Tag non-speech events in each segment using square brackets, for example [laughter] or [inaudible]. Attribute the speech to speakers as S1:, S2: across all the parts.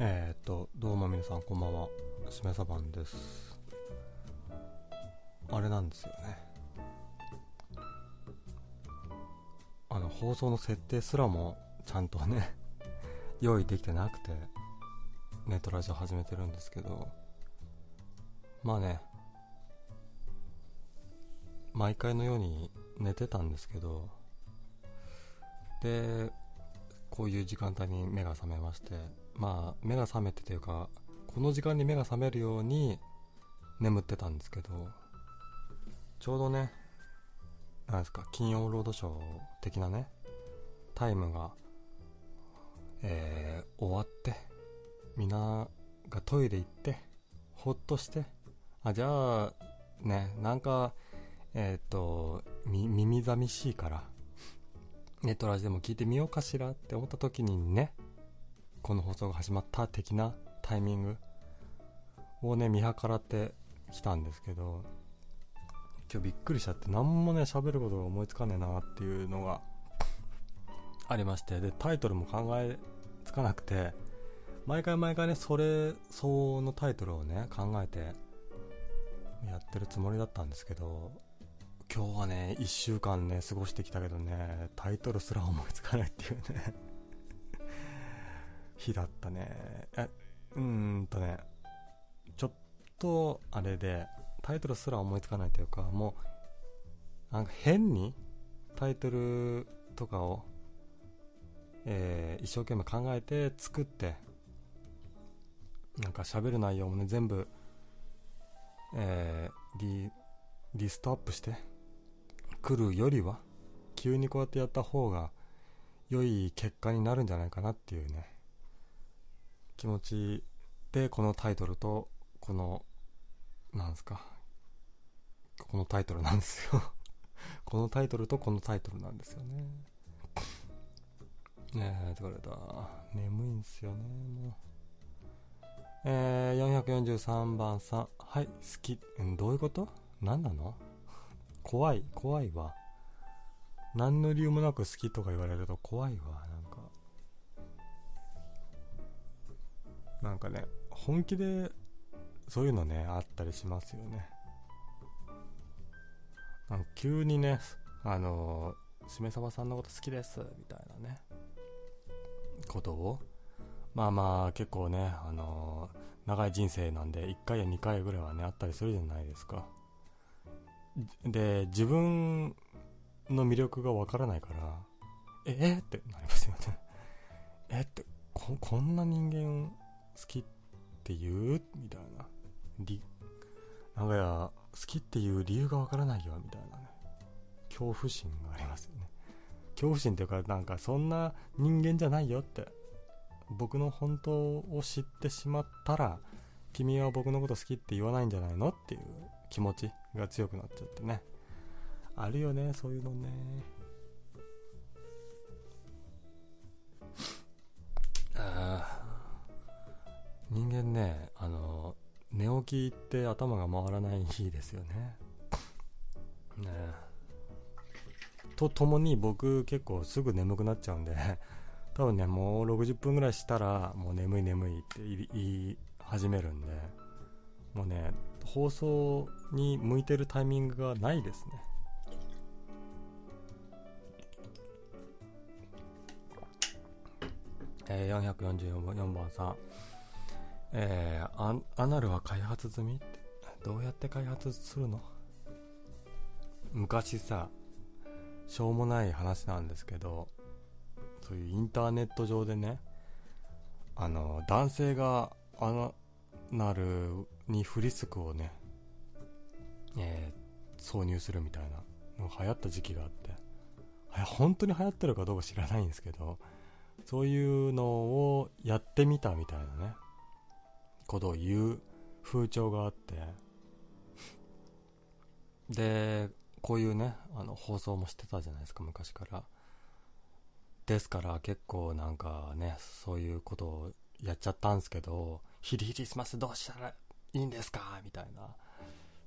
S1: えー、っと、どうも皆さんこんばんは。しめさばんです。あれなんですよね。あの、放送の設定すらもちゃんとね、 [laughs] 用意できてなくて、ネットラジオ始めてるんですけど、まあね、毎回のように寝てたんですけど、で、こういう時間帯に目が覚めまして、まあ、目が覚めてというか、この時間に目が覚めるように眠ってたんですけど、ちょうどね、なんですか、金曜ロードショー的なね、タイムが、えー終わって、みんながトイレ行って、ほっとして、あ、じゃあ、ね、なんか、えーっ、と、み、耳寂しいから、ネットラジでも聞いてみようかしらって思った時にね、この放送が始まった的なタイミングをね、見計らってきたんですけど、今日びっくりしちゃって、何もね、喋ることが思いつかねえなっていうのが [coughs] ありまして、で、タイトルも考えつかなくて、毎回毎回ね、それ相応のタイトルをね、考えてやってるつもりだったんですけど、今日はね、1週間ね、過ごしてきたけどね、タイトルすら思いつかないっていうね、 [laughs] 日だったね。え、うーんとね、ちょっと、あれで、タイトルすら思いつかないというか、もう、なんか変にタイトルとかを、えー一生懸命考えて作って、なんか喋る内容もね、全部、えーリ、リストアップしてくるよりは急にこうやってやった方が良い結果になるんじゃないかなっていうね気持ちでこのタイトルとこのなんですかこのタイトルなんですよ [laughs] このタイトルとこのタイトルなんですよねねえ疲れた眠いんですよねもうえー、443番さんはい好きうんどういうこと何なの怖い怖いわ何の理由もなく好きとか言われると怖いわなんかなんかね本気でそういうのねあったりしますよねなんか急にねあのーしめさばさんのこと好きですみたいなねことをまあまあ結構ねあのー長い人生なんで1回や2回ぐらいはねあったりするじゃないですかで自分の魅力がわからないからええってなりますよね [laughs] えってここんな人間好きって言うみたいなりなんかや好きっていう理由がわからないよみたいなね恐怖心がありますよね恐怖心っていうかなんかそんな人間じゃないよって僕の本当を知ってしまったら君は僕のこと好きって言わないんじゃないのっていう気持ちが強くなっちゃってねあるよねそういうのねあー人間ねあの寝起きって頭が回らない日ですよねねえとともに僕結構すぐ眠くなっちゃうんで多分ねもう60分ぐらいしたらもう眠い眠いって言い言い始めるんでもうね放送に向いてるタイミングがないですねえー444番さんえーアンアナルは開発済みってどうやって開発するの昔さしょうもない話なんですけどそういうインターネット上でねあの男性がアナナルにフリスクをね、えー挿入するみたいなのが流行った時期があってはや本当に流行ってるかどうか知らないんですけどそういうのをやってみたみたいなねことを言う風潮があってでこういうねあの放送もしてたじゃないですか昔からですから結構なんかねそういうことをやっちゃったんですけどヒリヒリしますどうしたらいいんですかみたいな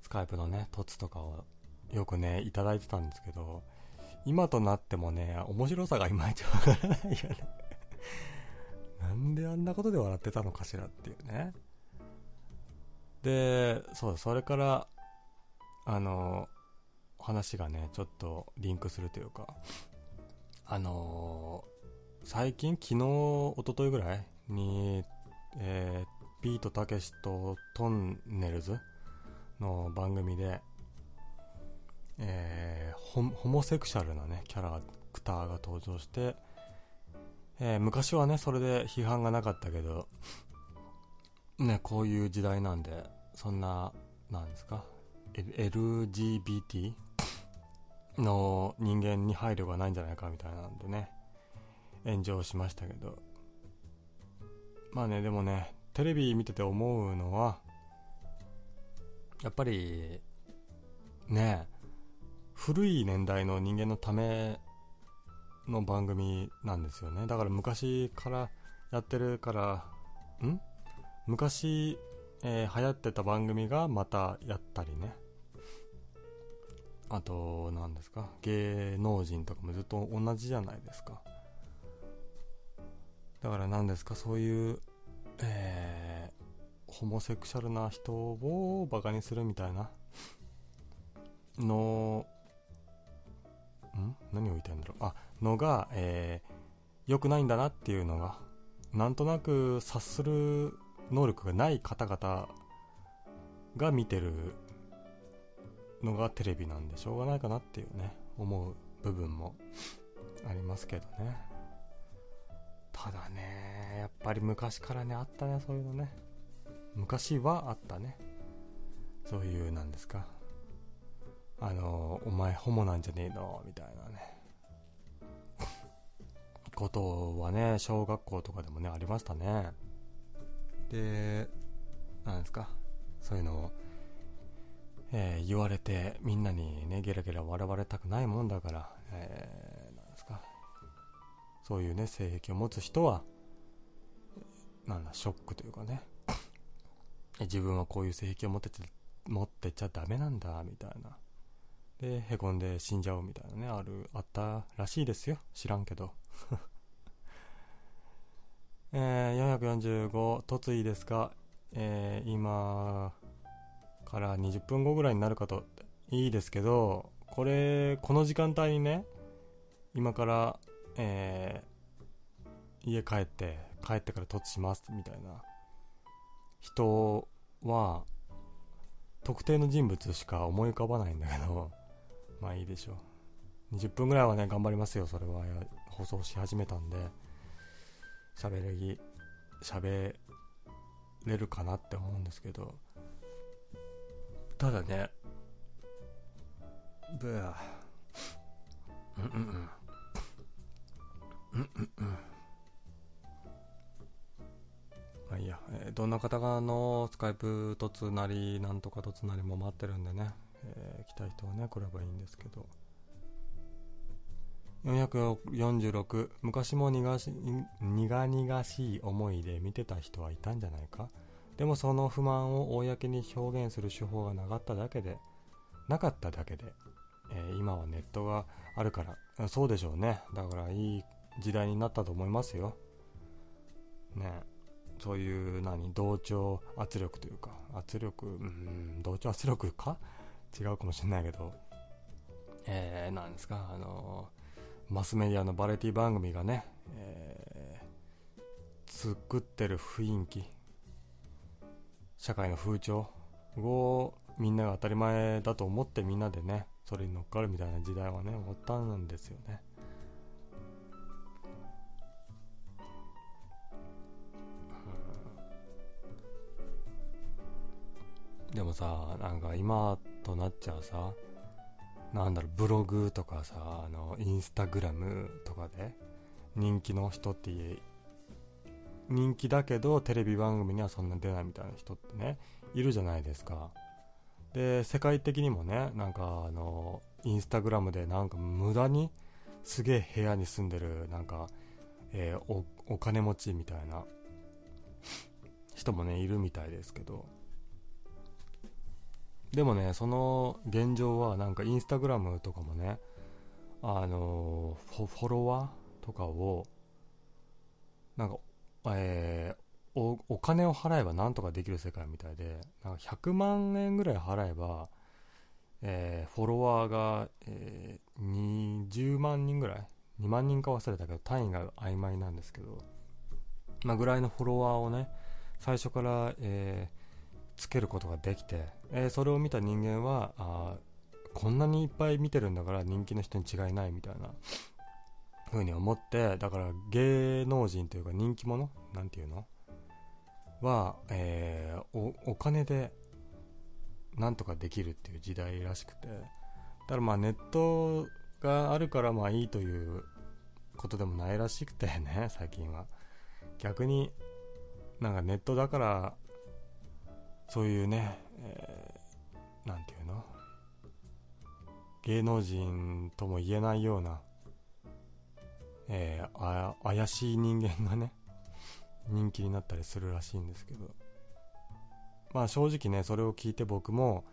S1: スカイプのねトツとかをよくねいただいてたんですけど [laughs] 今となってもね面白さがいまいちわからないよねなんなんであんなことで笑ってたのかしらっていうね。で、そう、それから、あの、話がね、ちょっとリンクするというか、あの最近、昨日、一昨日ぐらいに、えー、ピートたけしとトンネルズの番組で、えーホホモセクシャルなね、キャラクターが登場して、えー昔はね、それで批判がなかったけど、 [laughs] ね、こういう時代なんで、そんな、なんですか、L- LGBT の人間に配慮がないんじゃないかみたいなんでね、炎上しましたけど、まあね、でもね、テレビ見てて思うのは、やっぱり、ねえ、古い年代の人間のための番組なんですよね。だから昔からやってるから、ん昔、えー流行ってた番組がまたやったりね。あと、何ですか芸能人とかもずっと同じじゃないですか。だから何ですかそういう、えーホモセクシャルな人をバカにするみたいなのん何を言いたいんだろうあのが、えー、良くないんだなっていうのがなんとなく察する能力がない方々が見てるのがテレビなんでしょうがないかなっていうね思う部分もありますけどねただねやっぱり昔からねあったねそういうのね昔はあったねそういうなんですかあのお前ホモなんじゃねえのみたいなね [laughs] ことはね小学校とかでもねありましたねでなんですかそういうのを、えー言われてみんなにねゲラゲラ笑われたくないもんだから、えーなんですかそういうね性癖を持つ人はなんだショックというかね [laughs] 自分はこういう性癖を持ってて持ってちゃダメなんだみたいなでへこんで死んじゃうみたいなねあるあったらしいですよ知らんけど [laughs] えー、445突意ですが、えー今から20分後ぐらいになるかといいですけどこれこの時間帯にね今から、えー家帰って帰ってから突しますみたいな人は特定の人物しか思い浮かばないんだけど、 [laughs] まあいいでしょう。20分ぐらいはね、頑張りますよ、それは。や放送し始めたんで、喋れぎ、喋れるかなって思うんですけど、ただね、ブーうんうんうん。うんうんうん。まあいいや、えーどんな方がのスカイプとつなりなんとかとつなりも待ってるんでね、えー来た人はね来ればいいんですけど446昔も苦し苦々しい思いで見てた人はいたんじゃないかでもその不満を公に表現する手法がなかっただけでなかっただけで、えー今はネットがあるからうんそうでしょうねだからいい時代になったと思いますよねえそういう何同調圧力というか圧力うん同調圧力か違うかもしれないけどえー、なんですかあのーマスメディアのバラエティ番組がね、えー作ってる雰囲気社会の風潮をみんなが当たり前だと思ってみんなでねそれに乗っかるみたいな時代はね終わったんですよねでもさなんか今となっちゃうさなんだろうブログとかさあのインスタグラムとかで人気の人って人気だけどテレビ番組にはそんな出ないみたいな人ってねいるじゃないですかで世界的にもねなんかあのインスタグラムでなんか無駄にすげえ部屋に住んでるなんか、えーおお金持ちみたいな人もねいるみたいですけどでもね、その現状は、なんかインスタグラムとかもね、あのーフォ、フォロワーとかを、なんか、えーおお金を払えばなんとかできる世界みたいでなんか100万円ぐらい払えば、えーフォロワーが、えー20万人ぐらい2万人か忘れたけど単位が曖昧なんですけど、まあ、ぐらいのフォロワーをね最初から、えーつけることができて、えーそれを見た人間はあーこんなにいっぱい見てるんだから人気の人に違いないみたいなふうに思ってだから芸能人というか人気者なんていうのは、えーおお金でなんとかできるっていう時代らしくてただまあネットがあるからまあいいということでもないらしくてね最近は逆になんかネットだからそういうね、えーなんていうの芸能人とも言えないようなえーあ怪しい人間がね [laughs] 人気になったりするらしいんですけどまあ正直ねそれを聞いて僕も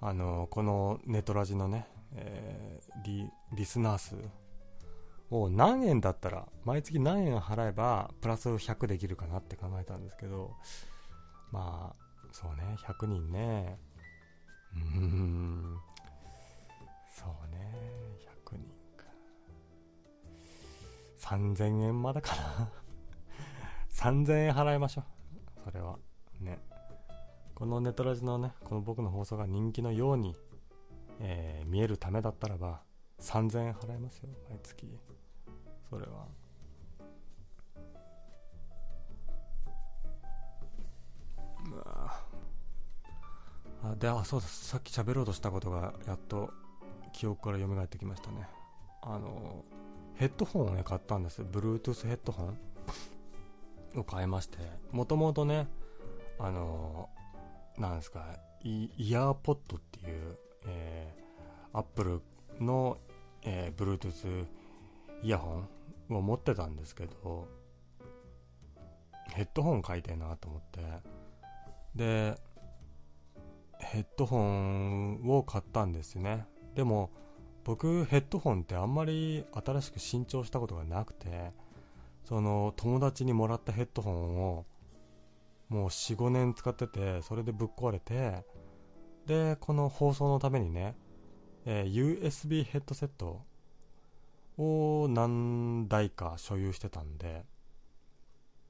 S1: あのこのネトラジのね、えーリリスナー数を何円だったら毎月何円払えばプラス100できるかなって考えたんですけどまあそうね100人ねうーんそうね100人か3000円まだかな3000円払いましょうそれはねこのネトラジのねこの僕の放送が人気のように、えー見えるためだったらば3000円払いますよ毎月それはうわぁあであそうですさっき喋ろうとしたことがやっと記憶から蘇ってきましたねあのヘッドホンをね買ったんです Bluetooth ヘッドホン [laughs] を買いましてもともとねあのなんですかイイヤーポッドっていう、えー、Apple の、えー Bluetooth イヤホンを持ってたんですけどヘッドホン買いたいなと思ってでヘッドホンを買ったんですねでも僕ヘッドホンってあんまり新しく新調したことがなくてその友達にもらったヘッドホンをもう45年使っててそれでぶっ壊れてでこの放送のためにね、えー USB ヘッドセットを何台か所有してたんで、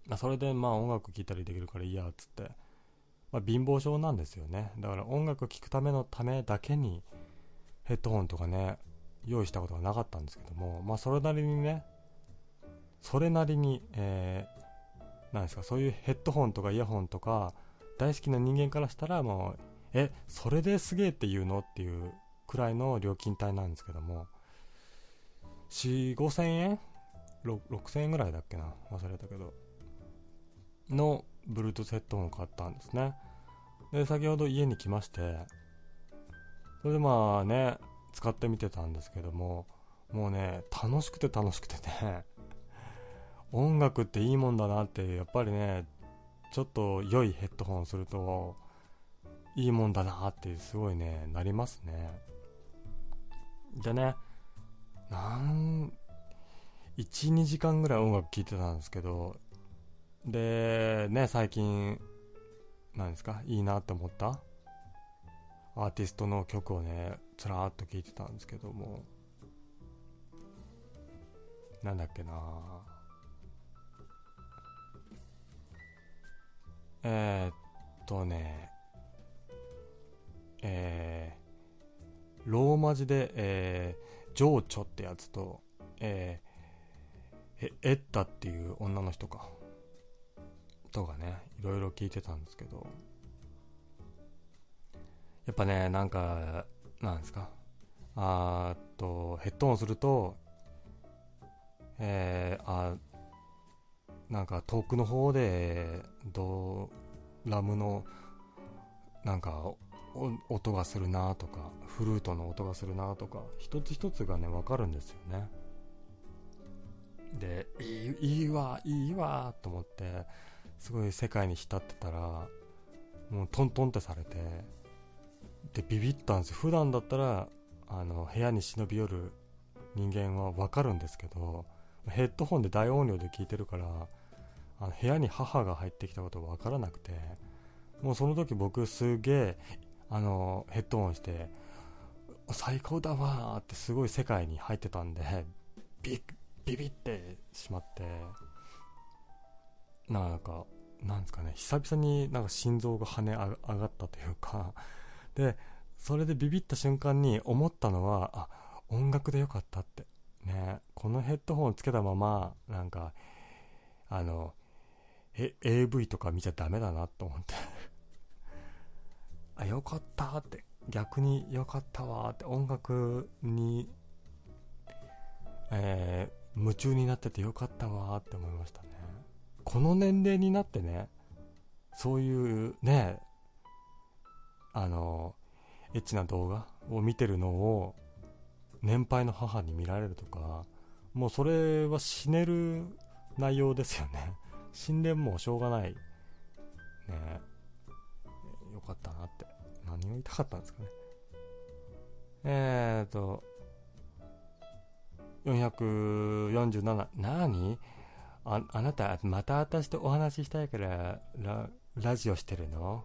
S1: まあ、それでまあ音楽聴いたりできるからいいやっつって、まあ、貧乏症なんですよねだから音楽聴くためのためだけにヘッドホンとかね用意したことがなかったんですけどもまあそれなりにねそれなりに、えー、なんですかそういうヘッドホンとかイヤホンとか大好きな人間からしたらもうえそれですげえって言うのっていうくらいの料金帯なんですけども4 5 0 0 0円ろ6000円ぐらいだっけな忘れたけどの Bluetooth ヘッドホンを買ったんですねで先ほど家に来ましてそれでまあね使ってみてたんですけどももうね楽しくて楽しくてね [laughs] 音楽っていいもんだなってやっぱりねちょっと良いヘッドホンをするといいもんだなってすごいねなりますねでねなん12時間ぐらい音楽聴いてたんですけどでね最近何ですかいいなって思ったアーティストの曲をねつらーっと聴いてたんですけどもなんだっけなえー、っとねえー、ローマ字で、えー、情緒ってやつと、えー、えエッタっていう女の人かとかねいろいろ聞いてたんですけどやっぱね、なんか、なんですか。あーっと、ヘッドホンすると、えー、あーなんか遠くの方で、ドラムの、なんか、お音がするなとか、フルートの音がするなとか、一つ一つがね、わかるんですよね。で、いい、いいわ、いいわ、と思って、すごい世界に浸ってたら、もうトントンってされて、でビビったんですよ普段だったらあの部屋に忍び寄る人間は分かるんですけどヘッドホンで大音量で聞いてるからあの部屋に母が入ってきたこと分からなくてもうその時僕すげえあのヘッドホンして最高だわーってすごい世界に入ってたんでビビビってしまってなんかなんですかね久々になんか心臓が跳ね上がったというかでそれでビビった瞬間に思ったのはあ音楽でよかったってねこのヘッドホンつけたままなんかあのえ AV とか見ちゃダメだなと思ってあよかったって逆によかったわって音楽に、えー夢中になっててよかったわって思いましたねこの年齢になってねそういうねあのエッチな動画を見てるのを年配の母に見られるとかもうそれは死ねる内容ですよね [laughs] 死んでもうしょうがないねえよかったなって何を言いたかったんですかねえーと447何ああなたまた私とお話ししたいからララジオしてるの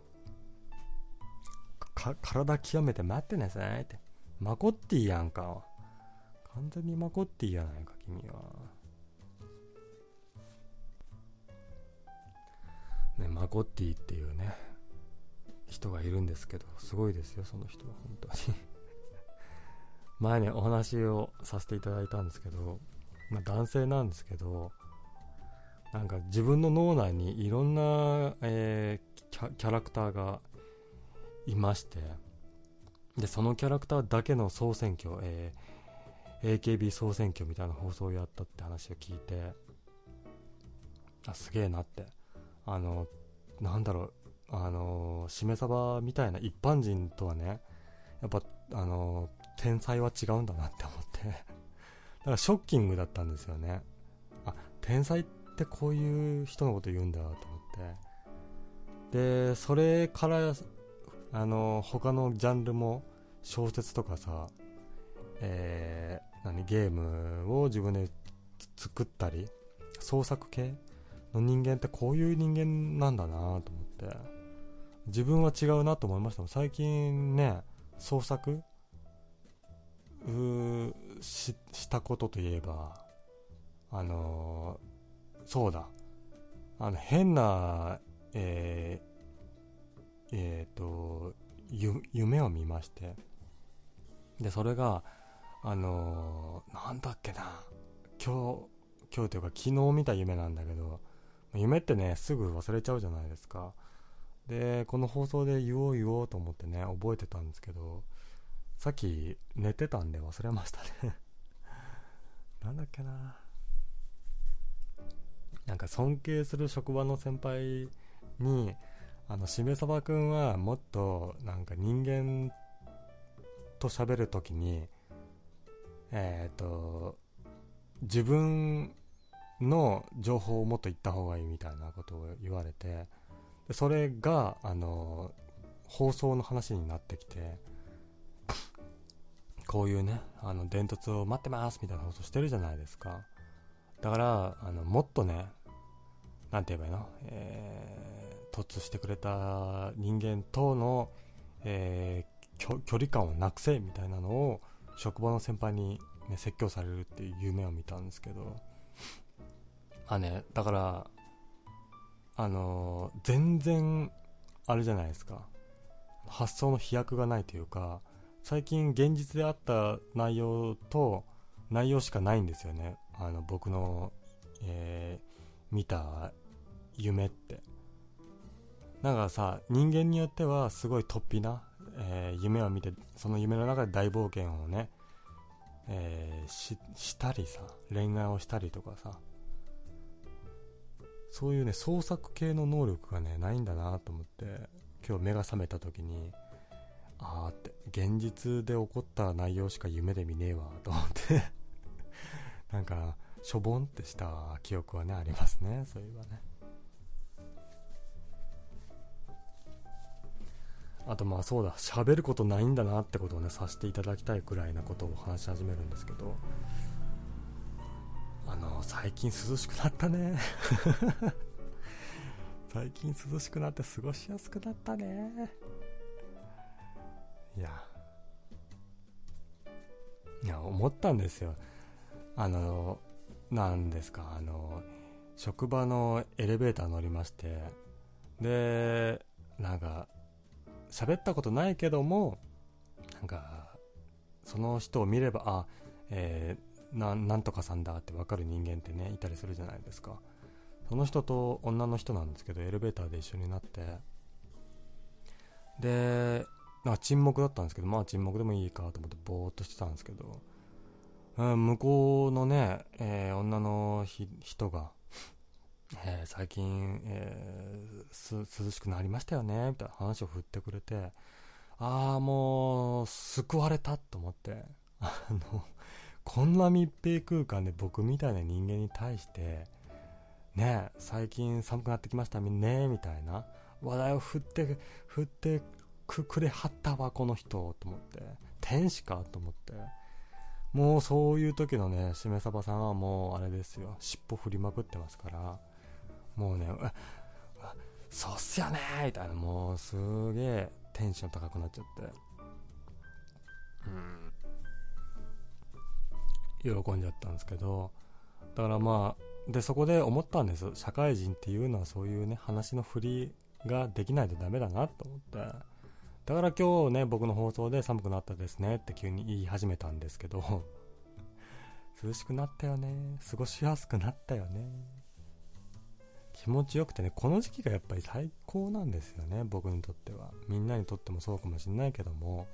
S1: か体極めて待ってなさいってマコッティやんか完全にマコッティやないか君はねマコッティっていうね人がいるんですけどすごいですよその人は本当に [laughs] 前にお話をさせていただいたんですけど、まあ、男性なんですけどなんか自分の脳内にいろんな、えーキャキャラクターがいましてでそのキャラクターだけの総選挙、えー AKB 総選挙みたいな放送をやったって話を聞いてあすげえなってあのなんだろうあのしめ鯖みたいな一般人とはねやっぱあの天才は違うんだなって思ってだからショッキングだったんですよねあ天才ってこういう人のこと言うんだと思ってでそれからあの他のジャンルも小説とかさ、えー何ゲームを自分でつ作ったり創作系の人間ってこういう人間なんだなと思って自分は違うなと思いましたもん最近ね創作うーししたことといえばあのーそうだあの変なえー、えーとゆ夢を見ましてでそれがあのーなんだっけな今日今日というか昨日見た夢なんだけど夢ってねすぐ忘れちゃうじゃないですかでこの放送で言おう言おうと思ってね覚えてたんですけどさっき寝てたんで忘れましたね [laughs] なんだっけななんか尊敬する職場の先輩にあのしめさばくんはもっとなんか人間と喋るときにえっ、と自分の情報をもっと言った方がいいみたいなことを言われてでそれがあの放送の話になってきてこういうねあの伝達を待ってますみたいな放送してるじゃないですかだからあのもっとねなんて言えばいいの、えー、突してくれた人間との、えーきょ距離感をなくせみたいなのを職場の先輩に、ね、説教されるっていう夢を見たんですけどあね、だから、あのー全然、あれじゃないですか。発想の飛躍がないというか、最近現実であった内容と内容しかないんですよね。あの、僕の、えー見た夢って。なんかさ、人間によってはすごい突飛な、えー夢を見て、その夢の中で大冒険をね、えーし、したりさ、恋愛をしたりとかさ、そういうね、創作系の能力がね、ないんだなと思って、今日目が覚めた時に、あーって、現実で起こった内容しか夢で見ねえわ、と思って。 [laughs] なんか、しょぼんってした記憶はね、ありますね、そういえばね。あとまあそうだ、喋ることないんだなってことをね、させていただきたいくらいなことを話し始めるんですけど、あの、最近涼しくなったね。 [laughs] 最近涼しくなって過ごしやすくなったねいやいや思ったんですよあのなんですかあの職場のエレベーター乗りましてでなんか喋ったことないけどもなんかその人を見ればあえーななんとかさんだって分かる人間ってねいたりするじゃないですかその人と女の人なんですけどエレベーターで一緒になってでなんか沈黙だったんですけどまあ沈黙でもいいかと思ってぼーっとしてたんですけど、うん向こうのね、えー女のひ人が、えー最近、えーす涼しくなりましたよねみたいな話を振ってくれてああもう救われたと思って [laughs] あのこんな密閉空間で僕みたいな人間に対してね最近寒くなってきましたねみたいな話題を振って振ってくくれはったわこの人と思って天使かと思ってもうそういう時のねしめさばさんはもうあれですよ尻尾振りまくってますからもうねうわうわそうっすよねーみたいなもうすげえテンション高くなっちゃってうん喜んじゃったんですけどだからまあでそこで思ったんです社会人っていうのはそういうね話の振りができないとダメだなと思ってだから今日ね、僕の放送で寒くなったですねって急に言い始めたんですけど、 [laughs] 涼しくなったよね。過ごしやすくなったよね。気持ちよくてね、この時期がやっぱり最高なんですよね、僕にとっては。みんなにとってもそうかもしんないけども。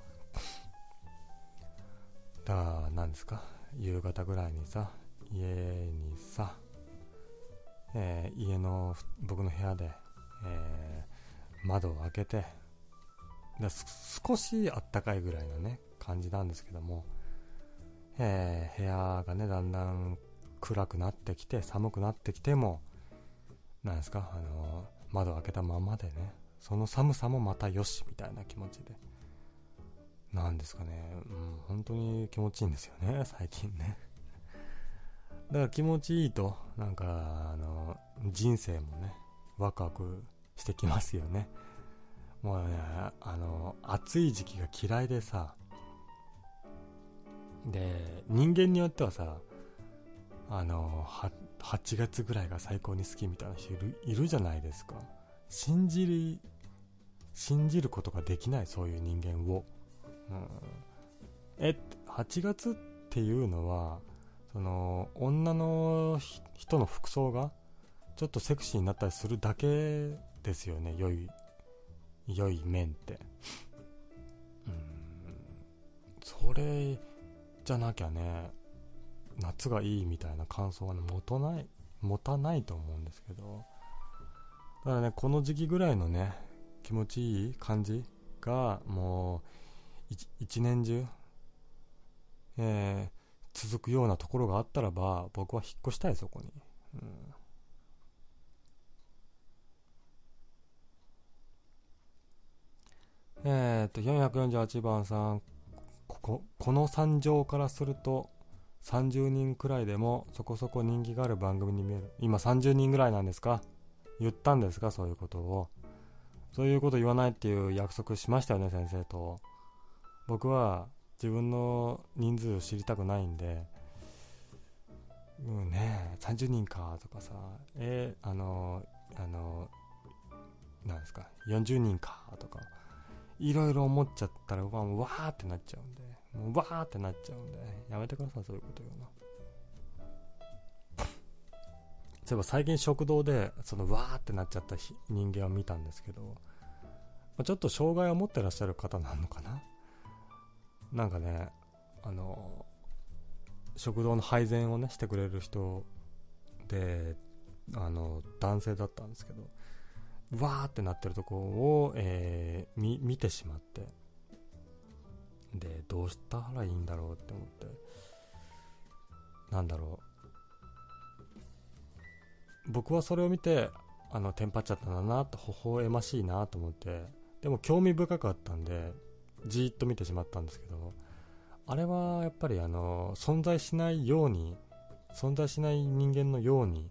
S1: だから、何ですか夕方ぐらいにさ、家にさ、えー家のふ、僕の部屋で、えー窓を開けて、だす少しあったかいぐらいのね感じなんですけども、えー部屋がねだんだん暗くなってきて寒くなってきてもなんですかあのー窓を開けたままでねその寒さもまたよしみたいな気持ちでなんですかね、うん、本当に気持ちいいんですよね最近ね [laughs] だから気持ちいいとなんかあのー人生もねワクワクしてきますよねもうねあの暑い時期が嫌いでさで人間によってはさあのは8月ぐらいが最高に好きみたいな人いるいるじゃないですか信じる信じることができないそういう人間を、うん、え8月っていうのはその女のひ人の服装がちょっとセクシーになったりするだけですよね良い良い面ってうーんそれじゃなきゃね夏がいいみたいな感想はね持たない持たないと思うんですけどだからねこの時期ぐらいのね気持ちいい感じがもう一一年中、えー続くようなところがあったらば僕は引っ越したいそこに、うん、えー、と448番さんこここの惨状からすると30人くらいでもそこそこ人気がある番組に見える今30人ぐらいなんですか言ったんですかそういうことをそういうこと言わないっていう約束しましたよね先生と僕は自分の人数を知りたくないんでうんねえ30人かとかさえーあのあのなんですか40人かとかいろいろ思っちゃったら、うわわーってなっちゃうんで、もうわーってなっちゃうんで、やめてください、そういうこと言うの。そういえば最近食堂で、そのわーってなっちゃったひ人間を見たんですけど、まあちょっと障害を持ってらっしゃる方なのかななんかね、あの、食堂の配膳をね、してくれる人で、あの、男性だったんですけど、わーってなってるとこを、えーみ見てしまってでどうしたらいいんだろうって思ってなんだろう僕はそれを見てあのテンパっちゃったんだなと微笑ましいなと思ってでも興味深かったんでじーっと見てしまったんですけどあれはやっぱりあの存在しないように存在しない人間のように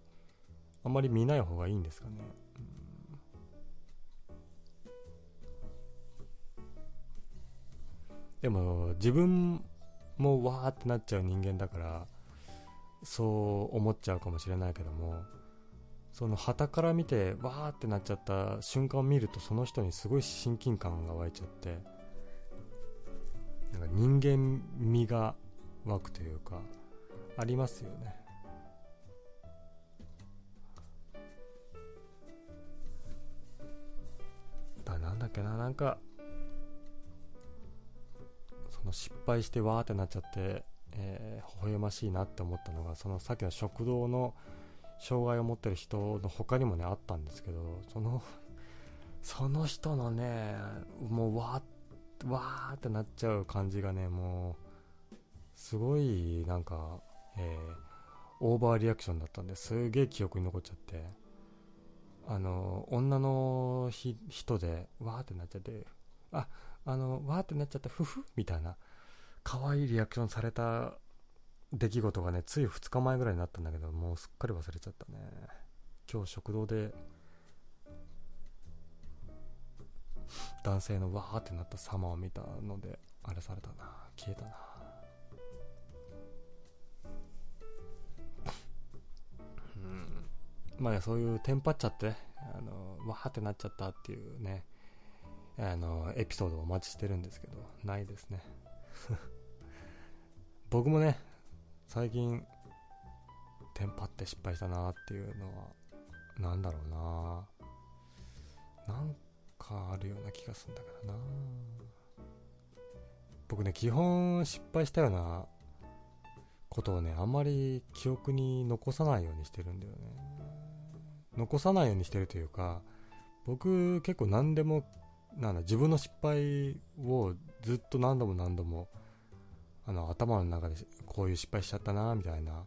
S1: あまり見ない方がいいんですかねでも自分もわーってなっちゃう人間だからそう思っちゃうかもしれないけどもその傍から見てわーってなっちゃった瞬間を見るとその人にすごい親近感が湧いちゃってなんか人間味が湧くというかありますよねだなんだっけななんかその失敗してわーってなっちゃって、えー微笑ましいなって思ったのがそのさっきの食堂の障害を持ってる人の他にもねあったんですけどその [laughs] その人のねもうわーわーってなっちゃう感じがねもうすごいなんか、えーオーバーリアクションだったんですげえ記憶に残っちゃってあの女のひ人でわーってなっちゃってああのわーってなっちゃったふふみたいな可愛いリアクションされた出来事がねつい2日前ぐらいになったんだけどもうすっかり忘れちゃったね今日食堂で男性のわーってなった様を見たのであれされたな消えたなうんまあねそういうテンパっちゃってあのわーってなっちゃったっていうねあのエピソードをお待ちしてるんですけどないですね [laughs] 僕もね最近テンパって失敗したなっていうのはなんだろうななんかあるような気がするんだけどな僕ね基本失敗したようなことをねあんまり記憶に残さないようにしてるんだよね残さないようにしてるというか僕結構何でもなんだ自分の失敗をずっと何度も何度もあの頭の中でこういう失敗しちゃったなみたいな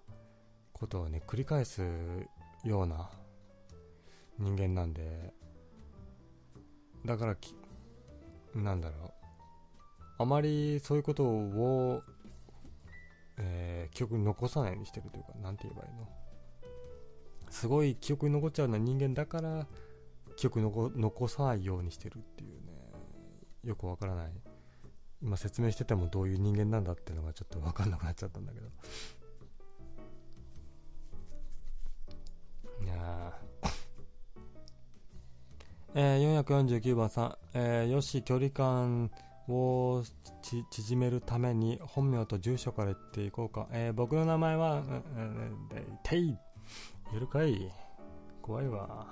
S1: ことをね繰り返すような人間なんでだからきなんだろうあまりそういうことを、えー記憶に残さないようにしてるというかなんて言えばいいのすごい記憶に残っちゃうような人間だから記憶に残残さないようにしてるっていうねよくわからない今説明しててもどういう人間なんだっていうのがちょっと分かんなくなっちゃったんだけどいやーえー449番さん、えーよし距離感をち縮めるために本名と住所から言っていこうか、えー僕の名前はうんうんうんていやるかい怖いわ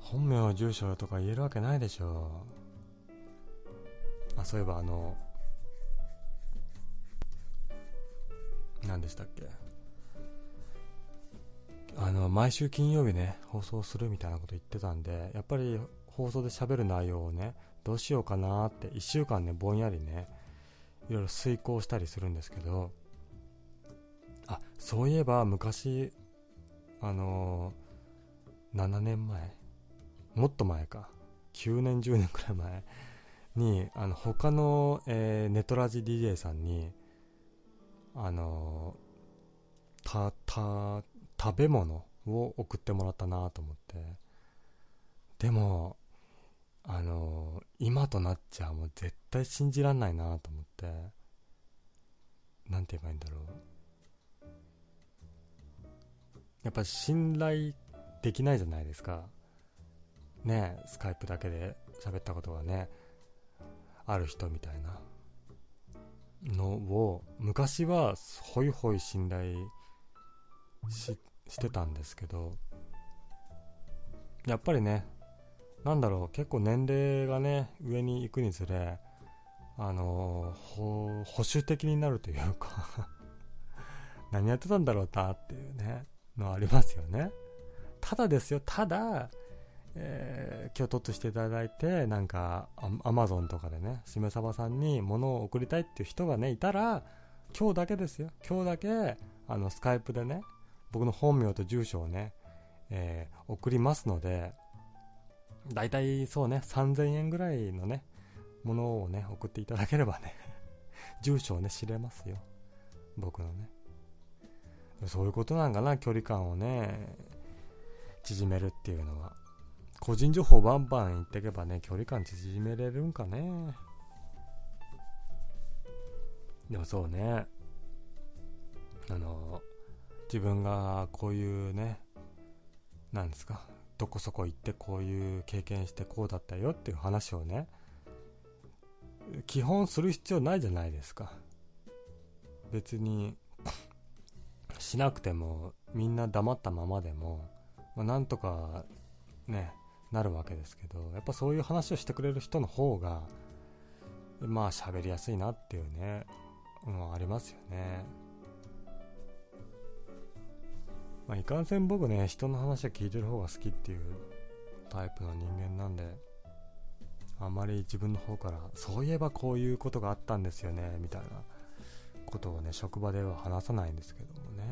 S1: 本名住所とか言えるわけないでしょあそういえばあの何でしたっけあの毎週金曜日ね放送するみたいなこと言ってたんでやっぱり放送で喋る内容をねどうしようかなって1週間ねぼんやりねいろいろ遂行したりするんですけどあそういえば昔あの7年前もっと前か9年10年くらい前にあの他の、えーネトラジ DJ さんにあのーたた食べ物を送ってもらったなと思ってでもあのー今となっちゃもう絶対信じらんないなと思ってなんて言えばいいんだろうやっぱ信頼できないじゃないですかねえスカイプだけで喋ったことがねある人みたいなのを昔はホイホイ信頼ししてたんですけどやっぱりねなんだろう結構年齢がね上に行くにつれあのほ保守的になるというか [laughs] 何やってたんだろうなっていうねのありますよねただですよただえー、今日撮ってしていただいてなんかアマゾンとかでねしめさばさんに物を送りたいっていう人がねいたら今日だけですよ今日だけあのスカイプでね僕の本名と住所をね、えー送りますのでだいたいそうね3000円ぐらいのねものをね送っていただければね [laughs] 住所をね知れますよ僕のねそういうことなんかな距離感をね縮めるっていうのは個人情報バンバン言ってけばね距離感縮めれるんかねでもそうねあの自分がこういうねなんですかどこそこ行ってこういう経験してこうだったよっていう話をね基本する必要ないじゃないですか別にしなくてもみんな黙ったままでも、まあ、なんとかねなるわけですけどやっぱそういう話をしてくれる人の方がまあ喋りやすいなっていうね、うん、ありますよね、まあ、いかんせん僕ね人の話を聞いてる方が好きっていうタイプの人間なんであまり自分の方からそういえばこういうことがあったんですよねみたいなことをね職場では話さないんですけどもね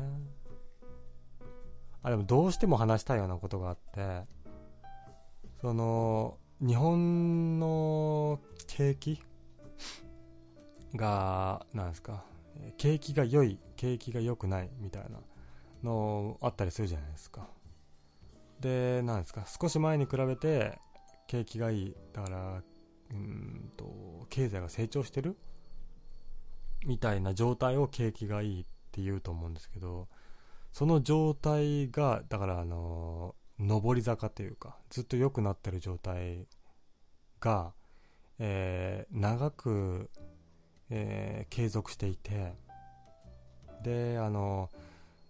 S1: あでもどうしても話したいようなことがあってその日本の景気がなんですか景気が良い景気が良くないみたいなのあったりするじゃないですかでなんですか少し前に比べて景気がいいだからうんと経済が成長してるみたいな状態を景気がいいって言うと思うんですけどその状態がだからあの上り坂というかずっと良くなってる状態が、えー、長く、えー、継続していてであの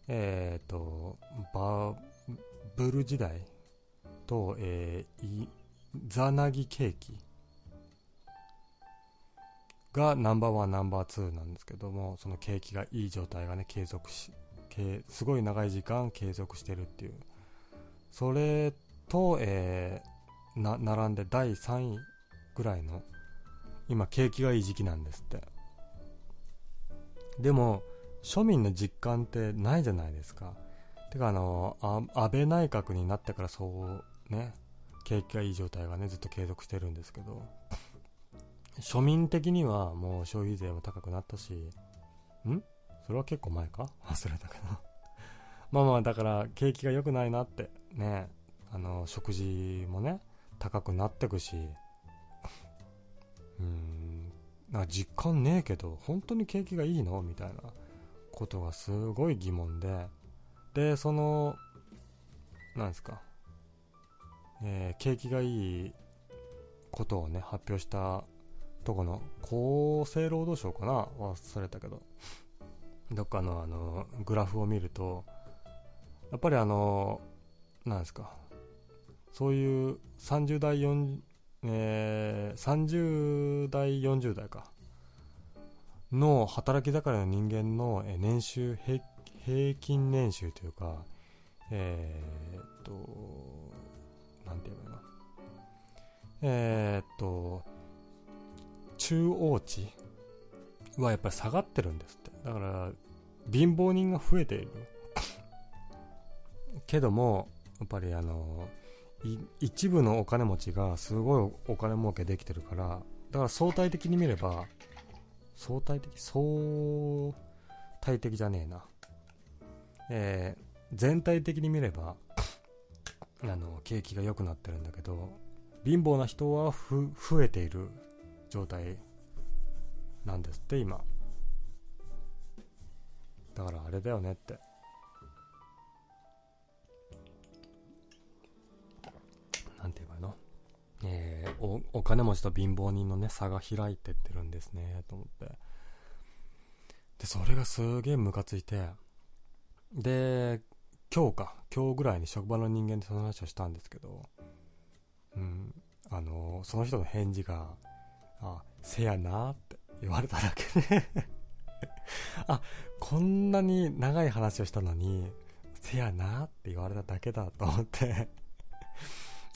S1: えっ、ー、とバブル時代と、えー、ザナギケーキがナンバーワンナンバーツーなんですけどもその景気がいい状態がね継続しすごい長い時間継続してるっていうそれと、えー、な並んで第3位ぐらいの今景気がいい時期なんですってでも庶民の実感ってないじゃないですかてかあの安倍内閣になってからそうね景気がいい状態がねずっと継続してるんですけど庶民的にはもう消費税も高くなったしんそれは結構前か忘れたけどまあまあだから景気が良くないなってねあの食事もね高くなってくしうーんなんか実感ねえけど本当に景気がいいのみたいなことがすごい疑問ででそのなんですか、えー、景気がいいことをね発表したとこの厚生労働省かな忘れたけどどっかのあのグラフを見るとやっぱりあのなんですかそういう30代4、えー、30代40代かの働き盛りの人間の年収平均平均年収というか、えー、っと、なんて言えばいいのえー、っと、中央値はやっぱり下がってるんですって。だから、貧乏人が増えている。けども、やっぱりあの、一部のお金持ちがすごいお金儲けできてるから、だから相対的に見れば、相対的相対的じゃねえな。えー、全体的に見ればあの景気が良くなってるんだけど貧乏な人は増えている状態なんですって今だからあれだよねってなんて言えばいいのえー、おお金持ちと貧乏人のね差が開いてってるんですねと思ってでそれがすげえムカついてで、今日か、今日ぐらいに職場の人間でその話をしたんですけど、うん、あの、その人の返事が、あ、せやなって言われただけで [laughs] あ、こんなに長い話をしたのに、せやなって言われただけだと思って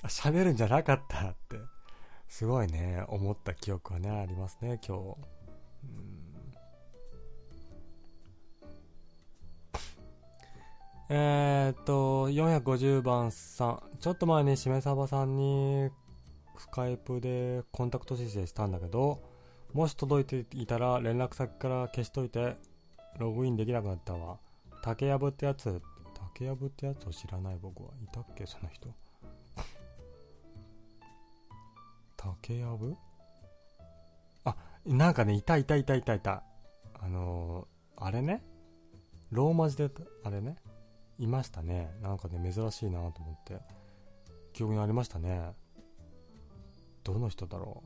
S1: 喋るんじゃなかったって、すごいね、思った記憶はね、ありますね、今日。うんえー、っと、450番さん。ちょっと前にしめさばさんに、スカイプでコンタクト申請したんだけど、もし届いていたら連絡先から消しといて、ログインできなくなったわ。竹やぶってやつ、竹やぶってやつを知らない僕は。いたっけその人。竹やぶあ、なんかね、いたいたいたいたいた。あのーあれねローマ字であれねいましたねなんかね珍しいなと思って記憶にありましたねどの人だろ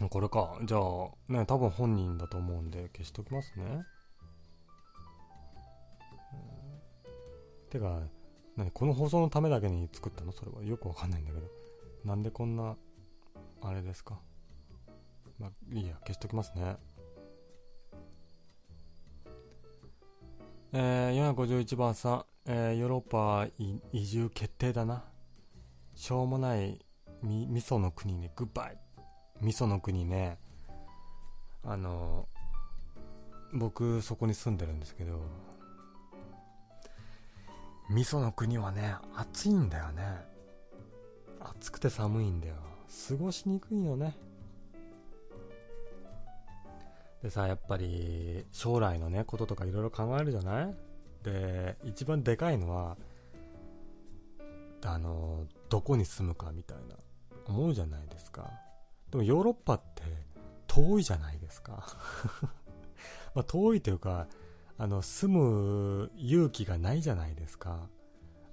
S1: う [laughs] これかじゃあね多分本人だと思うんで消しときますね、うんてか何この放送のためだけに作ったのそれはよくわかんないんだけどなんでこんなあれですかまあいいや消しときますねえー、451番さん、えーヨーロッパ移移住決定だなしょうもないみ味噌の国ねグッバイ味噌の国ねあの僕そこに住んでるんですけど味噌の国はね暑いんだよね暑くて寒いんだよ過ごしにくいよねでさやっぱり将来のねこととかいろいろ考えるじゃないで一番でかいのはあのどこに住むかみたいな思うじゃないですかでもヨーロッパって遠いじゃないですか [laughs] まあ遠いというかあの住む勇気がないじゃないですか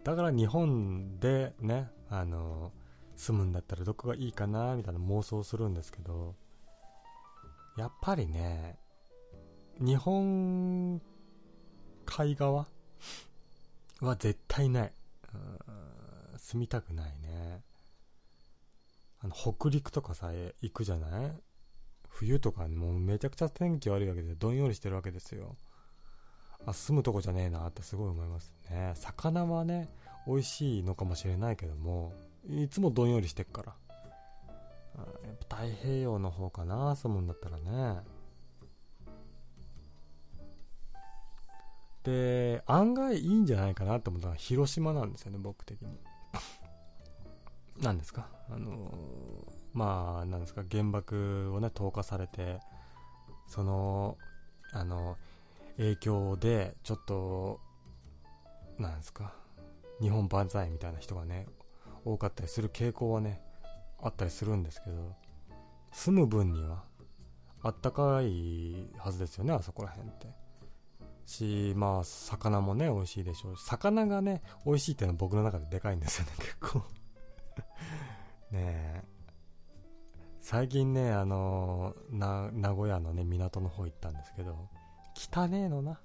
S1: だから日本でねあの住むんだったらどこがいいかなみたいな妄想するんですけどやっぱりね日本海側は絶対ないうん住みたくないねあの北陸とかさ行くじゃない冬とかもうめちゃくちゃ天気悪いわけでどんよりしてるわけですよあ住むとこじゃねえなってすごい思いますね魚はね美味しいのかもしれないけどもいつもどんよりしてっからあやっぱ太平洋の方かな住むんだったらねで案外いいんじゃないかなと思ったのは広島なんですよね僕的に [laughs] なんですかあのーまあなんですか原爆をね投下されてそのあの影響でちょっとなんですか日本万歳みたいな人がね多かったりする傾向はねあったりするんですけど住む分にはあったかいはずですよねあそこら辺ってしまあ魚もね美味しいでしょうし魚がね美味しいっていうのは僕の中ででかいんですよね [laughs] 結構ねえ最近ねあのな名古屋のね港の方行ったんですけど汚ねえのな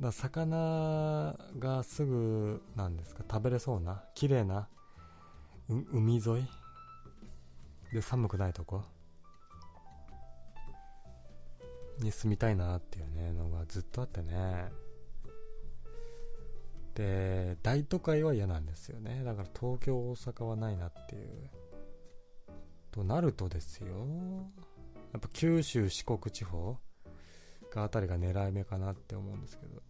S1: だ魚がすぐなんですか食べれそうな綺麗なう海沿いで寒くないとこに住みたいなっていうねのがずっとあってねで大都会は嫌なんですよねだから東京大阪はないなっていうとなるとですよやっぱ九州四国地方があたりが狙い目かなって思うんですけど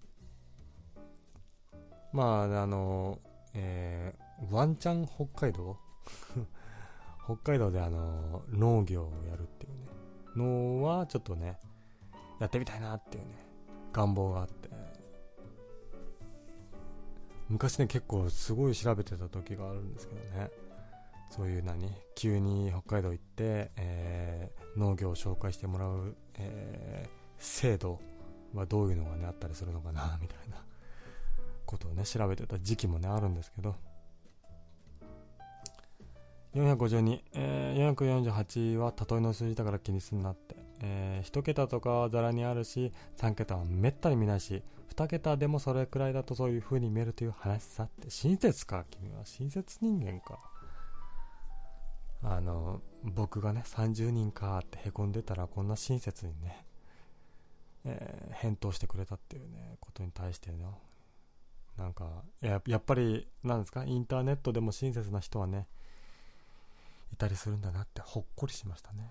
S1: まああのえーワンチャン北海道 [laughs] 北海道であの農業をやるっていうねのはちょっとねやってみたいなっていうね願望があって昔ね結構すごい調べてた時があるんですけどねそういう何急に北海道行って、えー農業を紹介してもらう、えー制度はどういうのがねあったりするのかなみたいなことをね調べてた時期もねあるんですけど452、えー448は例えの数字だから気にすんなって、え1桁とかはざらにあるし3桁はめったに見ないし2桁でもそれくらいだとそういう風に見えるという話さって親切か君は親切人間かあの僕がね30人かってへこんでたらこんな親切にねえー返答してくれたっていうねことに対してのなんかややっぱりなんですかインターネットでも親切な人はねいたりするんだなってほっこりしましたね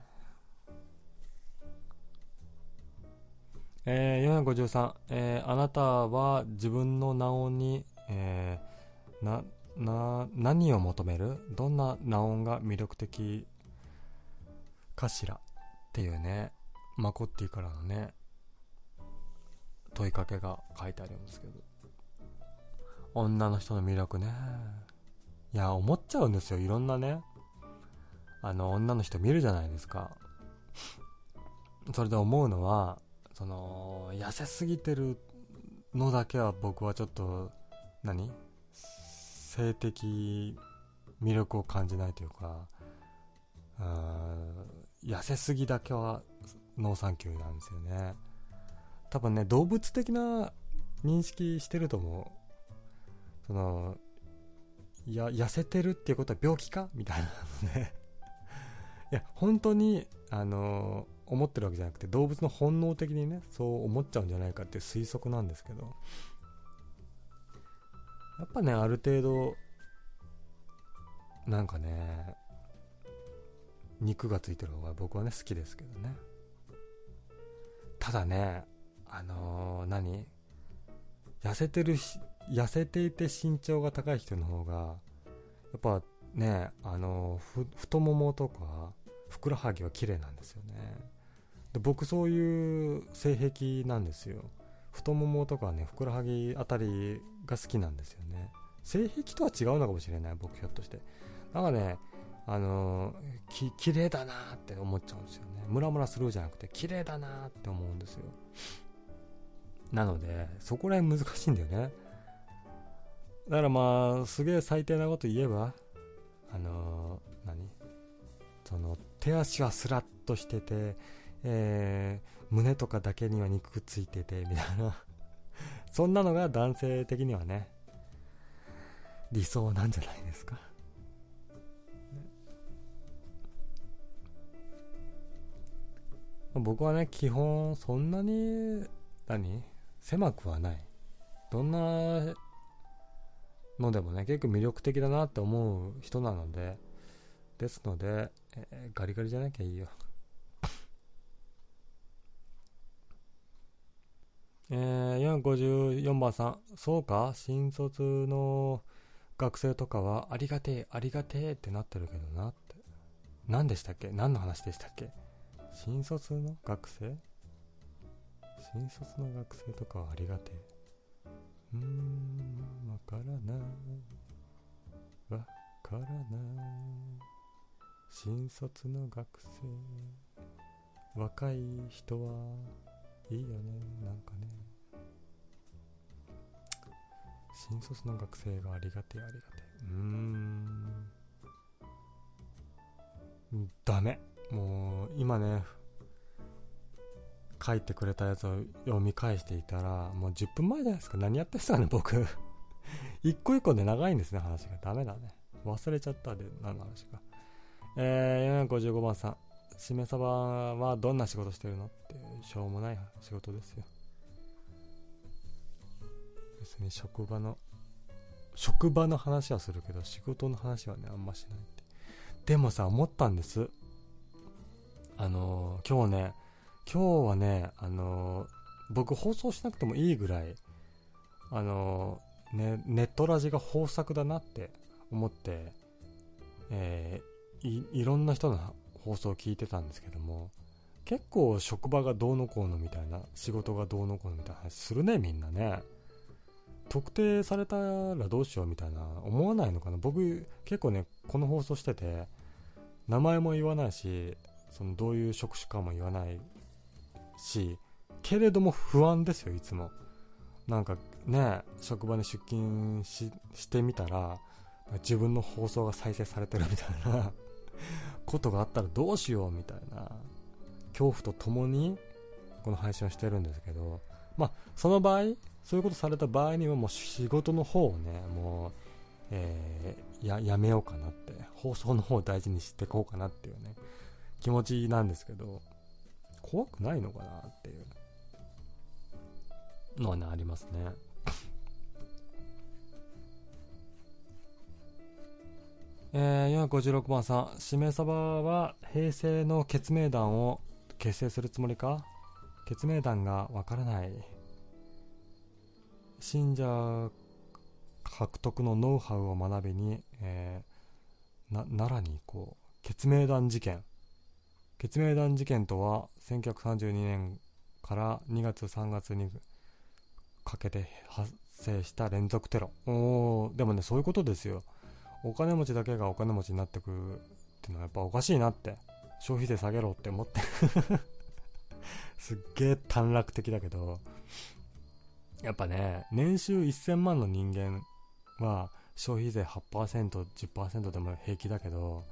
S1: えー453、えーあなたは自分の名音に、えーなな何を求めるどんな名音が魅力的かしらっていうねマコッティからのね問いかけが書いてありますけど女の人の魅力ねいや思っちゃうんですよいろんなねあの女の人見るじゃないですかそれで思うのはその痩せすぎてるのだけは僕はちょっと何性的魅力を感じないというかうーん痩せすぎだけはノーサンキューなんですよね多分ね動物的な認識してると思うそのいや痩せてるっていうことは病気か [laughs] みたいなのねいや本当にあの思ってるわけじゃなくて動物の本能的にねそう思っちゃうんじゃないかっていう推測なんですけどやっぱねある程度なんかね肉がついてる方が僕はね好きですけどねただねあのー何痩せてるし痩せていて身長が高い人の方がやっぱねあのーふ太ももとかふくらはぎは綺麗なんですよねで僕そういう性癖なんですよ太ももとかねふくらはぎあたりが好きなんですよね性癖とは違うのかもしれない僕ひょっとしてなんかねあのーき綺麗だなーって思っちゃうんですよねムラムラするじゃなくて綺麗だなーって思うんですよなのでそこら辺難しいんだよねだからまあすげえ最低なこと言えばあのー何その手足はスラッとしてて、えー胸とかだけには肉ついててみたいな [laughs] そんなのが男性的にはね理想なんじゃないですか僕はね基本そんなに何狭くはないどんなのでもね結構魅力的だなって思う人なのでですので、えーガリガリじゃなきゃいいよえー、454番さんそうか新卒の学生とかはありがてえありがてえってなってるけどなって何でしたっけ何の話でしたっけ新卒の学生新卒の学生とかはありがてえうーんわからないわからない新卒の学生若い人はいいよねなんかね新卒の学生がありがてえありがてえうーんダメもう今ね書いてくれたやつを読み返していたらもう10分前じゃないですか何やってたね僕 [laughs] 一個一個で長いんですね話がダメだね忘れちゃったで何の話かえー、455番さんしめ鯖はどんな仕事してるのってしょうもない仕事ですよ別に職場の職場の話はするけど仕事の話はねあんましないってでもさ思ったんですあのー今日ね今日はねあのー僕放送しなくてもいいぐらいあのーねネットラジが豊作だなって思ってえーいいろんな人の放送を聞いてたんですけども結構職場がどうのこうのみたいな仕事がどうのこうのみたいな話するねみんなね特定されたらどうしようみたいな思わないのかな僕結構ねこの放送してて名前も言わないしそのどういう職種かも言わないしけれども不安ですよいつもなんかね職場に出勤ししてみたら自分の放送が再生されてるみたいな [laughs] ことがあったらどうしようみたいな恐怖とともにこの配信をしてるんですけどまあその場合そういうことされた場合にはもう仕事の方をねもう、えーややめようかなって放送の方を大事にしていこうかなっていうね気持ちなんですけど怖くないのかなっていうのはねありますねえー、456番さん、しめさばは平成の決明団を結成するつもりか決明団がわからない。信者獲得のノウハウを学びに、えーな奈良に行こう。決明団事件。決明団事件とは、1932年から2月3月にかけて発生した連続テロ。おー、でもね、そういうことですよ。お金持ちだけがお金持ちになってくっていうのはやっぱおかしいなって消費税下げろって思って [laughs] すっげえ短絡的だけど、やっぱね、年収1000万の人間は消費税8%、10%でも平気だけど、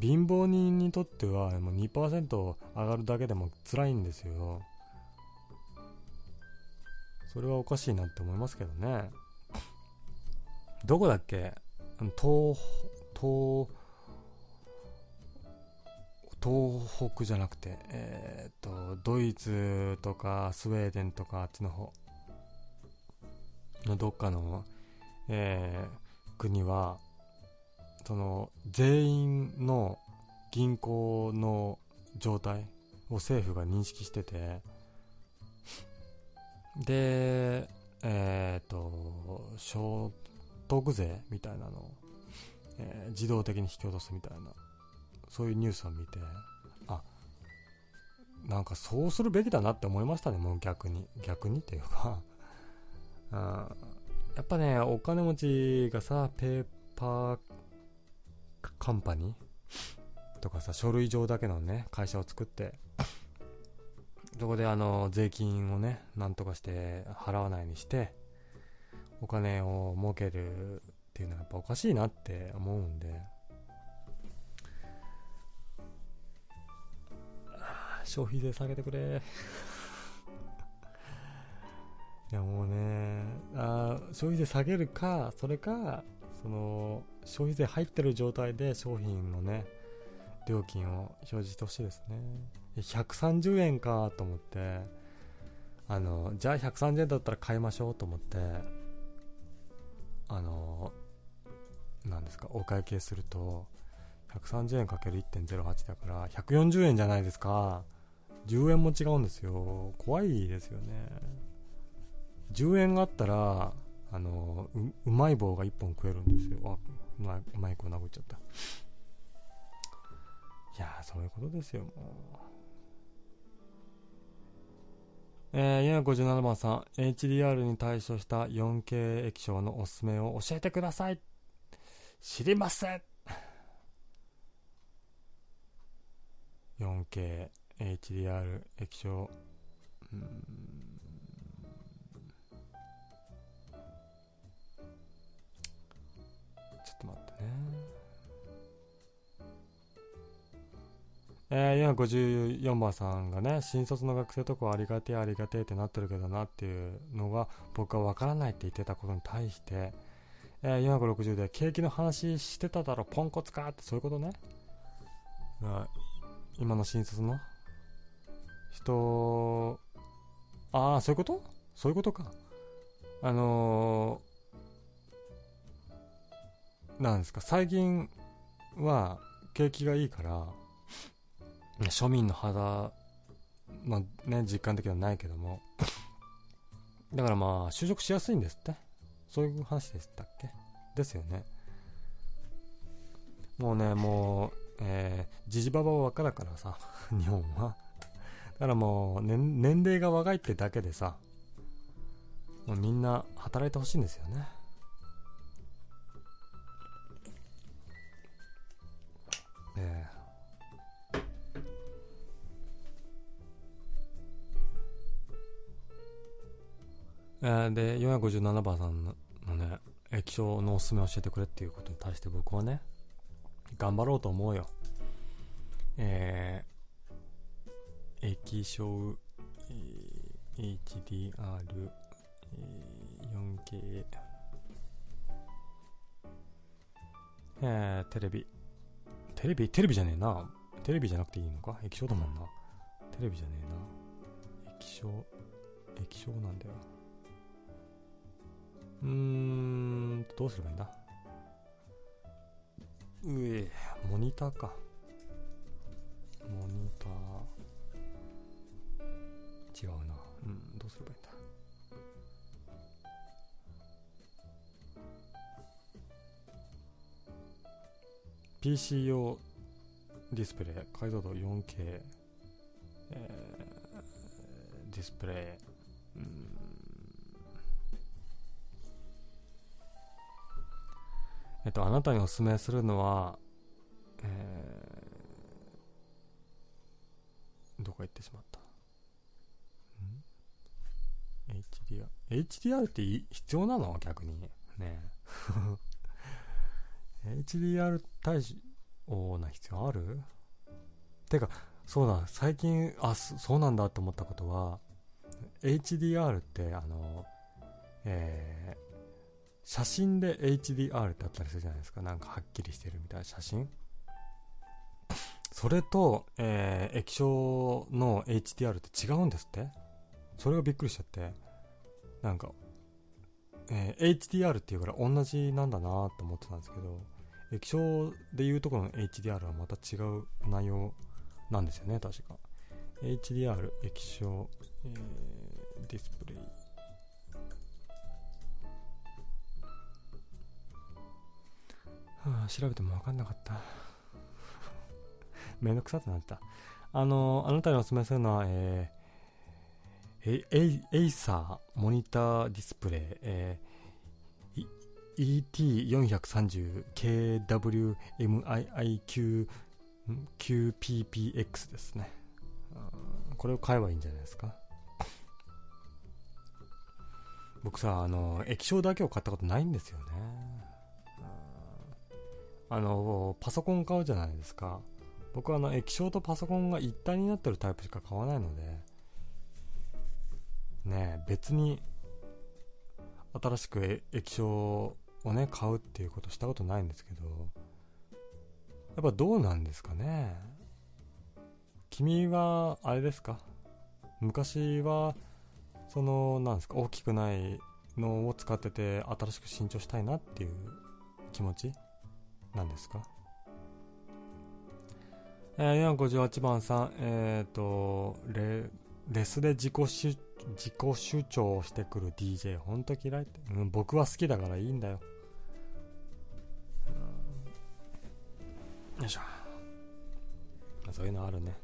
S1: 貧乏人にとってはもう2%上がるだけでも辛いんですよ。それはおかしいなって思いますけどね。どこだっけ東、東、東北じゃなくて、えーっと、ドイツとかスウェーデンとかあっちの方のどっかの、えー国は、その、全員の銀行の状態を政府が認識してて、で、えーっと、所得税みたいなのを、えー自動的に引き落とすみたいな。そういうニュースを見て、あ、なんかそうするべきだなって思いましたね、もう逆に。逆にっていうか、 [laughs] うん、やっぱね、お金持ちがさ、ペーパーカンパニーとかさ、書類上だけのね、会社を作って、そこであの、税金をね、なんとかして払わないようにして、お金を儲けるっていうのはやっぱおかしいなって思うんで、消費税下げてくれ [laughs] いやもうねあー消費税下げるかそれかその消費税入ってる状態で商品のね料金を表示してほしいですねいや130円かと思ってあのじゃあ130円だったら買いましょうと思ってあのなんですかお会計すると130円 ×1.08 だから140円じゃないですか10円も違うんですよ怖いですよね10円があったらあのううまい棒が1本食えるんですよあうまいうまい子殴っちゃったいやーそういうことですよもうえー、457番さん HDR に対処した 4K 液晶のおすすめを教えてください知りません 4K、HDR、液晶、うーんちょっと待ってね。えー、454番さんがね、新卒の学生とかありがてえありがてえってなってるけどなっていうのが僕はわからないって言ってたことに対して、えー、460で景気の話してただろ、ポンコツかってそういうことね。うん今の新卒の人ああそういうことそういうことかあのー、なんですか最近は景気がいいから庶民の肌まあね実感的にはないけどもだからまあ就職しやすいんですってそういう話でしたっけですよねもうねもうえー、ジジババは若だからさ、 [laughs] 日本は。だからもう、ね、年齢が若いってだけでさ、もうみんな働いてほしいんですよね。えええーで、457番さんのね、液晶のおすすめを教えてくれっていうことに対して僕はね、頑張ろうと思うよえー、液晶えー HDR、えー 4K えー、テレビテレビテレビじゃねえなテレビじゃなくていいのか液晶だもんなテレビじゃねえな液晶液晶なんだようーんどうすればいいんだうえモニターかモニター違うなうんどうすればいいんだ？PC 用ディスプレイ解像度 4K、えーディスプレイうーんえっと、あなたにお勧めするのは、えー、どこ行ってしまった HDR。HDR ってい必要なの逆に。ねえ HDR 対応な必要あるてか、そうだ、最近、あ、そそうなんだと思ったことは、HDR って、あの、えー写真で HDR ってあったりするじゃないですか。なんかはっきりしてるみたいな写真。それと、えー液晶の HDR って違うんですってそれがびっくりしちゃって。なんか、えー HDR っていうから同じなんだなと思ってたんですけど、液晶でいうところの HDR はまた違う内容なんですよね、確か。HDR、液晶、えーディスプレイ。はあ、調べても分かんなかった。 [laughs] めんどくさってなってた。あの、あなたにお勧めするのは、えーえエイエイサーモニターディスプレイ、えーい ET430KWMIIQ QPPX ですねうんこれを買えばいいんじゃないですか僕さあの液晶だけを買ったことないんですよねうんあのパソコン買うじゃないですか僕はあの液晶とパソコンが一体になってるタイプしか買わないのでねえ別に新しくえ液晶をね買うっていうことしたことないんですけどやっぱどうなんですかね君は、あれですか昔は、その、なんですか、大きくないのを使ってて、新しく新調したいなっていう気持ちなんですかえー、458番さん、えっ、と、レ、レスで自己主、自己主張をしてくる DJ、ほんと嫌いって、うん、僕は好きだからいいんだよ。よいしょまあそういうのあるね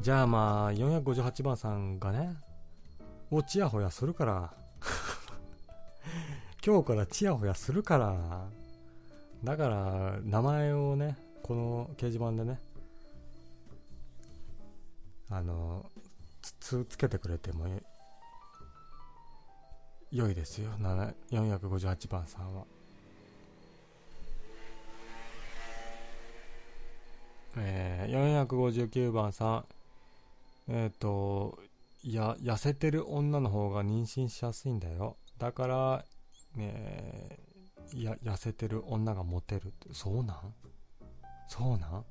S1: じゃあまあ458番さんがねをチヤホヤするから [laughs] 今日からチヤホヤするからだから名前をねこの掲示板でねあのつつつけてくれてもよ良いですよ7 458番さんはえー、459番さんえっ、とや痩せてる女の方が妊娠しやすいんだよだからねえや痩せてる女がモテるってそうなんそうなん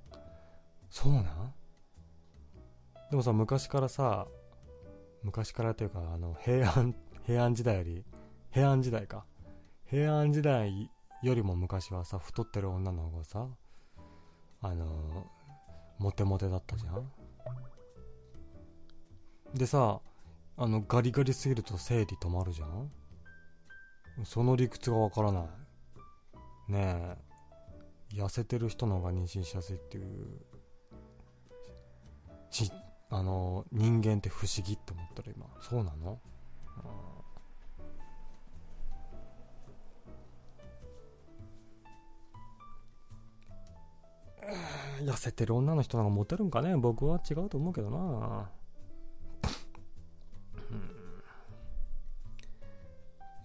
S1: そうなんでもさ昔からさ昔からというかあの平安平安時代より平安時代か平安時代よりも昔はさ太ってる女の方がさあのモテモテだったじゃんでさあのガリガリすぎると生理止まるじゃんその理屈がわからないねえ痩せてる人の方が妊娠しやすいっていうちあの人間って不思議って思ったら今そうなの痩せてる女の人なんかモテるんかね僕は違うと思うけどなうん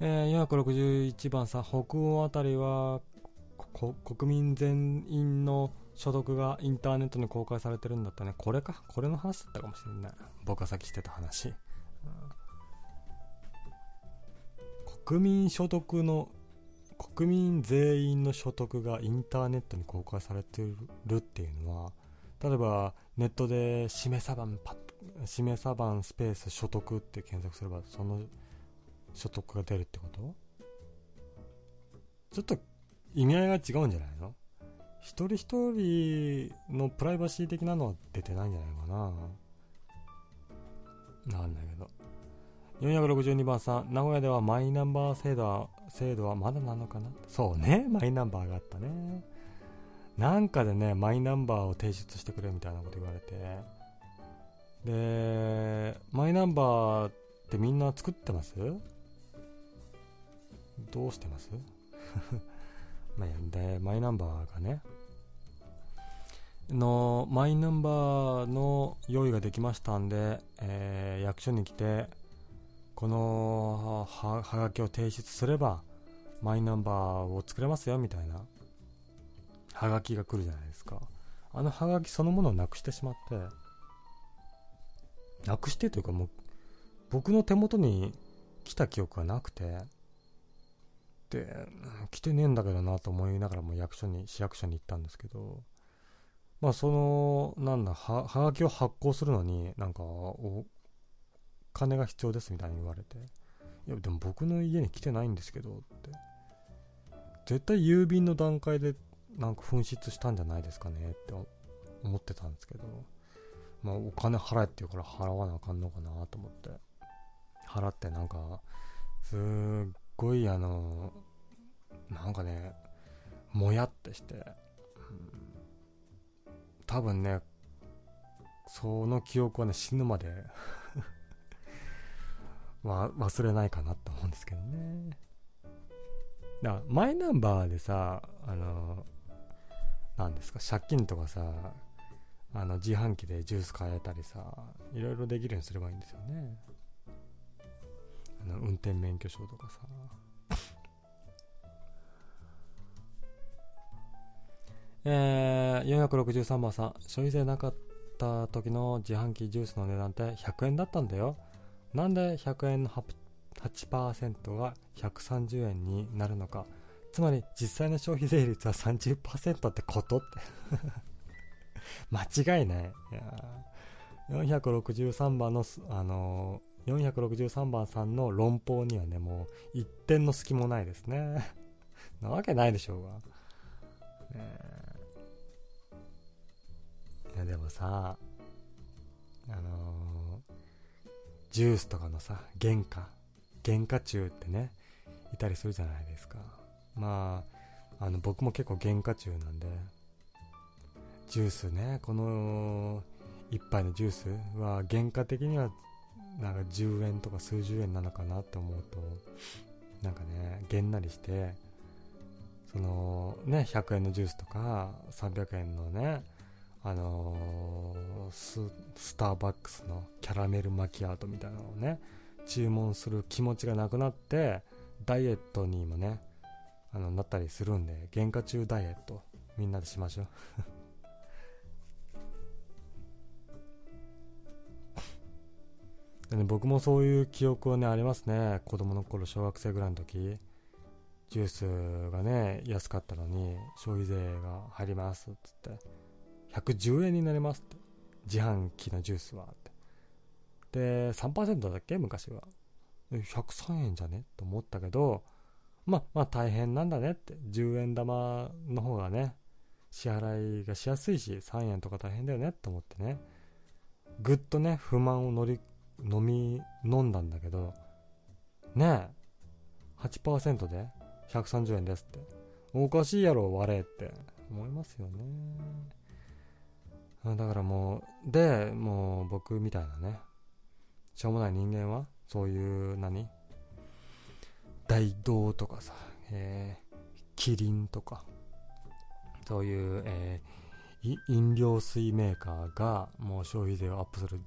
S1: えー、461番さん北欧あたりはこ国民全員の所得がインターネットに公開されてるんだったねこれかこれの話だったかもしれない僕がさっきしてた話、うん国民所得の国民全員の所得がインターネットに公開されてるっていうのは例えばネットで「しめさばんパッとしめさばんスペース所得」って検索すればその所得が出るってことちょっと意味合いが違うんじゃないの一人一人のプライバシー的なのは出てないんじゃないかななんだけど462番さん、名古屋ではマイナンバー制度は制度はまだなのかなそうね、マイナンバーがあったね。なんかでね、マイナンバーを提出してくれみたいなこと言われて。で、マイナンバーってみんな作ってますどうしてます [laughs] まあいいやで、マイナンバーがね、の、マイナンバーの用意ができましたんで、えー役所に来て、このははがきを提出すればマイナンバーを作れますよみたいなはがきが来るじゃないですかあのはがきそのものをなくしてしまってなくしてというかもう僕の手元に来た記憶がなくてでうん来てねえんだけどなと思いながらも役所に市役所に行ったんですけどまあそのなんだははがきを発行するのになんかお金が必要ですみたいに言われていやでも僕の家に来てないんですけどって絶対郵便の段階でなんか紛失したんじゃないですかねって思ってたんですけどまあお金払えって言うから払わなあかんのかなと思って払ってなんかすっごいあのなんかねもやってして、うん多分ねその記憶はね死ぬまでわ忘れないかなと思うんですけどねだからマイナンバーでさあのなんですか借金とかさあの自販機でジュース買えたりさいろいろできるようにすればいいんですよねあの運転免許証とかさえー、463番さん消費税なかった時の自販機ジュースの値段って100円だったんだよなんで100円の8% 8%が130円になるのかつまり実際の消費税率は30%ってことって [laughs] 間違いないいやー463番のすあのー463番さんの論法にはねもう一点の隙もないですね [laughs] なわけないでしょうがねえいやでもさあのージュースとかのさ原価原価中ってねいたりするじゃないですかまああの僕も結構原価中なんでジュースねこの一杯のジュースは原価的にはなんか10円とか数十円なのかなって思うとなんかねげんなりしてそのね100円のジュースとか300円のねあのーススターバックスのキャラメルマキアートみたいなのをね注文する気持ちがなくなってダイエットにもねあのなったりするんで原価中ダイエットみんなでしましょうでね僕もそういう記憶はねありますね子供の頃小学生ぐらいの時ジュースがね安かったのに消費税が入りますっつって110円になりますって自販機のジュースはってで3%だっけ昔はえ103円じゃねと思ったけどまあまあ大変なんだねって10円玉の方がね支払いがしやすいし3円とか大変だよねと思ってねぐっとね不満を乗り飲み飲んだんだけどねえ8%で130円ですっておかしいやろ我々って思いますよねあだからもうでもう僕みたいなねしょうもない人間はそういう何大道とかさ、えーキリンとかそういう、えーい飲料水メーカーがもう消費税をアップする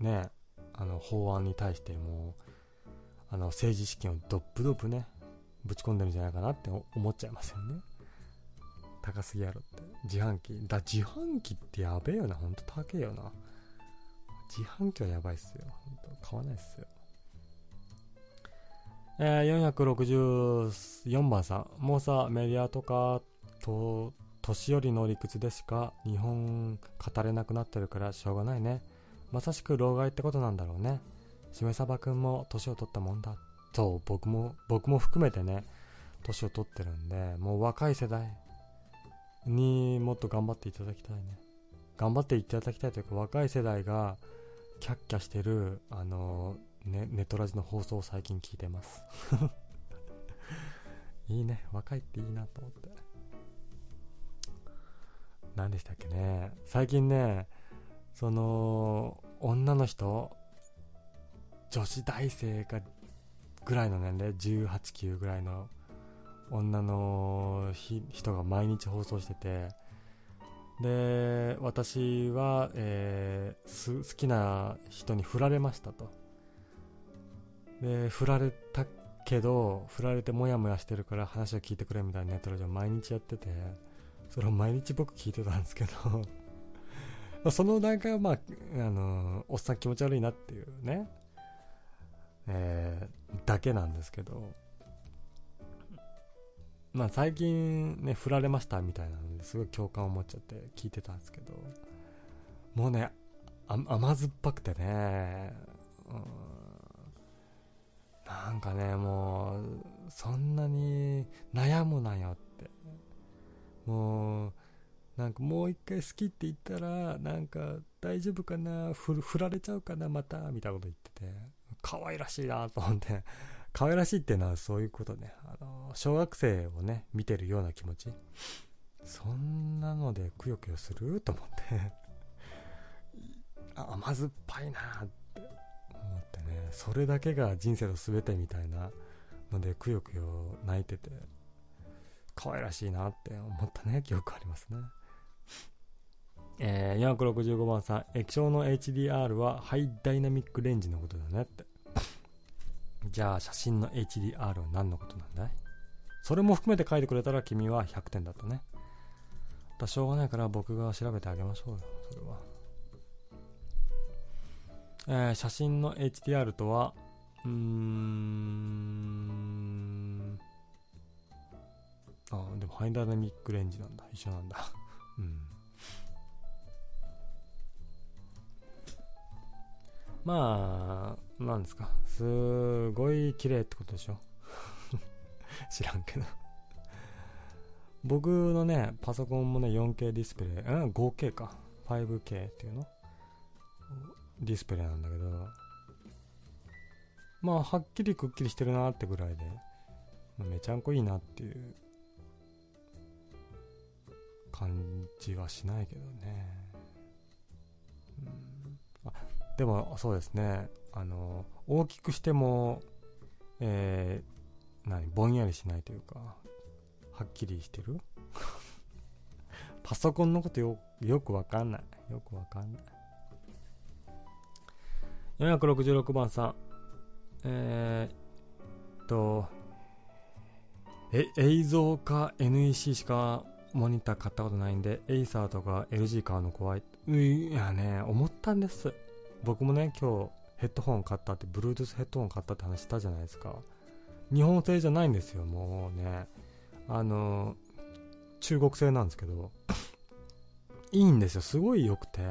S1: ねあの法案に対してもうあの政治資金をどっぷどっぷねぶち込んでるんじゃないかなって思っちゃいますよね高すぎやろって自販機だ自販機ってやべえよなほんと高えよな自販機はやばいっすよほんと買わないっすよえー、464番さんもうさメディアとかと年寄りの理屈でしか日本語れなくなってるからしょうがないねまさしく老害ってことなんだろうねしめさばくんも年を取ったもんだそう僕も僕も含めてね年を取ってるんでもう若い世代にもっと頑張っていただきたいね頑張っていただきたいというか若い世代がキャッキャしてるあのねネトラジの放送を最近聞いてます [laughs] いいね若いっていいなと思って何でしたっけね最近ねその女の人女子大生かぐらいの年齢18、9ぐらいの女のひ人が毎日放送しててで私は、えーす好きな人に振られましたとで振られたけど振られてモヤモヤしてるから話を聞いてくれみたいなネットラジオ毎日やっててそれを毎日僕聞いてたんですけど [laughs] まあその段階はまあ、あのーおっさん気持ち悪いなっていうね、えーだけなんですけどまあ最近ね振られましたみたいなのですごい共感を持っちゃって聞いてたんですけどもうねあ甘酸っぱくてねうんなんかねもうそんなに悩むなよってもうなんかもう一回好きって言ったらなんか大丈夫かなふ振られちゃうかなまたみたいなこと言ってて可愛らしいなと思って可愛らしいっていうのはそういうことねあの小学生をね見てるような気持ちそんなのでくよくよすると思って [laughs] あ甘酸っぱいなって思ってねそれだけが人生の全てみたいなのでくよくよ泣いてて可愛らしいなって思ったね記憶ありますねえー、465番さん液晶の HDR はハイダイナミックレンジのことだねってじゃあ写真の HDR は何のことなんだいそれも含めて書いてくれたら君は100点だったねだしょうがないから僕が調べてあげましょうよそれはえー写真の HDR とはうーんあでもハイダイナミックレンジなんだ一緒なんだ [laughs] うんまあなんですかすごい綺麗ってことでしょ [laughs] 知らんけど僕のねパソコンもね 4K ディスプレイ、うん、5K か 5K っていうのディスプレイなんだけどまあはっきりくっきりしてるなってぐらいでめちゃんこいいなっていう感じはしないけどね、うん、あでもそうですねあの大きくしてもえー何ぼんやりしないというかはっきりしてる [laughs] パソコンのことよよくわかんないよくわかんない466番さん。えー、っと、え、映像か NEC しかモニター買ったことないんで、エイサーとか LG 買うの怖い。ういいやね、思ったんです。僕もね、今日ヘッドホン買ったって、Bluetooth ヘッドホン買ったって話したじゃないですか。日本製じゃないんですよ、もうね。あの、中国製なんですけど、いいんですよ、すごい良くて。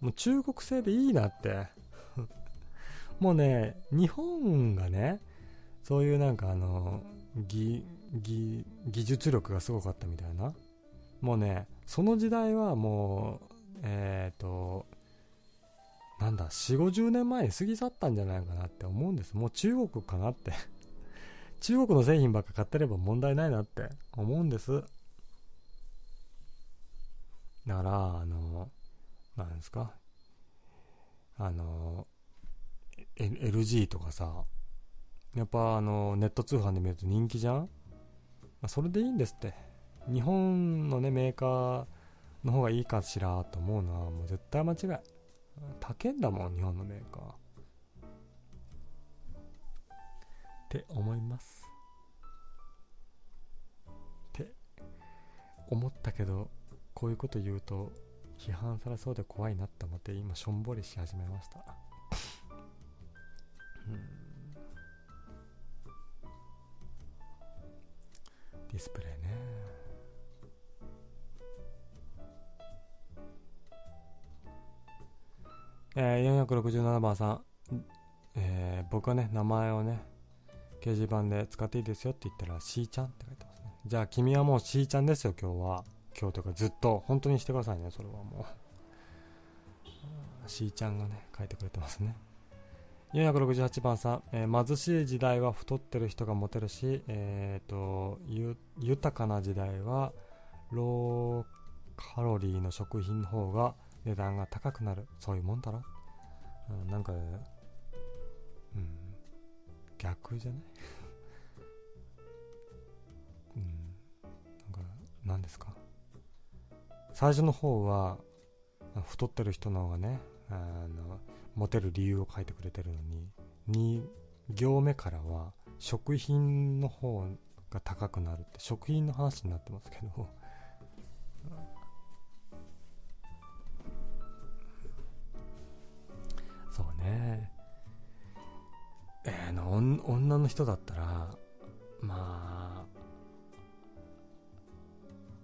S1: もう中国製でいいなって。 [laughs] もうね、日本がね、そういうなんかあの、技、技、技術力がすごかったみたいな。もうね、その時代はもう、えっ、と、なんだ、4、50年前に過ぎ去ったんじゃないかなって思うんです。もう中国かなって。中国の製品ばっか買ってれば問題ないなって思うんです。だから、あの、なんですか。あの、L- LG とかさやっぱあのネット通販で見ると人気じゃん、まあそれでいいんですって日本のねメーカーの方がいいかしらと思うのはもう絶対間違い高いんだもん日本のメーカーって思いますって思ったけどこういうこと言うと批判されそうで怖いなって思って今しょんぼりし始めましたディスプレイねえー、467番さん、えー僕はね名前をね掲示板で使っていいですよって言ったら C ちゃんって書いてますねじゃあ君はもう C ちゃんですよ今日は今日というかずっと本当にしてくださいねそれはもう C ちゃんがね書いてくれてますね468番さん、えー貧しい時代は太ってる人がモテるし、えー、とゆ豊かな時代はローカロリーの食品の方が値段が高くなるそういうもんだろ、うん、なんかうん逆じゃないうんなんか何ですか最初の方は太ってる人の方がねあのモテる理由を書いてくれてるのに行目からは食品の方が高くなるって食品の話になってますけどそうねえー、の女女の人だったらま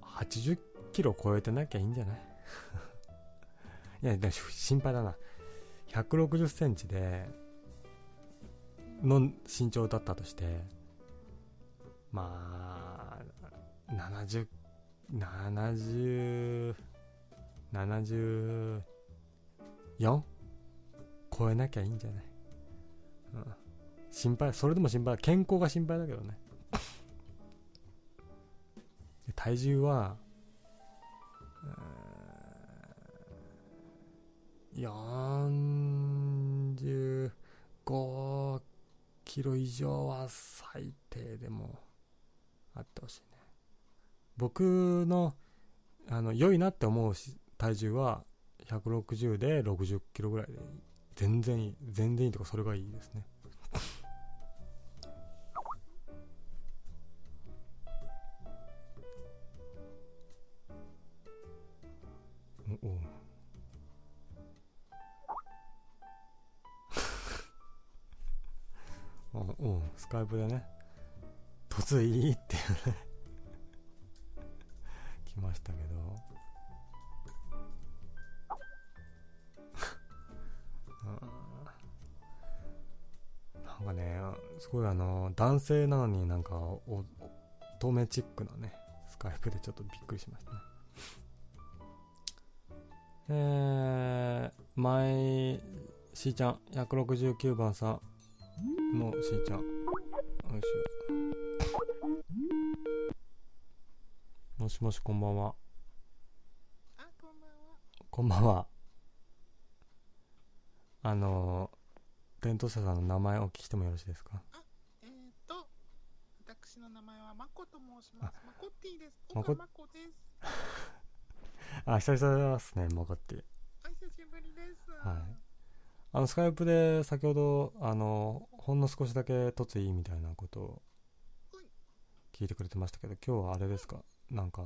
S1: あ80キロ超えてなきゃいいんじゃない [laughs] いやでも心配だな160センチでの身長だったとしてまあ7070 70 74超えなきゃいいんじゃない、うん、心配それでも心配健康が心配だけどね体重は45キロ以上は最低でもあってほしいね僕のあの良いなって思う体重は160で60キロぐらいで全然いい全然いいとかそれがいいですねおお [laughs] あうんスカイプでね「突いい」っていうね [laughs] 来ましたけど [laughs] なんかねすごいあの男性なのになんか乙女チックなねスカイプでちょっとびっくりしましたねえー、前しーちゃん169番さんのしーちゃんよいしょもしもしこんばんは
S2: あこんばんは
S1: こんばんはあの伝統者さんの名前をお聞きしてもよろしいですか
S2: あえっ、ー、と私の名前はマコと申しますマコッティです
S1: マ
S2: マ
S1: コ
S2: コマコです
S1: あ久々ですねマコッティ
S2: お久しぶりです
S1: はいあのスカイプで先ほどあのほんの少しだけ突いいみたいなことを聞いてくれてましたけど今日はあれですかなんか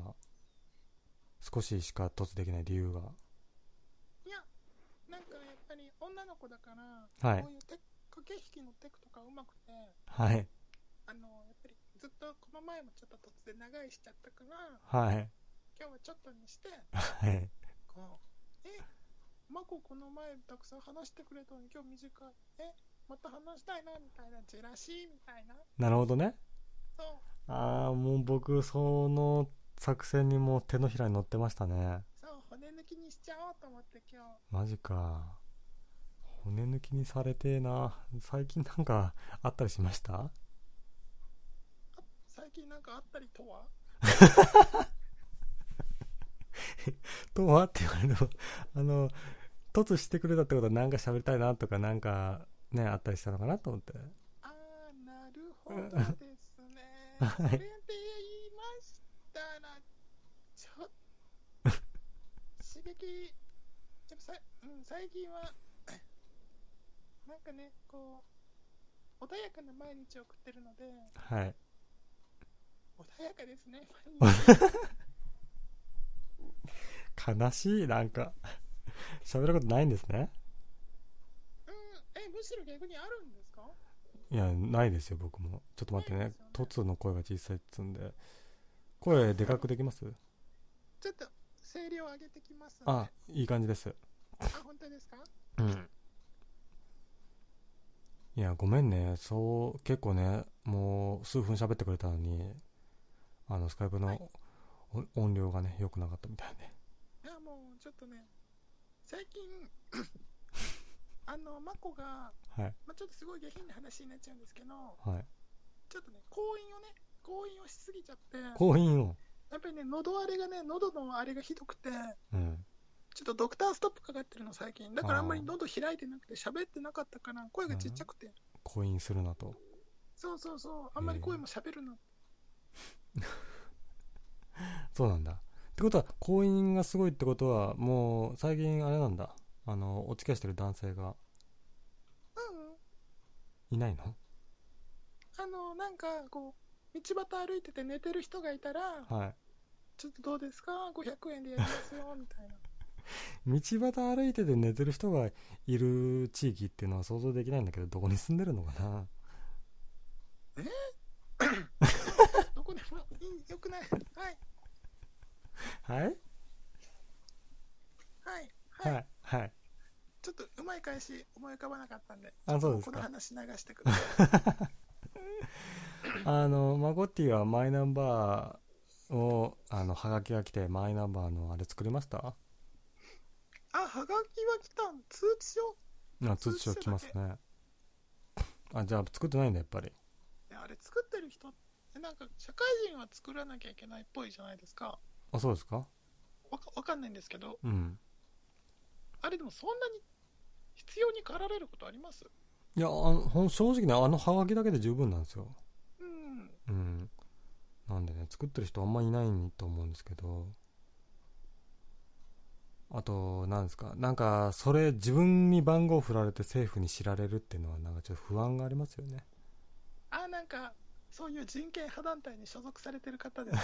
S1: 少ししか突できない理由が
S2: いやなんかやっぱり女の子だから、
S1: はい
S2: こういうテク駆け引きのテクとかうまくて
S1: はい
S2: あのやっぱりずっとこの前もちょっと突然長いしちゃったから
S1: はい
S2: 今日はちょっとにして
S1: はい
S2: こうえマコこの前たくさん話してくれたのに今日短いえまた話したいなみたいなジェラシーみたいな
S1: なるほどね
S2: そう
S1: ああもう僕その作戦にもう手のひらに乗ってましたね
S2: そう骨抜きにしちゃおうと思って今日
S1: マジか骨抜きにされてえな最近なんかあったりしました
S2: 最近なんかあったりとは
S1: とはって言われてもあの突してくれたってことはなんか喋りたいなとかなんかねあったりしたのかなと思って
S2: あーなるほどですねそれで言いましたらちょっ刺激でもさ、うん、最近は [coughs] なんかねこう穏やかな毎日を送ってるので
S1: はい
S2: 穏やかですね毎日
S1: 悲しいなんか [laughs] 喋ることないんですね
S2: うんえむしろ逆にあるんですか
S1: いやないですよ僕もちょっと待って
S2: ない
S1: ね
S2: ですよね
S1: 突の声が小さいっつうんで声でかくできます
S2: ちょっと声量上げてきますね
S1: あいい感じです
S2: あ本当ですか
S1: うんいやごめんねそう結構ねもう数分喋ってくれたのにあのスカイプの、
S2: はい
S1: お音量がね良くなかったみたいで
S2: いやもうちょっとね最 [laughs] 近あのマコが、
S1: はい
S2: まあ、ちょっとすごい下品な話になっちゃうんですけど
S1: はい
S2: ちょっとね行員をね行員をしすぎちゃってや
S1: 婚姻を
S2: っぱりね喉あれがね喉のあれがひどくて
S1: うん
S2: ちょっとドクターストップかかってるの最近だか
S1: あ
S2: ら
S1: ー
S2: あんまり喉開いてなくて喋ってなかったから声がちっちゃくて、
S1: 婚姻するなと
S2: そうそうそうあんまり声も喋るの、
S1: そうなんだってことは婚姻がすごいってことはもう最近あれなんだあのお付き合いしてる男性が
S2: うんうん
S1: いないの
S2: なんかこう道端歩いてて寝てる人がいたら、
S1: はい。
S2: ちょっとどうですか、500円でやりますよみたいな。
S1: 道端歩いてて寝てる人がいる地域っていうのは想像できないんだけど、どこに住んでるのかな
S2: どこでもいいよくない。は
S1: は
S2: い、
S1: い
S2: はい、はい。
S1: はい。はい。
S2: ちょっとうまい返し思い浮かばなかったんで、
S1: あ、そうです
S2: この
S1: か。
S2: 話流してください。
S1: あの、マゴッティはマイナンバーを、あの、はがきが来て、マイナンバーのあれ作りました
S2: あ、はがきは来たん、通知書。
S1: あ、通知書来ますね。あ、じゃあ作ってないんだ、やっぱり。
S2: ねあれ作ってる人ってなんか社会人は作らなきゃいけないっぽいじゃないですか。
S1: あ、そうですか
S2: わかわかんないんですけど、
S1: うん。
S2: あれでもそんなに必要に駆られることあります
S1: いや、あの、ほん正直ね、あのハガキだけで十分なんですよ。
S2: うん。
S1: うん。なんでね、作ってる人あんまいないと思うんですけど。あと、なんですか。なんか、それ、自分に番号振られて政府に知られるっていうのは、なんかちょっと不安がありますよね。
S2: あ、なんかそういう人権派団体に所属されてる
S1: [laughs]
S2: 方ですか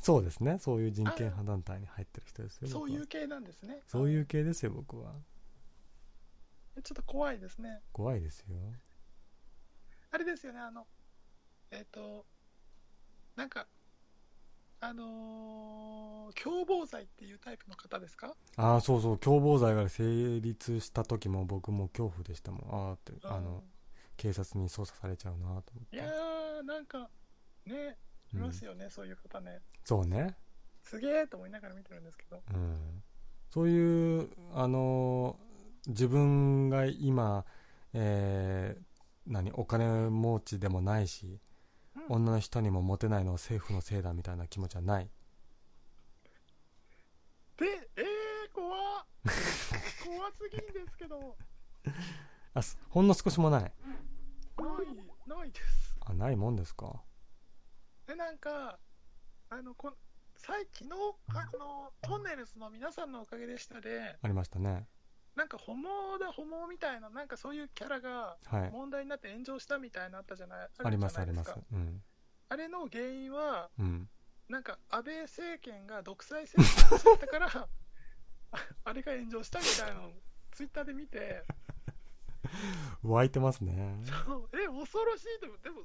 S1: そうですね。そういう人権派団体に入ってる人ですよ。
S2: そうい
S1: 僕は
S2: う系なんですね。
S1: そういう系ですよ、僕は。
S2: ちょっと怖いですね。
S1: 怖いですよ。
S2: あれですよね、あの、えっ、と、なんか、あのー共謀罪っていうタイプの方ですか
S1: ああ、そうそう。共謀罪が成立した時も、僕も恐怖でしたもん。ああって、あの、警察に捜査されちゃうなと思って。
S2: いやー、なんか、ね、いますよね、そういう方ね。
S1: うん、そうね。
S2: すげえと思いながら見てるんですけど。
S1: うんそういう、あのー自分が今、えー何、お金持ちでもないし、
S2: うん
S1: 女の人にもモテないのは政府のせいだみたいな気持ちはない。
S2: で、えー、怖
S1: [laughs]
S2: っ怖すぎんですけど、
S1: あ、すほんの少しもない。
S2: ない、ないです。
S1: あ、ないもんですか。
S2: で、なんか、あの、こ最近の、あの、トンネルズの皆さんのおかげでしたで、
S1: ありましたね。
S2: なんか、ホモだ、ホモみたいな、なんかそういうキャラが
S1: はい。
S2: 問題になって炎上したみたいなのあったじゃない、
S1: あります、あ
S2: るじ
S1: り
S2: ゃない
S1: ま
S2: ですすか。。
S1: うん。
S2: あれの原因は、
S1: うん。
S2: なんか安倍政権が独裁政権になったから
S1: [laughs]
S2: ああれが炎上したみたいなのをツイッターで見て [laughs]
S1: 湧いてますね。
S2: そうえ恐ろしいと思うでも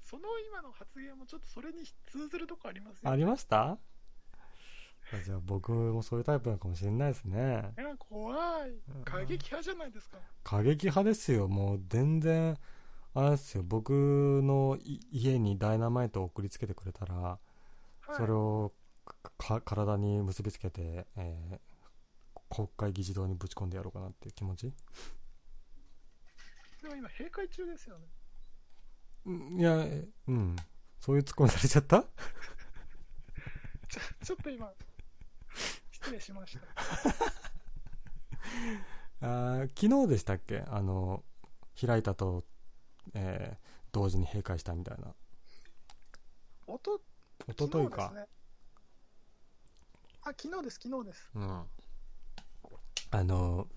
S2: その今の発言もちょっとそれに通ずるとこありますよ
S1: あ
S2: ね
S1: りました [laughs] あじゃあ僕もそういうタイプなのかもしれないですね。
S2: え怖い
S1: うん
S2: 過激派じゃないですか
S1: 過激派ですよもう全然あれですよ僕のい家にダイナマイトを送りつけてくれたら、
S2: はい
S1: それをか体に結びつけて、えー国会議事堂にぶち込んでやろうかなっていう気持ち
S2: でも今閉会中ですよね
S1: うんいやうんそういうツッコミされちゃった [laughs]
S2: ちょちょっと今失礼しました
S1: [laughs] あー昨日でしたっけあの開いたと、えー同時に閉会したみたいな
S2: 音
S1: 一昨日か
S2: 昨日ですねあ昨日です昨日です
S1: うん、あの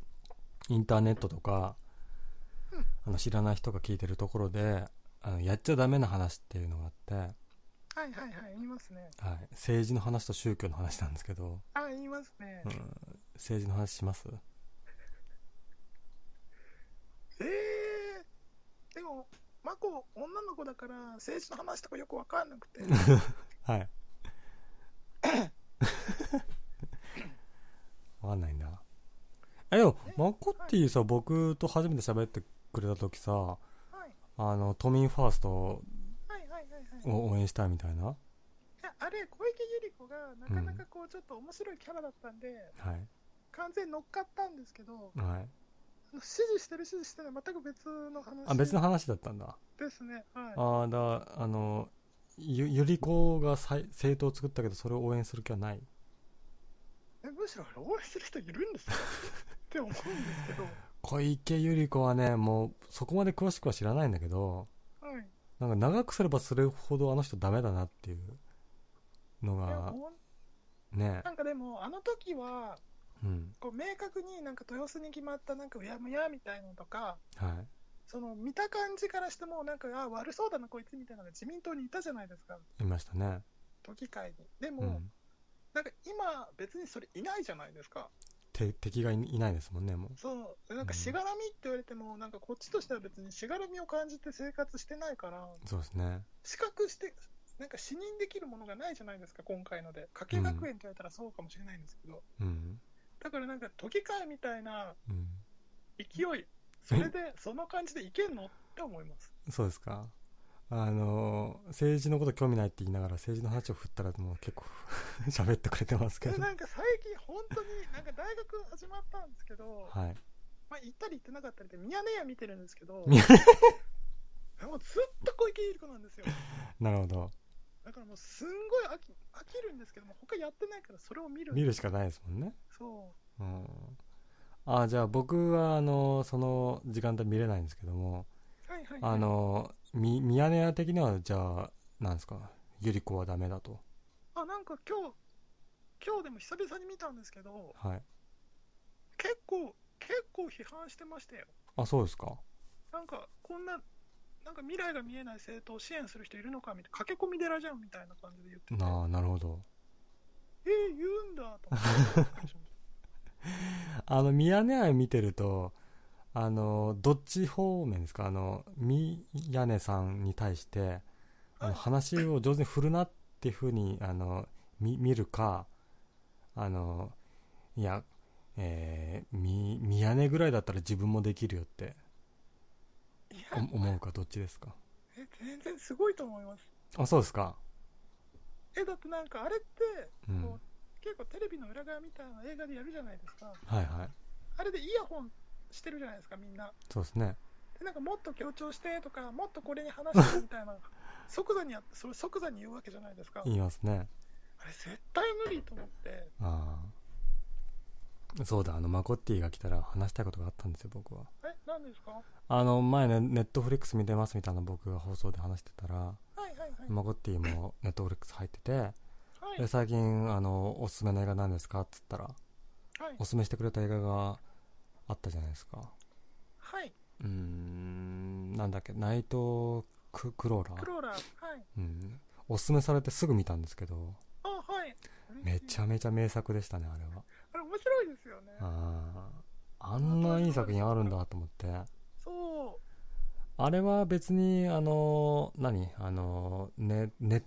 S1: インターネットとか、
S2: うん
S1: あの知らない人が聞いてるところであのやっちゃダメな話っていうのがあって、
S2: はいはいはい言いますね
S1: はい、政治の話と宗教の話なんですけど、
S2: あ言いますね
S1: うん、政治の話します
S2: ええでも、マコ、女の子だから政治の話とかよくわかんなく
S1: [laughs]
S2: て、
S1: はい [laughs] わかんないんだえでもマコッティさ僕と初めて喋ってくれた時さ
S2: はい、
S1: あの都民ファーストを
S2: はいはいはいはい。い
S1: 応援したいみたいな
S2: やあれ、小池百合子がなかなかこう、ちょっと面白いキャラだったんで、
S1: はい
S2: 完全に乗っかったんですけど、
S1: はい
S2: あの支持してる支持してない、全く別の話
S1: あ別の話だったんだ
S2: ですね。はい。
S1: ああだあのゆゆり子がさい政党を作ったけどそれを応援する気はない
S2: えむしろあれ、応援する人いるんですかって思うんですけど、
S1: 小池百合子はねもうそこまで詳しくは知らないんだけど
S2: はい。い
S1: なんか長くすればするほどあの人ダメだなっていうの
S2: や
S1: が
S2: ほん
S1: ね
S2: なんかでも、あの時は、
S1: うん
S2: こう明確になんか豊洲に決まったなんかうやむやみたいのとか、
S1: はい
S2: その見た感じからしても、なんか、あ悪そうだな、こいつみたいなのが自民党にいたじゃないですか、
S1: いましたね。
S2: 都議会に。でも、
S1: うん。
S2: なんか今、別にそれいないじゃないですか、
S1: て敵がいいないですもんね、もう。
S2: そうなんかしがらみって言われても、なんかこっちとしては別にしがらみを感じて生活してないから、
S1: そうですね。
S2: 資格して、なんか視認できるものがないじゃないですか、今回ので。加計学園って言われたらそうかもしれないんですけど、
S1: うん。
S2: だからなんか都議会みたいな
S1: うん。
S2: 勢い、それで、その感じでいけんのって思います。
S1: そうですか。あの、政治のこと興味ないって言いながら政治の話を振ったらもう結構 [laughs] 喋ってくれてますけ
S2: で
S1: ど。
S2: なんか最近、本当になんか大学始まったんですけど、
S1: はい。
S2: まあ、行ったり行ってなかったりで、ミヤネ屋見てるんですけど、
S1: ミ
S2: もうずっと小池百合子なんですよ。
S1: なるほど。
S2: だからもうすんごい飽き飽きるんですけども、他やってないからそれを見る。
S1: 見るしかないですもんね。
S2: そ
S1: うん。あ、じゃあ僕は、あの、その時間帯見れないんですけども、
S2: う。はいはい、はい。
S1: あの、み、ミヤネ屋的には、じゃあ、なんですか、ゆり子はダメだと。
S2: あ、なんか今日、今日でも久々に見たんですけど、
S1: はい。
S2: 結構、結構批判してましたよ。
S1: あ、そうですか。
S2: なんか、こんな、なんか未来が見えない政党を支援する人いるのかみたいな、駆け込み寺じゃんみたいな感じで言ってて、
S1: なあ、なるほど。
S2: えー、言うんだと思って、
S1: [laughs] あの、ミヤネ屋見てると、あの、どっち方面ですかあの、ミヤネさんに対して、あの、話を上手に振るなっていうふうに、あの、み、見るか、あの、いや、えー、み、ミヤネぐらいだったら自分もできるよって
S2: い
S1: お
S2: や、
S1: 思うか、どっちですか
S2: え全然すごいと思います。
S1: あ、そうですか。
S2: え、だってなんかあれって、
S1: うん。
S2: こう結構テレビの裏側みたいな映画でやるじゃないですか。
S1: はいはい。
S2: あれでイヤホンしてるじゃないですか、みんな。
S1: そうですね。
S2: で、なんかもっと強調してとか、もっとこれに話してみたいな、 [laughs] 即座にやそれ即座に言うわけじゃないですか。
S1: 言いますね。
S2: あれ絶対無理と思って、
S1: ああ。そうだ、あの、マコッティが来たら話したいことがあったんですよ、僕は。
S2: え、何ですかは
S1: あの前ねネットフリックス見てますみたいな僕が放送で話してたら、
S2: いはいはい。
S1: マゴッティもネットフリックス入ってて、
S2: はい
S1: で最近あのおすすめの映画なんですかっつったら
S2: はい
S1: お。すすめしてくれた映画があったじゃないですか
S2: はい。
S1: うーんなんだっけナイトククローラー、
S2: クローラー。はい。
S1: うん、おすすめされてすぐ見たんですけど
S2: あ、はい。
S1: めち
S2: ゃ。
S1: ゃめちゃ名作でしたねあれは
S2: あれ面白いですよね。
S1: あーあんないい作品あるんだと思って
S2: そう。
S1: あれは別に、あの、何あの、ね、ね、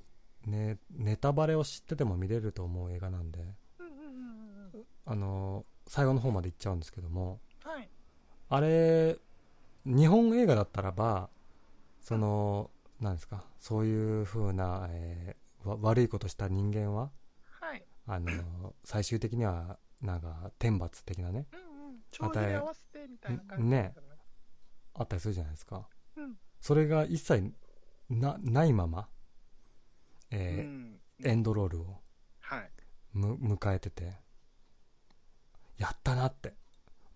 S1: ね、ネタバレを知ってても見れると思う映画なんで、
S2: うんうんうんうんうん。
S1: あの、最後の方まで行っちゃうんですけども、
S2: はい。
S1: あれ、日本映画だったらば、その、何ですか、そういう風な、えーわ悪いことした人間は、
S2: はい。
S1: あの、最終的には、なんか、天罰的なね、
S2: うんうん。調子で合わせてみたいな感じ
S1: ね
S2: ですよね。
S1: あったりするじゃないですか。
S2: うん
S1: それが一切、な、ないまま、
S2: う
S1: えー
S2: ん。
S1: エンドロールを
S2: はい。
S1: む迎えててやったなって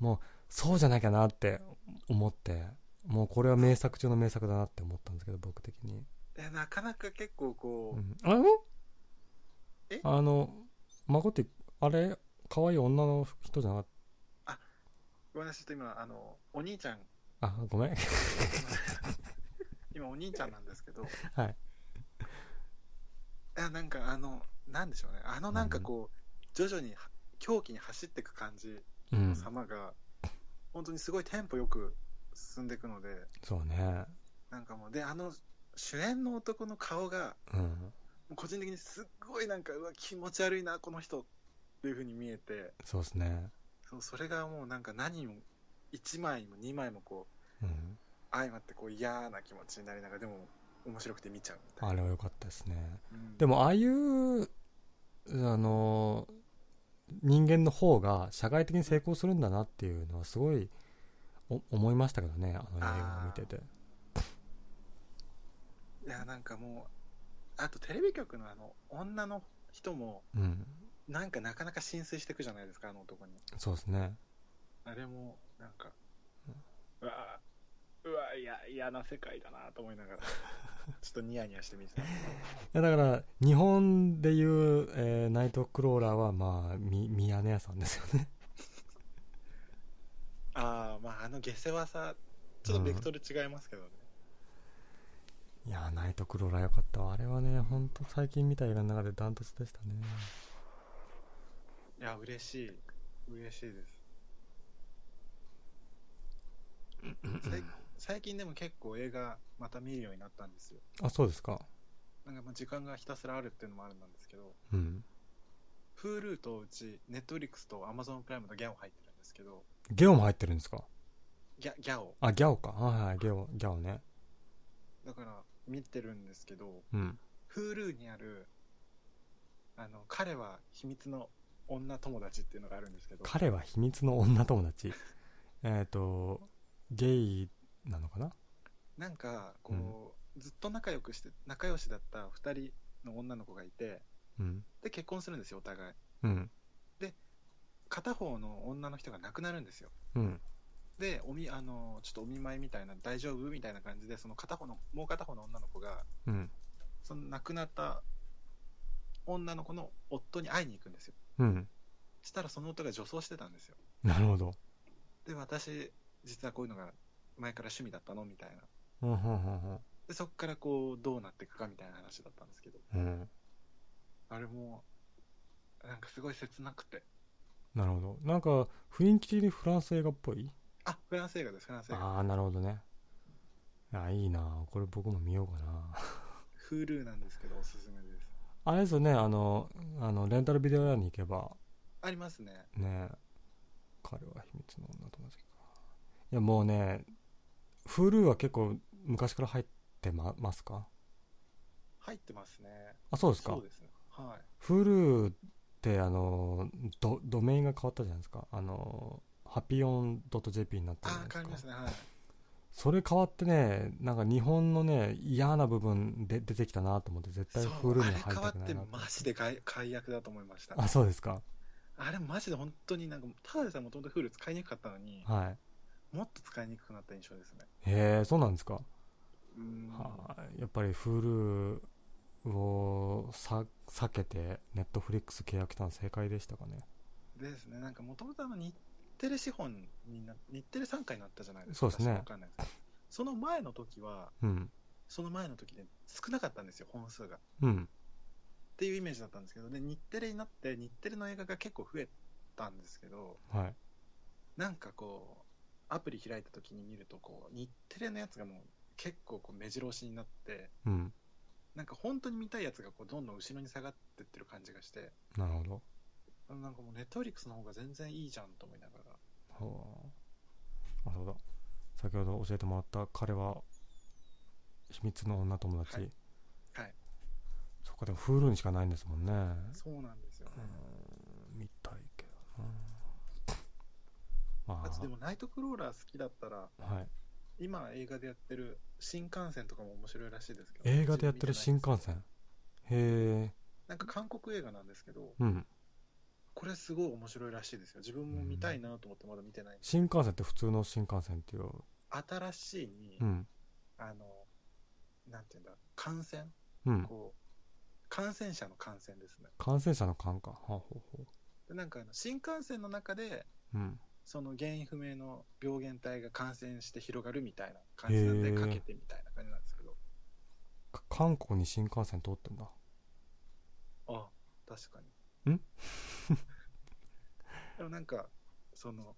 S1: もうそうじゃなきゃなって思ってもうこれは名作中の名作だなって思ったんですけど僕的に、
S2: え、なかなか結構こ
S1: うん、
S2: う、
S1: あの
S2: え
S1: あの孫ってあれ可愛い女の人じゃなかっ
S2: ごめんなさい、ちょっと今、あの、お兄ちゃん、
S1: たあごめん [laughs]
S2: 今お兄ちゃんなんですけど、
S1: はい
S2: いや、なんかあの、なんでしょうね。あのなんかこう、徐々には狂気に走っていく感じ
S1: うん
S2: の様が、本当にすごいテンポよく進んでいくので、
S1: そうね
S2: なんかもう、で、あの、主演の男の顔が、
S1: うん
S2: もう個人的にすっごいなんか、うわ、気持ち悪いな、この人っていう風に見えて、
S1: そうですね
S2: そうそれがもうなんか何も、1枚も2枚もこう、
S1: うん
S2: 相まってこう嫌な気持ちになりながら、でも面白くて見ちゃうみたい
S1: あれは良かったですね
S2: な。うん
S1: でもああいうあの人間の方が社会的に成功するんだなっていうのはすごいお思いましたけどねあの映画を見てて
S2: いや、なんかもう、あとテレビ局のあの、女の人も、
S1: うん
S2: なんかなかなか浸水していくじゃないですか、あの男に。
S1: そうですね
S2: あれも、なんか
S1: うん、
S2: うわぁ、うわぁ、いや、嫌な世界だなと思いな
S1: [laughs]
S2: がら、ちょっとニヤニヤしてみてた。
S1: いやだから日本でいう、えーナイトクローラーはまあみミヤネ屋さんですよね
S2: ああ、まあ、あの下世話さちょっとベクトル違いますけどね。
S1: [laughs] いやーナイトクローラーよかったわあれはねほんと最近見た映画の中でダントツでしたね
S2: いや、嬉しい。嬉しいです。さい最近でも結構映画また見るようになったんですよ。
S1: あそうですか
S2: なんかまあ時間がひたすらあるっていうのもあるんですけど、
S1: うん
S2: Hulu とうち Netflix と Amazon プライムとギャオ入ってるんですけど、
S1: ゲオも入ってるんですか
S2: ギャギャオ。
S1: あギャオかはいはいギャオギャオね
S2: だから見てるんですけど、
S1: うん
S2: Hulu にある、あの、彼は秘密の女友達っていうのがあるんですけど、
S1: 彼は秘密の女友達 [laughs] えっとゲイなのかな
S2: なんか、こう、ずっと仲良くして、仲良しだった二人の女の子がいて、
S1: うん
S2: で、結婚するんですよ、お互い。
S1: うん
S2: 片方の女の人が亡くなるんですよ。
S1: うん
S2: で、おみ、あの、ちょっとお見舞いみたいな、大丈夫みたいな感じで、その片方の、もう片方の女の子が、
S1: うん
S2: その亡くなった女の子の夫に会いに行くんですよ。
S1: うん
S2: したらその夫が女装してたんですよ。
S1: なるほど
S2: で、私、実はこういうのが前から趣味だったのみたいな。
S1: うんうんうん
S2: で、そこからこう、どうなっていくかみたいな話だったんですけど、
S1: うんうん
S2: あれも、なんかすごい切なくて。
S1: なるほどなんか雰囲気的にフランス映画っぽい
S2: あ、フランス映画です、フランス映画。
S1: ああなるほどねあいいなこれ僕も見ようかな [laughs]
S2: Hulu なんですけど、おすすめです。
S1: あれですよねあのあのレンタルビデオ屋に行けば
S2: ありますね。
S1: ね彼は秘密の女友達かいやもうね Hulu は結構昔から入ってまますか
S2: 入ってますね。
S1: あそうですか
S2: そうですね。はい。
S1: Hulu ってあのドドメインが変わったじゃないですかあのハピオン .jp になったじゃ
S2: あ
S1: ない
S2: ー、
S1: で
S2: 変わりますす
S1: か
S2: ね。はい。
S1: それ変わってねなんか日本のね嫌な部分で出てきたなと思って絶対
S2: そう
S1: Hulu に
S2: あ
S1: は
S2: れ
S1: 入
S2: 変
S1: り
S2: わ
S1: た
S2: っ
S1: くな
S2: て
S1: いなと
S2: マジで解解約だと思いました。
S1: あそうですか
S2: あれマジで本当になんか、ただでさえもともとフール使いにくかったのに、
S1: はい
S2: もっと使いにくくなった印象ですね。
S1: へえそうなんですか、
S2: うーん
S1: はいやっぱり Hulu をさ避けて Netflix 契約したの正解でしたかね
S2: ですね。なんかもともとあの日テレ資本にな、日テレ参加になったじゃないですか。
S1: そうですね
S2: 私わかんないですその前の時は、
S1: うん
S2: その前の時で少なかったんですよ、本数が。っ
S1: うん
S2: ていうイメージだったんですけど、で、日テレになって、日テレの映画が結構増えたんですけど、
S1: はい
S2: なんかこう、アプリ開いた時に見ると、こう、日テレのやつがもう結構こう目白押しになって、
S1: うん
S2: なんか本当に見たいやつがこうどんどん後ろに下がってってる感じがして、
S1: なるほど
S2: あなんかもうネットフリックスの方が全然いいじゃんと思いながら。
S1: ほうあそうだ先ほど教えてもらった彼は秘密の女友達
S2: はいはい
S1: そっかでも Hulu にしかないんですもんね
S2: そうなんですよね。
S1: うん見たいけどなま
S2: あとでもナイトクローラー好きだったら、
S1: あはい
S2: 今映画でやってる新幹線とかも面白いらしいですけど。
S1: 映画でやってる新
S2: 線。
S1: 幹線へえ
S2: なんか韓国映画なんですけど、
S1: うん
S2: これすごい面白いらしいですよ。自分も見たいなと思ってまだ見てないんです。
S1: 新幹線って普通の新幹線っていう、
S2: 新しいに、
S1: うん、
S2: あの、なんていうんだ、感染
S1: うん、
S2: こう、感染者の感染ですね。
S1: 感染者の感か、はあ、ほうほ
S2: でなんかあの新幹線の中で、
S1: う、うん、
S2: その原因不明の病原体が感染して広がるみたいな感じなん
S1: へ
S2: で、
S1: ー
S2: かけてみたいな感じなんですけど、
S1: か韓国に新幹線通ってんだ、
S2: あ確かに。
S1: ん
S2: [laughs] でもなんか、その、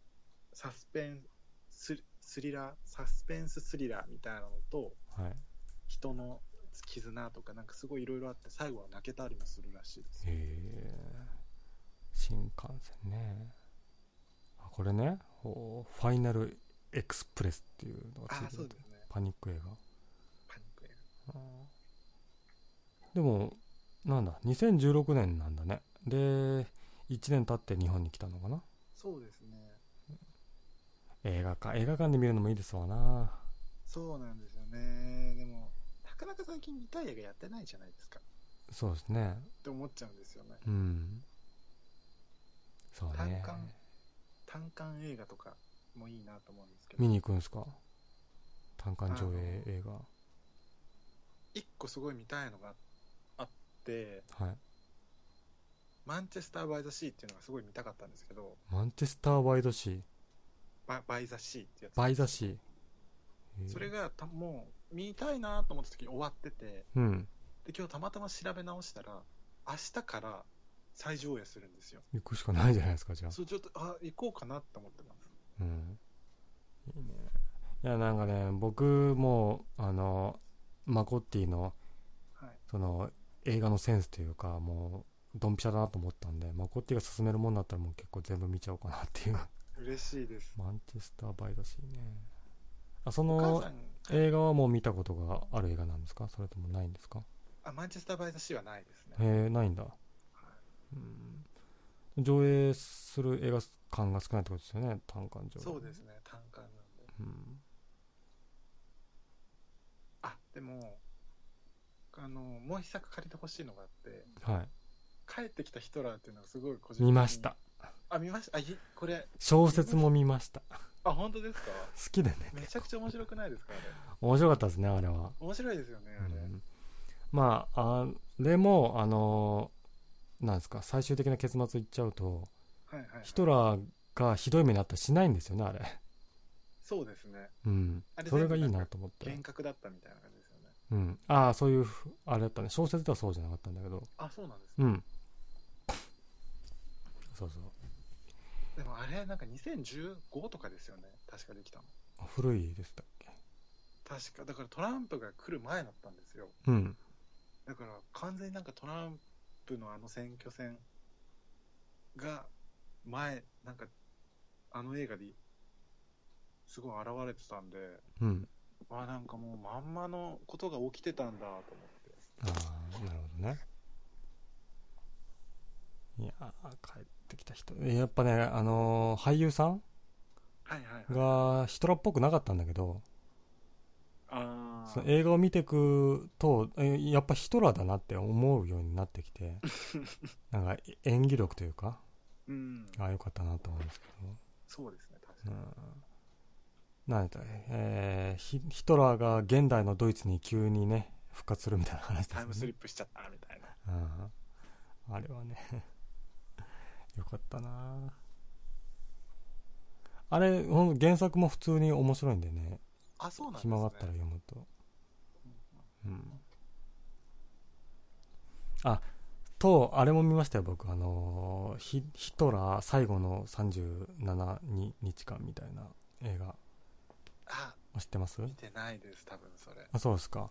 S2: サスペンスリ、スリラー、サスペンススリラーみたいなのと、
S1: はい、
S2: 人の絆とか、なんかすごいいろいろあって、最後は泣けたりもするらしいです。
S1: えー、新幹線ね、あこれね、ほうファイナルエクスプレスっていうのがついて
S2: あ
S1: る
S2: あ、そうですね。
S1: パニック映
S2: パニック映
S1: 画、でも、なんだ、2016年なんだね、で、1年経って日本に来たのかな、
S2: 画。そうですね。
S1: 映画館、映画館で見るのもいいですわな。
S2: そうなんですよね。でも、なかなか最近見たい映画やってないじゃないですか。
S1: そうですね
S2: って思っちゃうんですよね。
S1: うんそうね
S2: 単館単館映画とかもいいなと思うんですけど
S1: 見、に行くんですか単館上映映画
S2: 一個すごい見たいのがあって、
S1: はい
S2: マンチェスター・バイ・ザ・シーっていうのがすごい見たかったんですけど、
S1: マンチェスター・ワイドシー
S2: ババイ・ザ・シーってやつ。
S1: バイザシー
S2: それがたもう見たいなと思った時に終わってて
S1: うん
S2: で今日たまたま調べ直したら明日から再上映するんですよ
S1: 行くしかないじゃないですかじゃあ
S2: そうちょっとあ行こうかなと思ってます
S1: うんいいねいやなんかね僕もあのマコッティの
S2: はい
S1: その映画のセンスというかもうドンピシャだなと思ったんでマコッティが勧めるもんだったらもう結構全部見ちゃおうかなっていう [laughs]
S2: 嬉しいです
S1: マンチェスターバイだしねあそ
S2: お母
S1: の
S2: さん
S1: 映画はもう見たことがある映画なんですかそれともないんですか
S2: あマンチェスター・バイ・ザ・シーはないですね
S1: へえないんだ、うん、上映する映画館が少ないってことですよね単館上映
S2: そうですね単館なんで
S1: うん
S2: あでもあのもう一作借りてほしいのがあって
S1: はい
S2: 帰ってきたヒトラーっていうのがすごい個人的に
S1: 見ました
S2: あ見ましたあいこれ
S1: 小説も見ました好
S2: あ本当ですか
S1: きでね
S2: めちゃくちゃ面白くないですかあれ
S1: 面白かったですねあれは、
S2: 面白いですよね
S1: う
S2: あれ、
S1: ん、まああれもあのなんですか最終的な結末言っちゃうと
S2: はいはい、はい、
S1: ヒトラーがひどい目にあったりしないんですよねあれ
S2: そうですね
S1: うん
S2: あれ
S1: それがいいなと思って
S2: 幻覚だったみたいな感じですよね
S1: うん、ああそういうふあれだったね小説ではそうじゃなかったんだけど
S2: あそうなんですね、
S1: うんそうそう
S2: でもあれなんか2015とかですよね確かできたの
S1: あ古いでしたっけ
S2: 確かだからトランプが来る前だったんですよ
S1: うん
S2: だから完全になんかトランプのあの選挙戦が前なんかあの映画ですごい現れてたんで
S1: うん
S2: まあなんかもうまんまのことが起きてたんだと思って
S1: ああなるほどねいやー帰ってきた人えやっぱねあのー俳優さん
S2: はいはいはい
S1: がヒトラーっぽくなかったんだけど
S2: あ
S1: そ
S2: あ
S1: の映画を見てくとえやっぱヒトラーだなって思うようになってき [laughs] てなんか演技力というか
S2: うん
S1: ああよかったなと思うんですけど
S2: そうですね確
S1: う
S2: かに、
S1: んなんだったっけえーヒヒトラーが現代のドイツに急にね復活するみたいな話です
S2: タイ
S1: よ
S2: ムスリ
S1: ね
S2: ップしちゃったみたいな
S1: うんあれはね [laughs] よかったなあれほん原作も普通に面白いんでね
S2: あそうなんですね
S1: 暇があったら読むとうんあとあれも見ましたよ僕あのーヒヒトラー最後の37に日間みたいな映画
S2: あ
S1: 知ってます
S2: 見てないです多分それ
S1: あそうですか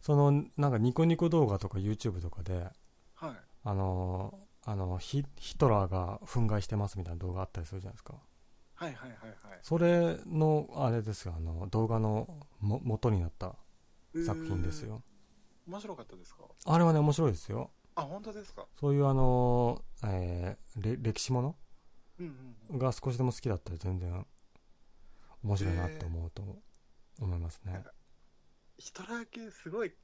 S1: そのなんかニコニコ動画とか YouTube とかで
S2: はい
S1: あのーあのヒヒトラーが憤慨してますみたいな動画あったりするじゃないですか
S2: はいはいはいはい
S1: それのあれですよあの動画のも元になった [laughs] 作品ですよ
S2: えー面白かったですか
S1: あれはね面白いですよ
S2: あ本当ですか
S1: そういうあのーえーれ歴史もの
S2: うんうんうん
S1: が少しでも好きだったら全然面白いなって思うと思いますね、
S2: ヒトラー系すごい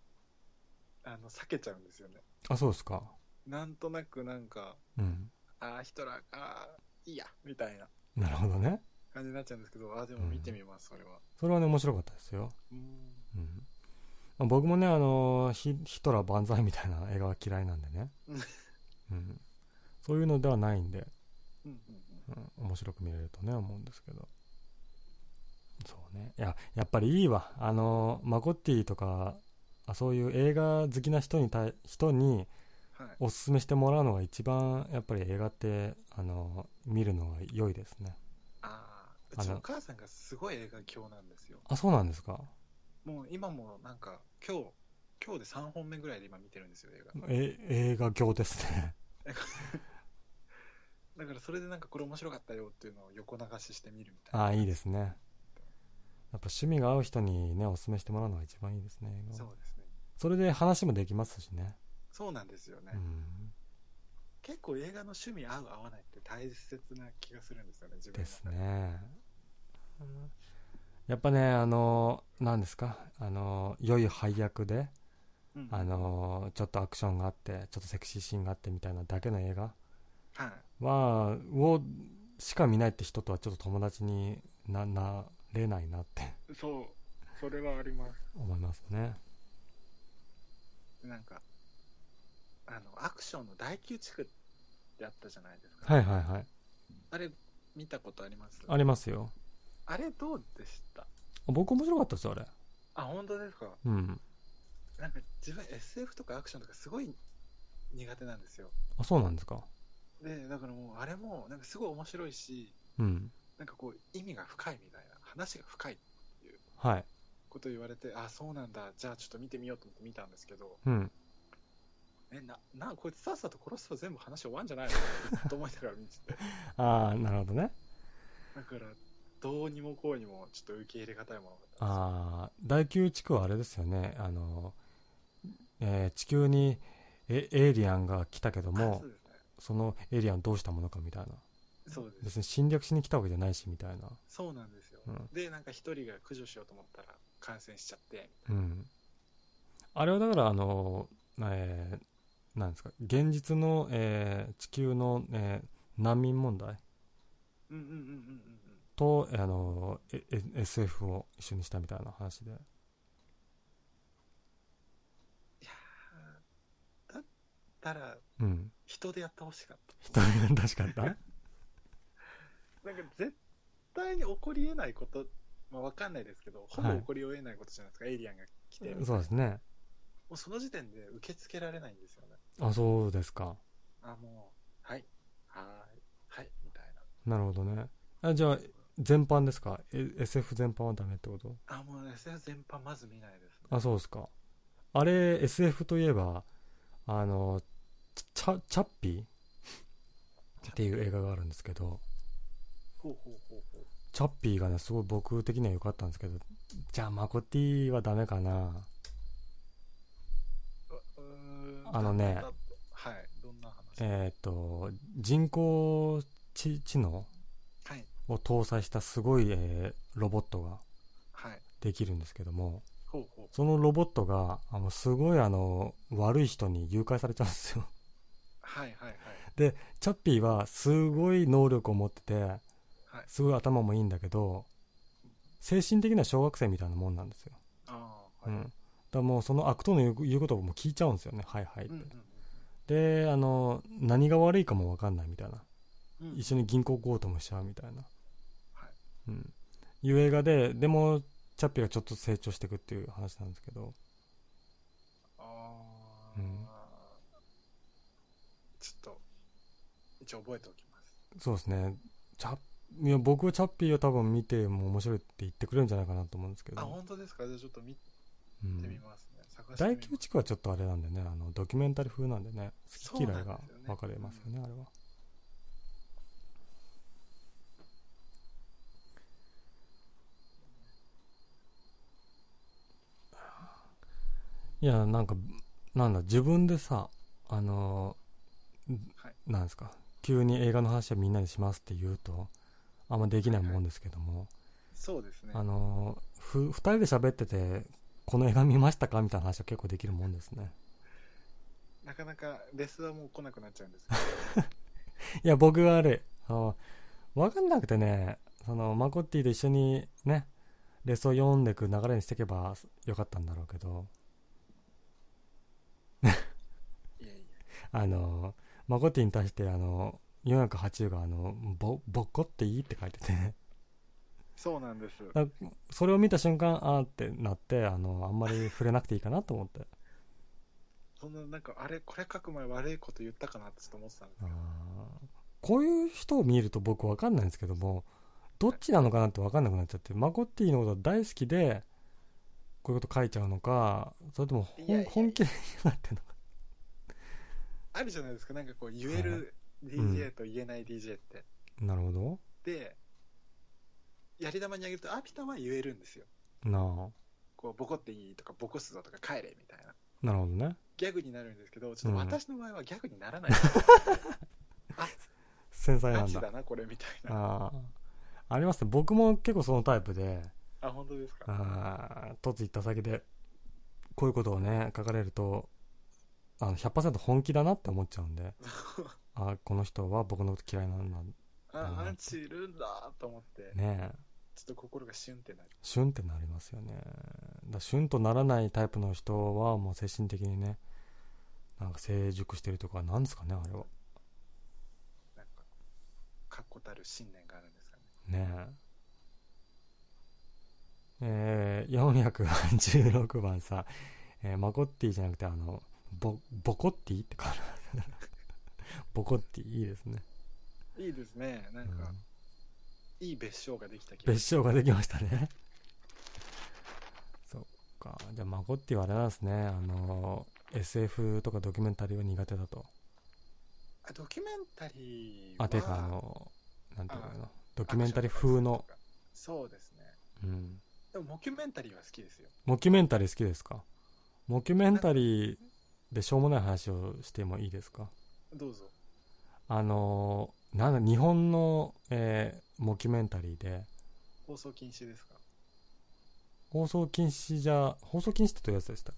S2: あの避けちゃうんですよね
S1: あそうですか
S2: なんとなくなんか
S1: うん
S2: ああヒトラーあーいいやみたいな
S1: なるほどね
S2: 感じになっちゃうんですけどあーでも見てみます、それは
S1: それはね面白かったですよ
S2: うん
S1: うんまあ、僕もね、あのヒヒトラー万歳みたいな映画は嫌いなんでね、
S2: うん
S1: うん、そういうのではないんで、
S2: うんうんうん
S1: うん、面白く見れるとね思うんですけどそうねいややっぱりいいわあのマコッティとかあそういう映画好きな人に対人に
S2: はい
S1: おすすめしてもらうのが一番やっぱり映画ってあの見るのが良いですね
S2: あ
S1: あ
S2: あうち
S1: の
S2: お母さんがすごい映画狂なんですよ
S1: あそうなんですか
S2: もう今もなんか今日今日で3本目ぐらいで今見てるんですよ映画
S1: え映画業ですね
S2: だからそれでなんかこれ面白かったよっていうのを横流しして見るみたいな
S1: ああいいですねやっぱ趣味が合う人にねおすすめしてもらうのが一番いいですね映画
S2: そ
S1: は
S2: うですね
S1: それで話もできますしね
S2: そうなんですよね、
S1: うん
S2: 結構映画の趣味合う合わないって大切な気がするんですよね自分の
S1: です
S2: 中
S1: ねうんやっぱねあの何ですかあの良い配役で
S2: うん
S1: あのちょっとアクションがあってちょっとセクシーシーンがあってみたいなだけの映画
S2: はい
S1: はをしか見ないって人とはちょっと友達にななれないなって
S2: そうそれはありま
S1: 思いますね
S2: すなんかあのアクションの第9地区ってあったじゃないですか、
S1: はいはいはい
S2: あれ見たことあります
S1: ありますよ
S2: あれどうでした
S1: 僕面白かったですよ、あれ。
S2: あ、本当ですか。
S1: うん。
S2: なんか自分 SF とかアクションとかすごい苦手なんですよ。
S1: あ、そうなんですか。
S2: で、だからもうあれもなんかすごい面白いし、
S1: うん。
S2: なんかこう意味が深いみたいな、話が深い
S1: はい。
S2: こと言われて、あ、そうなんだ。じゃあちょっと見てみようと思って見たんですけど、
S1: うん。
S2: え、な、な、こいつさっさと殺すと全部話終わんじゃないのってずっと思いながら見て [laughs] て。
S1: ああ、なるほどね。
S2: だから、どうにもこうにもちょっと受け入れ難いものだったんですよ
S1: ああ、第9地区はあれですよね。あの、えー地球にえエイリアンが来たけど
S2: あ
S1: も
S2: そう、ですね。
S1: そのエイリアンどうしたものかみたいな。
S2: そうです。
S1: 別に侵略しに来たわけじゃないしみたいな。
S2: そうなんですよ。
S1: うん
S2: で、なんか一人が駆除しようと思ったら感染しちゃって、
S1: うん。あれはだから、あの、えーなんですか、現実の、えー地球の、えー難民問題
S2: うんうんうんうんうんうん。
S1: と、あの、ええ SF を一緒にしたみたいな話で。
S2: いやーだったら
S1: うん。 [laughs]
S2: 人でやってほしかっ
S1: 人が出しかった
S2: た。なんか絶対に起こり得ないこと、まあわかんないですけど、ほぼ起こり得ないことじゃないですか、エイリアンが来て。
S1: そう
S2: も
S1: ですね。
S2: うその時点で受け付けられないんですよね。
S1: あ、そうですか。
S2: あ、もう、はい、はーい、はい、みたいな。
S1: なるほどね。あじゃあ、全般ですかえ ?SF 全般はダメってこと
S2: あ、もう SF 全般まず見ないですね。
S1: あ、そうですか。あれ、SF といえば、あの、チャ、チャッピーっていう映画があるんですけど、
S2: ほうほうほうほう。
S1: チャッピーがね、すごい僕的には良かったんですけど、じゃあ、マコティはダメかな。
S2: ううーん
S1: あのね
S2: だだはい、どんな話、
S1: えっ、と、人工知知能
S2: はい、
S1: を搭載したすごい、えーロボットが
S2: はい、
S1: できるんですけども、
S2: ほうほう。
S1: そのロボットが、あの、すごいあの、悪い人に誘拐されちゃうんですよ。 [laughs]
S2: はい、はい、はい。
S1: チャッピーはすごい能力を持ってて、
S2: はい
S1: すごい頭もいいんだけど精神的な小学生みたいなもんなんですよ、
S2: ああ、
S1: う
S2: は
S1: ん、
S2: い。
S1: だからもうその悪党の言う言うことをもう聞いちゃうんですよねはいはいって、
S2: うん
S1: であの何が悪いかも分かんないみたいな
S2: うんうん
S1: 一緒に銀行強盗もしちゃうみたいな、
S2: はい
S1: うん、いう映画ででもチャッピーがちょっと成長していくっていう話なんですけど
S2: ああ、
S1: うん
S2: ちょっと、一応覚えておきます。
S1: そうですねチャッいや僕はチャッピーを多分見ても面白いって言ってくれるんじゃないかなと思うんですけど
S2: あ、本当ですかじゃあちょっと見て
S1: うん
S2: みますね。探して
S1: 大
S2: みます
S1: 宮地区はちょっとあれなんでねあのドキュメンタリー風なんでね好き嫌いが分かれますよねあれはいやなんかなんだ自分でさあの
S2: はい
S1: なんですか急に映画の話はみんなでしますって言うとあんまできないもんですけども、
S2: そうですね。
S1: あのふ2人で喋っててこの映画見ましたかみたいな話は結構できるもんですね
S2: なかなかレスはもう来なくなっちゃうんですけ
S1: [laughs]
S2: ど。
S1: いや僕が悪いあの分かんなくてねそのマコッティと一緒にねレスを読んでく流れにしていけばよかったんだろうけど
S2: いやい
S1: あのマコッティに対してあの480があのぼぼっこっていいって書いてて
S2: や、そうなんです。
S1: それを見た瞬間あーってなってあのあんまり触れなくていいかなと思って
S2: そんな、なんか、あれ、これ書く前悪いこと言ったかなってちょっと思ってたんです
S1: あ
S2: け
S1: ー
S2: ど。
S1: こういう人を見ると僕分かんないんですけどもどっちなのかなって分かんなくなっちゃってマコッティのことが大好きでこういうこと書いちゃうのかそれともほん
S2: いやいやいや
S1: 本気で嫌なってんのか
S2: あるじゃないですか、なんかこう、言える DJ と言えない DJ って。
S1: なるほど
S2: で、やり玉にあげると、あ、ピタは言えるんですよ。
S1: な
S2: こう、ボコっていいとか、ボコすぞとか、帰れみたいな。
S1: あなるほどね
S2: ギャグになるんですけど、ちょっと
S1: うん
S2: 私の場合はギャグにならない。
S1: 繊細
S2: ガ
S1: なん
S2: チ
S1: だ
S2: だな、これみたいな。
S1: ああありますね僕も結構そのタイプで
S2: あ、本当ですか。
S1: あー突行った先でこういうことをね書かれるとあの100%本気だなって思っちゃうん
S2: [laughs]
S1: であーこの人は僕のこと嫌いなんだ
S2: あ、アンチいるんだと思って、
S1: ねえ
S2: ちょっと心がシュンってなる。
S1: シュンってなりますよね。だシュンとならないタイプの人はもう精神的にね、なんか成熟してるとか、なんですかね、あれは。
S2: なんか、確固たる信念があるんですかね。
S1: ねえ。えー、486番さん、えーマコッティじゃなくて、あの、ボ、ボコッティってかな。 [laughs] ボコッティ、いいですね。
S2: いいですね。なん
S1: う
S2: か、
S1: ん
S2: いい別称ができた気が
S1: 別称ができましたね。 [laughs] そっか。じゃあ、マコッティはあれなんですね。あの、SF とかドキュメンタリーは苦手だと。
S2: あドキュメンタリーは
S1: あ、てか、あの、なんていうのかな。ド
S2: ド
S1: キュメンタリー風の。
S2: そうですね
S1: うん。
S2: でもモキュメンタリーは好きですよ
S1: モキュメンタリー好きですかモキュメンタリーでしょうもない話をしてもいいですか
S2: どうぞ
S1: あのーなんだ日本の、えーモキュメンタリーで
S2: 放送禁止ですか
S1: 放送禁止じゃ放送禁止ってどういうやつでしたっ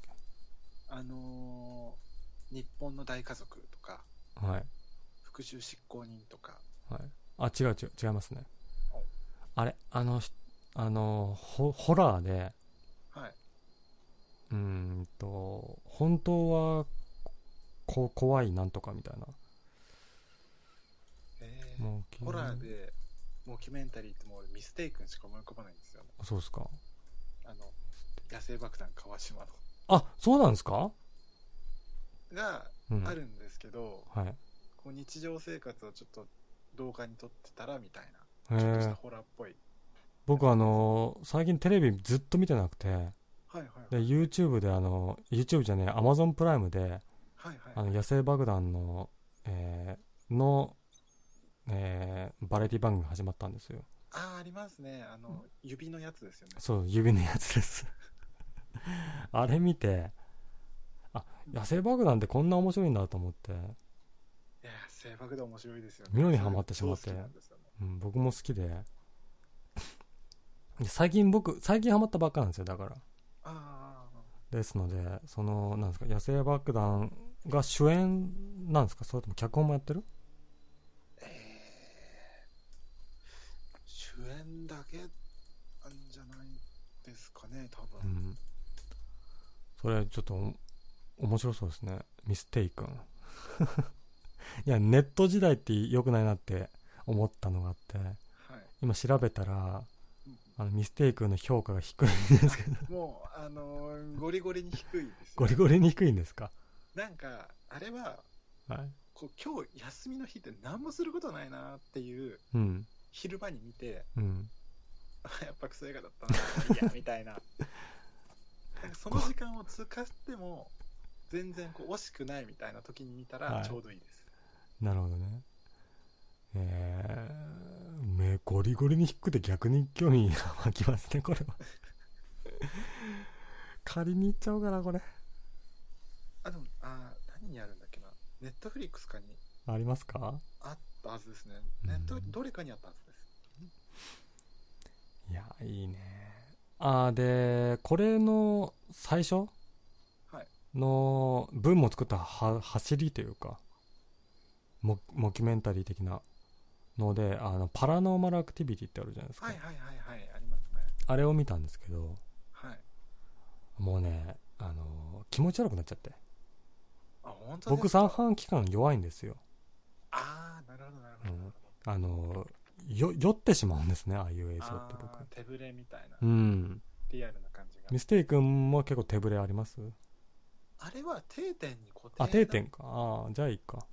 S2: あのー日本の大家族とか
S1: けはい
S2: 復讐執行人とか
S1: はいあ違う違う違いますね
S2: はい
S1: あれあのしあのーホホラーで
S2: はいう
S1: ーんと本当はこ怖いなんとかみたいな
S2: えー
S1: モキュ
S2: ホ
S1: メン
S2: ラーでモキュメンタリーってもう俺ミステイクンしか思い浮かばないんですよね
S1: あそうですか
S2: あの野生爆弾川島の
S1: あそうなんですか
S2: が
S1: うん
S2: あるんですけど、
S1: はい
S2: こう日常生活をちょっと動画に撮ってたらみたい
S1: へ
S2: なちょっとした
S1: え
S2: ホラーっぽい
S1: 僕あのー最近テレビずっと見てなくて
S2: はいはい
S1: で YouTube であの YouTube じゃねえ Amazon プライムで
S2: はい
S1: あ
S2: はい
S1: の野生爆弾の、えーの、えーバラエティ番組が始まったんですよ
S2: あーありますねあの指のやつですよね
S1: そう指のやつです [laughs] あれ見てあ野生爆弾ってこんな面白いんだと思って、
S2: いや性爆弾面白いですよね
S1: 妙にハマってしまって
S2: そうなんですよね
S1: うん、僕も好きでで最近僕最近ハマったばっかなんですよだから
S2: あーあーあ
S1: ですのでそのなんですか野生爆弾が主演なんですかそれとも脚本もやってる
S2: ーえー主演だけなんじゃないですかね多
S1: う
S2: 分、
S1: んそれちょっとお面白そうですねミステイ君 [laughs] いやネット時代って良くないなって思ったのがあって
S2: はい
S1: 今調べたら
S2: うん
S1: あのミステイ君の評価が低いんですけど
S2: もうあのーゴリゴリに低いですよ
S1: ゴリゴリに低いんですか
S2: なんかあれは
S1: はい
S2: こう今日休みの日って何もすることないなっていう
S1: うん
S2: 昼間に見て
S1: うん
S2: あ [laughs] やっぱクソ映画だったな、いいや、みたいな。なんかその時間を通過しても、全然こう惜しくないみたいな時に見た
S1: は
S2: ら
S1: い
S2: ちょうどいいです。
S1: なるほどねえー、めゴリゴリに低くて逆に興味が湧きますねこれは [laughs] 借りに行っちゃおうかなこれ
S2: あ、でも、あー、何にあるんだっけな。ネットフリックスかに
S1: ありますか
S2: あったはずですね。
S1: うん
S2: ネット、どれかにあったはずです。
S1: いや、いいね。あーで、これの最初
S2: はい
S1: の文も作ったは走りというか、モモキュメンタリー的なので、あの、パラノーマルアクティビティってあるじゃないですか。
S2: はいはいはいはい、ありますね。
S1: あれを見たんですけど、
S2: はい。
S1: もうね、あの、気持ち悪くなっちゃって。
S2: あ、本当です
S1: 僕三半期間弱いんですよ。
S2: あー、なるほどなるほど。
S1: うん
S2: なるほど
S1: あの、よ、酔ってしまうんですね、ああいう映像って
S2: あー手ぶれみたいな
S1: 僕。う、ん。
S2: リアルな感じが
S1: ミ。ステイ君も結構手ぶれあります
S2: あれは定点に固定
S1: あ、
S2: だ
S1: 定点か。ああ、じゃあいいか。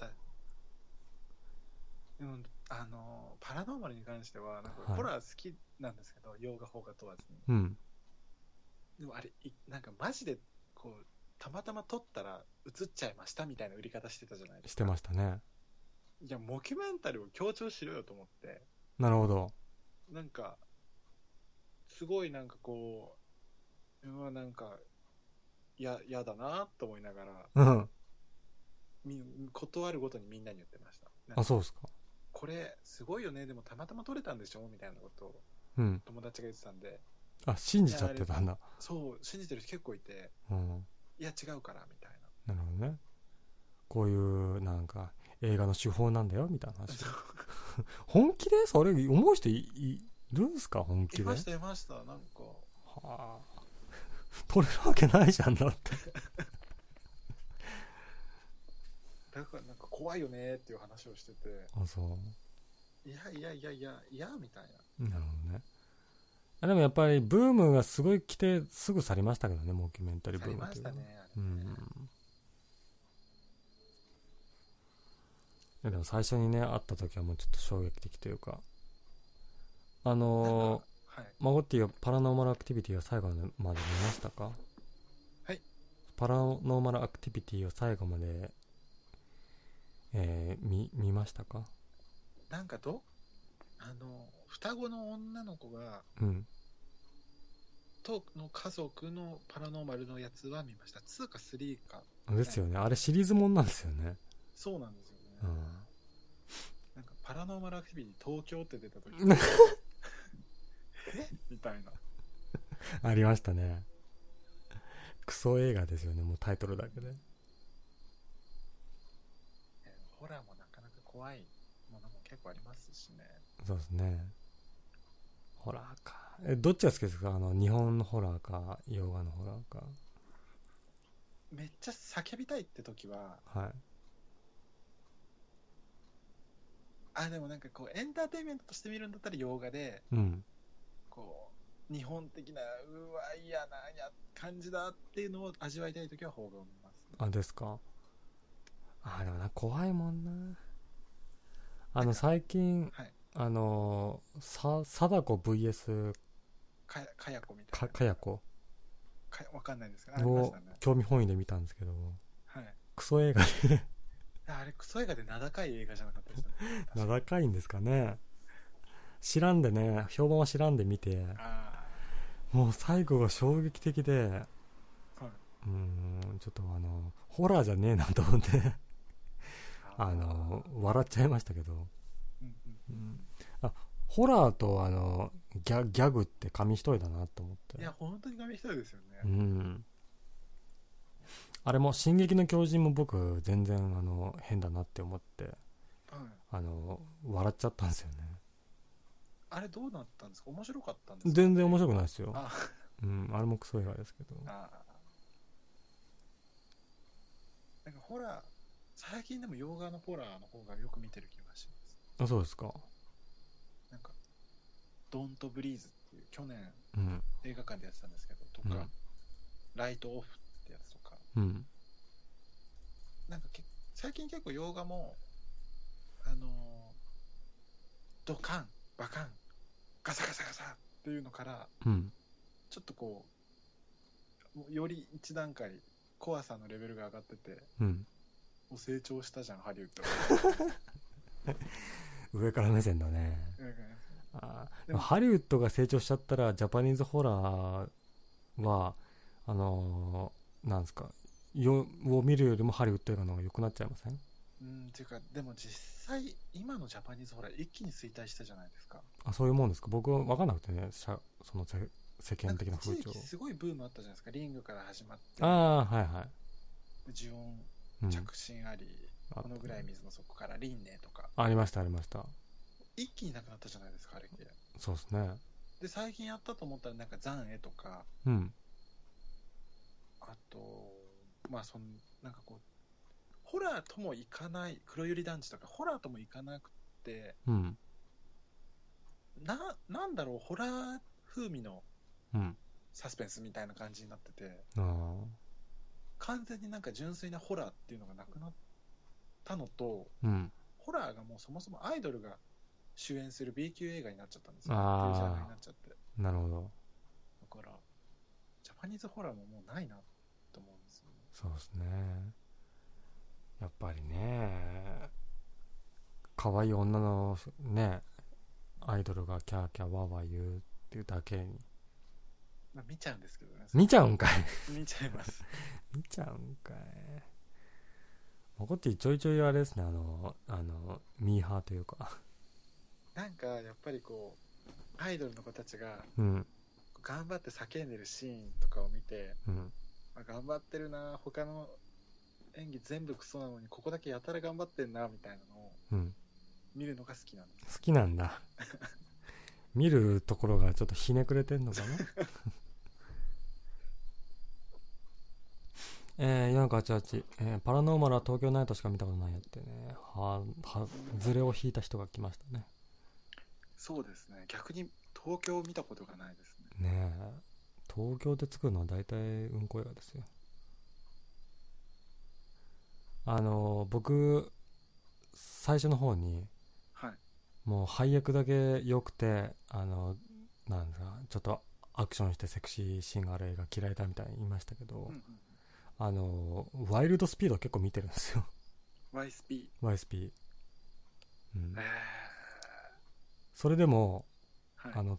S2: うん、あのパラノーマルに関してはなん
S1: は
S2: か
S1: い
S2: ホラー好きなんですけど、洋画邦画問わずに
S1: うん。
S2: でもあれいなんかマジでこうたまたま撮ったら映っちゃいましたみたいな売り方してたじゃないで
S1: し
S2: す
S1: て
S2: か
S1: ましたね
S2: いやモキュメンタルを強調しろよと思って
S1: なるほど
S2: なんかすごいなんかこううわなんかややだなと思いながら
S1: うん
S2: み断るごとにみんなに言ってましたなん
S1: あ
S2: か
S1: そうですか
S2: これすごいよねでもたまたま撮れたんでしょみたいなことを
S1: うん
S2: 友達が言ってたんで
S1: あ信じちゃってたんだ
S2: そう信じてる人結構いて
S1: うん
S2: いや違うからみたい
S1: なるほどねこういうなんか映画の手法なんだよみたいな
S2: な
S1: 話
S2: そう [laughs]
S1: 本気でそれ思う人いいいるんすか本気で
S2: いま
S1: は
S2: したいましたなんか
S1: あ [laughs] 取れるわけないじゃんだって
S2: だからなんか怖いよねっていう話をしてて
S1: あそ
S2: いやいやいやいやいやみたいな
S1: うなるほどねあでもやっぱりブームがすごい来てすぐ去りましたけどねモキュメンタリー
S2: あ
S1: ブー
S2: り
S1: ム
S2: ま
S1: とい
S2: し
S1: うか
S2: たね。あ
S1: う
S2: れ
S1: ん
S2: ね
S1: いやでも最初にね会った時はもうちょっと衝撃的というかあ
S2: なん
S1: のー
S2: か、はい。
S1: マゴッティはパラノーマルアクティビティを最後まで見ましたか
S2: はい
S1: パラノーマルアクティビティを最後までえー、見見ましたか
S2: なんかど、あの、双子の女の子が、
S1: うん
S2: との家族のパラノーマルのやつは見ました。2か3か。
S1: ですよねあれシリーズもんなんですよね
S2: そうなんですよね。
S1: うん
S2: なんかパラノーマルアクティビティ東京って出た [laughs] 時えみたいな。
S1: ありましたね。クソ映画ですよね、もうタイトルだけで。
S2: えホラーもなかなか怖いものも結構ありますしね。
S1: そうですね。ホラーか。え、どっちが好きですかあの、日本のホラーか、洋画のホラーか。
S2: めっちゃ叫びたいって時は、
S1: はい。
S2: あ、でもなんかこうエンターテインメントとして見るんだったら洋画で、
S1: うん。
S2: こう、日本的な、うわ、嫌なや感じだっていうのを味わいたい時は邦画を見ます、ね。
S1: あ、ですか。あ、でもな、怖いもんな。あの、最近、
S2: はい。
S1: あの、さ、貞子 VS
S2: かや、かやこみたい
S1: か、
S2: な。
S1: かやこ
S2: かやわかんないですけど、ありまし
S1: を
S2: たね。
S1: 興味本位で見たんですけど、
S2: はい。
S1: クソ
S2: [laughs]
S1: 映画で、
S2: ああれ、クソ映画で名高い映画じゃなかったでしたね。
S1: 名高いんですかね。知らんでね、評判は知らんで見て、
S2: あ
S1: もう最後が衝撃的で、
S2: あ、はい。
S1: うーん、ちょっとあの、ホラーじゃねえなと思って、 [laughs] あの、笑っちゃいましたけど、
S2: うんうん、
S1: うん、あホラーとあのギャ、ギャグって紙一重だなと思って。
S2: いや、本当に紙一重ですよね。
S1: うん。あれも、進撃の巨人も僕、全然あの、変だなって思って、
S2: はい、
S1: あの、笑っちゃったんですよね。
S2: あれ、どうなったんですか面白かったんですか
S1: 全然面白くないですよ。
S2: あ
S1: うん、あれもクソ映画ですけど。
S2: あーなんかホラー、最近でも洋画のホラーの方がよく見てる気がします。
S1: あ、そうですか。
S2: なんか、ドントブリーズっていう、去年
S1: うん、
S2: 映画館でやってたんですけど、と
S1: う
S2: か
S1: ん、
S2: ライトオフってやつとか、
S1: うん、
S2: なんかけ最近結構洋画も、あのードカン、バカン、ガサガサガサっていうのから、
S1: うん。
S2: ちょっとこう、もうより一段階、怖さのレベルが上がってて、
S1: うん、
S2: もう成長したじゃん、ハリウッドは。
S1: 上から目線だね。
S2: うんうん
S1: あー
S2: でも
S1: ハリウッドが成長しちゃったらジャパニーズホラーはあのーなんですかよを見るよりもハリウッド映画の方が良くなっちゃいません
S2: うん、っていうか、でも実際、今のジャパニーズホラー、一気に衰退したじゃないですか。
S1: あそういうもんですか僕は分かんなくてねしゃその世世間的な風
S2: んか
S1: 潮
S2: 一時期すごいブームあったじゃないですか、リングから始まって、
S1: ああはいはい、
S2: 呪音、
S1: うん
S2: 着信あり、
S1: あ
S2: このぐらい水の底から、輪廻とか、
S1: ありましたありました
S2: 一気になくなったじゃないですか、あれ系。
S1: そうですね
S2: で、最近やったと思ったら、なんか残影とか、
S1: うん
S2: あと、まあ、その、なんかこう、ホラーともいかない、黒百合団地とか、ホラーともいかなくて、
S1: うん
S2: な、なんだろう、ホラー風味の
S1: うん
S2: サスペンスみたいな感じになってて、
S1: あ
S2: 完全になんか純粋なホラーっていうのがなくなったのと、
S1: ーうん
S2: ホラーがもうそもそもアイドルが主演する B 級映画になっちゃったんですよ。
S1: あー
S2: っていうジャンルになっちゃって。だ
S1: なるほど
S2: から、ジャパニーズホラーももうないなと思うんですよね。
S1: そうですねやっぱりね可愛い女のねアイドルがキャーキャーワーワー言うっていうだけに
S2: まあ、見ちゃうんですけどね。
S1: 見ちゃうんかい [laughs]
S2: 見ちゃいます。
S1: 見ちゃうんかいマコッティちょいちょいあれですねあのあのミーハーというか
S2: なんか、やっぱりこう、アイドルの子たちが
S1: うん
S2: 頑張って叫んでるシーンとかを見て、
S1: うん
S2: あ頑張ってるな、他の演技全部クソなのに、ここだけやたら頑張ってんな、みたいなのを
S1: うん
S2: 見るのが好きなんです。
S1: 好きなんだ見るところがちょっとひねくれてんのかな [laughs] えー、488、えーパラノーマルは東京ナイトしか見たことないよってねははずれを引いた人が来ましたね
S2: そうですね。逆に東京を見たことがないですね。
S1: ねえ東京で作るのは大体うんこ映画ですよあの僕最初の方に
S2: はい。
S1: もう配役だけ良くてあのなんですかちょっとアクションしてセクシーシーンがある映画嫌いだみたいに言いましたけど、
S2: うんうん。
S1: あのワイルドスピード結構見てるんですよ [laughs]
S2: YSP。
S1: YSP、うん
S2: えー、
S1: それでも
S2: は
S1: あ
S2: い。
S1: の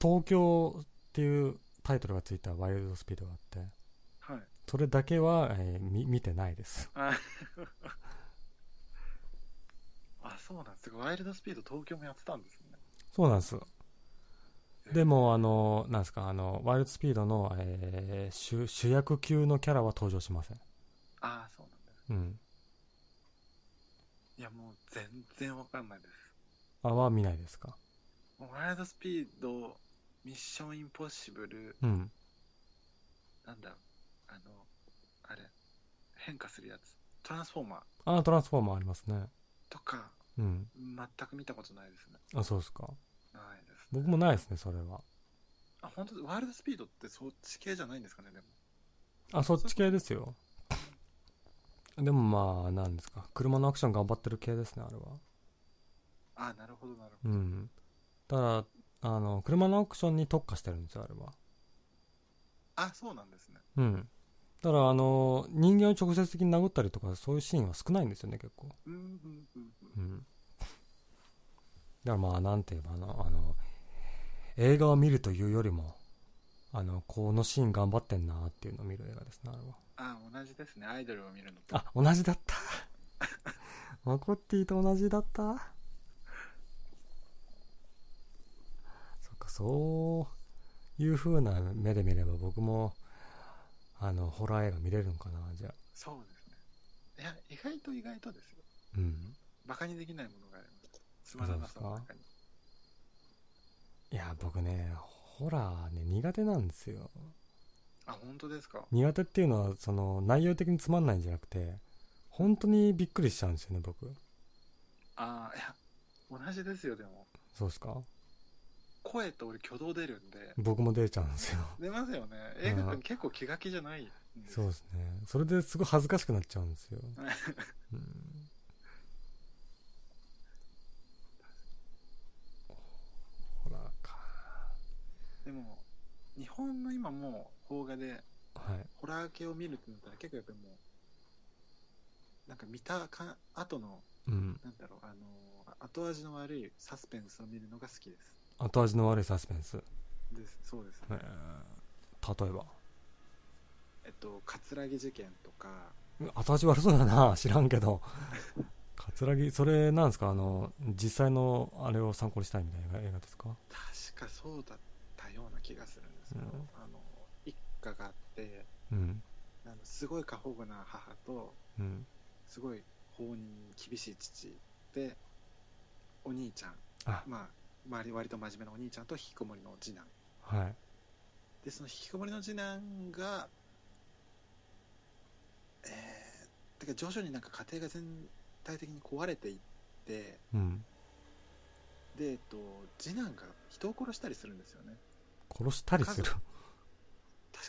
S1: 東京っていうタイトルがついたワイルドスピードがあって
S2: はい。
S1: それだけは、えーみ見てないです
S2: あ [laughs] あ、そうなんですか。ワイルドスピード東京もやってたんですね。
S1: そうなんです
S2: えー
S1: で、もあのなんですかあのワイルドスピードの、えー主主役級のキャラは登場しません
S2: ああ、そうなんだ。
S1: うん
S2: いや、もう全然わかんないです。
S1: あは見ないですか
S2: もうワイルドスピード、ミッションインポッシブル、
S1: うん
S2: なんだ、あの、あれ、変化するやつ、トランスフォーマー
S1: あトランスフォーマーありますね
S2: とか、
S1: うん
S2: 全く見たことないですね。
S1: あそうですか
S2: ないです。
S1: 僕もないですねそれは
S2: あ、本当ワイルドスピードってそっち系じゃないんですかね、でも。
S1: あそっち系ですよでもまあなんですか車のアクション頑張ってる系ですねあれは
S2: あなるほど、なるほど。
S1: うん。ただ、あの、車のアクションに特化してるんですよ、あれは。
S2: あ、そうなんですね。
S1: うん。ただ、あの、人間を直接的に殴ったりとか、そういうシーンは少ないんですよね、結構。
S2: うん、うん、うん、うん。
S1: うん。だからまあ、なんて言えばな、あの、映画を見るというよりも、あの、このシーン頑張ってんなっていうのを見る映画ですね、あれは。
S2: あ同じですね。アイドルを見るのと。
S1: あ、同じだったマコッティと同じだったそっか、そういう風な目で見れば僕も、あの、ホラー映画見れるのかな、じゃあ。
S2: そうですね。いや、意外と意外とですよ。
S1: うん。
S2: 馬鹿にできないものがあります。つまらなさの中に。
S1: いや、僕ね、ホラーね、苦手なんですよ。
S2: あ、本当ですか。
S1: 苦手っていうのは、その、内容的につまんないんじゃなくて、本当にびっくりしちゃうんですよね、僕。
S2: あいや、同じですよ、でも。
S1: そうですか
S2: 声と俺挙動出るんで。
S1: 僕も出ちゃうんですよ。
S2: 出ますよね。映画
S1: う
S2: 館
S1: ん
S2: 結構気が気じゃない。
S1: そうで。すね。それですごい恥ずかしくなっちゃうんですよ。うんホラーか。
S2: でも、日本の今もう、邦画で、
S1: はい。
S2: ホラー系を見るってなったら結構やっぱりもう、なんか見たか、後の、
S1: うん。
S2: なんだろう、あのー後味の悪いサスペンスを見るのが好きです。
S1: 後味の悪いサスペンス。
S2: です、そうです。
S1: えー例えば。
S2: えっと、葛城事件とか、
S1: うん後味悪そうだな。知らんけど。桂木、それなんですかあの、実際のあれを参考にしたいみたいな映画ですか
S2: 確かそうだったような気がするんですけど、
S1: うん
S2: あの、一家があって、
S1: うん。
S2: あのすごい過保護な母と、
S1: うん。
S2: すごい法に厳しい父でお兄ちゃん
S1: あ
S2: まあ割割と真面目なお兄ちゃんと引きこもりの次男
S1: はい。
S2: でその引きこもりの次男がえー、てか徐々になんか家庭が全体的に壊れていって
S1: うん。
S2: で、えっと、次男が人を殺したりするんですよね
S1: 殺したりする
S2: 家。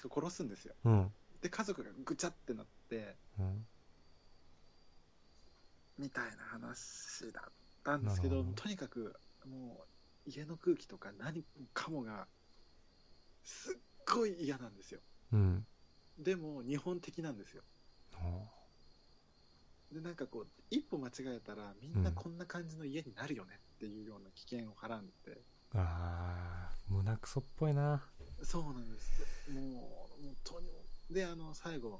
S2: 確か殺すんですよ
S1: うん。
S2: で家族がぐちゃってなって
S1: うん。
S2: みたいな話だったんですけど
S1: なるほど
S2: とにかくもう家の空気とか何かもがすっごい嫌なんですよ
S1: うん。
S2: でも日本的なんですよ
S1: は
S2: でなんかこう一歩間違えたらみんな
S1: うん
S2: こんな感じの家になるよねっていうような危険をはらんでて、
S1: ああー、胸くそっぽいな。
S2: そうなんですもうもうとにもであの最後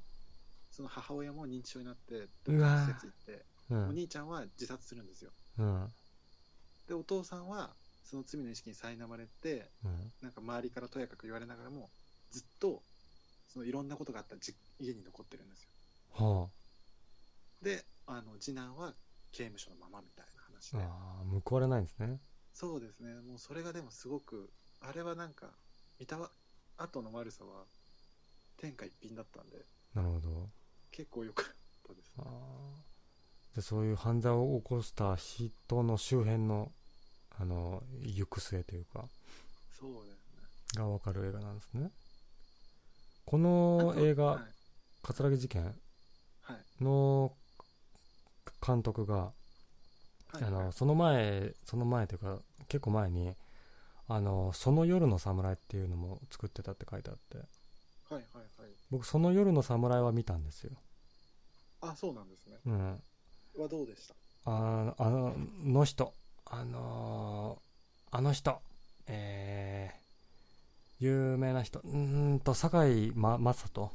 S2: その母親も認知症になって
S1: うわー
S2: 施設行って
S1: う
S2: お
S1: ん。
S2: 兄ちゃんは自殺するんですよ
S1: うん。
S2: でお父さんはその罪の意識に苛まれて
S1: うん。
S2: なんか周りからとやかく言われながらも、ずっと、そのいろんなことがあったじ家に残ってるんですよ。
S1: はあ。
S2: で、あの、次男は刑務所のままみたいな話で。
S1: ああ、報われないんですね。
S2: そうですね。もうそれがでもすごく、あれはなんか、見た後の悪さは、天下一品だったんで、
S1: なるほど。
S2: 結構良かったです
S1: あ
S2: ね。
S1: でそういう犯罪を起こした人の周辺の、あの、行く末というか、
S2: そうですね。
S1: がわかる映画なんですねこの映
S2: はい
S1: 画「葛城事件
S2: はい」
S1: の監督が
S2: はい
S1: あ
S2: はい
S1: のその前その前というか結構前にあの「その夜の侍」っていうのも作ってたって書いてあって
S2: はいはいはい
S1: 僕「その夜の侍」は見たんですよ、
S2: あそうなんですね
S1: うん、
S2: はどうでした
S1: ああのあの人あのーあの人えー有名な人うーんと堺ま雅人
S2: はい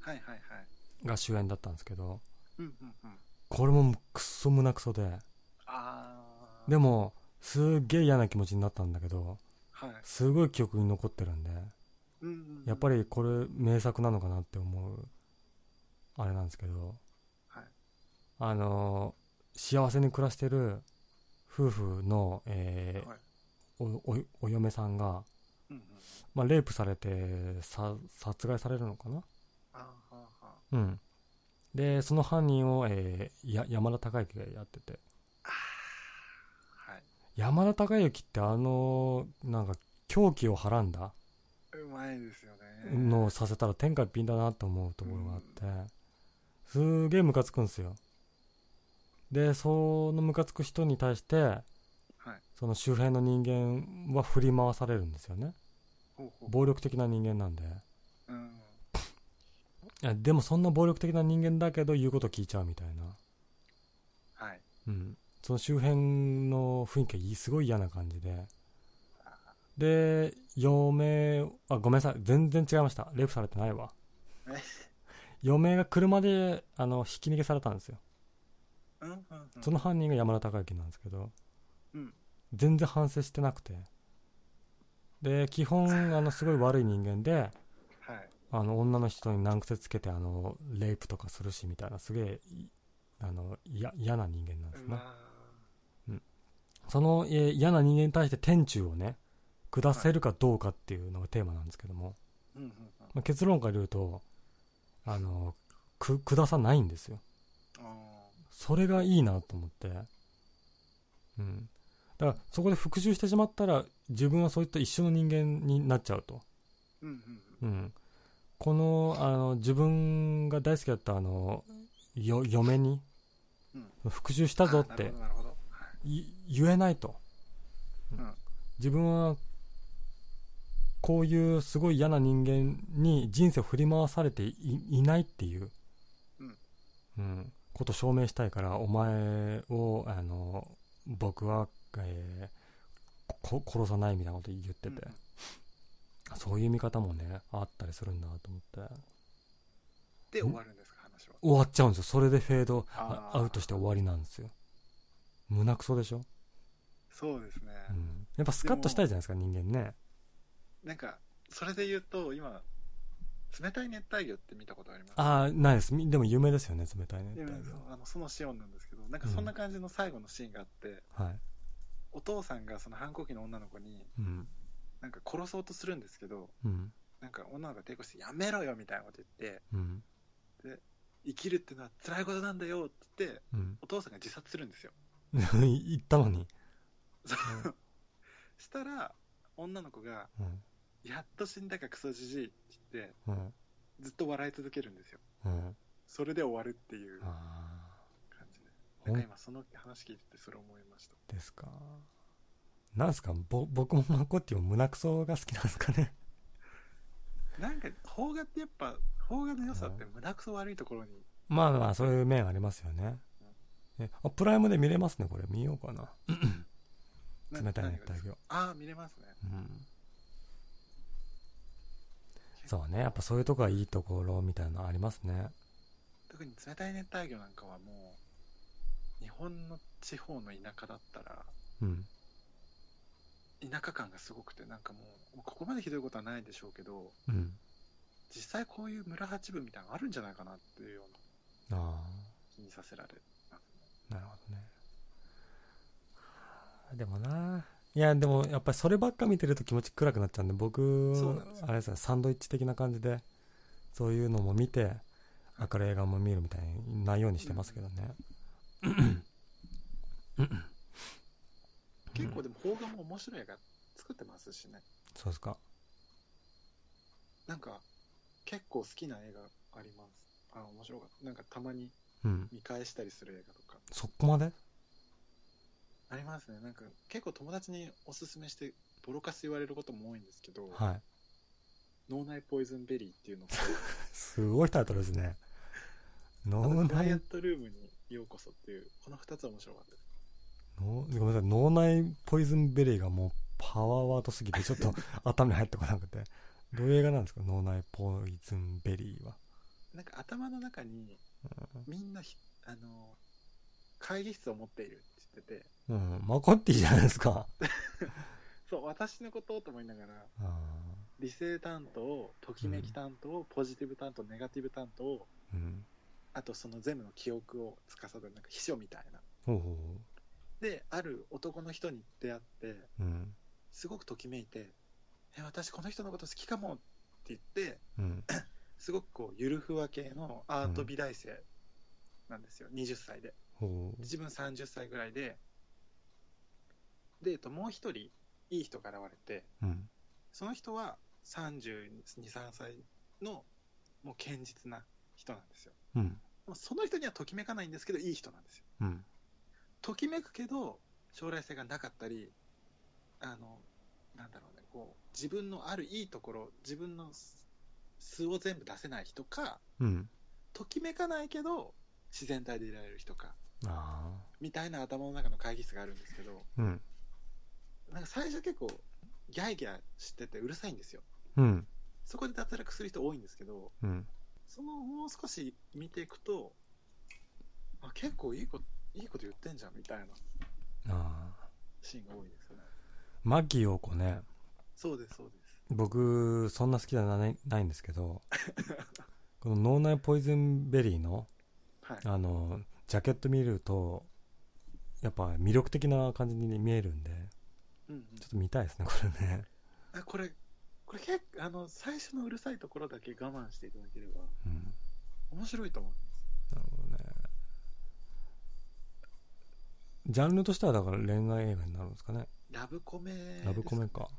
S2: はいはい
S1: が主演だったんですけど
S2: うんうんうん
S1: これもクソ胸クソで
S2: ああ
S1: でもすっげえ嫌な気持ちになったんだけど
S2: はい
S1: すごい記憶に残ってるんで
S2: うんうんうん
S1: やっぱりこれ名作なのかなって思うあれなんですけど
S2: はい
S1: あのー幸せに暮らしてる夫婦の、えー
S2: はい
S1: おおお嫁さんが、
S2: うんうん
S1: まあ、レイプされてさ殺害されるのかな
S2: あーはーは
S1: うんでその犯人を、えーや山田孝之がやってて
S2: ーはい
S1: 山田孝之ってあのなんか狂気をはらんだ
S2: うまいですよね
S1: のをさせたら天下一品だなと思うところがあって、すげえムカつくんですよでそのムカつく人に対して
S2: はい
S1: その周辺の人間は振り回されるんですよね
S2: ほうほう
S1: 暴力的な人間なんで
S2: うん
S1: いやでもそんな暴力的な人間だけど言うこと聞いちゃうみたいな
S2: はい
S1: うん、その周辺の雰囲気がいいすごい嫌な感じでで嫁あごめんなさい全然違いましたレイプされてないわ
S2: [laughs] え
S1: 嫁が車であのひき逃げされたんですよ
S2: うんうんうん
S1: その犯人が山田孝之なんですけど、
S2: うん
S1: 全然反省してなくてで基本あのすごい悪い人間で
S2: はい
S1: あの女の人に難癖つけてあのレイプとかするしみたいなすげえいあのいや嫌な人間なんで
S2: う
S1: すね
S2: ま
S1: その、えー嫌な人間に対して天誅をね下せるかどうかっていうのがテーマなんですけども、
S2: ーうんうんうん
S1: まあ、結論から言うとあのく下さないんですよ
S2: あ
S1: それがいいなと思ってうんだからそこで復讐してしまったら自分はそういった一緒の人間になっちゃうと、
S2: ーうんうんうん
S1: うん、このあの自分が大好きだったあのよ嫁に
S2: う
S1: 復讐したぞっ
S2: あ
S1: て
S2: なるほどなるほどはい
S1: 言えないと、
S2: うん
S1: 自分はこういうすごい嫌な人間に人生を振り回されていいないっていう、
S2: うん
S1: うんことを証明したいからお前をあの僕は、えーこ殺さないみたいなこと言ってて、
S2: いうん
S1: そういう見方もねあったりするんだなと思って
S2: で終わるんですか話は
S1: 終わっちゃうんですよそれでフェードあ
S2: あー
S1: アウトして終わりなんですよ胸くそでしょ、
S2: そうですね
S1: うん、やっぱスカッとしたいじゃないですか人間ね
S2: なんかそれで言うと今冷たい熱帯魚って見たことあります
S1: ああ、ないです。みでも有名ですよね、冷たいね。
S2: でそうあのそのシオンなんですけどなんかそんな感じの最後のシーンがあって、
S1: はい。
S2: お父さんがその反抗期の女の子に
S1: うん。
S2: なんか殺そうとするんですけど
S1: うん。
S2: なんか女の子が抵抗して「やめろよ」みたいなこと言って
S1: うん。
S2: 「生きるってのは辛いことなんだよ」って言って
S1: うん。
S2: お父さんが自殺するんですよ
S1: 言ったのに。
S2: そうしたら女の子が
S1: うん。
S2: 「やっと死んだかクソじじい」って言って
S1: うん。
S2: ずっと笑い続けるんですよ
S1: うん。
S2: それで終わるっていう感
S1: あ
S2: じ
S1: あ。
S2: でな
S1: 本
S2: んか今その話聞いててそれ思いました
S1: 当ですか。なんすかぼ、僕もマコッティも胸くそが好きなんですかね。
S2: なんか邦画ってやっぱ邦画の良さって胸くそ悪いところに
S1: まあまあ、そういう面ありますよね。えあプライムで見れますね、これ。見ようかな。
S2: な
S1: 冷たい
S2: 何
S1: 熱帯
S2: がですか
S1: 魚。
S2: ああ見れますね
S1: うん。そうね。やっぱそういうとこがいいところみたいなのありますね。
S2: 特に冷たい熱帯魚なんかはもう日本の地方の田舎だったら
S1: うん。
S2: 田舎感がすごくてなんかもうもうここまでひどいことはないでしょうけど
S1: うん。
S2: 実際こういう村八分みたいなのあるんじゃないかなっていうような
S1: ああ。
S2: 気にさせられます
S1: な
S2: ね
S1: るほどねでもないやでもやっぱりそればっか見てると気持ち暗くなっちゃうんで僕
S2: そうなんですよ
S1: あれですねサンドイッチ的な感じでそういうのも見て明るい映画も見るみたいなようにしてますけどね
S2: 結構でも邦画も面白い映画作ってますしね
S1: そうですか
S2: なんか、結構好きな映画あります。あ、面白かった。なんかたまに
S1: うん。
S2: 見返したりする映画とか。
S1: そこまで
S2: ありますね。なんか、結構友達におすすめして、ボロカス言われることも多いんですけど、
S1: はい。
S2: 脳内ポイズンベリーっていうのと、
S1: すごいタイトルですね。[laughs]
S2: あ
S1: 脳
S2: とクワイエッ
S1: 内、
S2: トルームにようこそっていう、この2つは面白かったです。
S1: 脳ごめんなさい、脳内ポイズンベリーがもうパワーワードすぎて、ちょっ [laughs] と頭に入ってこなくて。どういう映画なんですか脳内ポイズンベリーは。
S2: なんか頭の中にみんなひあの会議室を持っているって言ってて
S1: うん、マコッティじゃないですか。
S2: そう私のことと思いながら
S1: あ
S2: 理性担当ときめき担当、ポジティブ担当ネガティブ担当
S1: ーうん。
S2: あとその全部の記憶を司るなんか秘書みたいな
S1: ほうほうほ
S2: である男の人に出会って
S1: う。うん。
S2: すごくときめいて「え私この人のこと好きかも」って言って
S1: うん。
S2: すごくこうゆるふわ系のアート美大生なんですよ、20歳で
S1: ほ
S2: 自分30歳ぐらいで、で、えっともう一人、いい人が現れて、
S1: う。うん。
S2: その人は32、3歳の、もう堅実な人なんですよ。
S1: うん。
S2: もうその人にはときめかないんですけど、いい人なんですよ。
S1: うん。
S2: ときめくけど、将来性がなかったり、あの、なんだろうね、こう、自分のあるいいところ、自分の素素を全部出せない人か、
S1: うん。
S2: ときめかないけど、自然体でいられる人か、
S1: あ
S2: みたいな頭の中の会議室があるんですけど、
S1: あ。うん。
S2: なんか最初結構ギャーギャーしててうるさいんですよ
S1: うん。
S2: そこで脱落する人多いんですけど
S1: うん。
S2: そのもう少し見ていくとあ結構いいこといいこと言ってんじゃんみたいな
S1: ああ。
S2: シーンが多いですよね
S1: マキヨコね。
S2: そうですそうです
S1: 僕そんな好きじゃないないんですけ [laughs] どこの脳内ポイズンベリーの
S2: はい
S1: あのジャケット見るとやっぱ魅力的な感じに見えるんで
S2: うんうん
S1: ちょっと見たいですねこれね、
S2: あこれこれ結構あの最初のうるさいところだけ我慢していただければ
S1: うん、
S2: 面白いと思う
S1: なるほどねジャンルとしてはだから恋愛映画になるんですかね
S2: ラブコメです
S1: ラブコメか、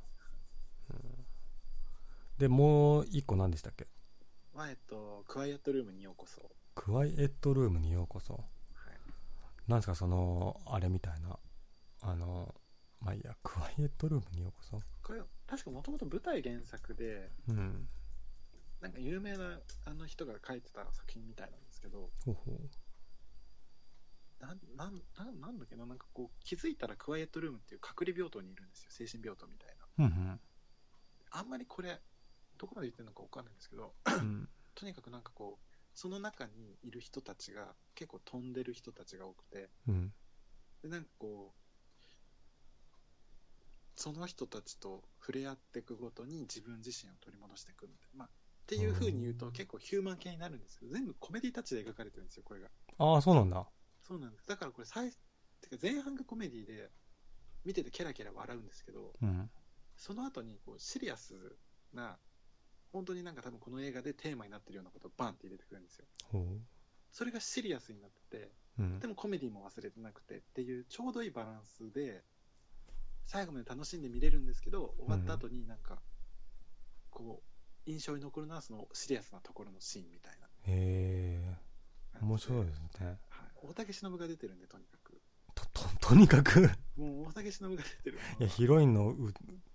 S1: うんでもう一個何でしたっけ
S2: はえっとクワイエットルームにようこそ
S1: クワイエットルームにようこそ
S2: はい
S1: なんですかそのあれみたいなあのまあいいやクワイエットルームにようこそ
S2: これ確かもともと舞台原作で
S1: うん
S2: なんか有名なあの人が書いてた作品みたいなんですけど、
S1: ほうほ
S2: なんなんなんなんだっけな、なんかこう、気づいたらクワイエットルームっていう隔離病棟にいるんですよ、精神病棟みたいな。
S1: ううん
S2: あんまりこれ、どこまで言ってるのかわかんないんですけど、
S1: うんうん
S2: とにかくなんかこう、その中にいる人たちが、結構飛んでる人たちが多くて、
S1: うん
S2: で、なんかこう、その人たちと触れ合っていくごとに自分自身を取り戻していくみたいな。まあ、っていう風に言うと結構ヒューマン系になるんですけど、全部コメディタッチで描かれてるんですよ、これが。
S1: ああそうなんだ
S2: そうなんです。だからこれ最、てか前半がコメディで、見ててケラケラ笑うんですけど、
S1: うん
S2: その後にこうシリアスな、本当になんか多分この映画でテーマになってるようなことをバンって入れてくるんですよ。
S1: ほ
S2: それがシリアスになってて、
S1: ううん
S2: でもコメディも忘れてなくてっていうちょうどいいバランスで、最後まで楽しんで見れるんですけど、終わった後になんか、こう、印象に残るのはそのシリアスなところのシーンみたいな。
S1: へえ面白い
S2: はい
S1: ですね
S2: 大竹しのぶが出てるんで、とにかく。
S1: とと [laughs] とにかくい
S2: もう大竹しのぶが出てる。
S1: やヒロインのう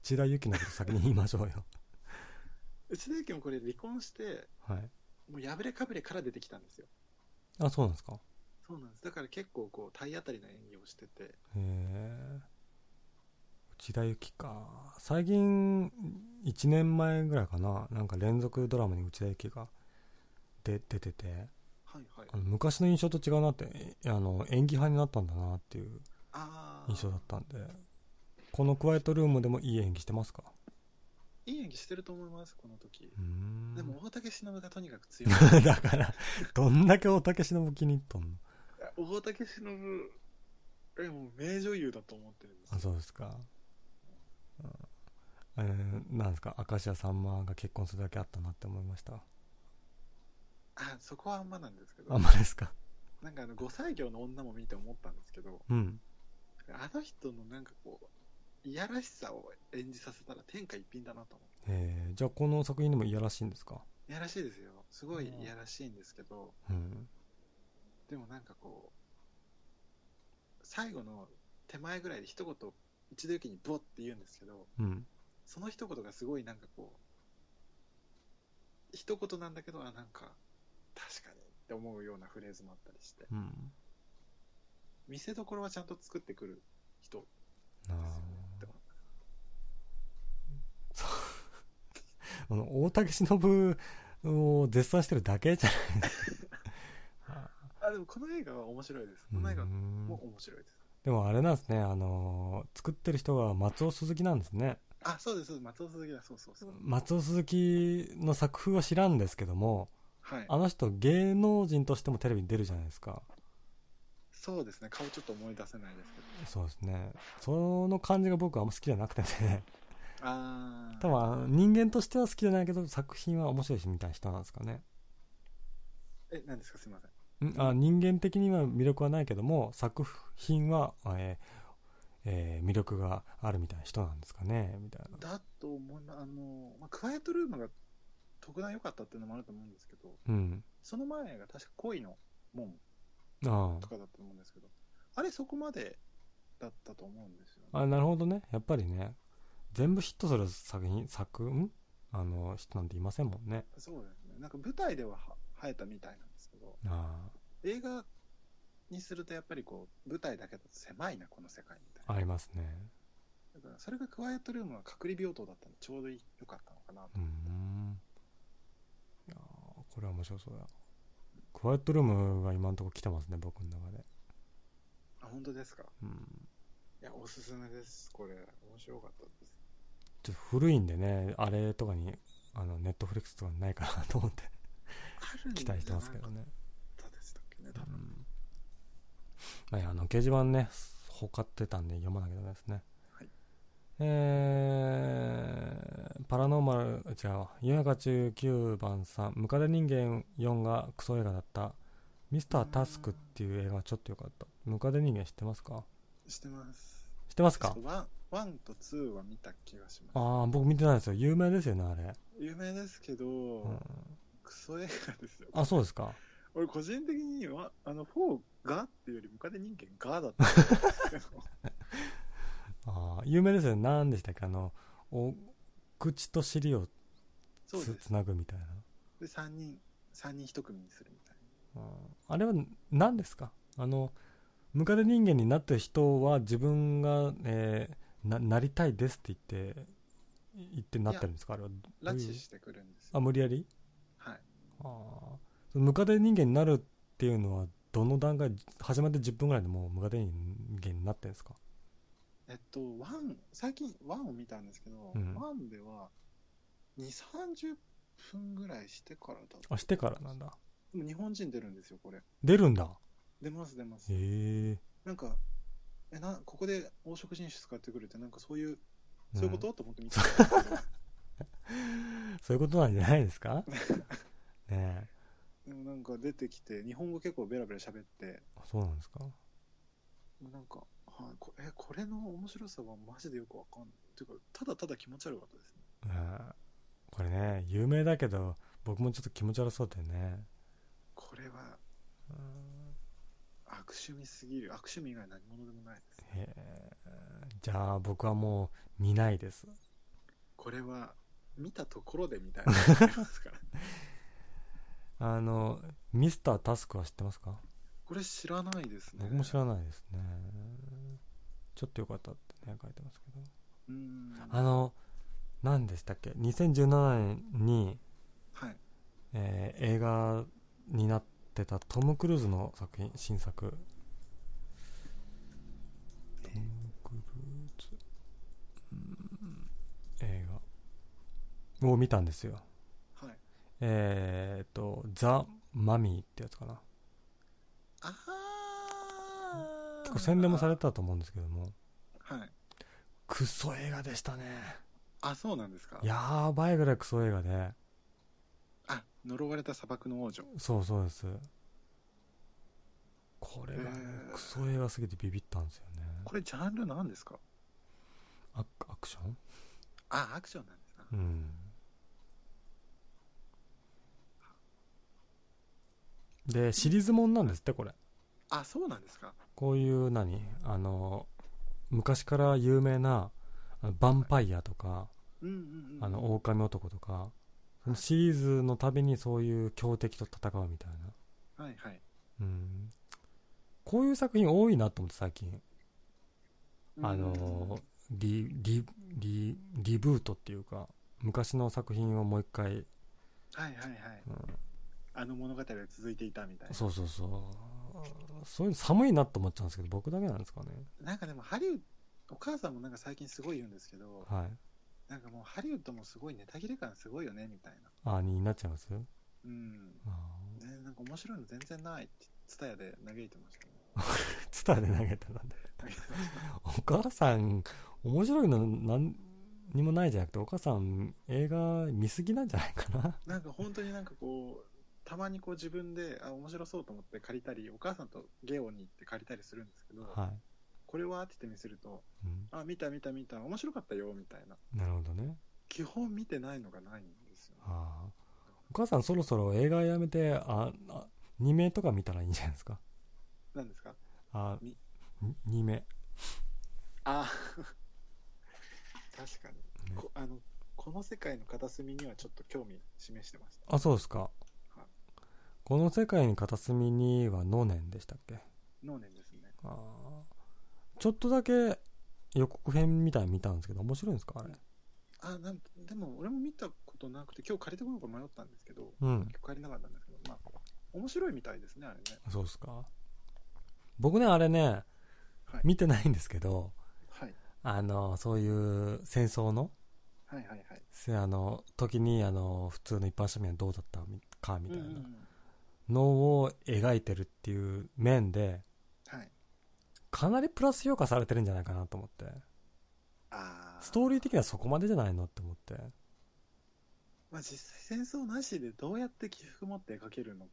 S1: 内田有紀のこと先に言いましょう [laughs] よ
S2: 内田有紀もこれ離婚して
S1: はい
S2: もう破れかぶれから出てきたんですよ
S1: あそうなんですかへ
S2: そうなんですだから結構こう体当たりな演技をしてて
S1: え内田有紀か最近1年前ぐらいかななんか連続ドラマに内田有紀が出出てて
S2: はいはい
S1: あの昔の印象と違うなってえあの演技派になったんだなっていう
S2: ああ
S1: 印象だったんでこのクワイエットルームでもいい演技してますか
S2: いい演技してると思いますこの時
S1: うーん
S2: でも大竹しのぶがとにかく [laughs] 強い
S1: [laughs] だからどんだけ大竹しのぶ気に入っとんの
S2: 大竹しのぶえもう名女優だと思ってるんです
S1: あそうですか、うんえーなんですか明石家さんまが結婚するだけあったなって思いました
S2: あそこはあんまなんですけど
S1: あんまですか
S2: なんかあの5歳業の女も見て思ったんですけど
S1: うん
S2: あの人のなんかこういやらしさを演じさせたら天下一品だなと思
S1: えー、じゃあこの作品でもいやらしいんですか
S2: う。いやらしいですよ。すごいいやらしいんですけど、
S1: うん。
S2: でもなんかこう、最後の手前ぐらいで一言、一度時にボって言うんですけど、
S1: うん。
S2: その一言がすごいなんかこう、一言なんだけど、あ、なんか、確かにって思うようなフレーズもあったりして、
S1: うん。
S2: 見せどころはちゃんと作ってくる人
S1: あ
S2: ですよねって
S1: ー
S2: 思った
S1: あの、大竹しのぶを絶賛してるだけじゃ
S2: [laughs]
S1: ないですか。
S2: あ、でもこの映画は面白いです。この映画も
S1: ん
S2: 面白いです。
S1: でもあれなんですね、あのー作ってる人が松尾鈴木なんですね。
S2: あ、そうです、そうです。松尾鈴木だ、そうそうそう。
S1: 松尾鈴木の作風は知らんですけども、
S2: はい。
S1: あの人芸能人としてもテレビに出るじゃないですか。
S2: そうですね。顔ちょっと思い出せないですけど。
S1: そうですね。その感じが僕はあんま好きじゃなくてね。
S2: あー
S1: 多分あの人間としては好きじゃないけど作品は面白いしみたいな人なんですかね。
S2: え、何ですか、すいません。
S1: んあ人間的には魅力はないけども作品は、えーえー魅力があるみたいな人なんですかねみたいな。
S2: だと思います。あの、まあ、クワイエットルームが特段良かったっていうのもあると思うんですけど、
S1: うん。
S2: その前が確か恋の門
S1: あ
S2: とかだと思うんですけど、あれそこまでだったと思うんですよ、ね。
S1: ああなるほどね。やっぱりね全部ヒットする作品作んあの人なんていませんもんね。
S2: そうですね。なんか舞台ではは生えたみたいなんですけど、
S1: あ
S2: 映画にするとやっぱりこう、舞台だけだと狭いな、この世界みたい
S1: あ
S2: な。
S1: ありますね。
S2: だからそれがクワイエットルームは隔離病棟だったんでちょうど良かったのかなと。
S1: うーん。いやーこれは面白そうだ。クワイエットルームが今のところ来てますね僕の中で。
S2: あ、本当ですか
S1: うん
S2: いや、おすすめです。これ、面白かったです。
S1: ちょっと古いんでね、あれとかに、あの、ネットフリックスとかにないかなと思って
S2: あるん
S1: 期
S2: じ
S1: 待してますけど
S2: ゃな
S1: ね。
S2: かったでしたっけね、
S1: う
S2: 多分
S1: ん。まあ、あの、掲示板ね、ほかってたんで読まなきゃダメですね。
S2: はい
S1: えー、パラノーマル、違うわ、夜中中9番さん、ムカデ人間4がクソ映画だった、ミスタータスクっていう映画はちょっと良かった。ムカデ人間知ってますか
S2: してます。
S1: 知ってますか
S2: ちょっとワンワンとツーは見た気がします。
S1: ああ、僕見てないですよ。有名ですよね、あれ。
S2: 有名ですけど、
S1: うん、
S2: クソ映画ですよ。
S1: あ、そうですか。
S2: 俺、個人的には、あの、4がっていうより、ムカデ人間がだったと思う
S1: [laughs]
S2: んですけど
S1: ああ、有名ですよね。何でしたっけあの、お、口と尻を
S2: そう
S1: つ
S2: です。
S1: つなぐみたいな。
S2: で、3人、三人一組にするみたい
S1: うんあれは何ですかあの、ムカデ人間になった人は自分が、えーな、なりたいですって言って、言ってなってるんですかあれは。
S2: な。
S1: ど
S2: 拉
S1: ういう
S2: 致してくるんです
S1: あ、
S2: よ。
S1: 無理やり
S2: はい。
S1: ああ。そのムカデ人間になるっていうのは、どの段階、始まって10分ぐらいでもうムカデ人間になってるんですか
S2: えっと、ワン、最近ワンを見たんですけど、
S1: うん
S2: ワンでは、2、30分ぐらいしてからだった。
S1: あ、してからなんだ。
S2: でも日本人出るんですよ、これ。
S1: 出るんだ。
S2: 出ます、出ます
S1: へ。え。
S2: なんか、え、な、ここで黄色人種使ってくるって、なんかそういう、そういうこと、と思っ
S1: [laughs]
S2: て見てたんですけど、
S1: [laughs] そういうことなんじゃないです
S2: [laughs]
S1: かねえ。
S2: でもなんか出てきて、日本語結構ベラベラ喋って、
S1: あそうなんですか
S2: なんか、はい、こえ、これの面白さはマジでよくわかんない。ていうか、ただただ気持ち悪かったですね。
S1: うんこれね、有名だけど、僕もちょっと気持ち悪そうだよね。
S2: これは
S1: うん
S2: 悪趣味すぎる。悪趣味以外何者でもないです。
S1: へえじゃあ僕はもう見ないです。
S2: これは、見たところで
S1: [laughs]
S2: みたいなのがありますから。
S1: あの、ミスタータスクは知ってますか
S2: これ知らないですね。
S1: 僕も知らないですね。ちょっとよかったってね、書いてますけど。
S2: うーん。
S1: あの、何でしたっけ ?2017 年に、
S2: はい。
S1: えー映画になってたトム・クルーズの作品新作トム・クルーズうん映画を見たんですよ
S2: はい。
S1: えー、っと「ザ・マミー」ってやつかな
S2: ああ
S1: 結構宣伝もされたと思うんですけども
S2: はい。
S1: クソ映画でしたね
S2: あ、そうなんですか。
S1: やばいぐらいクソ映画で
S2: あ、呪われた砂漠の王女。
S1: そうそうですこれがね
S2: えー
S1: クソ映画すぎてビビったんですよね
S2: これジャンルなんですか
S1: アクション
S2: あ、アクションなんだな。
S1: うんでシリーズもんなんですってこれ
S2: あ、そうなんですか。
S1: こういう何あの昔から有名なあのヴァンパイアとか
S2: うんうんうん。
S1: あの狼男とかそのシリーズのたびにそういう強敵と戦うみたいな
S2: はいはい。
S1: うんこういう作品多いなと思って最近あ
S2: うん
S1: のリリリリブートっていうか昔の作品をもう一回
S2: はいはいはい。
S1: うん
S2: あの物語が続いていたみたい
S1: そうそうそうそういうの寒いなと思っちゃうんですけど僕だけなんですかね
S2: な。なんかでもハリウッド、お母さんもなんか最近すごい言うんですけど、
S1: はい
S2: なんかもうハリウッドもすごいネタ切れ感すごいよねみたいな。
S1: あになっちゃいます
S2: うん。
S1: あ
S2: ね、なんか面白いの全然ないって、ツタヤで嘆いてまし
S1: [laughs]
S2: たね。
S1: ーツタで投げたなんでお母さん面白いの何にもないじゃなくてお母さん映画見すぎなんじゃないかな
S2: なんか本当になんかこう、たまにこう自分で、あ、面白そうと思って借りたり、お母さんとゲオに行って借りたりするんですけど、
S1: は
S2: これはって言って見せると、
S1: い、うん、
S2: あ、見た見た見た、面白かったよ、みたいな。
S1: なるほどね
S2: 基本見てないのがないんですよね。
S1: ああお母さんそろそろ映画やめてああ2名とか見たらいいんじゃないですか
S2: なんですか
S1: あ
S2: に
S1: 2名
S2: あ確かに、こあのこの世界の片隅にはちょっと興味示してました
S1: あそうですか
S2: い
S1: この世界に片隅には能年でしたっけ
S2: 能年ですね
S1: あーちょっとだけ予告編みたいに見たんですけど面白いんですかあれ
S2: あなんでも俺も見たことなくて今日借りてこようか迷ったんですけど
S1: うん
S2: 今日借りなかったんですけどまあ面白いみたいですねあれね
S1: そうですか僕ねあれね
S2: はい
S1: 見てないんですけど、
S2: はい
S1: あのそういう戦争の
S2: はいはいはい
S1: せあの時にあの普通の一般庶民はどうだったみかみたい
S2: うんうんう
S1: なんのを描いてるっていう面で
S2: はい
S1: かなりプラス評価されてるんじゃないかなと思って
S2: あ
S1: ストーリー
S2: 的、
S1: 的にはそこまでじゃないのって思って
S2: まあ、実際戦争なしでどうやって起伏持って描けるの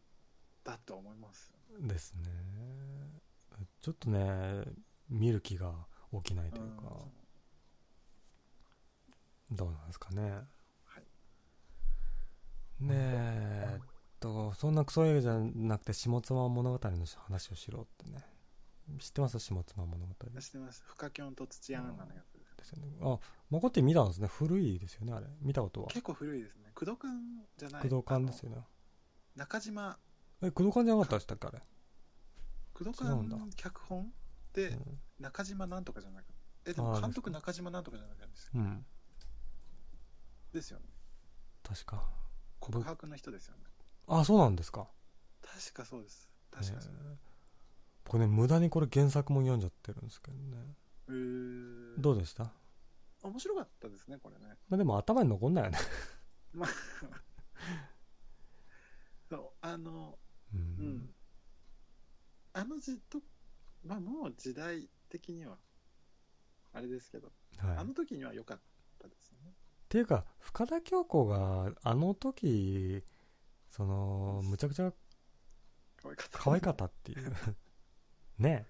S2: だと思います
S1: ですねちょっとね見る気が起きないというか
S2: うん
S1: どうなんですかね
S2: い
S1: ねええっとそんなクソ映画じゃなくて下妻物語の話をしろってね知ってます下妻物語で
S2: 知ってますフカキョンと土屋アンナのやつです
S1: すよねあマコって見たんですね古いですよねあれ見たことは
S2: 結構古いですね工藤君じゃない
S1: 工藤館ですよね
S2: あの中島
S1: え工藤館じゃなかったでしたっけあれ
S2: 工藤
S1: 違うん
S2: 君
S1: だ
S2: の脚本で
S1: うん
S2: 中島なんとかじゃないかえで
S1: あ
S2: も
S1: ー
S2: 監督中島なんとかじゃないかです
S1: うん
S2: ですよね
S1: 確か
S2: 告白の人ですよね
S1: あそうなんですか
S2: 確かそうです確かそう
S1: えー僕ね無駄にこれ原作も読んじゃってるんですけどね
S2: えー
S1: どうでした、ま
S2: 面白かったですねこれね
S1: あ、でも頭に残んないよね
S2: まあそうあの
S1: う
S2: うんん、あのじっとまあもう時代的にはあれですけど、
S1: はい、
S2: あ
S1: っ
S2: の時には良かったですね
S1: ていうか深田恭子があの時そのむちゃくちゃ
S2: 可愛かった
S1: 可愛かったっていう [laughs] ね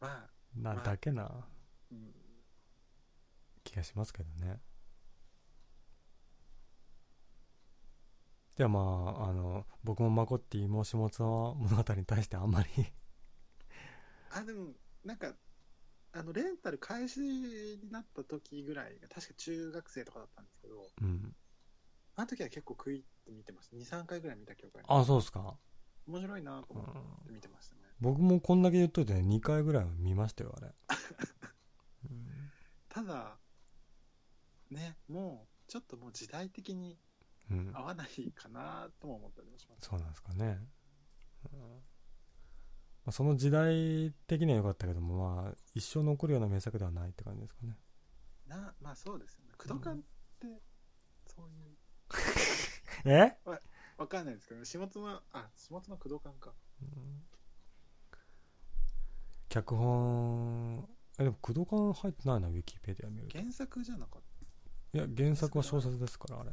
S2: まあ、
S1: な
S2: まあ
S1: だけな
S2: うん、
S1: 気がしますけどねではまああの僕もマコッティも下妻物語に対してあんまり
S2: あでもなんかあのレンタル開始になった時ぐらいが確か中学生とかだったんですけど
S1: うん
S2: あの時は結構食いって見てました23回ぐらい見た記憶がありま
S1: あそうですか、
S2: す面白いなと
S1: う
S2: 思っ
S1: ん
S2: て見てましたね
S1: 僕もこんだけ言っといてね2回ぐらいは見ましたよあれ、
S2: [laughs] ただねもうちょっともう時代的に
S1: うんうん
S2: 合わないかなとも思ったりもします
S1: そうなんですかね、うんまあ、その時代的には良かったけどもまあ一生残るような名作ではないって感じですかね
S2: なまあそうですよね工藤館ってそういう
S1: え、
S2: わかんないですけど下妻あ下妻工藤館か
S1: うん脚本えでも工藤館入ってないなウィキペディア見ると
S2: 原作じゃなかっ
S1: いや原作は小説ですからあれ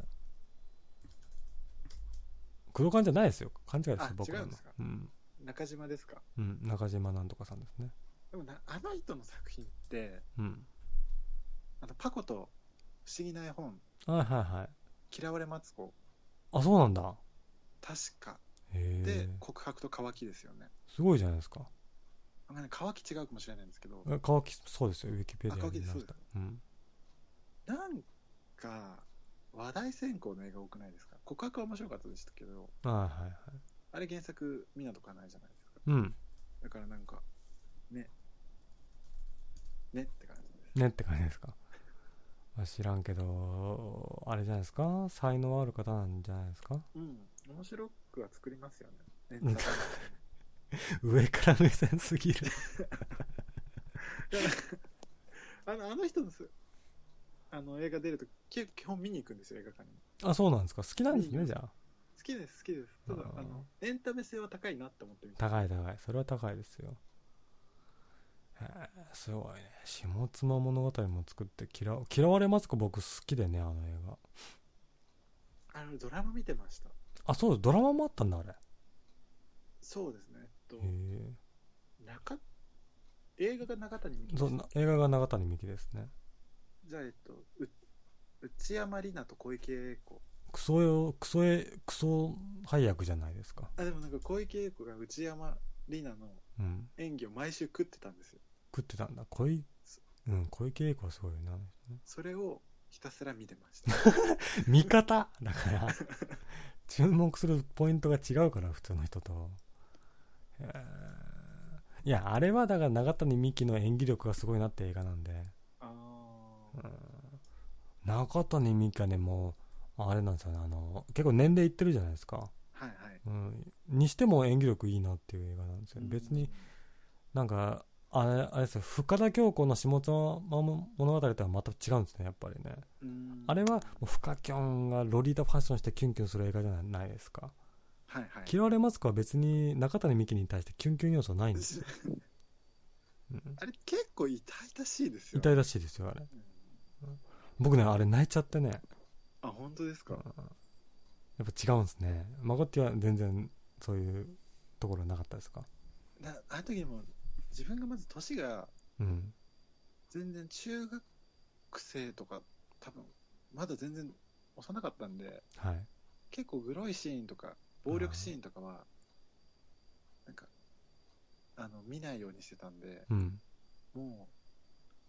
S1: 工藤館じゃないですよ勘違いですよ
S2: あ
S1: 僕ら
S2: 違う
S1: の
S2: んですか
S1: うん
S2: た中島ですか
S1: うん、中島なんとかさんですね
S2: でもなあの人の作品って
S1: うん
S2: あとパコと不思議な絵本
S1: はいはいはい
S2: 嫌われマツコ
S1: あそうなんだ
S2: 確か
S1: へ
S2: で
S1: え
S2: 告白と乾きですよね
S1: すごいじゃないですか
S2: あのね乾き違うかもしれないんですけど
S1: え乾きそうですよウィキペディア
S2: あ乾き
S1: に見ま
S2: そう
S1: し
S2: です
S1: たうん
S2: なんか話題選考の映画多くないですか告白は面白かったでしたけど
S1: はいはいはい
S2: あれ原作湊かないじゃないですか
S1: うん
S2: だからなんかねねって感じです
S1: ねって感じですか、まあ、知らんけどあれじゃないですか才能ある方なんじゃないですか
S2: うん面白くは作りますよね
S1: うん
S2: ね
S1: 上から目線すぎる
S2: あのあの人のすあの映画出るとき基本見に行くんですよ映画館に
S1: [laughs] あそうなんですか好きなんです
S2: う
S1: ね
S2: ん
S1: じゃあ
S2: 好きです好きですただ
S1: あー
S2: あのエンタメ性は高いなって思ってみた
S1: 高い高いそれは高いですよへえすごいね下妻物語も作って嫌わ嫌われますか僕好きでねあの映画
S2: あのドラマ見てました
S1: あそうですドラマもあったんだあれへ
S2: そうですねえっと
S1: え
S2: 中映画が中谷美紀で
S1: そう
S2: し
S1: な
S2: た
S1: 映画が永谷美紀ですね
S2: じゃあえっとう内山里奈と小池栄子
S1: クソよクソえクソ配役じゃないですか
S2: あでもなんか小池栄子が内山里奈の
S1: うん
S2: 演技を毎週食ってたんですよ
S1: 食ってたんだ小いうん小池栄子はすごいよねあの人ね
S2: それをひたすら見てました
S1: [laughs] 見方 [laughs] だから注目するポイントが違うから普通の人とへえいやあれはだから永谷美紀の演技力がすごいなって映画なんで
S2: あー
S1: 永谷美紀はねもうあれなんですよねあの結構年齢いってるじゃないですか、
S2: はいはい
S1: うん、にしても演技力いいなっていう映画なんですよ、別になんかあれあれですよ深田恭子の下妻物語とはまた違うんですねやっぱりね
S2: うん
S1: あれはもう深キョンがロリータファッションしてキュンキュンする映画じゃないですか
S2: はいはい
S1: 嫌われマスクは別に中谷美紀に対してキュンキュン要素ないんですよ、うん、
S2: [laughs] あれ結構痛々しいですよ
S1: 痛いらしいですよあれ
S2: うん
S1: 僕ねあれ泣いちゃってね
S2: あ本当です
S1: うん
S2: か
S1: やっぱ違うんですねマゴッティは全然そういうところなかったですか
S2: なあの時も自分がまず年が
S1: うん
S2: 全然中学生とか多分まだ全然幼かったんで
S1: はい
S2: 結構グロいシーンとか暴力シーンとかはなんかあの見ないようにしてたんで
S1: うん
S2: もう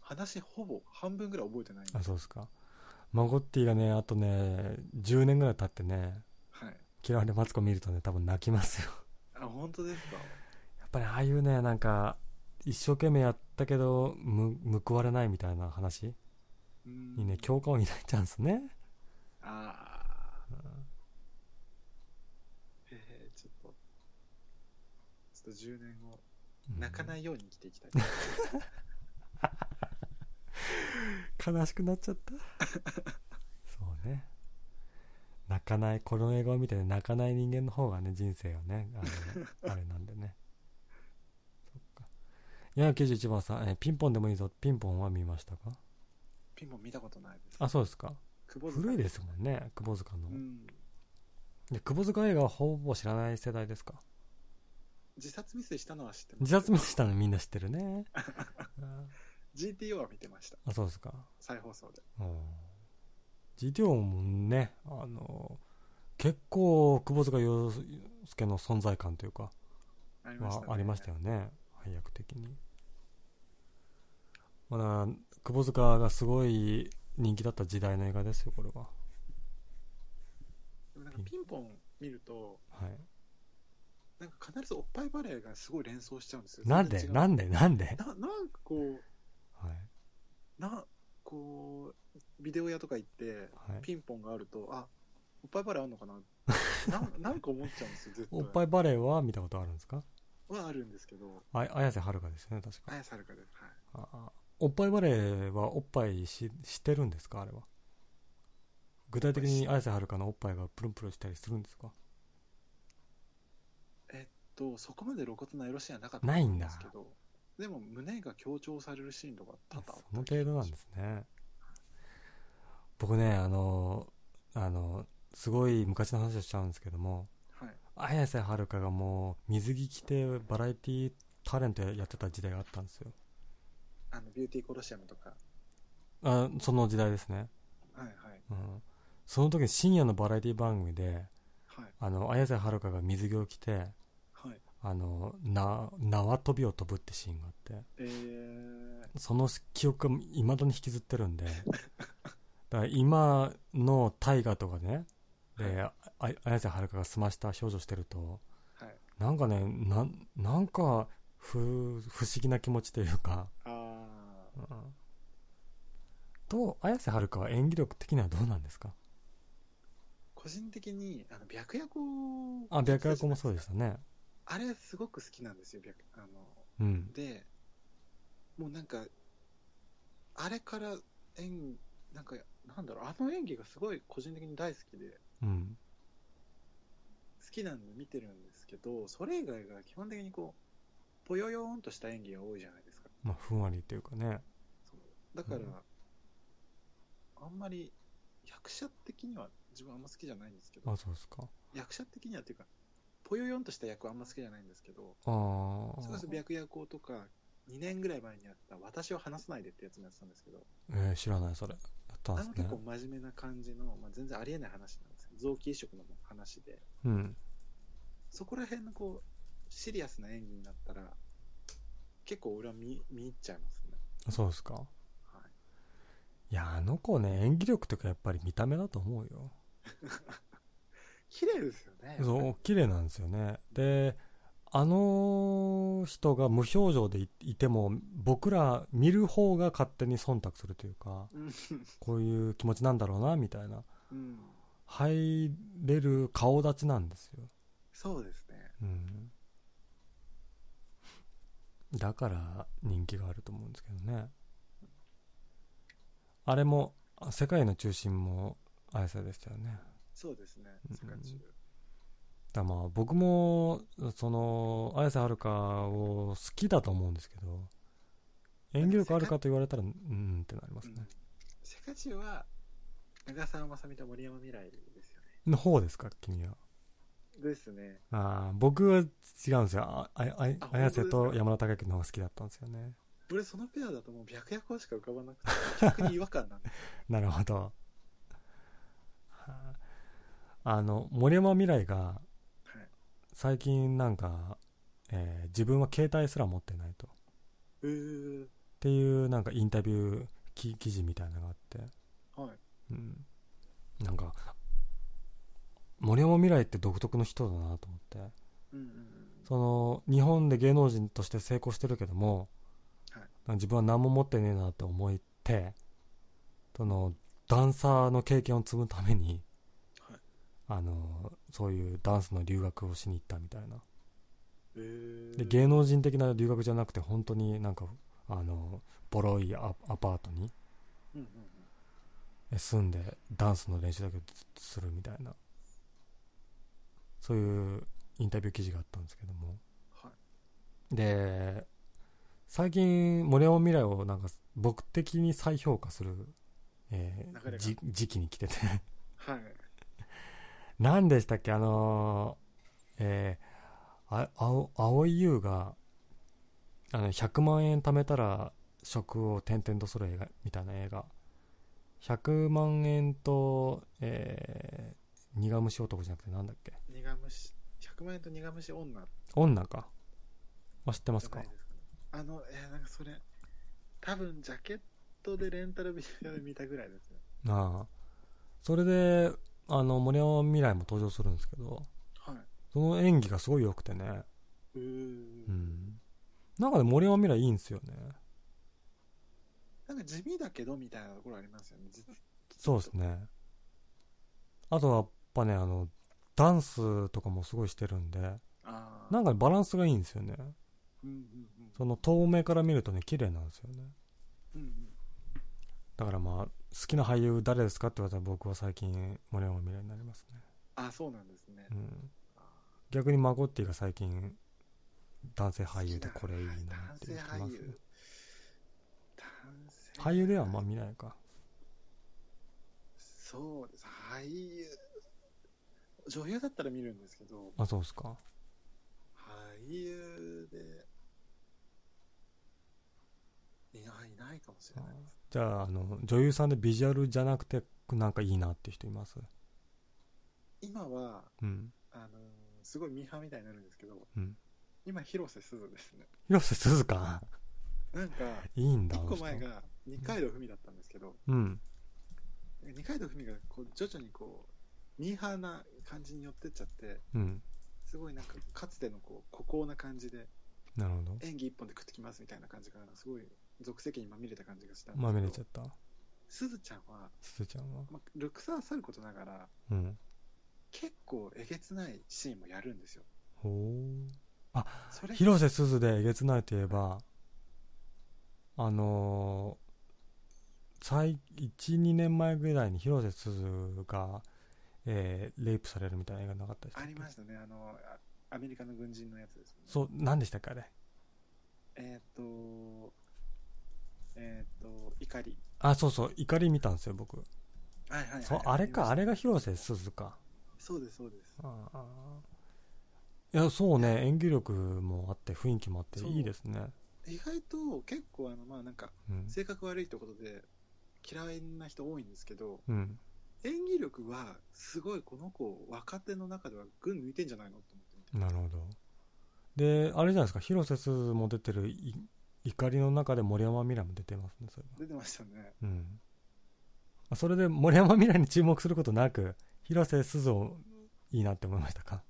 S2: 話ほぼ半分ぐらい覚えてないんで
S1: あそうですかマゴッティがねあとね10年ぐらい経ってね
S2: はい
S1: 嫌われマツコ見るとね多分泣きますよ
S2: あ本当ですか
S1: [laughs] やっぱりああいうねなんか一生懸命やったけどむ報われないみたいな話
S2: うん
S1: にね共感を抱いちゃうんですね
S2: ああえー、ちょっとちょっと10年後泣かないいように生きていきたい
S1: 悲しくなっちゃった
S2: [laughs]
S1: そうね泣かないこの映画を見てね泣かない人間の方がね人生はねあ
S2: [laughs]
S1: のあれなんでねそっか矢91番さん、えーピンポンでもいいぞピンポンは見ましたか
S2: ピンも見たことないです
S1: あそうですか
S2: 久保塚
S1: 古いですもんね窪塚の、
S2: うん
S1: で窪塚映画はほぼ知らない世代ですか
S2: 自殺未遂したのは知ってます
S1: 自殺ミスしたのみんな知ってる
S2: [laughs]
S1: ねうん
S2: GTO は見てました
S1: あそうですか
S2: 再放送で
S1: うん GTO もねあの結構久保塚洋介の存在感というか
S2: ありました、
S1: は
S2: ね、
S1: ありましたよね配役的にまあだから久保塚がすごい人気だった時代の映画ですよこれは
S2: でもなんかピンポン見ると
S1: はい
S2: なんか必ずおっぱいバレーがすごい連想しちゃうんですよ
S1: なんで
S2: 全然違う
S1: なんでなん
S2: [laughs]
S1: で、
S2: ななんかこう
S1: はい
S2: なこうビデオ屋とか行って、
S1: はい
S2: ピンポンがあるとあおっぱいバレーあんのかな
S1: [laughs]
S2: なんなんか思っちゃうんですよ絶対
S1: おっぱいバレーは見たことあるんですか
S2: はあるんですけど
S1: あ綾瀬はるかですよね確か
S2: 綾瀬はるかです、はい、
S1: ああおっぱいバレーはおっぱいししてるんですかあれは具体的に綾瀬はるかのおっぱいがプルンプルンしたりするんですか
S2: とそこまで露骨なエロシーンはなかった
S1: ないんだ
S2: ですけどでも胸が強調されるシーンとか
S1: そ
S2: 多々あった
S1: の程度なんですね僕ねあのあのすごい昔の話をしちゃうんですけども
S2: はい
S1: 綾瀬はるかがもう水着着てバラエティタレントやってた時代があったんですよ
S2: あのビューティーコロシアムとか
S1: あその時代ですね、
S2: はいはい
S1: うん、その時深夜のバラエティ番組で
S2: はい
S1: あの綾瀬はるかが水着を着て
S2: はい
S1: あのな縄跳びを飛ぶってシーンがあって
S2: えー、
S1: その記憶がいまだに引きずってる [laughs] んでだから今の大河とかねであ綾瀬はるかが澄ました表情してると
S2: はい
S1: なんかねなんなんか不不思議な気持ちというか、
S2: あ
S1: うん、と綾瀬はるかは演技力的にはどうなんですか
S2: ー個人的にあの白夜行
S1: あ白夜行もそうで
S2: し
S1: したね
S2: たあれすごく好きなんですよ白あの
S1: うん
S2: でもうなんかあれから演なんかなんだろうあの演技がすごい個人的に大好きで
S1: うん
S2: 好きなんで見てるんですけどそれ以外が基本的にこうぽよよーんとした演技が多いじゃないですか
S1: まあふんわりというかね
S2: そうだから、
S1: うん
S2: あんまり役者的には自分あんま好きじゃないんですけど
S1: あそうですか
S2: 役者的にはっていうかぽよよんとした役はあんま好きじゃないんですけど
S1: ああ
S2: それこそ白夜行とか2年ぐらい前にやった「私を話さないで」ってやつもやってたんですけど
S1: えー知らないそれやったん
S2: あ
S1: で
S2: の
S1: すね
S2: 結構真面目な感じの、まあ、全然ありえない話なんですけど臓器移植の話で
S1: うん
S2: そこら辺のこうシリアスな演技になったら結構俺は見見入っちゃいますね、
S1: そうですか
S2: はい
S1: いやあの子ね演技力というかやっぱり見た目だと思うよ
S2: 綺麗ですよね
S1: そう綺麗なんですよねであの人が無表情でいいても僕ら見る方が勝手に忖度するというか
S2: うん
S1: こういう気持ちなんだろうなみたいな
S2: うん
S1: 入れる顔立ちなんですよ、
S2: そうですね
S1: うん、だから人気があると思うんですけどねあれもあ世界の中心も綾瀬でしたよね
S2: そうですね
S1: うん
S2: 世界中
S1: だからまあ僕もその綾瀬はるかを好きだと思うんですけど演技力あるかと言われたらうんってなります
S2: う
S1: ね
S2: ん、世界中は長澤まさみと森山未来ですよね
S1: の方ですか君は
S2: ですね
S1: あー僕は違うんですよあああ
S2: あ
S1: 綾瀬
S2: 本当
S1: と
S2: ですか
S1: 山田孝之の方が好きだったんですよね
S2: 俺そのペアだともう白夜行しか浮かばなく [laughs] て逆に違和感なんです
S1: なるほどはああの森山未来が
S2: はい
S1: 最近なんか、えー自分は携帯すら持ってないとっ
S2: うー
S1: ていうなんかインタビュー記記事みたいなのがあって
S2: はい
S1: うん、なんか森山未来って独特の人だなと思って
S2: うんうんうん
S1: その日本で芸能人として成功してるけども、
S2: はい
S1: 自分は何も持ってねえなって思ってそのダンサーの経験を積むために、
S2: はい
S1: あのそういうダンスの留学をしに行ったみたいな
S2: えー
S1: で芸能人的な留学じゃなくて本当になんかあのボロいアアパートに
S2: うんうんうん
S1: 住んでダンスの練習だけするみたいなそういうインタビュー記事があったんですけども
S2: はい
S1: で最近森山未来をなんか僕的に再評価する、えー
S2: 流れが
S1: じ時期に来て [laughs] て
S2: はい
S1: 何でしたっけあのーえーあ青青井優があの100万円貯めたら職を転々とする映画みたいな映画100万円と、えー、苦虫男じゃなくてなんだっけ
S2: 苦虫100万円と苦虫女
S1: 女かあ知ってま
S2: じ
S1: す
S2: ゃ
S1: か
S2: ないですかねあのえーなんかそれ多分ジャケットでレンタルビデオで見たぐらいですね
S1: ああそれであの森山未来も登場するんですけど
S2: はい
S1: その演技がすごい良くてね
S2: うー
S1: うんなんかね森山未来いいんですよね
S2: なんか地味だけどみたいなところありますよね。実
S1: そうですねあとはやっぱねあのダンスとかもすごいしてるんで
S2: あー
S1: なんかねバランスがいいんですよね
S2: うんうん
S1: その遠目から見るとね綺麗なんですよね
S2: うん。うんうん
S1: だからまあ好きな俳優誰ですかって言われたら僕は最近森山未来になりますね
S2: あ、そうなんですね
S1: う。ん逆にマゴッティが最近男性俳優でこれいいなって言ってますね
S2: 男性俳優。男性
S1: 俳優ではあんま見ないか
S2: そうです。俳優。女優だったら見るんですけど、
S1: あそうですか
S2: 俳優で、いない、いないかかもしれないです。
S1: じゃあ、あの、女優さんでビジュアルじゃなくて、なんかいいなって人います
S2: 今は、
S1: うん。
S2: あのーすごいミーハーみたいになるんですけど、
S1: うん
S2: 今、広瀬すずですね。
S1: 広瀬すず
S2: [laughs]
S1: か。 [laughs]
S2: なんか、
S1: いいんだ。
S2: 一
S1: あの
S2: 個
S1: 人
S2: 前。が二階堂ふみだったんですけど、
S1: うん。
S2: 二階堂ふみがこう徐々にこう、ミーハーな感じに寄ってっちゃって、
S1: うん。
S2: すごいなんか、かつてのこう、孤高な感じで、
S1: なるほど。
S2: 演技一本で食ってきますみたいな感じが、すごい、俗世間にまみれた感じがしたんですけ
S1: ま
S2: ど。
S1: みれちゃった。
S2: すずちゃんは、
S1: すずちゃんは。
S2: まあ、ルックスはさることながら、
S1: うん。
S2: 結構えげつないシーンもやるんですよ。
S1: ほー。
S2: それ
S1: 広瀬すずでえげつないといえば、あのー、最、1、2年前ぐらいに広瀬すずが、えーレイプされるみたいな映画なかったでした
S2: あ
S1: っけ
S2: りましたね、あの、あアメリカの軍人のやつです、ね。
S1: そう、何でしたっけあれ。
S2: えーっ、と、えーっ、と、怒り。
S1: あ、そうそう、怒り見たんですよ、僕。
S2: はいはい、はい。
S1: そう、あれか、あ
S2: れ。
S1: れが広瀬すずか。
S2: そうです、そうです。
S1: ああいや、そうね、演技力もあって、雰囲気もあって、
S2: そう
S1: いいですね。
S2: 意外と結構、あの、まあなんか、
S1: うん。
S2: 性格悪いってことで、嫌いな人多いんですけど、
S1: うん。
S2: 演技力は、すごいこの子、若手の中では群抜いてんじゃないのと思って見て
S1: なるほど。で、あれじゃないですか、広瀬すずも出てるい、怒りの中で森山未来も出てますね、それは。
S2: 出てましたね。
S1: うん。あそれで森山未来に注目することなく、広瀬すずをいいなって思いましたか。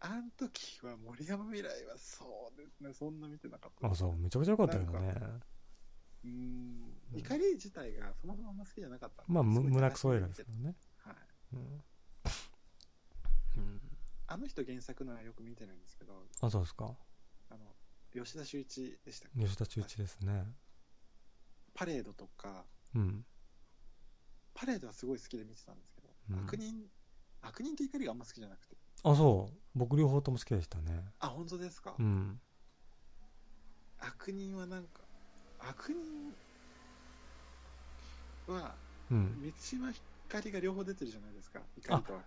S2: あの時は森山未来はそうですね、そんな見てなかった
S1: あ、
S2: です
S1: そう、めちゃくちゃ良かったけどね。
S2: うーん怒り自体がそもそもあんま好きじゃなかったんで
S1: まあ、む
S2: すごい
S1: 胸くそ映画ですけどね。
S2: はい、
S1: うん。
S2: あの人原作のはよく見てないんですけど、
S1: あ、そうですか。
S2: あの吉田修一でしたっけ
S1: 吉田中一ですね。
S2: パレードとか、
S1: うん。
S2: パレードはすごい好きで見てたんですけど、
S1: うん
S2: 悪人、悪人と怒りがあんま好きじゃなくて、
S1: あ、そう。僕両方とも好きでしたね。
S2: あ、本当ですか、
S1: うん。
S2: 悪人はなんか、悪人は、
S1: うん。
S2: 満島ひかりが両方出てるじゃないですか、怒りと悪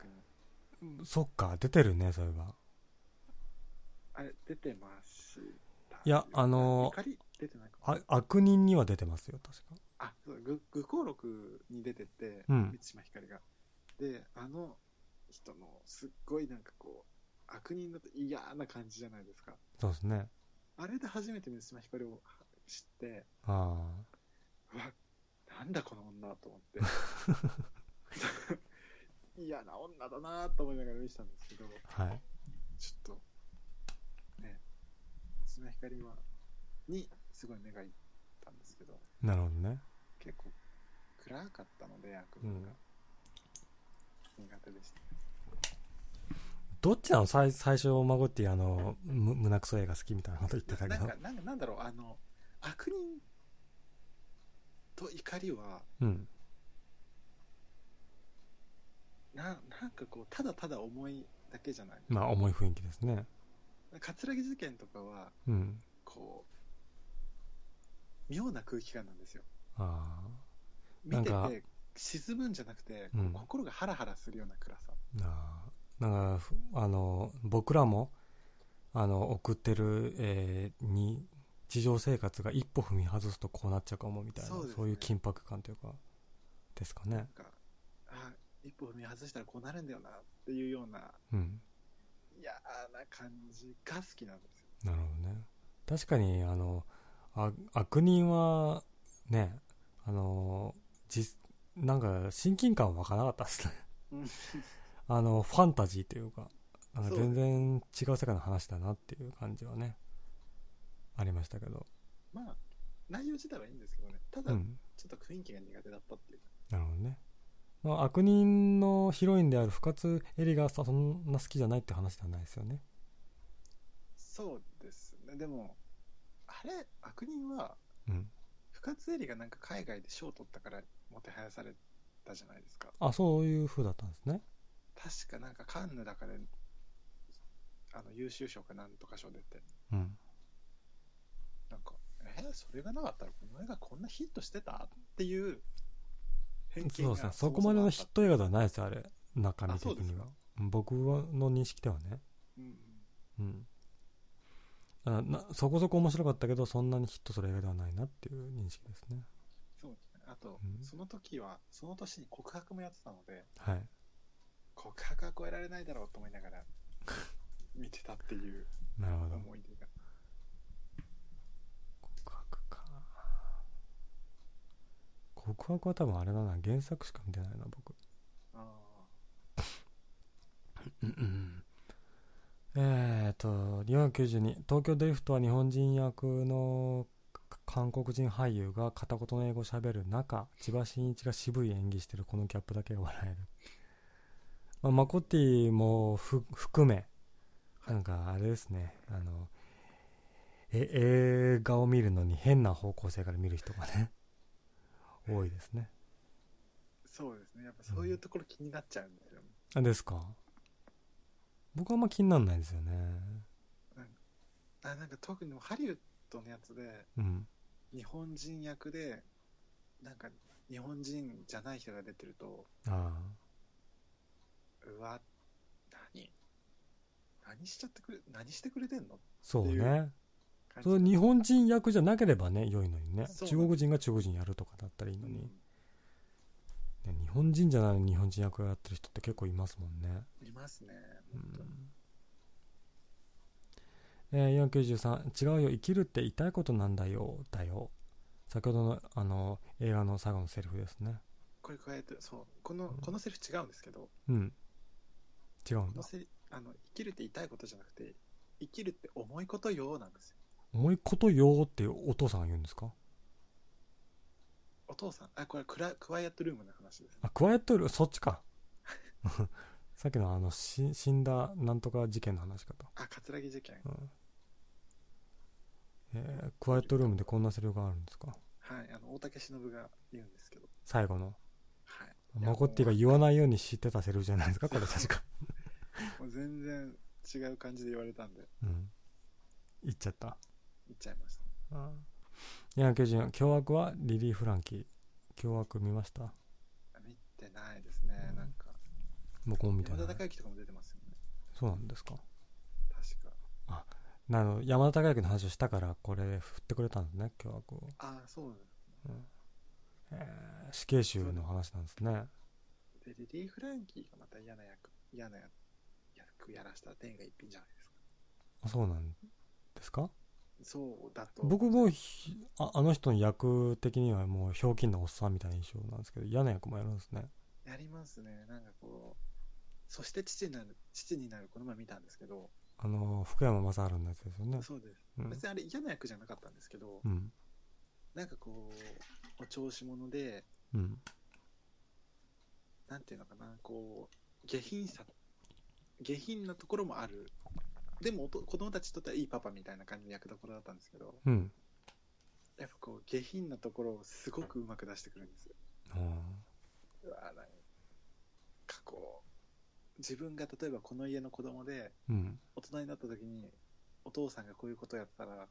S2: 人。
S1: そっか、出てるね、それは。
S2: あれ、出てますした
S1: いやあのー
S2: 怒り出てないか
S1: あ悪人には出てますよ、確か。
S2: あ、そう、ぐ、愚行録に出てて、
S1: うん
S2: 満島ひかりが。で、あの人の、すっごいなんかこう、悪人だと嫌な感じじゃないですか。
S1: そうですね。
S2: あれで初めて満島ひかりを知って、
S1: あ
S2: うわ、なんだこの女と思って。 [laughs] 嫌な女だなと思いながら見てたんですけど、
S1: あ。はい。
S2: ちょっと、ね、満島ひかりは、に、すごい目がいったんですけど、
S1: なるほどね。
S2: 結構暗かったので悪
S1: う
S2: 夢
S1: ん
S2: が、苦手でした
S1: どっちなの最最初、孫ってあの、む胸くそ映画好きみたいなこと言ってたけ
S2: なん
S1: ど
S2: か。なんかなんだろうあの悪人と怒りは
S1: うん。
S2: ななんかこうただただ重いだけじゃない
S1: まあ、重い雰囲気ですね。
S2: 葛城事件とかは
S1: うん。
S2: こう妙な空気感なんですよ
S1: あ
S2: 見て
S1: なんか
S2: て沈むんじゃなくて、
S1: うん
S2: 心がハラハラするような暗さ
S1: あ。ああ。なんか、ふあの、僕らも、あの、送ってる、えーに、日常生活が一歩踏み外すとこうなっちゃうかもみたいな、
S2: そ
S1: そうう,、
S2: ですね
S1: いう緊迫感というか、ですか
S2: なん
S1: ね。
S2: かあ一歩踏み外したらこうなるんだよなっていうような
S1: うん。
S2: 嫌な感じが好きなんですよ
S1: なるほどね。確かに、あの、あ悪人は、ね、あの、じ、なんか、親近感は湧かなかったですね
S2: うん。
S1: あの、ファンタジーというか、なんか
S2: そう
S1: 全然違う世界の話だなっていう感じはね、ありましたけど。
S2: まあ内容自体はいいんですけどねただ、
S1: うん。
S2: ちょっと雰囲気が苦手だったっていう
S1: なるほどね。まあ、悪人のヒロインである深津絵里がさそんな好きじゃないって話ではないですよね。
S2: そうですねでもあれ悪人は
S1: うん。
S2: 深津絵里がなんか海外で賞を取ったからもてはやされたじゃないですか
S1: あ、そういう風だったんですね。
S2: 確かなんかカンヌだからあの優秀賞かなんとか賞出て
S1: うん。
S2: なんかえーそれがなかったらこの映画こんなヒットしてたっていう偏見
S1: そう
S2: が
S1: ですね。そこまでのヒット映画ではないですよ、あれ。中身
S2: あそう
S1: 的
S2: です
S1: に
S2: か
S1: は。僕はの認識ではね。
S2: うんうん
S1: うん。あなそこそこ面白かったけどそんなにヒットする映画ではないなっていう認識ですね
S2: そうですね。あと、
S1: うん
S2: その時は、その年に告白もやってたので、
S1: はい
S2: 告白は超えられないだろうと思いながら、見てたっていう
S1: なるほど
S2: 思い出が。
S1: 告白か告白は多分あれだな原作しか見てないな僕
S2: あ
S1: えー、っと492東京ドリフトは日本人役のか韓国人俳優が片言の英語を喋る中千葉真一が渋い演技してるこのギャップだけが笑える、まあ、マコッティもふ含めなんかあれですねあのえ映画を見るのに変な方向性から見る人がね多いですね
S2: ーそうですね。やっぱそういうところ気になっちゃうんですよね。
S1: あですか僕はあんま気にならないですよね
S2: あなんか特にハリウッドのやつで、
S1: うん
S2: 日本人役で、なんか日本人じゃない人が出てると、
S1: あ
S2: うわ、何何しちゃってくれ、何してくれてんの
S1: あそう
S2: ってい
S1: ね
S2: 感じ
S1: それ日本人役じゃなければね良いのにね
S2: そう
S1: 中国人が中国人やるとかだったらいいのに、ね日本人じゃないのに日本人役をやってる人って結構いますもんね、
S2: うんいますね。
S1: うんえー493「違うよ生きるって痛いことなんだよ」だよ先ほどのあの映画の最後のセリフですね
S2: これ加えて、そう、この
S1: うん、
S2: このセリフ違うんですけど、
S1: うん違うん
S2: この
S1: だ
S2: セリあの、生きるって痛いことじゃなくて、生きるって重いことよなんですよ。
S1: 重いことよーってお父さんが言うんですか
S2: お父さん、あ、これクラ、クワイエットルームの話です。
S1: あクワイエットルームそっちか [laughs] さっきのあのし死んだなんとか事件の話かと
S2: あ、葛城事件。
S1: えークワイエットルームでこんなセリフがあるんですか
S2: はい、あの、大竹しのぶが言うんですけど、
S1: 最後の
S2: はい。いや
S1: マコッティが言わないように知ってたセリフじゃないですかこれ確か、
S2: もう全然違う感じで言われたんで、
S1: うん、言っちゃった
S2: 言っちゃいました。
S1: 294凶悪はリリー・フランキー凶悪見ました
S2: 見てないですね、
S1: うん
S2: なんか。
S1: 僕も見て
S2: 山
S1: な
S2: 田
S1: い
S2: 孝之とかも出てますよね。
S1: そうなんですか
S2: 確か。
S1: なの山田孝之の話をしたからこれ振ってくれたんですね凶悪を、
S2: あ、そうなんで
S1: えー死刑囚の話なんですね
S2: すね。で、リリー・フランキーがまた嫌な役、嫌な役やらした点が一品じゃないですか。
S1: あそうなんですか
S2: そうだと。
S1: 僕もひああの人の役的にはもうひょうきんなおっさんみたいな印象なんですけど嫌な役もやるんですね
S2: やりますね。なんかこう、そして父になる、父になる、この前見たんですけど、
S1: あの福山雅治のやつですよね
S2: そうです。
S1: うん
S2: 別にあれ嫌な役じゃなかったんですけど
S1: う、ん
S2: なんかこう、お調子者で、
S1: うん
S2: なんていうのかな、こう、下品さ、下品なところもある。でもおと、子供たちにとってはいいパパみたいな感じの役どころだったんですけど、
S1: うん
S2: やっぱこう、下品なところをすごくうまく出してくるんですよ。
S1: あー
S2: うわなんかこう、自分が例えばこの家の子供で、
S1: うん
S2: 大人になった時にお父さんがこういうことやったら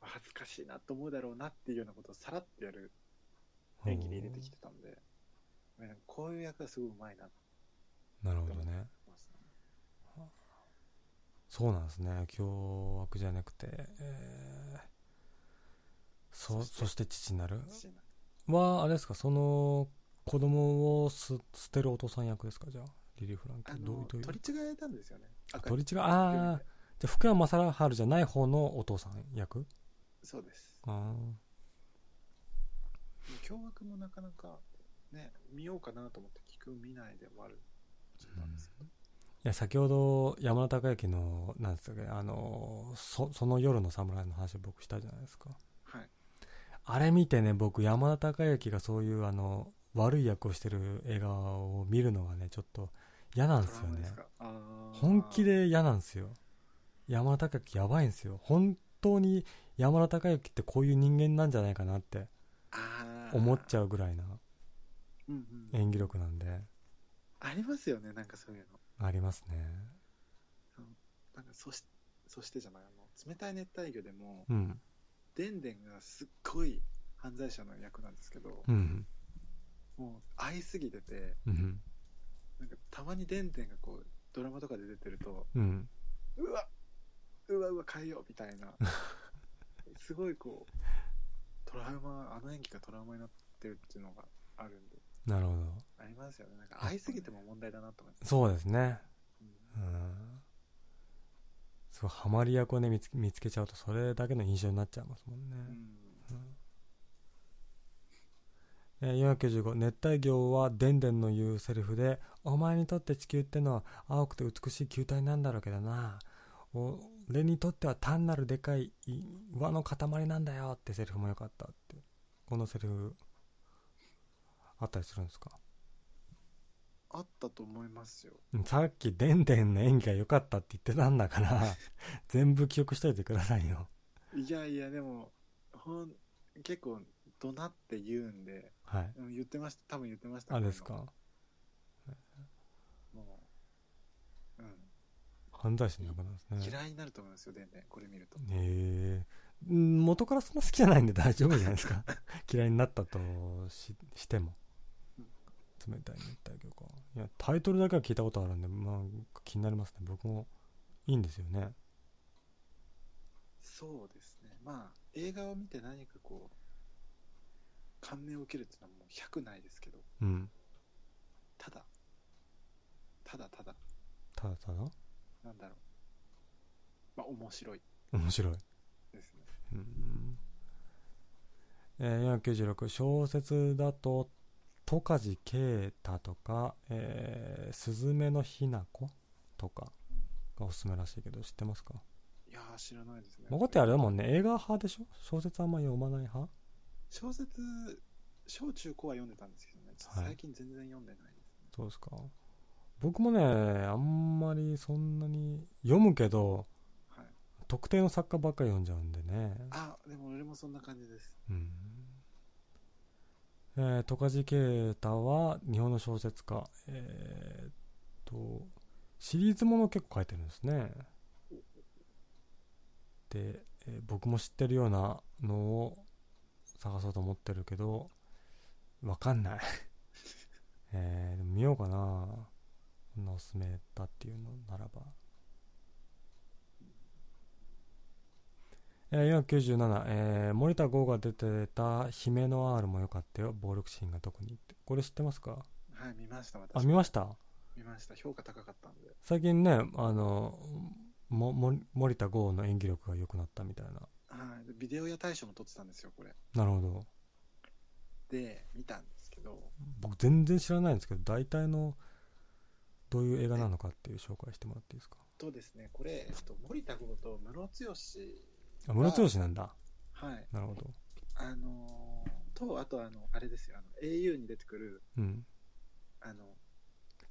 S2: 恥ずかしいなと思うだろうなっていうようなことをさらってやる演技に入れてきてたんで、ねこういう役がすごいうまいなと
S1: なるほどね
S2: 思いますね
S1: そうなんですね凶悪じゃなくて、えーそそ
S2: そ
S1: して父なる
S2: 父になって
S1: はあれですかその子供をす捨てるお父さん役ですかじゃあリリー・フランキ
S2: あ
S1: ーどうい
S2: の
S1: うどういう
S2: 取り違えたんですよね赤
S1: 取
S2: い
S1: り違うああじゃあ福山雅治じゃない方のお父さん役
S2: そうです
S1: あ
S2: 凶悪もなかなかね見ようかなと思って聞く見ないで終わるなんですけど、
S1: いや先ほど山田孝之のなんですかねあのそその夜の侍の話を僕したじゃないですか
S2: はい
S1: あれ見てね僕山田孝之がそういうあの悪い役をしてる映画を見るのがねちょっと嫌なんですよ
S2: トラウマ
S1: ね
S2: ですかあー
S1: 本気で嫌なんですよ山田孝之やばいんですよ本当に山田孝之ってこういう人間なんじゃないかなって
S2: あー
S1: 思っちゃうぐらいな
S2: うんうん、
S1: 演技力なんで
S2: ありますよねなんかそういうの
S1: ありますね
S2: なんかそしそしてじゃないあの冷たい熱帯魚でも
S1: うん
S2: でんでんがすっごい犯罪者の役なんですけど、
S1: うん
S2: もう愛すぎてて
S1: うん
S2: なんかたまにでんでんがこうドラマとかで出てると
S1: うん
S2: うわうわうわ変えようみたい
S1: [laughs]
S2: なすごいこうトラウマあの演技がトラウマになってるっていうのがあるんで
S1: なるほど
S2: ありますよねなんか会いすぎても問題だなと思います、
S1: そうですね
S2: うん
S1: うんすごいハマり役をね見つ見つけちゃうとそれだけの印象になっちゃいますもんね、
S2: うん
S1: えー495熱帯魚はでんでんの言うセリフで「お前にとって地球ってのは青くて美しい球体なんだろうけどな俺にとっては単なるでかいい輪の塊なんだよ」ってセリフも良かったってこのセリフあったりするんですか
S2: あったと思いますよ
S1: うんさっきでんでんの演技が良かったって言ってたんだから
S2: [laughs]
S1: 全部記憶しといてくださいよ
S2: いやいやでもほん結構怒鳴って言うんで
S1: はい
S2: うん言ってました多分言ってました
S1: あですか
S2: もう、う
S1: 犯罪者の役なんですね
S2: ん、嫌いになると思いますよ、でんでん、これ見ると。
S1: へえん元からそんな好きじゃないんで大丈夫じゃない
S2: [laughs]
S1: ですか嫌いになったとししても
S2: うん
S1: 冷たい熱帯魚かいやタイトルだけは聞いたことあるんで、まあ、気になりますね僕もいいんですよね
S2: そうですね、まあ、映画を見て何かこう、感銘を受けるっていうのはもう100ないですけど、
S1: うん
S2: ただ、ただただ、
S1: ただただ
S2: なんだろう、まあ、面白い
S1: 面白い
S2: ですね。
S1: うんえー496小説だと戸梶啓太とか「えー、すずめのひな子」とかがおすすめらしいけど知ってますか
S2: いやー、知らないですね。
S1: 孫ってあれだもんね映画派でしょ小説あんま読まない派
S2: 小説、小中高は読んでたんですけどね、ちょっと
S1: はい
S2: 最近全然読んでないですね。
S1: そうですか僕もねあんまりそんなに読むけど
S2: はい、
S1: 特定の作家ばっかり読んじゃうんでね
S2: あ、でも俺もそんな感じです。
S1: うんえー、戸梶啓太は日本の小説家えーっとシリーズもの結構書いてるんですねで、えー僕も知ってるようなのを探そうと思ってるけどわかんない [laughs] えーでも見ようかなこんなおすすめだっていうのならばえー497、えー森田剛が出てた「姫の R」も良かったよ暴力シーンが特にってこれ知ってますか
S2: はい、見ました、私
S1: あ見ました
S2: 見ました、評価高かったんで。
S1: 最近ねあのもも森田剛の演技力が良くなったみたいな
S2: はい、でビデオ屋大賞も撮ってたんですよ、これ。
S1: なるほど
S2: で、見たんですけど、
S1: 僕全然知らないんですけど大体のどういう映画なのかっていう紹介してもらっていいですか
S2: とですね、これ、えっと、森田剛とムロツヨシ、
S1: あ室剛なんだ
S2: はい、
S1: なるほど
S2: あのーと、あと、あの、あれですよ、あの、au に出てくる、
S1: うん
S2: あの、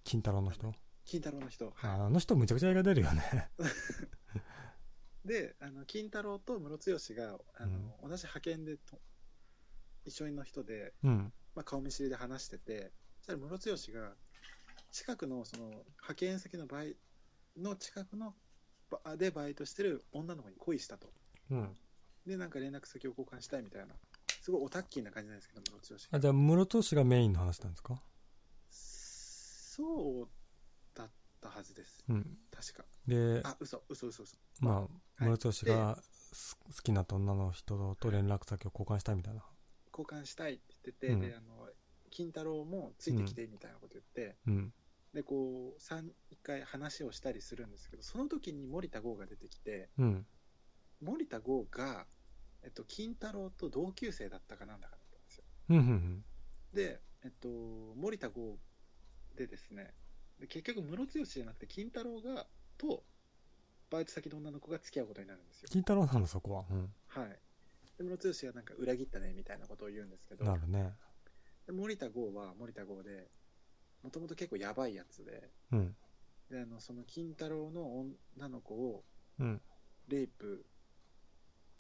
S1: 金太郎の人
S2: 金太郎の人、
S1: あ
S2: は
S1: あの人むちゃくちゃ映画出るよね
S2: い、で、あの、金太郎とムロツヨシが、あの、同じ派遣でと、一緒の人で、
S1: うん
S2: まあ、顔見知りで話してて、そしたらムロツヨシが、近くの、その、派遣先のバイ、の近くの、ばでバイトしてる女の子に恋したと。
S1: うん
S2: で、なんか連絡先を交換したいみたいな、すごいオタッキーな感じなんですけど、ムロツヨシ
S1: あじゃあ室剛がメインの話なんですか
S2: そうだったはずです、
S1: うん
S2: 確か。
S1: で
S2: あ、嘘嘘嘘嘘
S1: まあ、
S2: はい
S1: 室シがす好きな女の人と連絡先を交換したいみたいな。
S2: 交換したいって言ってて、
S1: うん
S2: であの金太郎もついてきてみたいなこと言って、
S1: うん。
S2: でこう3一回話をしたりするんですけど、その時に森田剛が出てきて、
S1: うん。
S2: 森田剛が、えっと、金太郎と同級生だったかなんだかだったんですよ。
S1: うん。うん。
S2: で、えっと、森田剛でですね、で結局、ムロツヨシじゃなくて、金太郎がとバイト先の女の子が付き合うことになるんですよ。
S1: 金太郎なの、そこは。うん。
S2: はい。で、ムロツヨシがなんか裏切ったねみたいなことを言うんですけど、
S1: なるね。
S2: で森田剛は森田剛で、もともと結構やばいやつで、
S1: うん。
S2: で、あの、その金太郎の女の子を
S1: うん。
S2: レイプ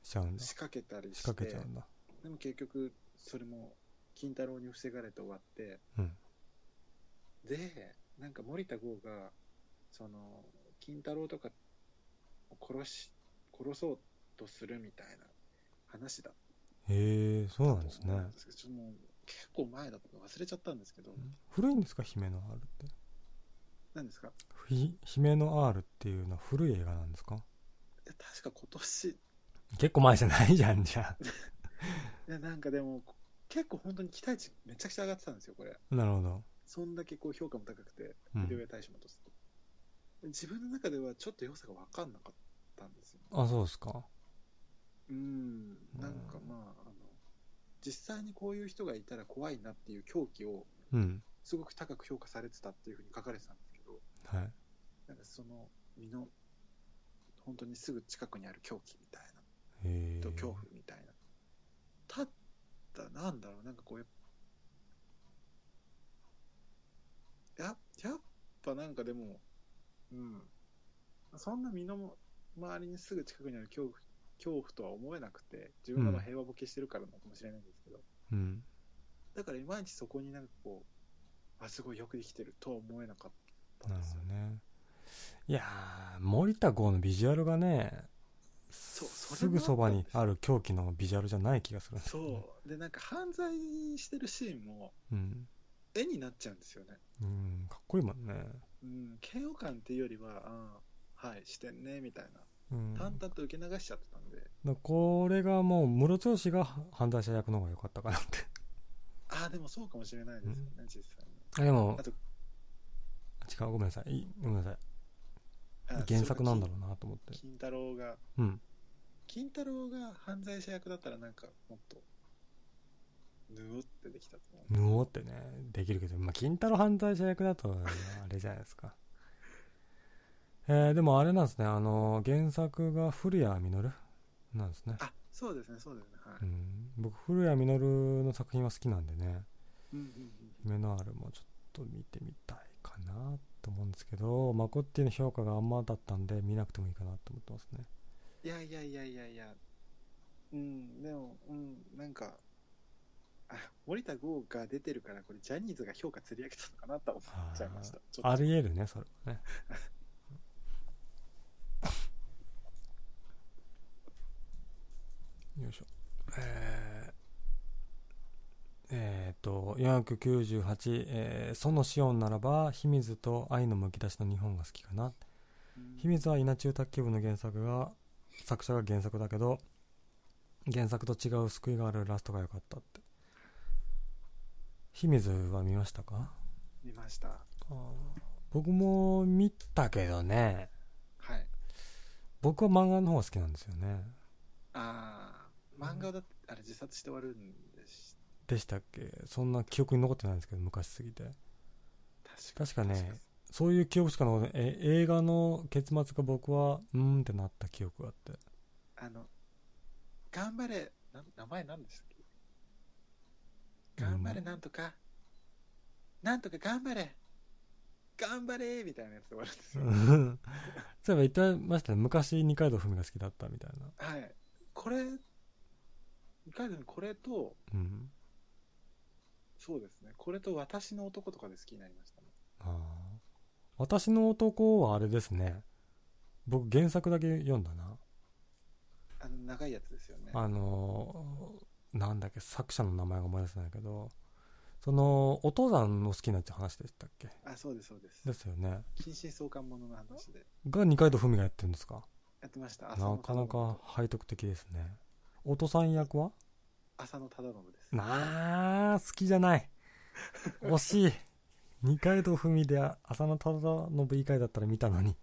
S1: しちゃうんだ。
S2: 仕
S1: 仕
S2: 掛けたりして、
S1: 掛けちゃうんだ。
S2: でも結局、それも金太郎に防がれて終わって、
S1: うん。
S2: で、なんか森田剛が、その、金太郎とかを殺し、殺そうとするみたいな話だ
S1: へえ、そう
S2: った
S1: なんです
S2: と
S1: ね
S2: 思。うんですけどちょっともう結構前だったの忘れちゃったんですけど、
S1: うん古いんですか、姫の R って。
S2: 何ですか
S1: ひ姫の R っていうのは古い映画なんですか
S2: えっ確か今年、い
S1: 結構前じゃないじゃん、じゃ
S2: やなんかでも、結構本当に期待値めちゃくちゃ上がってたんですよ、これ。 [laughs]
S1: あ。なるほど。
S2: そんだけこう評価も高くて、
S1: う
S2: ビデオ
S1: ん。
S2: や大賞も取ってて自分の中ではちょっと良さが分かんなかったんですよ。
S1: あ、そうですか。
S2: うん、なんかまあ、あの、実際にこういう人がいたら怖いなっていう狂気を
S1: うん。
S2: すごく高く評価されてたっていうふうに書かれてたんですけど、
S1: はい。
S2: なんかその身の本当にすぐ近くにある狂気みたい
S1: え
S2: な、と
S1: ー、
S2: 恐怖みたいな。ただ、なんだろう、なんかこうやっや、やっぱなんかでも、うん、そんな身の周りにすぐ近くにある恐怖恐怖とは思えなくて、自分がまあ
S1: うん
S2: 平和ボケしてるからなのかもしれないんですけど、
S1: うん。
S2: だからいまいちそこになんかこう、あ、すごいよくできてるとは思えなかった
S1: なんる
S2: で
S1: ほ
S2: すよね
S1: どね。いやー、森田剛のビジュアルがね、
S2: うそ
S1: す
S2: れもあったん
S1: ぐ
S2: です
S1: そばにある狂気のビジュアルじゃない気がするんですよね
S2: そう。で、なんか犯罪してるシーンも
S1: うん。
S2: 絵になっちゃうんですよね。
S1: うん、かっこいいもんね。
S2: うん、嫌悪感っていうよりは、あーはい、してんね、みたいな。
S1: うん。
S2: 淡々と受け流しちゃってたんで、
S1: だこれがもう、ムロツヨシが犯罪者役の方が良かったかなって。
S2: [laughs] ああ、でもそうかもしれないですよね、実際に。
S1: あでも
S2: あと、
S1: 違う、ごめんなさい。いごめんなさい。
S2: あー
S1: 原作なんだろ
S2: そう
S1: なと思って
S2: うか。金金太郎が、
S1: うん。
S2: 金太郎が犯罪者役だったら、なんかもっと、ぬおってできたと思う。
S1: ぬおってね、できるけど、まあ、金太郎犯罪者役だと、あれじゃないですか。 [laughs] えー、でもあれなんですね、あの、原作が古谷実なんですね。
S2: あ、そうですね、そうですね。はい。
S1: うん。僕、古谷実の作品は好きなんでね、
S2: うんうんうん
S1: 夢のあるもちょっと見てみたいかなと思うんですけど、マコッティの評価があんまだったんで、見なくてもいいかなと思ってますね。
S2: いやいやいやいやいや、うん、でも、うん、なんか、あ、森田剛が出てるから、これ、ジャニーズが評価釣り上げたのかなと思っちゃいました。ちょっと
S1: あり得るね、それはね。 [laughs] よいしょ。えー、えー、と、498、えー、園子音ならば、秘密と愛のむき出しの日本が好きかな。
S2: うん
S1: 秘密は稲中卓球部の原作が、作者が原作だけど、原作と違う救いがあるラストが良かったって。秘密は見ましたか
S2: 見ました。
S1: 僕も見たけどね
S2: はい。
S1: 僕は漫画の方が好きなんですよね
S2: あー、漫画だって、あれ、自殺して終わるんでし
S1: でしたっけそんな記憶に残ってないんですけど昔すぎて
S2: た。確
S1: 確
S2: か
S1: かねそういう記憶しか残ってえ映画の結末が僕はうーんってなった記憶があって [laughs]
S2: あの、頑張れ、な名前何でしたっけ
S1: うん
S2: 頑張れ、なんとか。なんとか頑張れ。頑張れみたいなやつで終わるんですよ。
S1: うんそういえば言ってましたね昔二階堂ふみが好きだったみたいな
S2: はい。これ、二階堂のこれと、
S1: うん
S2: そうですね。これと私の男とかで好きになりましたね。
S1: ああ私の男はあれですね僕原作だけ読んだな
S2: あの、長いやつですよね。
S1: あのーなんだっけ作者の名前が思い出せないけどそのお父さんの好きなって話でしたっけ
S2: あ、そうです、そうです。
S1: ですよね
S2: 近親相関ものの話で。
S1: が二階堂ふみがやってるんですか
S2: やってました。
S1: な
S2: 浅野
S1: かなか
S2: 忠
S1: 背徳的ですねお父さん役は
S2: 信浅野忠信です。
S1: なあ好きじゃない惜しい二階堂ふみで浅野忠信以外だったら見たのに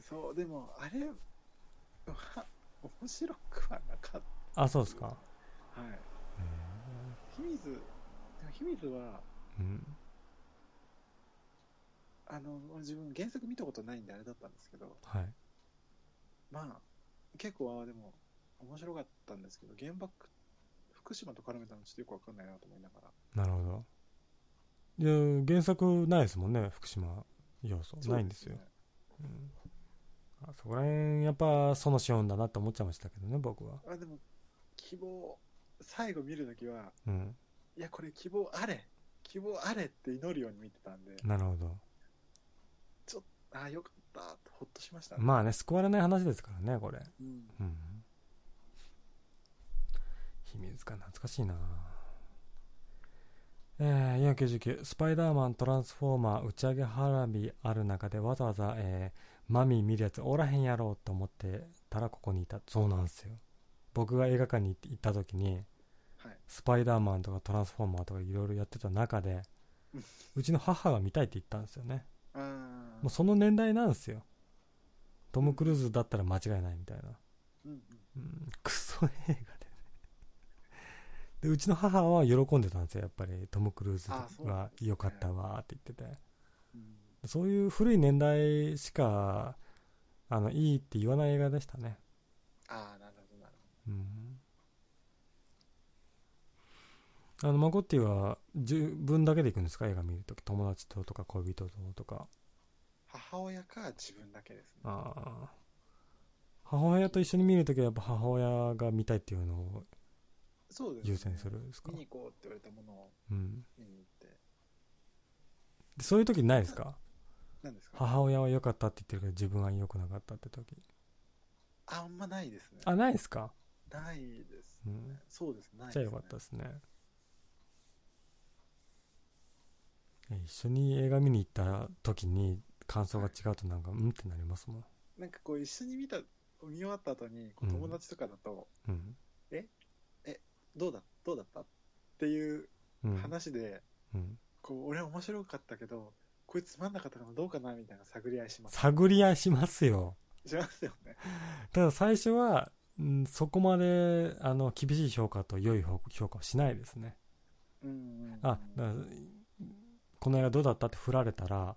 S2: そう、でも、あれは、面白くはなかっ
S1: あそうですか
S2: た。はい。
S1: へ
S2: 秘密、でも秘密は、
S1: えうん
S2: あの、自分原作見たことないんであれだったんですけど、
S1: はい
S2: まあ、結構、あでも、面白かったんですけど、原爆、福島と絡めたのちょっとよくわかんないなと思いながら。
S1: なるほどいや原作ないですもんね福島要素ないんですよ
S2: そうね
S1: うんあそこら辺やっぱそのシオンだなって思っちゃいましたけどね僕は
S2: あでも希望最後見るときは
S1: うん
S2: いやこれ希望あれ希望あれって祈るように見てたんで
S1: なるほど
S2: ああよかったってほっとしました、
S1: まあね救われない話ですからねこれ
S2: うん、
S1: うん秘密か懐かしいなえー、499スパイダーマントランスフォーマー打ち上げ花火ある中でわざわざ、えーマミー見るやつおらへんやろうと思ってったらここにいたそうなんですよ僕が映画館に行った時に
S2: はい
S1: スパイダーマンとかトランスフォーマーとかいろいろやってた中で
S2: うん
S1: うちの母が見たいって言ったんですよね
S2: うん
S1: もうその年代なんですよトム・クルーズだったら間違いないみたいな
S2: うんうん
S1: うんクソ映画でねでうちの母は喜んでたんですよやっぱりトム・クルーズ
S2: あそう
S1: が良かったわーって言ってて
S2: うん
S1: そういう古い年代しかあのいいって言わない映画でしたね
S2: ああなるほどなる
S1: うんあのマコッティは自分だけで行くんですか映画見るとき友達ととか恋人ととか
S2: ほど母親か自分だけですね
S1: あー母親と一緒に見るときはやっぱ母親が見たいっていうのを
S2: そうですね
S1: 優先するんですか、
S2: 見に行こうって言われたものを
S1: うん、
S2: 見に行って
S1: でそういう時ないですか
S2: 何ですか
S1: 母親は良かったって言ってるけど自分は良くなかったって時
S2: あんまないですね
S1: あないですか、
S2: ないです
S1: うん、
S2: そうですないですね
S1: じゃあ良かったですねえ一緒に映画見に行った時に感想が違うとなんかうんってなりますもん、
S2: なんかこう一緒に見た見終わった後にこう
S1: うん
S2: 友達とかだと
S1: うん
S2: どうだどうだったっていう
S1: うん
S2: 話で
S1: うん、
S2: こう俺は面白かったけどこいつつまんなかったからどうかなみたいな探り合いします
S1: 探り合いしますよ
S2: しますよね
S1: ただ最初は、うん、そこまであの厳しい評価と良い評評価をしないですね
S2: うんうんうん
S1: あだからこの映画どうだったって振られたら
S2: はい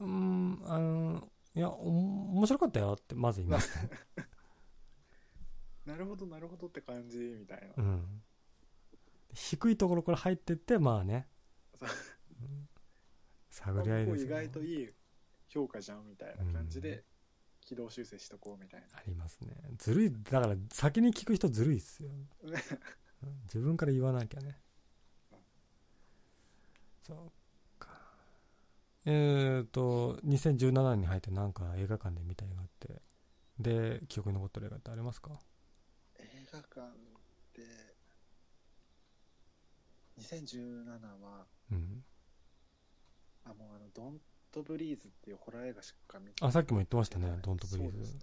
S2: う
S1: ーんあのいやおも面白かったよってまず言いますね
S2: なるほどなるほどって感じみたいな、
S1: うん低いところから入ってってまあね
S2: そう
S1: うん探り合い
S2: こ
S1: で
S2: う
S1: す
S2: 意
S1: よね
S2: 外といい評価じゃんみたいな感じで軌道修正しとこうみたい
S1: ありますねずるいだから先に聞く人ずるいっす [laughs] よ
S2: な、ね
S1: うん自分から言わなきゃねそうかえーと2017年に入ってなんか映画館で見た映画ってで記憶に残ってる映画ってありますか
S2: 映画館で2017は
S1: うん
S2: あもうあのドントブリーズっていうホラー映画しか見て
S1: あさっきも言ってましたね
S2: ない
S1: ドントブリーズ
S2: そうですね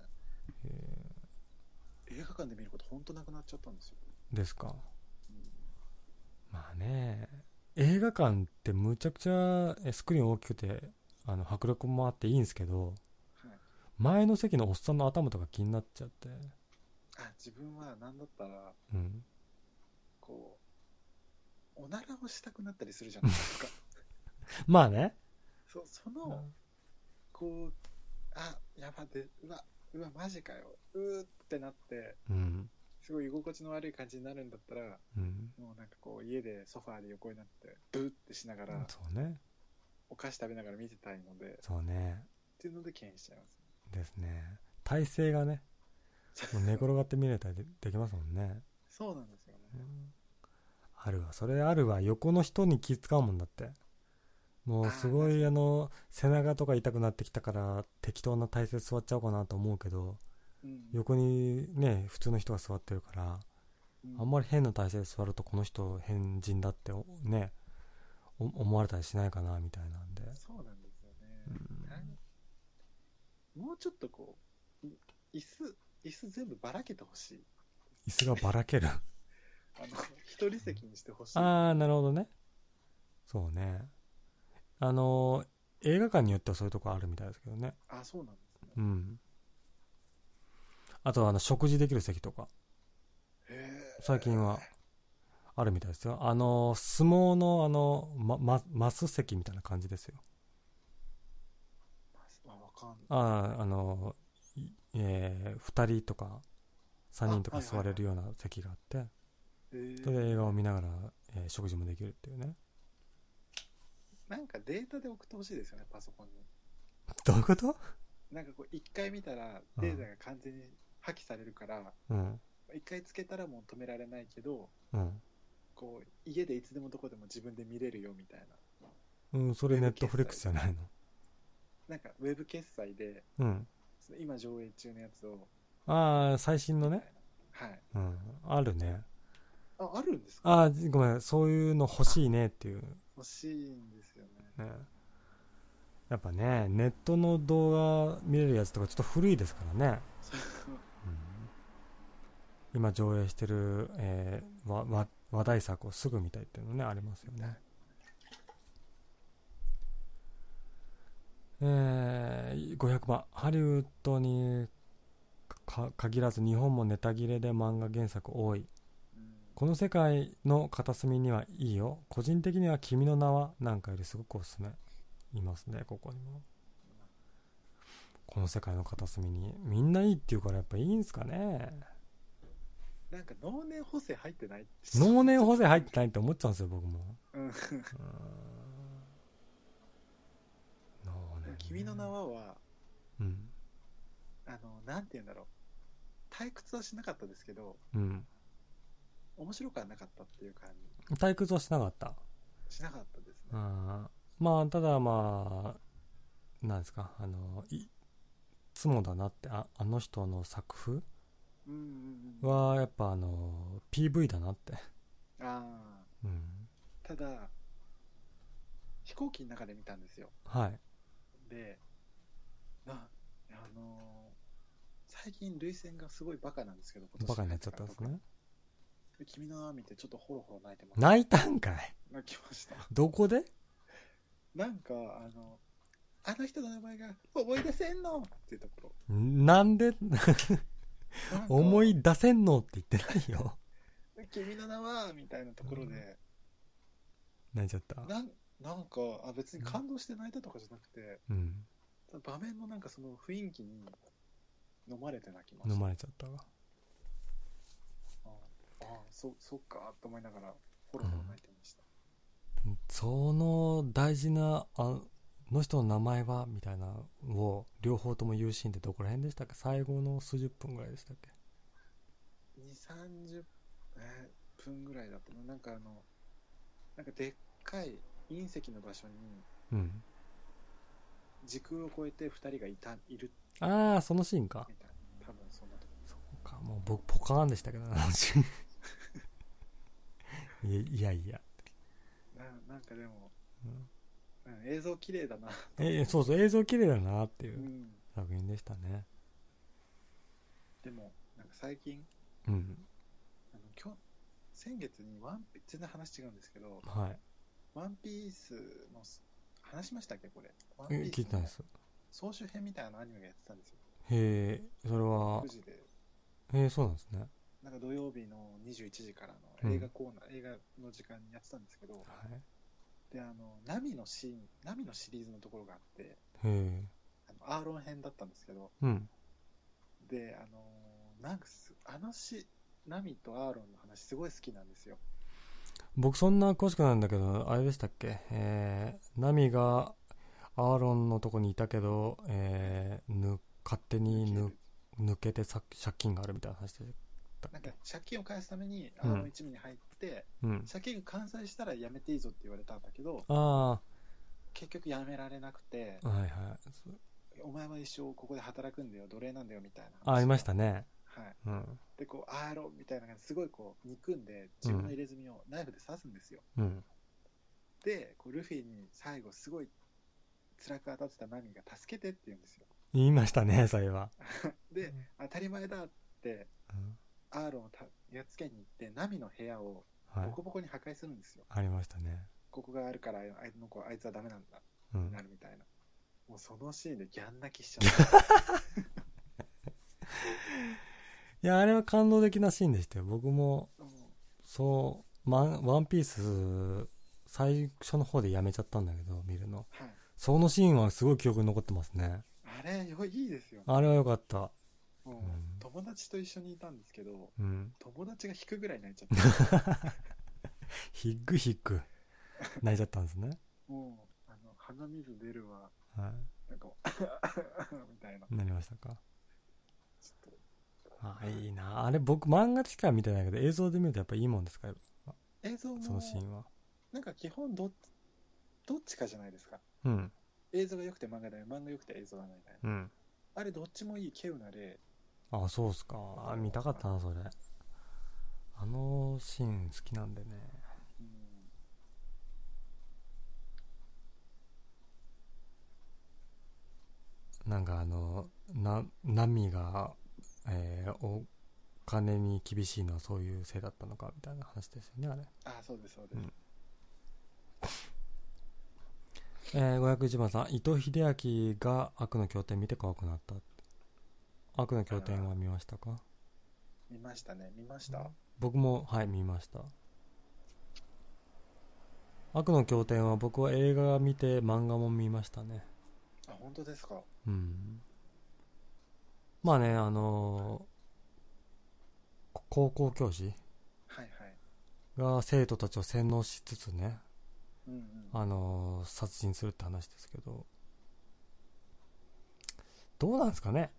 S1: え
S2: 映画館で見ること本当なくなっちゃったんですよ、
S1: ーですか
S2: うん
S1: まあね映画館ってむちゃくちゃえスクリーン大きくてあの迫力もあっていいんですけど
S2: はい、
S1: 前の席のおっさんの頭とか気になっちゃって
S2: あ自分は何だったら
S1: うん
S2: こうおならをしたくなったりするじゃないで
S1: [laughs]
S2: すか
S1: まあね
S2: そそのこう、あ、やばで、うわ、うわ、マジかよ、うーってなって、
S1: うん
S2: すごい居心地の悪い感じになるんだったら、
S1: うん
S2: もうなんかこう、家でソファーで横になって、ブーってしながら、
S1: そうね
S2: お菓子食べながら見てたいので、っ
S1: そうね
S2: ていうので敬遠しちゃいます。
S1: ですね体勢がねもう寝転がって見れたりでできますもんね、
S2: そうなんですよね。
S1: あるわそれあるわ横の人に気使うもんだってもうすごいあの背中とか痛くなってきたから適当な体勢座っちゃおうかなと思うけど
S2: うん、
S1: 横にね普通の人が座ってるから
S2: うん
S1: あんまり変な体勢で座るとこの人変人だっておねお思われたりしないかなみたいなんで
S2: そうなんですよね。
S1: うん
S2: なんもうちょっとこう、い椅子、椅子全部ばらけてほしい。
S1: 椅子がばら [laughs] ける
S2: あの、一人席にしてほしい。
S1: ああなるほどねそうねあの映画館によってはそういうとこあるみたいですけどね
S2: あ、そうなんですね。
S1: うんあとはあの食事できる席とか
S2: へー
S1: 最近はあるみたいですよあの相撲のあの、まま、マス席みたいな感じですよ
S2: あ、わかんない。
S1: あああの、いえ2人とか3人と
S2: あ
S1: か
S2: はいはいは
S1: 座れ
S2: い
S1: るような席があって、
S2: へー
S1: それで映画を見ながら、えー食事もできるっていうね
S2: なんかデータで送ってほしいですよね、パソコンに。
S1: どういうこと
S2: なんかこう、一回見たら
S1: うん
S2: データが完全に破棄されるから、
S1: うん
S2: 一回つけたらもう止められないけど、
S1: うん、
S2: こう、家でいつでもどこでも自分で見れるよみたいな。
S1: うん、それネットフリックスじゃないの
S2: なんかウェブ決済で、
S1: うん
S2: その今上映中のやつを。
S1: ああ最新の
S2: み
S1: ね
S2: たいなはい。
S1: うんあるね
S2: あ、あるんですか
S1: ああごめんそういうの欲しいねっていう
S2: 欲しいんですよね。
S1: ねやっぱねネットの動画見れるやつとかちょっと古いですからね、
S2: そう
S1: うん今上映してる、えーわわ話題作をすぐ見たいっていうのねありますよ
S2: [laughs]
S1: ねえー、500番ハリウッドにか限らず日本もネタ切れで漫画原作多いこの世界の片隅にはいいよ個人的には「君の名は」なんかよりすごくおすすめいますねここにもこの世界の片隅にみんないいっていうからやっぱいいんすかね
S2: なんか能年補正入ってない
S1: 能年補正入ってないって思っちゃうんですよ僕も
S2: うん
S1: うーん能年ね
S2: 君の名はは、
S1: うん
S2: あの、なんて言うんだろう。退屈はしなかったですけど、
S1: うん
S2: 面白くはなかったっていう感
S1: 退屈はしなかった
S2: じしなかったですね。
S1: あーまあただまあなんですかあのいいつもだなってああの人の作風
S2: うんうんうん。
S1: はやっぱあの PV だなって、
S2: あ
S1: うん、
S2: ーただ、飛行機の中で見たんですよ。
S1: はい
S2: で、な、あのー最近、涙腺がすごいバカなんですけど、今年
S1: バカになっちゃったんですね
S2: で君の名は見て、ちょっとホロホロ泣いてます。
S1: 泣いたんかい
S2: 泣きました。
S1: どこで
S2: なんか、あの、あの人の名前が思い出せんのっていうとこ
S1: なん [laughs] で
S2: ろ。なんか
S1: 思い出せんのって言ってないよ
S2: 君の名はみたいなところで、
S1: 泣いちゃった
S2: なんなんかあ、別に感動して泣いたとかじゃなくて、
S1: うん
S2: 場面のなんかその雰囲気に飲まれて泣きました。
S1: 飲まれちゃったわ
S2: ああ、そそっかと思いながら、ホロホロ泣いてました。
S1: その大事なあの人の名前はみたいなのを両方とも言うシーンってどこら辺でしたっけ最後の数十分ぐらいでしたっけ
S2: 2、30えー分ぐらいだったの。なんかあの、なんかでっかい隕石の場所に
S1: うん
S2: 時空を超えて2人がいたいる
S1: ああそのシーンか
S2: みたいな、多分そんなとこ
S1: そうかもう僕ポカーンでしたけどなあの [laughs] シーンいやいやいや、
S2: ななんかでも、
S1: うん
S2: うん映像綺麗だな。、
S1: えそうそう映像綺麗だなっていううん作品でしたね
S2: でも、なんか最近、
S1: うん
S2: あの今日先月にワンピ全然話違うんですけど、
S1: はい
S2: ワンピースのす話しましたっけこれ。ワンピ
S1: え
S2: ー
S1: 聞い
S2: ス
S1: たん
S2: の
S1: です
S2: 総集編みたいなアニメがやってたんですよ。
S1: へえそれは
S2: 9時で。
S1: へえそうなんですね
S2: なんか土曜日の21時から
S1: う
S2: の
S1: ん
S2: 映画コーナー、映画の時間にやってたんですけど、
S1: は
S2: で、あの、ナミのシーン、ナミのシリーズのところがあって、
S1: いへえ
S2: あのアーロン編だったんですけど、
S1: うん
S2: で、あのーなんかす、あのし、ナミとアーロンの話すごい好きなんですよ。
S1: 僕そんな詳しくないんだけどあれでしたっけえー、ナミがアーロンのとこにいたけど、えー、ぬ勝手に
S2: な
S1: ぬ抜けてさ借金があるみたいな話でしたっ
S2: んか
S1: け
S2: 借金を返すためにア
S1: うん
S2: ーロン一味に入って、
S1: うん
S2: 借金完済したらやめていいぞって言われたんだけど、
S1: あ
S2: 結局やめられなくて
S1: あ、はいはいそう
S2: お前は一生ここで働くんだよ、奴隷なんだよみたいな話
S1: あありましたね
S2: はい。
S1: うん
S2: で、こう、アーロンみたいな感じですごいこう、憎んで、自分の入れ墨をナイフで刺すんですよ。
S1: うん
S2: で、こうルフィに最後すごい辛く当たってたナミが助けてって言うんですよ。
S1: 言いましたねそれは、
S2: で、当たり前だって、
S1: うん
S2: アーロンをたやっつけに行って、ナミの部屋を
S1: は
S2: ボ
S1: い
S2: コボコに破壊するんですよ。
S1: ありましたね
S2: ここがあるから、あいあいの子あいつはダメなんだ、
S1: うん
S2: なるみたいな。もうそのシーンでギャン泣きしちゃう。
S1: いやあれは感動的なシーンでしたよ僕も
S2: [laughs] も
S1: そうマンワンピース最初の方でやめちゃったんだけど見るの
S2: うはい。
S1: そのシーンはすごい記憶に残ってますね
S2: あれ、よいいですよね。
S1: あれは良かった
S2: もう、
S1: うん
S2: 友達と一緒にいたんですけど、
S1: うん
S2: 友達が引くぐらい泣いちゃった。
S1: [laughs] ヒッグヒッグ泣いちゃったんですね、
S2: もう、あの、鼻水出るわ、
S1: は
S2: なんかも [laughs] う、みたいな。
S1: い、なりましたか
S2: ちょっ
S1: あいいなあれ僕漫画でしか見てないけど映像で見るとやっぱいいもんですか
S2: と映像
S1: その
S2: も、
S1: シーンは
S2: なんか基本どっ、どっちかじゃないですか。
S1: うん
S2: 映像が良くて漫画だよ、漫画良くて映像だねみたいな。
S1: うん
S2: あれ、どっちもいい、稀有な例。
S1: あそうっすかあ見たかったなそれあのシーン好きなんでね
S2: うん
S1: なんかあのなナミが、えーお金に厳しいのはそういうせいだったのかみたいな話ですよねあれ
S2: あそうですそうです、
S1: うんえー、511番さん伊藤英明が悪の経典見て怖くなった悪の経典は見ましたか
S2: 見ましたね見ました、
S1: 僕もはい見ました悪の経典は僕は映画見て漫画も見ましたね
S2: あ本当ですか
S1: うんまあねあのーこ高校教師
S2: はいはい
S1: が生徒たちを洗脳しつつね
S2: うんうん
S1: あのー殺人するって話ですけどどうなんですかね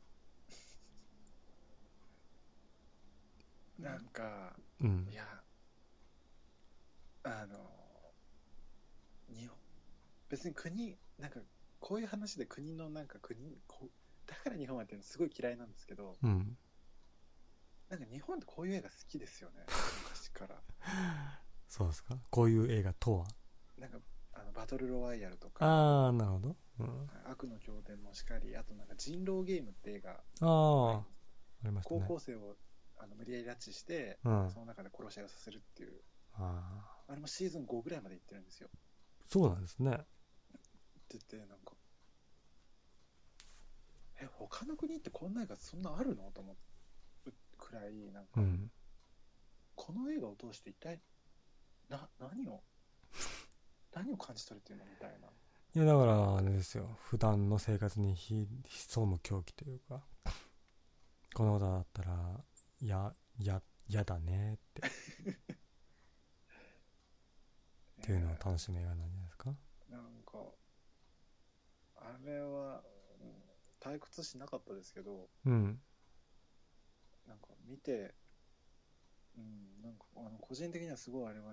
S2: なんか
S1: うん
S2: いやあの日本別に国なんかこういう話で国のなんか国こうだから日本はっていうのすごい嫌いなんですけど
S1: うん
S2: なんか日本ってこういう映画好きですよね昔から
S1: そうですかこういう映画とは
S2: なんかあのバトルロワイヤルとか
S1: ああなるほど、うん、
S2: 悪の経典もしかりあとなんか人狼ゲームって映画
S1: ああありました
S2: 高
S1: ね
S2: 校生をあの無理やり拉致して
S1: うんあ
S2: その中で殺し合いをさせるっていう
S1: あ
S2: あれもシーズン5ぐらいまで行ってるんですよ
S1: そうなんですね
S2: って言ってなんかえ他の国ってこんな映画そんなあるのと思うくらいなんか、
S1: うん
S2: この映画を通して一体な何を [laughs] 何を感じ取れてるのみたいない
S1: やだからあれですよ普段の生活にひ潜む狂気というかこのことだったらやややだねってっていうのを
S2: ね
S1: 楽しむ映画なんじゃないですか
S2: なんかあれは、うん退屈しなかったですけど
S1: うん
S2: なんか見て、うん、なんかあの個人的にはすごいあれは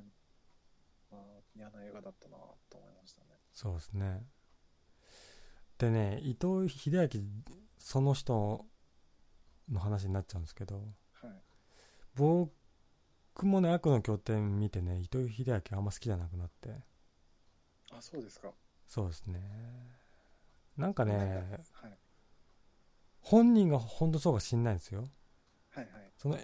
S2: あー嫌な映画だったなと思いましたね
S1: そうですねでね伊藤英明その人の話になっちゃうんですけど
S2: はい
S1: 僕もね悪の経典見てね伊藤英明あんま好きじゃなくなって
S2: あそうですか
S1: そうですねなんかね
S2: はい
S1: 本人が本当そうか知んないんですよ
S2: はいはい
S1: その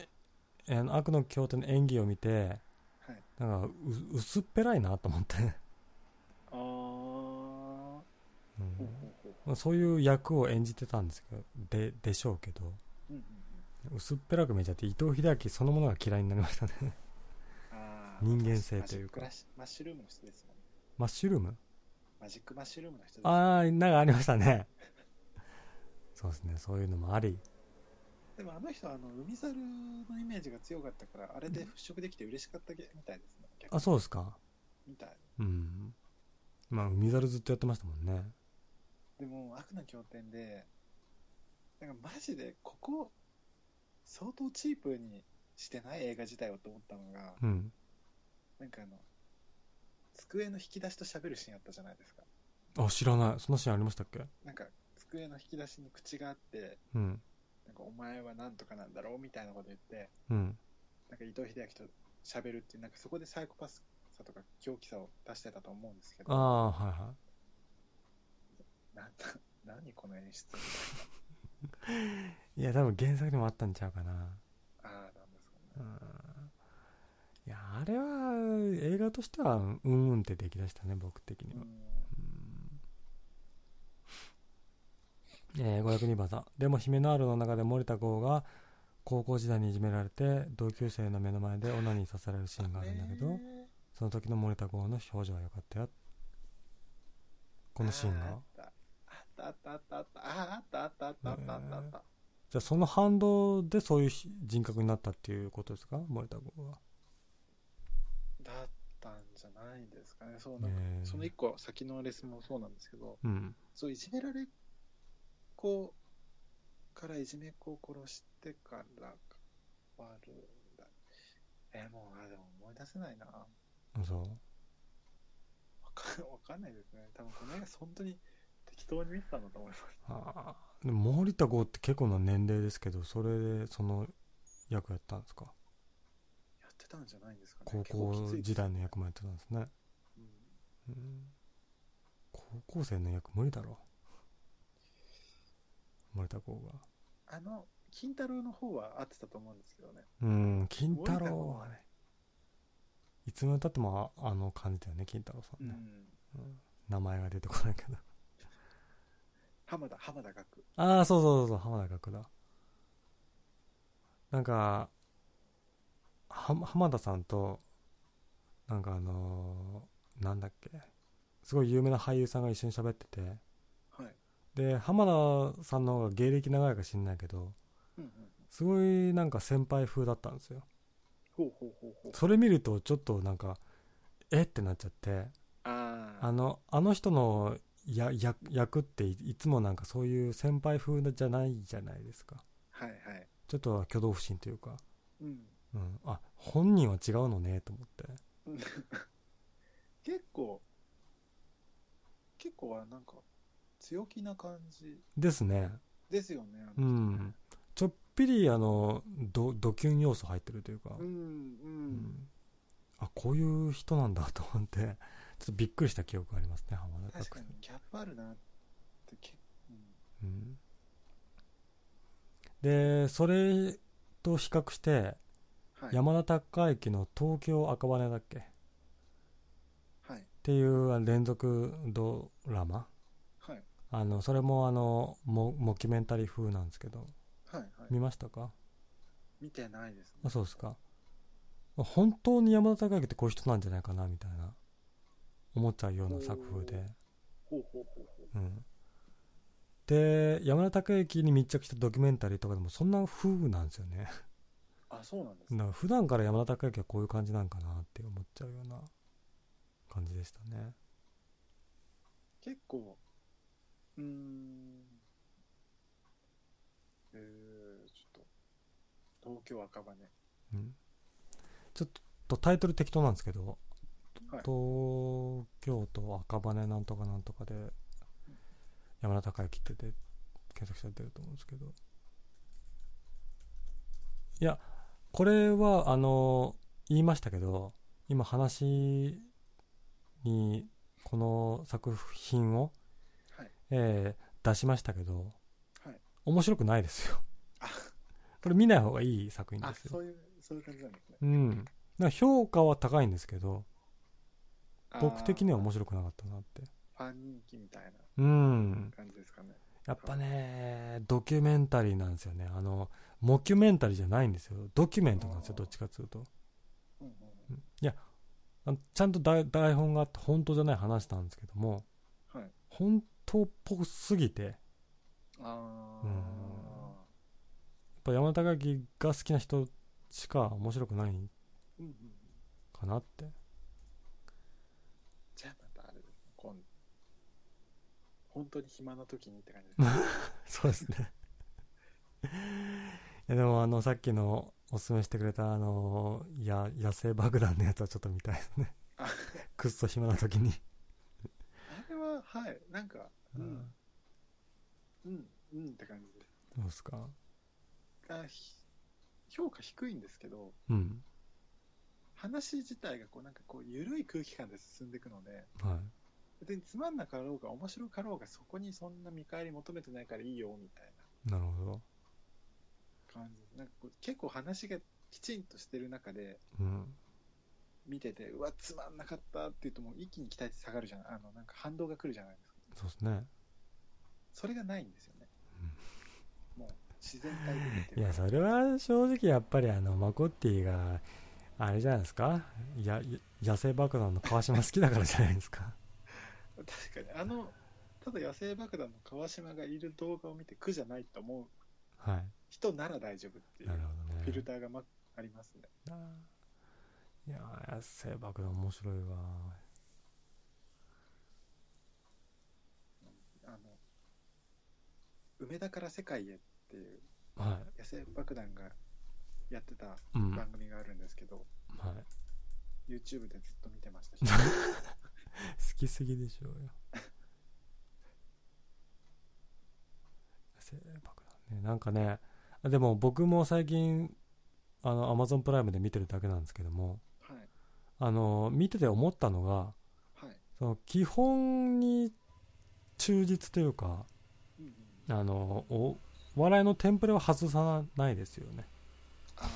S1: えあの悪の経典の演技を見て
S2: はい
S1: なんかう薄っぺらいなと思って、
S2: ああほ
S1: う
S2: うほうんほう
S1: まあそういう役を演じてたんですけどででしょうけど
S2: うんうんうん
S1: 薄っぺらく見えちゃって伊藤英明そのものが嫌いになりましたね [laughs]
S2: あー
S1: 人間性というか
S2: マジックラッシュマッシュルームの人ですもんね
S1: マッシュルーム
S2: マジックマッシュルームの人です
S1: ああなんかありましたね [laughs] そうですねそういうのもあり
S2: でもあの人はあの海猿のイメージが強かったからあれで払拭できて嬉しかったみたいですね逆に
S1: あそうですか
S2: みたい
S1: うんまあ海猿ずっとやってましたもんね
S2: でも悪な経典でなんかマジでここ相当チープにしてない映画自体をと思ったのが
S1: うん
S2: なんかあの机の引き出しと喋るシーンあったじゃないですか
S1: あ知らないそんなシーンありましたっけ
S2: なんか机の引き出しに口があって
S1: うん
S2: なんかお前はなんとかなんだろうみたいなこと言って
S1: うん
S2: なんか伊藤英明と喋るっていうなんかそこでサイコパスさとか狂気さを出してたと思うんですけ
S1: あ
S2: ど
S1: あはいはい
S2: なんな何この演出
S1: いや多分原作にもあったんちゃうかな
S2: ああなんですか
S1: う
S2: ね
S1: んいやあれは映画としてはうんうんって出来だしたね僕的に
S2: う
S1: は、
S2: ん
S1: うんえー、502番さんでも「ヒメナール」の中で森田剛が高校時代にいじめられて同級生の目の前でオナニーさせられるシーンがあるんだけど
S2: ね
S1: その時の森田剛の表情は良かったよこのシーンが
S2: あーあったあったあったあったあったあったあったあったあったあった
S1: じゃあその反動でそういうし人格になったっていうことですか森田剛は
S2: だったんじゃないですかねそうなんか
S1: ねえ
S2: その一個先のレスもそうなんですけど
S1: うん
S2: そういじめられっ子からいじめっ子を殺してから変わるんだえーもうあでも思い出せないなわ
S1: そ
S2: かんわかんないですね多分この映画本当に適当に見てたんだと思います
S1: うあーでも森田剛って結構な年齢ですけどそれでその役やったんですか
S2: やってたんじゃないんですかね
S1: 高校時代の役もやってたんですね
S2: うん
S1: うん高校生の役無理だろ森田剛が
S2: あの金太郎の方は合ってたと思うんですけどね。
S1: うん、金太
S2: 森田
S1: 郎
S2: 剛
S1: はね、いつまでたってもああの感じだよね、金太郎さ
S2: うん
S1: ね。
S2: ん。
S1: 名前が出てこないけど。
S2: 浜田、浜田学。
S1: ああ、そうそうそうそう、浜田学だ。なんか、は浜田さんと、なんかあのーなんだっけ、すごい有名な俳優さんが一緒に喋ってて、
S2: はい。
S1: で、浜田さんの方が芸歴長いか知んないけど、
S2: うんうん。
S1: すごいなんか先輩風だったんですよ。
S2: ほうほうほうほう。
S1: それ見るとちょっとなんか、えってなっちゃって、
S2: あ
S1: あ
S2: あ。
S1: の、あの人のやや役っていいつもなんかそういう先輩風じゃないじゃないですか。
S2: はいはい。
S1: ちょっと挙動不審というか、
S2: うん。
S1: うん、あ本人は違うのねと思って
S2: 結構、結構はなんか、強気な感じ
S1: ですね
S2: ですよね。
S1: う。んちょっぴりあのドドキュン要素入ってるというか、
S2: うん、う。
S1: うんあこういう人なんだと思ってちょっとびっくりした記憶がありますね浜田
S2: 確
S1: 拓
S2: か
S1: さん
S2: に、ギャップあるなって、けうん。
S1: うん、でそれと比較して、
S2: はい。
S1: 山田孝之の「東京赤羽」だっけっ
S2: はい。
S1: ていうあの連続ドラマ
S2: はい。
S1: あのそれもあのモモキュメンタリー風なんですけど
S2: はい。はい。
S1: 見ましたか
S2: 見てないですね。
S1: あそうですか本当に山田孝之ってこういう人なんじゃないかなみたいな思っちゃうような作風で、
S2: ほうほうほうほう。
S1: うん、で山田孝之に密着したドキュメンタリーとかでもそんな風なんですよね
S2: あ、そうなんです
S1: だ
S2: ね。
S1: から普段から山田孝之はこういう感じなんかなって思っちゃうような感じでしたね
S2: 結構、うーん。えー、ちょっと、東京赤羽。
S1: うんちょっとタイトル適当なんですけど、
S2: はい
S1: 東京都赤羽なんとかなんとかで山田孝之ってで検索したら出ると思うんですけどいやこれはあの言いましたけど今話にこの作品を、
S2: はい。
S1: えー出しましたけど
S2: はい。
S1: 面白くないですよ
S2: あ
S1: これ見ない方がいい作品
S2: あ、
S1: ですよ
S2: そういう、そういう感じなんですね。
S1: うん。なんか評価は高いんですけど、僕的には面
S2: 白
S1: 白
S2: い。
S1: くなかったなって。
S2: ファン人気みたいな
S1: うん。
S2: 感じですかね。
S1: やっぱね、ドキュメンタリーなんですよね。あの、モキュメンタリーじゃないんですよ。ドキュメントなんですよ、
S2: あー
S1: どっちかっていうと。
S2: うんうん
S1: うんいや、あのちゃんと台台本があって、本当じゃない話なんですけども、
S2: うん。はい。
S1: 本当っぽすぎて、やっ
S2: あ
S1: う
S2: ー
S1: んぱ山田孝之が好きな人しか面白くない
S2: うんうん。
S1: かなって。
S2: じゃあまたあれですね。今本当に暇な時にって感じ [laughs] ですね。
S1: [laughs] そうですね。いやでもあのさっきのおすすめしてくれたあのや野生爆弾のやつはちょっと見たいです
S2: [laughs]
S1: ね
S2: あ。
S1: くっそ暇な時に、
S2: あれは、はい。なんか、うん、うん、うんって感じです。
S1: どうですか。
S2: あひ評価低いんですけど、
S1: うん。
S2: 話自体がこうなんかこう緩い空気感で進んでいくので、
S1: はい。
S2: 別につまんなかろうが面白かろうがそこにそんな見返り求めてないからいいよみたい
S1: なるほど。
S2: な感じ。なんかこう結構話がきちんとしてる中で
S1: うん。
S2: 見てて、うわ、つまんなかったって言うともう一気に期待値下がるじゃない、あの、なんか反動が来るじゃないですか。
S1: そうですね。
S2: それがないんですよね。もう自然体で見て
S1: い
S2: る
S1: やそれは正直やっぱりあのマコッティがあれじゃないですか。や野生爆弾の川島好きだからじゃないです
S2: [laughs]
S1: か。
S2: 確かに、あの、ただ野生爆弾の川島がいる動画を見て苦じゃないと思う
S1: は
S2: 人なら大丈夫って
S1: い。
S2: いう
S1: なるほどね。
S2: フィルターが、ま、ありますね。
S1: いやー野生爆弾面白いわ。
S2: あの、梅田から世界へっていう
S1: は
S2: 野生爆弾がやってた
S1: い。うん。は
S2: 番組があるんですけど、
S1: い。
S2: YouTube でずっと見て
S1: [laughs]
S2: ましたし、
S1: 好きすぎでしょうよ性爆弾ねなんかねあでも僕も最近あの Amazon プライムで見てるだけなんですけども
S2: はい、
S1: あの見てて思ったのが
S2: はい、
S1: その基本に忠実というか
S2: うんうん、
S1: あのお笑いのテンプレは外さないですよね
S2: あ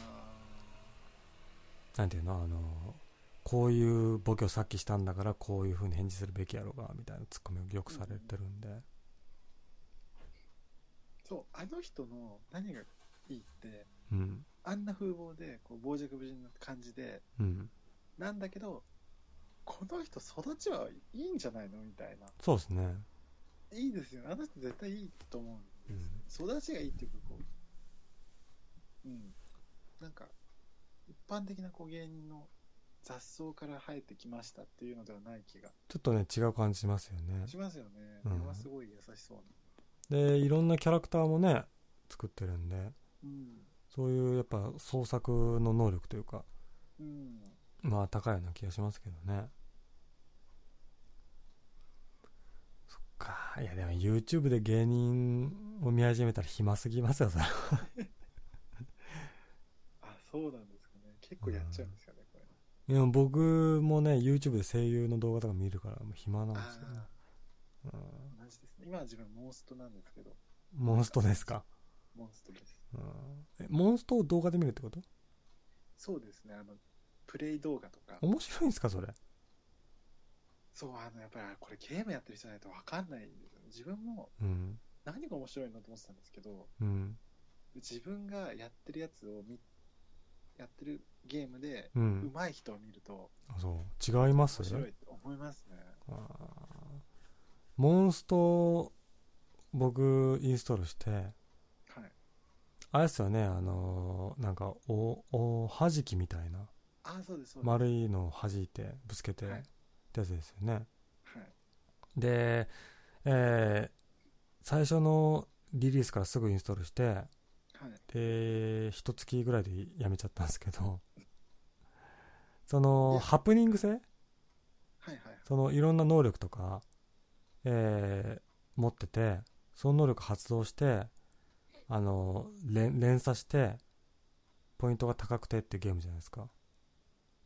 S1: なんていうのあのこういうボケをさっきしたんだからこういうふうに返事するべきやろうがみたいなツッコミをよくされてるんで、
S2: ーそう、あの人の何がいいって、
S1: うん
S2: あんな風貌で、こう、傍若無人な感じで、
S1: うん、
S2: なんだけど、この人育ちはいいんじゃないのみたいな。
S1: そうですね、
S2: いいですよね。あの人絶対いいと思
S1: うん
S2: う。育ちがいいっていうか、こう、うん。なんか、一般的なこう芸人の雑草から生えてきましたっていうのではない気が
S1: ちょっとね違う感じしますよね
S2: しますよね。
S1: う
S2: こ
S1: ん
S2: れはすごい優しそうな。
S1: でいろんなキャラクターもね作ってるんで
S2: うん。
S1: そういうやっぱ創作の能力というか
S2: うん。
S1: まあ高いような気がしますけどねそっかいやでも YouTube で芸人を見始めたら暇すぎますよそれ [laughs]
S2: あ、そうなんですかね。結構やっちゃうんですよね、これ。
S1: いや僕もね YouTube で声優の動画とか見るからもう暇なんですけどね
S2: あ、あ、同じですね。今は自分モンストなんですけど、
S1: うん、モンストですか、
S2: モンストです。
S1: うん、えモンストを動画で見るってこと
S2: そうですね、あの、プレイ動画とか。
S1: 面白いんですかそれ
S2: そう、あの、やっぱりこれゲームやってる人じゃないとわかんないんですよね。自分も
S1: うん
S2: 何が面白いのと思ってたんですけど、
S1: うん
S2: 自分がやってるやつを見、やってるゲームで、
S1: う
S2: 上
S1: ん
S2: 手い人を見ると
S1: あそう違います
S2: 面白いと思いますね。
S1: あーモンスト僕インストールして
S2: はい。
S1: あれですよねあのーなんかおおはじきみたいな
S2: ああ、そうです、そうです。
S1: 丸いのをはじいてぶつけてっ
S2: はい
S1: てやつですよね、
S2: はい。
S1: で、えー最初のリリースからすぐインストールして
S2: はい。
S1: で一月ぐらいでやめちゃったんですけどそのハプニング性
S2: はい、はい。
S1: そのいろんな能力とか、えー持っててその能力発動してあの連連鎖してポイントが高くてっていうゲームじゃないですか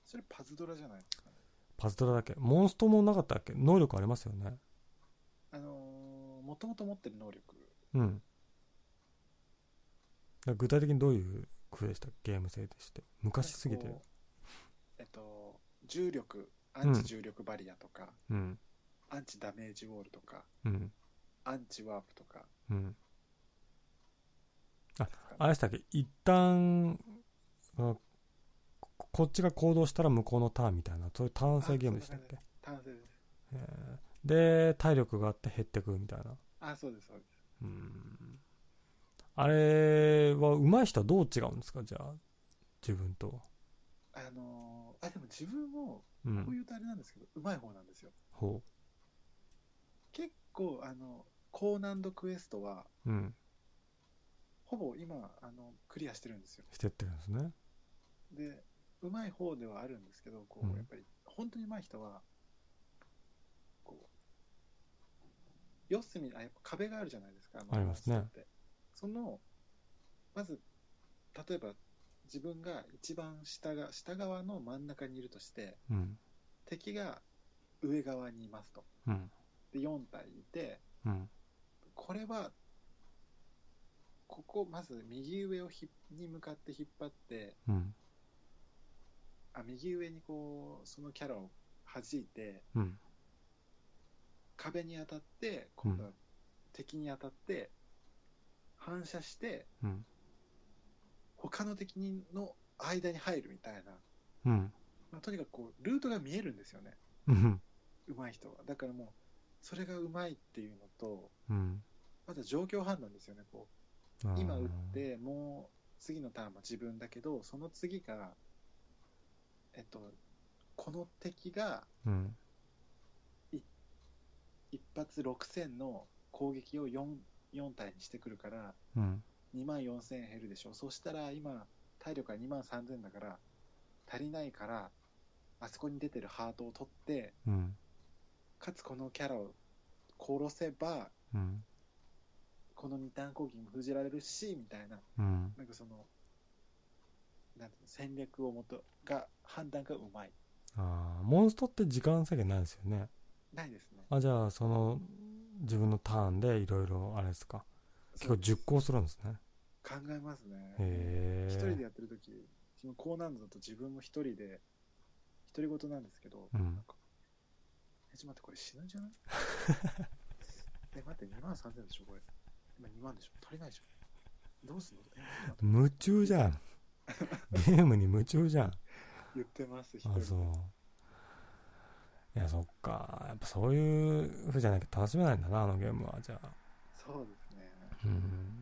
S2: それパズドラじゃないですかね。
S1: パズドラだっけモンストもなかったっけ能力ありますよね
S2: あのー、もともと持ってる能力。
S1: うんだから具体的にどういう風でしたゲーム性でして昔すぎて
S2: こうえっと、重力、アンチ重力バリアとか、
S1: うん
S2: アンチダメージウォールとか、
S1: うん
S2: アンチワープとか
S1: うん
S2: ですかね、
S1: あれでしたっけ一旦あここっちが行動したら向こうのターンみたいなそういうターン制ゲームでしたっけ
S2: 単成です。
S1: えーで体力があって減ってくみたいな
S2: あ、そうです、そうです。
S1: うんあれは上手い人はどう違うんですかじゃあ自分と
S2: あのーあ、でも自分も、
S1: う
S2: こうんいうとあれなんですけど、うまい方なんですよ。
S1: ほ
S2: 結構、あの、高難度クエストは、
S1: ううん
S2: ほぼ今、あの、クリアしてるんですよ。
S1: してってるんですね
S2: で、うまい方ではあるんですけど、こ
S1: うん
S2: う、やっぱり、本当にうまい人は、こう、四隅、あ、やっぱ壁があるじゃないですか、の
S1: ありますね
S2: モンスターってその、まず、例えば、自分が一番下が、下側の真ん中にいるとして、
S1: うん
S2: 敵が上側にいますと。
S1: うん
S2: で、4体いて、
S1: うん
S2: これは、ここ、まず右上をひに向かって引っ張って、
S1: うん
S2: あ右上にこうそのキャラを弾いて
S1: うん
S2: 壁に当たって今度は敵に当たって、反射して
S1: うん
S2: 他の敵の間に入るみたいな、
S1: うん
S2: まあ、とにかくこうルートが見えるんですよね
S1: うん
S2: 上手い人はだからもうそれが上手いっていうのと
S1: うん
S2: まず状況判断ですよねこ
S1: あ
S2: う
S1: ー
S2: 今打ってもう次のターンは自分だけどその次がえっとこの敵が
S1: うん
S2: 一発6000の攻撃を 4, 4体にしてくるから
S1: うん
S2: 2万4000減るでしょそしたら今体力が2万3000だから足りないからあそこに出てるハートを取って
S1: うん
S2: かつこのキャラを殺せば
S1: うん
S2: この2ターン攻撃も封じられるしみたいな
S1: うん
S2: なんかそのなんていうの戦略をもとが判断がうまい
S1: あーモンストって時間制限ないですよね
S2: ないですね
S1: あじゃあその自分のターンでいろいろあれですか結構熟考するんですね。
S2: 考えますね。
S1: へえ。
S2: 一人でやってる時その高難度だと自分も一人で、独り言なんですけど、
S1: うん。
S2: え、ちょっと待って、これ死ぬんじ
S1: [laughs]
S2: ゃないえ、待って、2万3000でしょ、これ。今2万でしょ、足りないでしょ。どうすんのえ待って
S1: 夢中じゃん。ゲームに夢中じゃん。
S2: 言ってます、一
S1: あ、
S2: 人
S1: そ
S2: で。
S1: う。いや、そっか。やっぱそういう風じゃなきゃ楽しめないんだな、あのゲームは。じゃあ。
S2: そうですね。
S1: うん。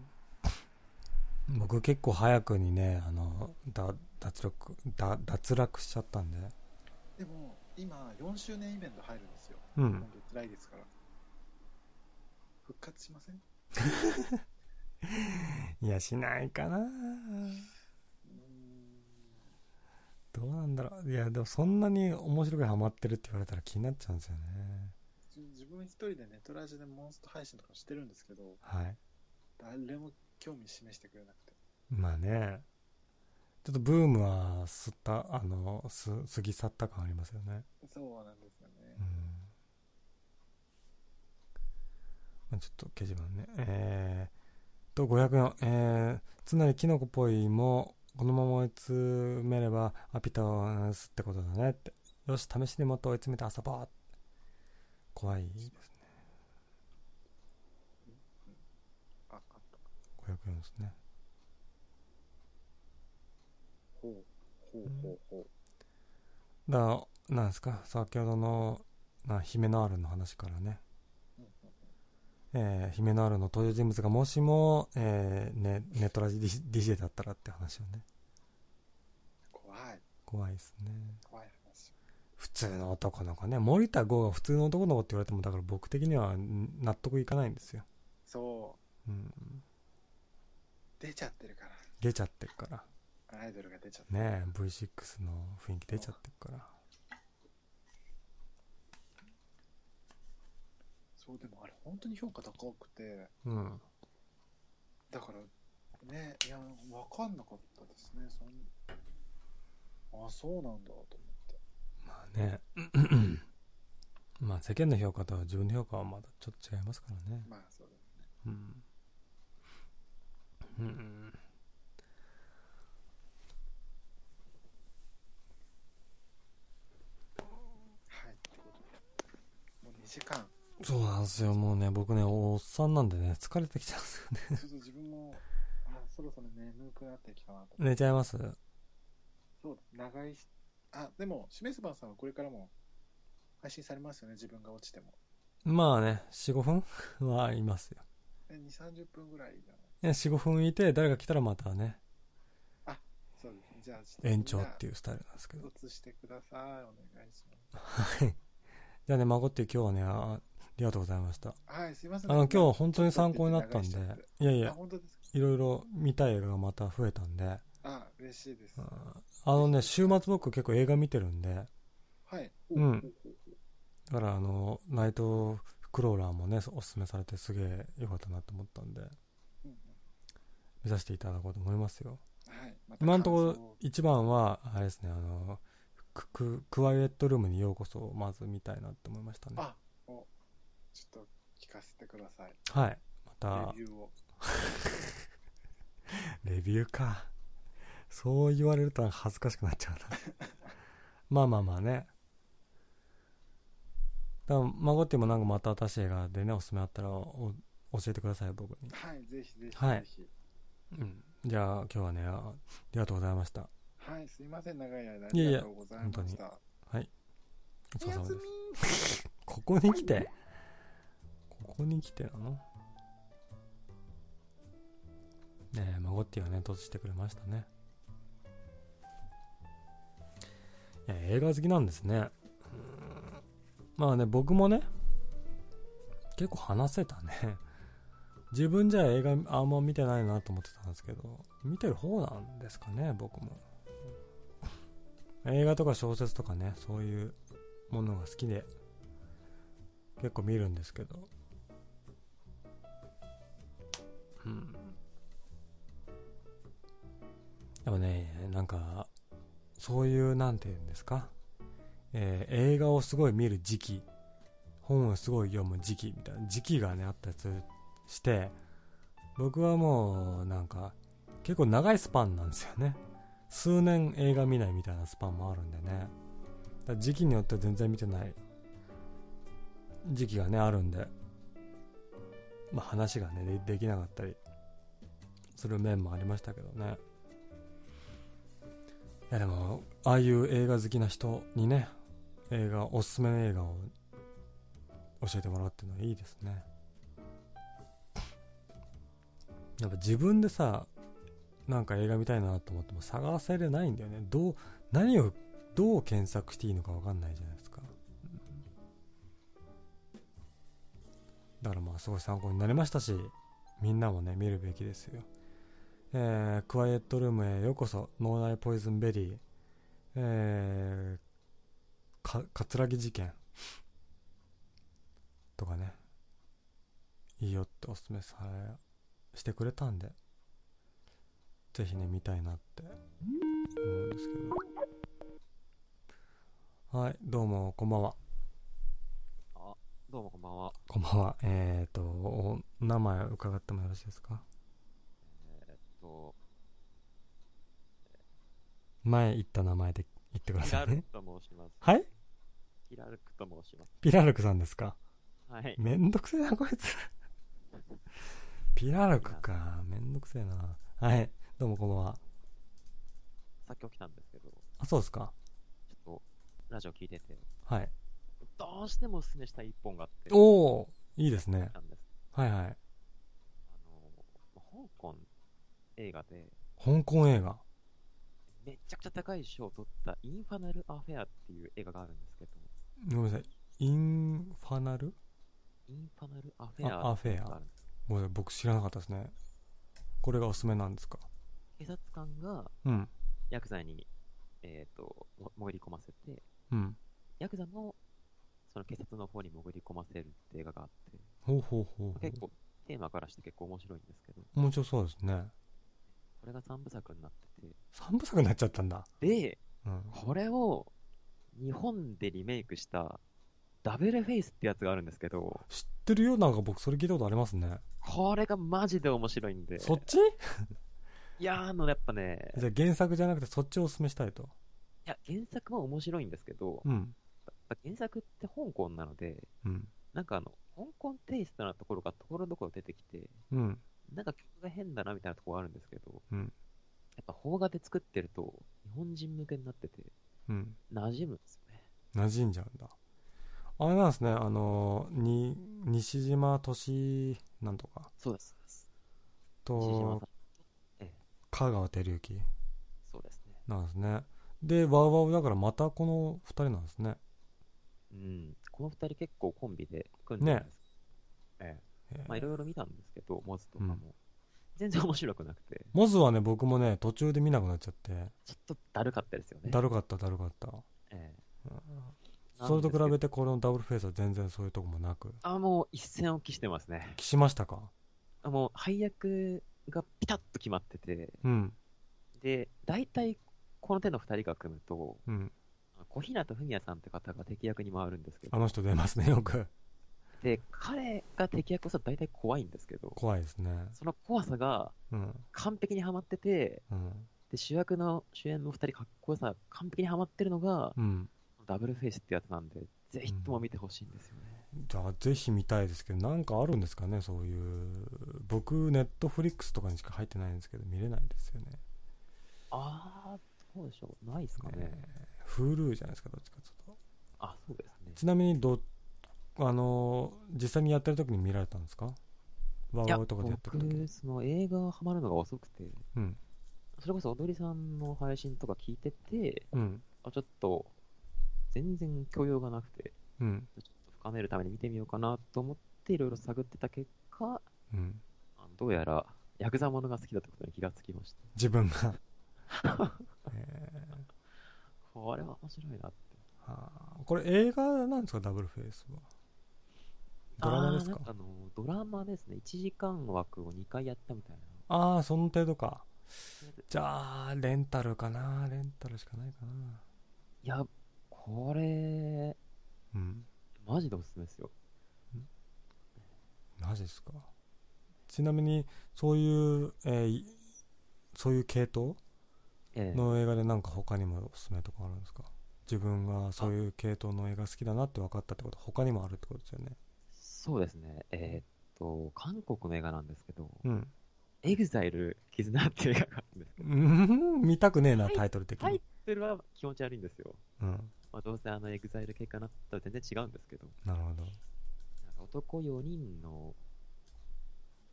S1: 僕結構早くにね、あの、だ脱力、だ脱落しちゃったんで。
S2: でも、今、4周年イベント入るんですよ。
S1: う
S2: 今
S1: ん。
S2: 月、来月から。復活しません
S1: いや、しないかな。
S2: うーん。
S1: どうなんだろう。いや、でもそんなに面白くハマってるって言われたら気になっちゃうんですよね。
S2: 自自分一人でネットラジでモンスト配信とかしてるんですけど、
S1: はい。
S2: 誰も興味示してくれなくて。
S1: まあね。ちょっとブームは、すった、あの、す、過ぎ去った感ありますよね。
S2: そうなんですよね
S1: うん。。まあ、ちょっと掲示板ね。えー、と、504。えー、つなりキノコっぽいも、このまま追い詰めれば、アピタをなすってことだねって。よし、試しにもっと追い詰めて遊ぼう。怖いですね。
S2: あ、あった。
S1: 504ですね。
S2: ほう、ほう、ほう、ほう。
S1: だからなんですか先ほどのな姫のあるの話からね、
S2: うんうん
S1: えー姫のあるの登場人物がもしも、えーね、ネットラジ DJ DJ だったらって話をね
S2: 怖い、
S1: 怖いですね
S2: 怖い話。
S1: 普通の男の子ね森田剛が普通の男の子って言われてもだから僕的にはん納得いかないんですよ、
S2: そ
S1: うん、
S2: う、出ちゃってるか
S1: 出ちゃってるから
S2: ら。アイドルが出ちゃってる。
S1: ねえ V6 の雰囲気出ちゃってるから
S2: そう、でもあれ、本当に評価高くて、
S1: うん
S2: だから、ね、いや、わかんなかったですね。そんあ、そうなんだ、と思って。
S1: まあねまあ世間の評価と自分の評価はまだちょっと違いますからね
S2: まあ、そうですね。
S1: うんうん
S2: はい、ってことで。もう2時間。
S1: そうなんですよもうね僕ねおっさんなんでね疲れてきちゃうんですよね [laughs]
S2: ちょっと自分も、あ、そろそろ眠くなってきたなと。
S1: 寝ちゃいます
S2: そうです。長いし、あ、でも、しめすばんさんはこれからも配信されますよね、自分が落ちても。
S1: まあね45分 [laughs] はいますよ
S2: え、2、30分ぐらいじゃない
S1: 45分いて誰か来たらまたね
S2: そうですね。じゃあ、ちょっと
S1: 延長って
S2: い
S1: いうスタイルなんですけど
S2: う。してください。お願いします。
S1: はいじゃあね孫っていう今日はねあありがとうございました
S2: はい、すいません。
S1: あの今日本当に参考になったんで
S2: ちょとって
S1: いやい
S2: 言って流しちゃってあ、
S1: や
S2: 本当ですか
S1: いろいろ見たい映画がまた増えたんで
S2: あ、嬉しいです。
S1: うんあのね週末僕結構映画見てるんで
S2: はい。
S1: うん
S2: おおお
S1: だからあのナイトクローラーもねおすすめされてすげえ良かったなと思ったんで
S2: うんうん
S1: 目指していただこうと思いますよ
S2: はい。また
S1: 今のとこ
S2: 感想
S1: ろ
S2: を
S1: 一番はあれですねあのクククワイエットルームにようこそをまず見たいなって思いましたね
S2: あ、お、ちょっと聞かせてください。
S1: はいまた
S2: レビューを。
S1: レビューかそう言われると恥ずかしくなっちゃうな [laughs] まあまあまあねだから孫ってもなんかまた新しい映画でねおすすめあったらお教えてください僕に
S2: はい、ぜひぜひ
S1: はい
S2: ぜひ。
S1: うんじゃあ今日はねあありがとうございました
S2: はい、すいません、長い間あ
S1: いやい
S2: り
S1: や
S2: がとうございました。
S1: はいお疲
S2: お
S1: れ
S2: や
S1: 様ですす
S2: み
S1: ここに来てここに来てなのねえ孫っていうのはね突してくれましたねいや映画好きなんですねうーんまあね僕もね結構話せたね自分じゃ映画あんま見てないなと思ってたんですけど見てる方なんですかね僕も映画とか小説とかねそういうものが好きで結構見るんですけどうんでもねなんかそういうなんて言うんですか、えー映画をすごい見る時期本をすごい読む時期みたいな時期がねあったりするして僕はもうなんか結構長いスパンなんですよね数年映画見ないみたいなスパンもあるんでねだから時期によって全然見てない時期がねあるんでまあ話がねでできなかったりする面もありましたけどねいやでもああいう映画好きな人にね映画おすすめの映画を教えてもらうっていうのはいいですねやっぱ自分でさなんか映画見たいなと思っても探せれないんだよねどう何をどう検索していいのか分かんないじゃないですかだからまあすごい参考になりましたしみんなもね見るべきですよえークワイエットルームへようこそ脳内ポイズンベリーえー、か葛城事件とかねいいよっておすすめされしてくれたんでぜひね見たいなって思うんですけどはいどうもこんばんは
S3: どうもこんばんは。
S1: こんばんはえっ、ー、とお名前伺ってもよろしいですか
S3: えーっと、
S1: 前言った名前で言ってくだ
S3: キ
S1: さ
S3: ラ
S1: い
S3: ル
S1: ね
S3: クと申します。
S1: はい
S3: キラルクと申します。
S1: ピラルクさんですか
S3: はい。
S1: めんどくせえな、こいつ。ピラルクか。めんどくせえな。はい。どうもこんばんは。
S3: さっき起きたんですけど、ち
S1: あ、そうですか。
S3: ょっと、ラジオ聞いてて、
S1: はい。
S3: どうしてもおすすめしたい一本があって、
S1: おおいいですね
S3: 来。たんです。
S1: はいはい。
S3: あの、香港映画で、
S1: 香港映画。
S3: めちゃくちゃ高い賞を取ったインファナル・アフェアっていう映画があるんですけど、
S1: ごめんなさい。インファナル
S3: インファナル・アフェ
S1: あ
S3: ア
S1: アフェ
S3: が
S1: ア。
S3: あるんです。
S1: ごめんなさい。僕知らなかったですね。これがおすすめなんですか
S3: 警察官が
S1: うん。
S3: ヤクザに、えーっと、も潜り込ませて、
S1: うん。
S3: ヤクザの、その警察の方に潜り込ませるって映画があって、
S1: ほうほうほうほ
S3: 結構テーマからして結構面白いんですけど、
S1: う。面白そうですね。
S3: これが3部作になって
S1: 三部作になっちゃったんだ。
S3: て、で、
S1: うん。
S3: これを日本でリメイクしたダブルフェイスってやつがあるんですけど、
S1: 知ってるよなんか僕それ聞いたことありますね。
S3: これがマジで面白いんで、
S1: そっち
S3: いやーあのやっぱね、い
S1: じゃあ原作じゃなくてそっちをおすすめしたいと。
S3: や原作も面白いんですけど、
S1: うん。
S3: やっぱ原作って香港なので、
S1: うん。
S3: なんかあの、香港テイストなところがところどころ出てきて、
S1: うん。
S3: なんか曲が変だなみたいなところあるんですけど、
S1: うん
S3: やっぱ邦画で作ってると、日本人向けになってて、
S1: うん。
S3: 馴染むんですよね。
S1: 馴染んじゃうんだあれなんですねあのに西島敏なんとか
S3: そうです。そうです西島
S1: と
S3: さん
S1: 香川照之
S3: そうですね。
S1: なんですねでワウワウだからまたこの2人なんですね
S3: うん、この二人結構コンビで組んでるんです、え
S1: え
S3: え
S1: ー
S3: まあいろいろ見たんですけど、モズとか
S1: う
S3: も
S1: ん。
S3: 全然面白くなくて、
S1: モズはね僕もね途中で見なくなっちゃって
S3: ちょっとだるかったですよね。
S1: だるかっただるかった
S3: ええ
S1: それと比べて
S3: て。
S1: このダブルフェイスは全然そういうとこもなく
S3: あ、もう一線を期してますね。
S1: きしましたか
S3: あもう配役がピタッと決まってて、
S1: うん
S3: で、大体この手の二人が組むと、
S1: うん
S3: 小日向文也さんって方が敵役に回るんですけ
S1: あ
S3: ど、
S1: の人出ますねよ [laughs] く
S3: で、彼が敵役をさ、大体怖いんですけど、
S1: 怖いですね
S3: その怖さが
S1: うん
S3: 完璧にはまってて、
S1: うん
S3: で主役の主演の2人かっこよさが完璧にハマってるのが
S1: うん
S3: ダブルフェイスってやつなんでぜひとも見てほしいんですよね、
S1: じゃあぜひ見たいですけどなんかあるんですかねそういう僕ネットフリックスとかにしか入ってないんですけど見れないですよね
S3: ああどうでしょうないですかね、
S1: ね Hulu じゃないですかどっちかちょっ
S3: あそうですね
S1: とちなみにどあのー実際にやってる時に見られたんですかワウ
S3: いや
S1: ワウとかでやってる時
S3: 僕その映画ハマるのが遅くて
S1: うん
S3: それこそ踊りさんの配信とか聞いてて
S1: うん
S3: あちょっと全然教養がなくて
S1: うん
S3: ちょっと深めるために見てみようかなと思っていろいろ探ってた結果
S1: うん
S3: あどうやらヤクザものが好きだってことに気がつきました
S1: 自分
S3: [laughs]
S1: が、え
S3: これは面白いなって
S1: ーはあこれ映画なんですかダブルフェイスはドラマですか
S3: あーなんあのドラマですね。1時間枠を2回やったみたいな。
S1: ああその程度かじゃあレンタルかなレンタルしかないかない
S3: や、これ、
S1: うん
S3: マジでおすすめですよ。
S1: マジですかちなみにそういう、えーいそういう系統
S3: ええ
S1: の映画でなんか他にもおすすめとかあるんですか自分がそういう系統の映画好きだなって分かったってこと他にもあるってことですよね
S3: そうですね。えーっと、韓国の映画なんですけど、
S1: うん
S3: エグザイル絆っていう映画があるんですけど、
S1: うん [laughs] 見たくねえな
S3: はい
S1: タイトル的に、
S3: タイトルは気持ち悪いんですよ。
S1: うん
S3: まあ、どうせあのエグザイル系かなとは全然違うんですけど、
S1: なるほど
S3: なんか男4人の、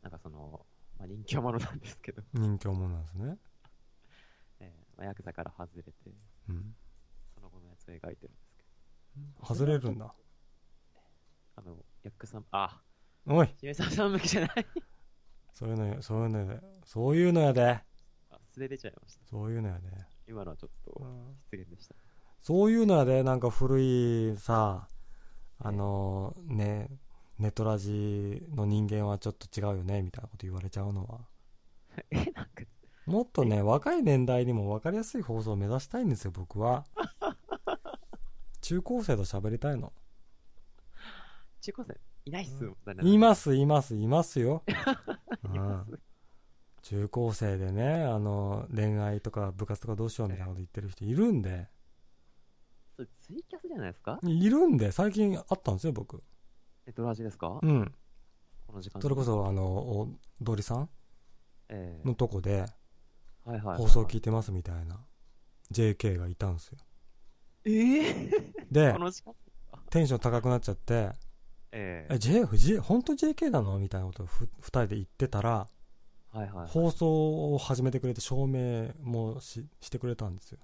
S3: なんかその、まあ、人気者なんですけど、
S1: 人気者なんですね
S3: ええまあ、ヤクザから外れて、
S1: うん
S3: その後のやつを描いてるんですけど、
S1: 外れるんだ
S3: あの、ヤクザ、あ、
S1: おい
S3: 姫沢さん向きじゃない。
S1: そういうのやそういうのやでそういうのやで
S3: あ、素で出ちゃいました。
S1: そういうのやで、
S3: 今のはちょっと失言でした。
S1: そういうのやでなんか古いさあのねネトラジの人間はちょっと違うよねみたいなこと言われちゃうのは
S3: え、なんか、
S1: もっとね、若い年代にも分かりやすい放送を目指したいんですよ、僕は。中高生と喋りたいの。
S3: 中高生いないっす、
S1: う
S3: 残念ながら
S1: いま。す、います、いますよ。う
S3: いま
S1: ん
S3: す。
S1: 中高生でね、あの、恋愛とか部活とかどうしようみたいなこと言ってる人いるんで、
S3: それツイキャスじゃないですか
S1: いるんで、最近あったんですよ、僕。
S3: え、ドラジですか
S1: うん。
S3: この時間に
S1: それこ。そ、あの、お踊りさん
S3: ええ
S1: のとこで、
S3: はいはいはいはい。
S1: 放送聞いてますみたいな、JK がいたんですよ。
S3: ええ
S1: で
S3: こ、の時間
S1: テンション高くなっちゃって、
S3: ええ
S1: え、J、J、本当 JK なのみたいなことをふ二人で言ってたら、
S3: はいはいはい。
S1: 放送を始めてくれて証明もししてくれたんですよ。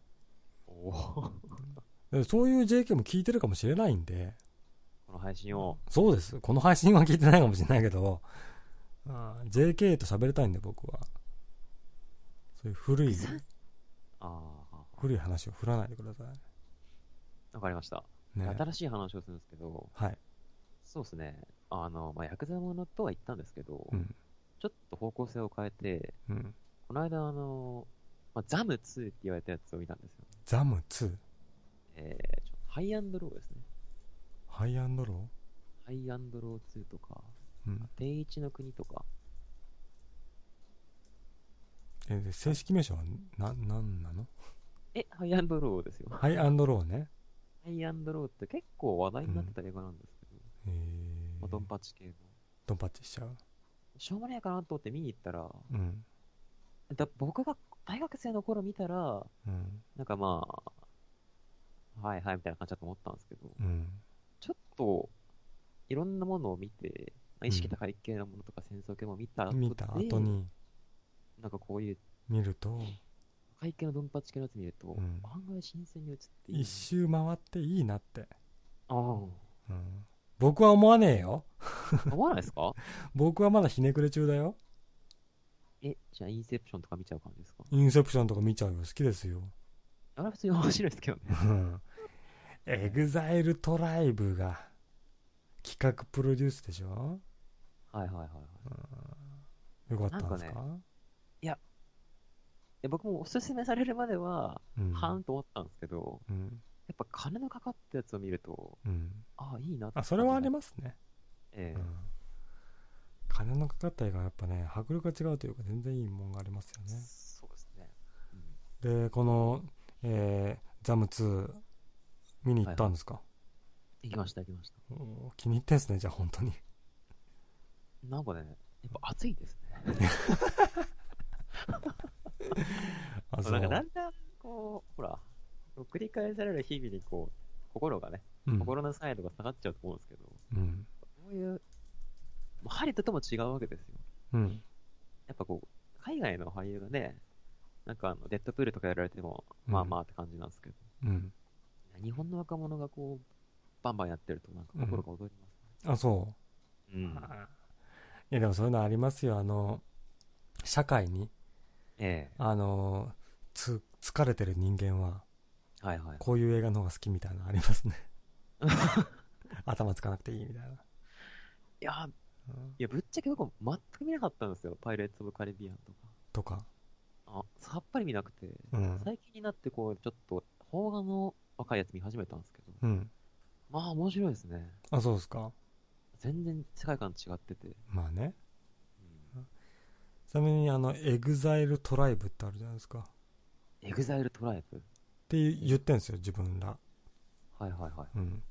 S3: おー
S1: でそういう JK も聞いてるかもしれないんで、
S3: この配信を。
S1: そうです。この配信は聞いてないかもしれないけど、あー JK と喋りたいんで僕は。そういう古い、
S3: ああ、
S1: 古い話を振らないでくださ
S3: わかりました。
S1: い。ね。
S3: 新しい話をするんですけど、
S1: はい。
S3: そうですね。あの、まあ、ヤクザものとは言ったんですけど、
S1: うん。
S3: ちょっと方向性を変えて、
S1: うん。
S3: この間、あの、まあ、ザム2って言われたやつを見たんですよ。
S1: ザム2、
S3: えー、ちょハイアンドローですね。
S1: ハイアンドロ
S3: ハイアンドロー2とか、
S1: ーうん。
S3: 定一の国とか、
S1: え、で正式名称はな、なんなの
S3: え、ハイアンドローですよ。ハ
S1: ハイアンドローね。
S3: イアンドローって結構話題になってた映画なんですけど、
S1: えー
S3: まあ、ドンパチ系の。
S1: ドンパッチしちゃう。
S3: しょうもないかなと思って見に行ったら、
S1: うん。
S3: だ僕が大学生の頃見たら、
S1: うん。
S3: なんかまあ、はいはいみたいな感じだと思ったんですけど、
S1: うん。
S3: ちょっと、いろんなものを見て、まあ意識高い系のものとか戦争系も見た後で、
S1: 見た後に
S3: なんかこういう
S1: 見ると
S3: 高い系のドンパチ系のやつ見ると、
S1: うん
S3: 案外新鮮に映っていいな。
S1: 一周回っていいなって、
S3: ああ、思
S1: うん、僕は思わねえよ
S3: わないですか
S1: 僕はまだひねくれ中だよ
S3: [laughs] え、じゃあインセプションとか見ちゃう感じですか
S1: インセプションとか見ちゃうよ好きですよ
S3: あれは普通に面白いですけどね。
S1: エグザイルトライブが企画プロデュースでしょ
S3: はいはいはいはい。
S1: よかったんですか
S3: なんかで僕もおすすめされるまでは、
S1: うん
S3: はーんと思ったんですけど、
S1: うん
S3: やっぱ金のかかったやつを見ると、
S1: うん
S3: ああ、いいなって。
S1: あそれはあり
S3: ま
S1: ますね、
S3: え
S1: う
S3: え
S1: ん、金のかかった映画はやっぱね迫力が違うというか全然いいもんがありますよね
S3: そうですね。うん
S1: でこの、えーザム2見に行ったんですか、
S3: 行きました、行きました。
S1: おー気に入ってんすねじゃあ本
S3: [laughs]
S1: 当に
S3: なんかね、やっぱ暑いですね。 [laughs]
S1: あ
S3: なんかだんだん、こう、ほら、繰り返される日々にこう、心がね、
S1: うん
S3: 心のサイドが下がっちゃうと思うんですけど、
S1: うん
S3: こういう、まあハリウッドとも違うわけですよ。
S1: うん
S3: やっぱこう、海外の俳優がね、なんかあの、デッドプールとかやられても、
S1: うん
S3: まあまあって感じなんですけど、
S1: うん
S3: 日本の若者がこう、バンバンやってると、なんか心が踊ります
S1: あそ
S3: ね。う
S1: う、
S3: ん
S1: いやでもそういうのありますよあの社会に
S3: え
S1: あのつ疲れてる人間は
S3: え。はいはい。
S1: こういう映画の方が好きみたいなのあります [laughs] ね頭つかなくていいみたいな、
S3: いや、
S1: うん
S3: いや、ぶっちゃけ僕、全く見なかったんですよ。パイレーツ・オブ・カリビアンと
S1: とか
S3: か。あ、さっぱり見なくて、
S1: うん
S3: 最近になってこう、ちょっと、邦画の若いやつ見始めたんですけど、
S1: うん
S3: まあ面白いですね。
S1: あそうですか
S3: 全然世界観違ってて、
S1: まあね
S3: うん
S1: ちなみにあのエグザイルトライブってあるじゃないですかっ
S3: エグザイルトライブ
S1: て言ってんですよ自分ら
S3: は
S1: [laughs]
S3: いはいはい。
S1: うん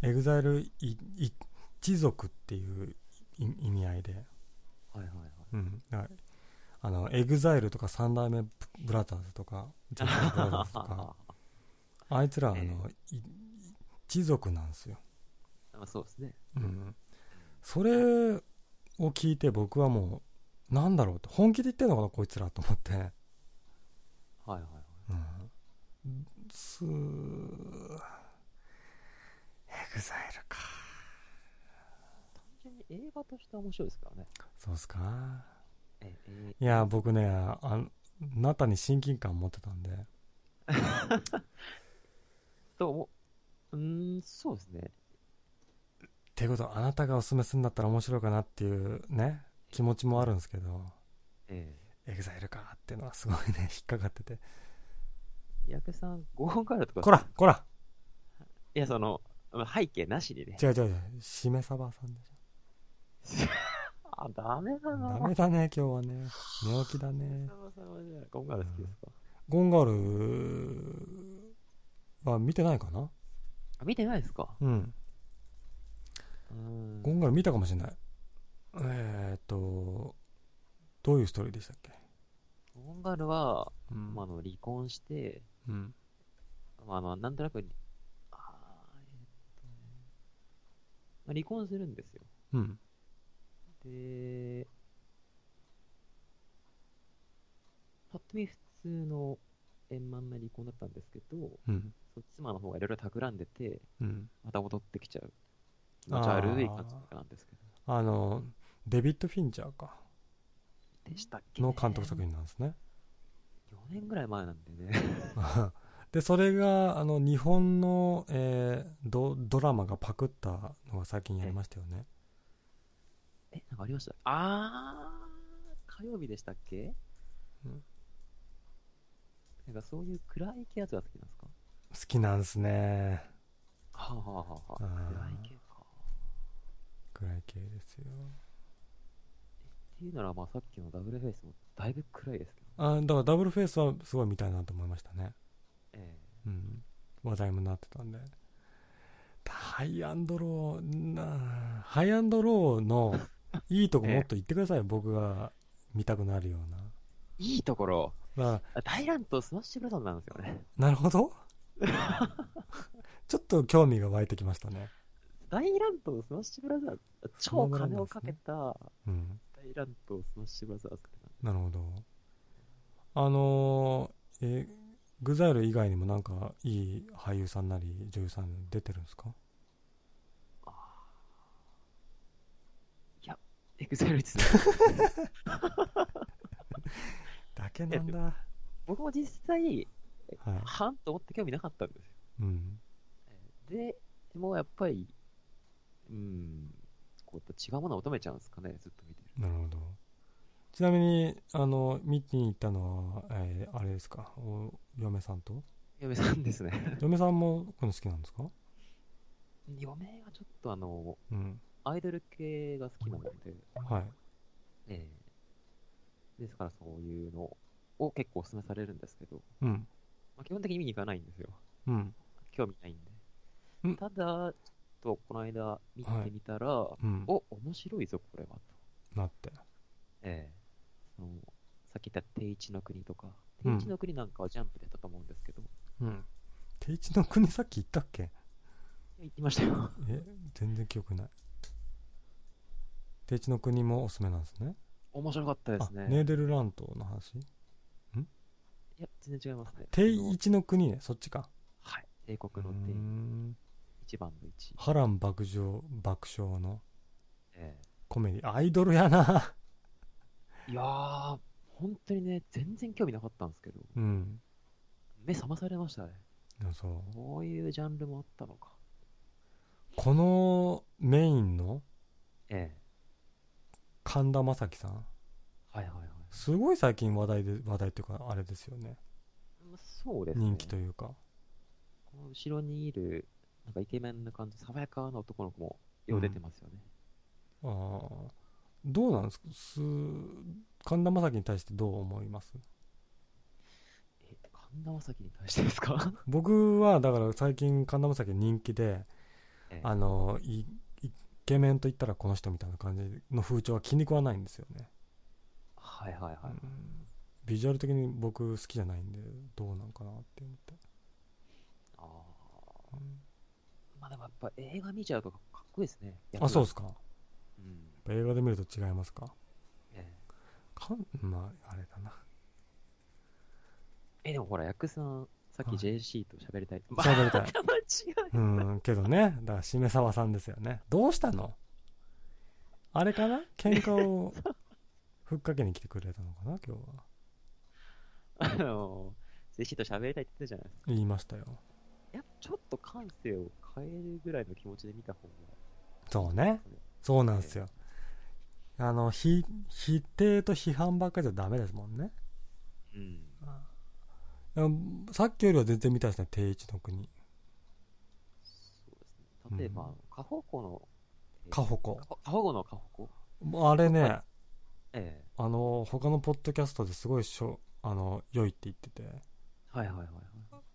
S1: エグザイル一族っていうい意味合いで
S3: はいはいはい。
S1: うんだからあのエグザイルとか三代目ブブラザーズとかジャスティンブラザーズと [laughs] かあいつらあの、い一族なんですよ
S3: あそうですね。
S1: うん、それを聞いて僕はもうなんだろうって本気で言ってんのかなこいつらと思って、
S3: はいはいはい。
S1: うん、すエグザイルか
S3: 単純に映画として面白いですからね。
S1: そうっすか
S3: ええ
S1: いや僕ねあなたに親近感持ってたんで
S3: と思う。うーん、そうですね。
S1: ていうことはあなたがおすすめするんだったら面白いかなっていうね気持ちもあるんですけど
S3: え
S1: エグザイルかっていうのはすごいね [laughs] 引っかかってて
S3: え三宅さん、合コンからとか、
S1: こらこら
S3: いや、その、まあ背景なしにね。
S1: 違う違う違うしめさばさんでしょ
S3: あ、ダメだな
S1: ダメだね、今日はね。寝起きだね。
S3: ゴンガール好きですか、
S1: ゴンガールは見てないかな
S3: あ見てないですか
S1: うん。
S3: うーん
S1: ゴンガール見たかもしれない。えーっと、どういうストーリーでしたっけ
S3: ゴンガールは、
S1: うん
S3: まあ、あの離婚して、
S1: うん。
S3: まあ、あのなんとなく、あーえっとねまあ、離婚するんですよ。
S1: うん。
S3: で、ぱっと見普通の円満な離婚だったんですけど、
S1: うん。
S3: そう妻の方がいろいろ企んでて、
S1: うん。
S3: また戻ってきちゃう。気持ち悪い感じなんですけ
S1: あの、デビッド・フィンチャーか。
S3: ど。でしたっけ、
S1: の監督作。品なんですね。
S3: 4年ぐらい前なんでね。 [laughs]
S1: で、それが、あの、日本の、えード、ドラマがパクったのが最近やりましたよね。
S3: え、なんかありましたあー、火曜日でしたっけ
S1: うん
S3: なんかそういう暗い系やつが好きなんですか
S1: 好きなんですね。
S3: はあはあはあはあ
S1: あー
S3: 暗い系か。
S1: 暗い系ですよ。
S3: っていうなら、まあさっきのダブルフェイスもだいぶ暗いですけど。
S1: あだからダブルフェイスはすごい見たいなと思いましたね、
S3: え
S1: うん、話題もなってたんでハイアンドローなハイアンドローのいいとこもっと言ってくだ [laughs] さい、僕が見たくなるよう
S3: えいいところ、
S1: なだか
S3: あ大乱とスマッシュブラザーズなんですよね。
S1: らなるほど [laughs] ちょっと興味が湧いてきましたね、
S3: 大乱とスマッシュブラザーズ、超金をかけた
S1: うん、
S3: 大乱とスマッシュブラザーズって
S1: な
S3: なんで
S1: るほどあのーえグザイル以外にもなんかいい俳優さんなり女優さん出てるんですか
S3: エグゼル率
S1: だけなんだは
S3: 僕も実際、
S1: い、
S3: はんと思って興味なかったんですよ。
S1: うん
S3: で、もうやっぱり、うん、こうやって違うものを求めちゃうんですかね、ずっと見てる。
S1: なるほど。ちなみに、あの、見に行ったのは、えーあれですか、お嫁さんと
S3: 嫁さんですね。
S1: 嫁さんもこの好きなんですか
S3: 嫁がちょっとあの、
S1: うん。
S3: アイドル系が好きなので、
S1: はい。
S3: ええですからそういうのを結構お勧めされるんですけど、
S1: うん。
S3: まあ、基本的に見に行かないんですよ。
S1: うん。
S3: 興味ないん
S1: うん
S3: で。ただ、ちょっとこの間見てみたら、
S1: うん。
S3: お、面白いぞ、これは。と
S1: なって。
S3: ええそのさっき言った定一の国とか、
S1: う
S3: 定
S1: ん
S3: 一の国なんかはジャンプでやったと思うんですけど、
S1: うん。定一の国さっき行ったっけ
S3: 行きましたよ。
S1: え、全然記憶ない。定一の国もおすすめなんですね。
S3: [laughs] 面白かったですね。
S1: あ、ネーデルラントの話
S3: いや、全然違いますね。
S1: 定
S3: あの
S1: 一の国ね、そっちか。
S3: はい。帝
S1: う
S3: 国の帝、
S1: ん。
S3: 一番の一。
S1: 波乱爆笑、爆笑の
S3: え
S1: コメディ。アイドルや [laughs] な。
S3: えいやー、本当にね、全然興味なかったんですけど、
S1: うん。
S3: 目覚まされましたね。
S1: あそう。
S3: こういうジャンルもあったのか。
S1: このメインの
S3: ええ
S1: 神田正輝さん
S3: はいはいはい。
S1: すごい最近話題で話題っていうかあれですよね
S3: まあそうですね。
S1: 人気というか
S3: この後ろにいる、なんかイケメンな感じ、爽やかな男の子もよう出てますよね。
S1: あーどうなんですかす神田正輝に対してどう思います
S3: え、神田正輝に対してですか
S1: 僕はだから最近神田正輝人気で、
S3: ええ
S1: あのいイケメンと言ったらこの人みたいな感じの風潮は気に食わないんですよね、
S3: はいはいはい。
S1: うんビジュアル的に僕好きじゃないんでどうなんかなって思って、
S3: ああ。まあでもやっぱ映画見ちゃうとかっこいいですね。
S1: あそうですかや
S3: うん。
S1: っぱ映画で見ると違いますか
S3: え
S1: かんまああれだな
S3: え、えでもほら、役さん、さっき
S1: はい
S3: JC と喋りたい。ま [laughs]
S1: 喋りたい
S3: たま違う。
S1: うんけどねだからしめさわさんですよねどうしたのあれかな喧嘩をふっかけに来てくれたのかな今日は
S3: あの、JC と喋りたいって言ってたじゃないですか。
S1: 言いましたよ
S3: やっぱちょっと感性を変えるぐらいの気持ちで見た方が。
S1: そうね。そうなんですよ。あの、ひ否定と批判ばっかりじゃダメですもんね。
S3: うん。
S1: うんさっきよりは全然見たいですね、定位置の国。
S3: そうですね。例えば、
S1: うん
S3: 過保護の、
S1: カホコ。
S3: 過過保護の過保護
S1: あれね、
S3: ええ。
S1: あの、他のポッドキャストですごいしょ、あの、良いって言ってて、
S3: はいはいはいはい。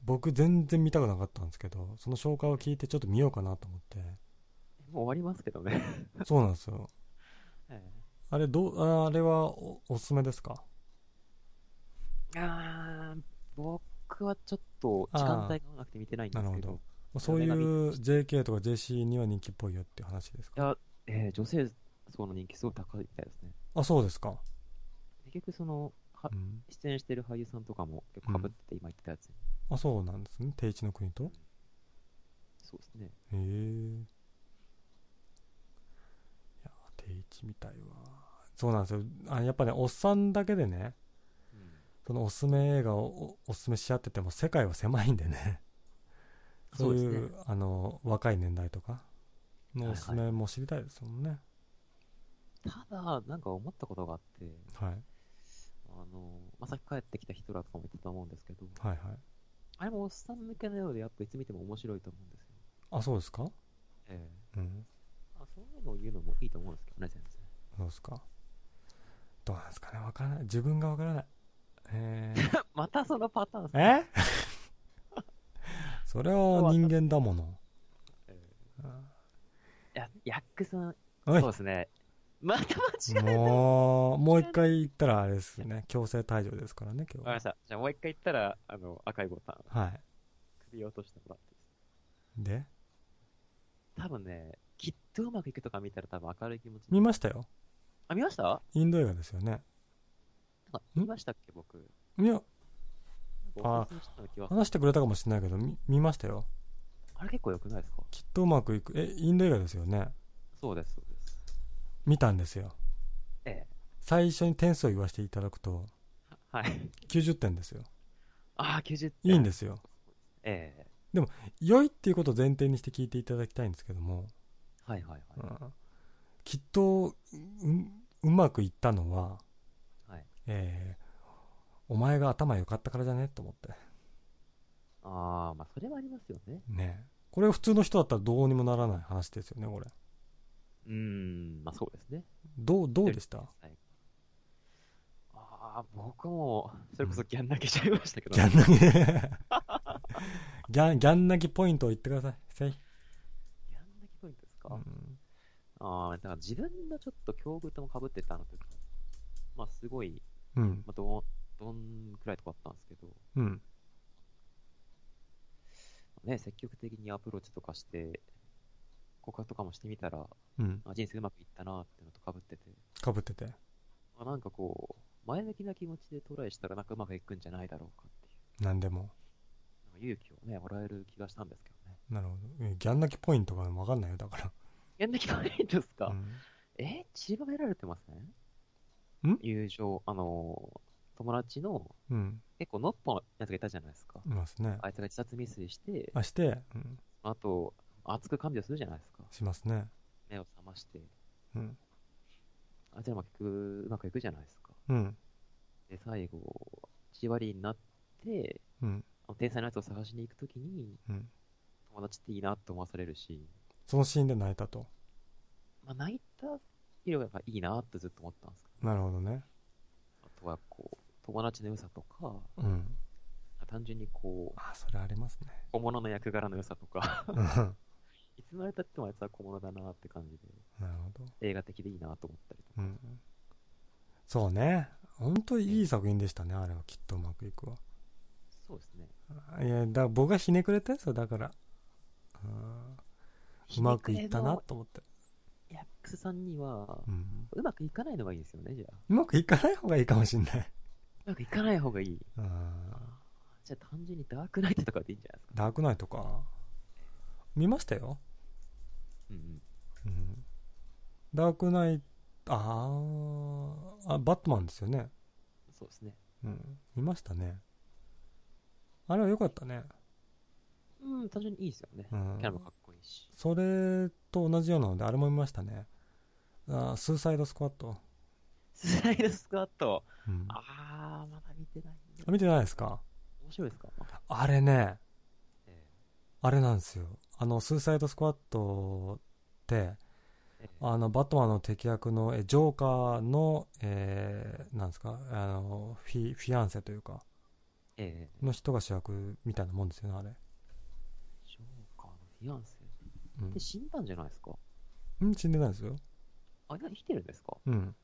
S1: 僕全然見たくなかったんですけど、その紹介を聞いてちょっと見ようかなと思って。
S3: もう終わりますけどね。
S1: そうなんですよ。
S3: [laughs] え
S1: あれ、どう、ああれはおおすすめですか
S3: え、あー僕はちょっと時間帯が合わなくて見てないんです
S1: な
S3: け
S1: るほ
S3: ど、
S1: どそういう JK とか JC には人気っぽいよっていう話です
S3: い
S1: か
S3: や、ええ女性層の人気すごい高いみたいですね。
S1: あ、そうですか。
S3: 結局その、は
S1: うん。
S3: 出演してる俳優さんとかも結構被ってて今言ってたやつに、
S1: あそうなんですね定置の国と
S3: そうですね。
S1: へえいや定置みたいわそうなんですよあやっぱねおっさんだけでね
S3: うん
S1: そのおすすめ映画をおおすすめし合ってても世界は狭いんでねそういう
S3: そうです
S1: あの若い年代とかのおすすめも知りたいですもんね
S3: ただ、なんか思ったことがあって、
S1: はい
S3: あの、まあ、さっき帰ってきたヒトラーとかも言ってたと思うんですけど、
S1: はいはい
S3: あれもおっさん向けのようで、やっぱいつ見ても面白いと思うんですよ。
S1: あそうですか
S3: ええ
S1: うん
S3: あそういうのを言うのもいいと思うんですけどね、全然。
S1: そうですかどうなんですかねわからない自分がわからないえー
S3: またそのパターンっすね
S1: え [laughs] それは人間だもの。
S3: いや、ヤックさん、
S1: おい
S3: そうですね。また間違えた。わ
S1: もう、もう一回言ったらあれですね。強制退場ですからね、今
S3: かりま
S1: 日
S3: した。じゃあもう一回言ったら、あの、赤いボタン、
S1: は。はい。
S3: 首を落としてもらっていいです
S1: で、
S3: か多分ね、きっとうまくいくとか見たら多分明るい気持ちに
S1: 見ましたよ。
S3: あ、見ましたなん
S1: インド映画ですよね。
S3: か見ましたっけ、僕。
S1: いや、
S3: なんかおすすめしたの気は
S1: 話してくれたかもしれないけど、み見ましたよ。
S3: あれ結構良くないですか
S1: きっとうまくいく。え、インド映画ですよね。
S3: そうです、そうです。
S1: 見たんですよ。
S3: え
S1: 最初に点数を言わせていただくと、
S3: え。はい。
S1: 90点ですよ。
S3: ああ、90点。
S1: いいんですよ。
S3: ええ。
S1: 良いっていうことを前提にして聞いていただきたいんですけども、
S3: はいはいはい。
S1: うんきっとうんうまくいったのは、
S3: はい
S1: えーお前が頭良かったからじゃねと思って
S3: ああ、まあそれはありますよね。
S1: ねこれ普通の人だったらどうにもならない話ですよねこれ
S3: うーん、まあそうですね。
S1: どうどうでした
S3: はいああ、僕も、それこそギャン泣きしちゃいましたけど、
S1: ギャン泣きギ [laughs] ャンギャン泣きポイントを言ってくださいせい、
S3: ギャン泣きポイントですか、
S1: うん
S3: ああ、だから自分のちょっと境遇ともかぶってたあの時まあすごい、
S1: うん
S3: まあ、どん、どんくらいとかあったんですけど、
S1: うん
S3: ね、積極的にアプローチとかして、告白とかもしてみたら、
S1: うん
S3: あ人生うまくいったなっていうのとかぶってて、
S1: かぶってて
S3: まあ、なんかこう、前向きな気持ちでトライしたらなんかうまくいくんじゃないだろうかっていう
S1: 何でも、
S3: なんか勇気をね、もらえる気がしたんですけどね。
S1: なるほどえギャン泣きポイントが分かんないよだか、
S3: ギャン泣きポイントですから
S1: うん
S3: え散りばめられてません
S1: ん
S3: 友情、あのー、友達の、
S1: うん
S3: 結構ノッポのやつがいたじゃないですか。
S1: いますね
S3: あいつが自殺未遂して、
S1: あして、うん、
S3: あと、熱く看病するじゃないですか。
S1: しますね
S3: 目を覚まして。
S1: うん
S3: あいつらも結局、うまくいくじゃないですか。
S1: うん
S3: で、最後、血割りになって、
S1: うん
S3: あの天才のやつを探しに行くときに、
S1: うん
S3: 友達っていいなって思わされるし、
S1: そのシーンで泣いたと。
S3: まあ、泣いた色がやっぱいいなってずっと思ったんですけど
S1: なるほどね。
S3: はこう、友達の良さとか、
S1: うん。
S3: 単純にこう、
S1: あ、それありますね。
S3: 小物の役柄の良さとか、 [laughs]
S1: うん [laughs] なる
S3: いつまでたってもあいつは小物だなって感じ
S1: ほど。
S3: で、映画的でいいなと思ったりとか。
S1: うん。そうね。本当にいい作品でしたね、あれは。きっとうまくいくわ。
S3: そうですね。
S1: いや、だから僕がひねくれたやつだから。うんうまくいったなと思って。
S3: いや、クスさんには、
S1: うん。
S3: うまくいかないのがいいですよね、じゃあ。
S1: うまくいかない方がいいかもしんない。
S3: うまくいかない方がいい。
S1: うん。
S3: じゃあ単純にダークナイトとかでいいんじゃないですか。
S1: ダークナイトか。見ましたよ。
S3: うんうん。
S1: うん。ダークナイト、あーあ、バットマンですよね。
S3: そうですね。
S1: うん。見ましたね。あれは良かったね。
S3: うん、単純にいいですよね。
S1: う
S3: キ
S1: ん
S3: ャラもかっこいいし。
S1: それと同じようなので、あれも見ましたね。あースーサイドスクワット。
S3: スライドスクワット。
S1: うん。
S3: あー、まだ見てないんだ。
S1: 見てないですか
S3: 面白いですか、
S1: あれね、
S3: え
S1: あれなんですよ。あの、スーサイドスクワットって、
S3: えええ
S1: あの、バットマンの敵役の、え、ジョーカーの、えーなんですか、あの、フィ、フィアンセというか、
S3: ええ
S1: の人が主役みたいなもんですよね、あれ。
S3: ジョーカーのフィアンセ。
S1: うん
S3: で、死んだんじゃないですか
S1: うん、死んでないですよ。
S3: あ、いや生きてるんですか
S1: うん。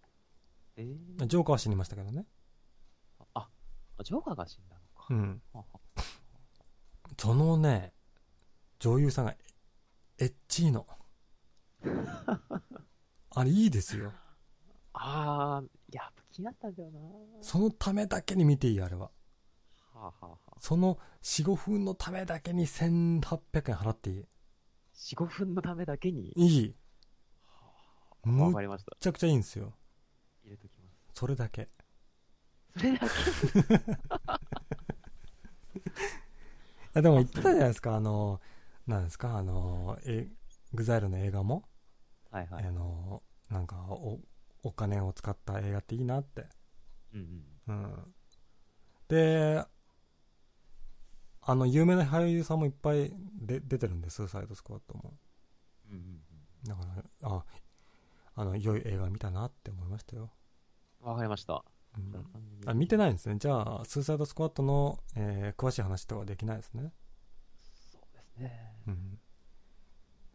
S3: ええ
S1: ジョーカーは死にましたけどね。
S3: あ、あジョーカーが死んだのか。
S1: うん。
S3: はは
S1: そのね、女優さんが、エッチーの。あれ、いいですよ。
S3: あー、やっぱ気になったんだよな。
S1: そのためだけに見ていい、あれは。
S3: はあ、はあはあ、
S1: その4、5分のためだけに1800円払っていい。
S3: 4、5分のためだけに。
S1: いい。む
S3: わ
S1: っ
S3: かりました。
S1: ちゃくちゃいいんですよ。
S3: 入れときます。
S1: それだけ。
S3: それだけ。
S1: あでも言ってたじゃないですか、あの、なんですか、あの、え、グザイルの映画も、
S3: はいはい
S1: あ。の、なんか、お、お金を使った映画っていいなって。
S3: うんうん。
S1: うん。で、あの、有名な俳優さんもいっぱいで出てるんです、スーサイドスクワットも。
S3: うんうんうん
S1: だから、あ、あの、良い映画見たなって思いましたよ。
S3: わかりました。
S1: うんあ見て
S3: い
S1: ないんですね。じゃあ、スーサイドスクワットの、えー詳しい話とかできないですね。
S3: そうですね。
S1: うん。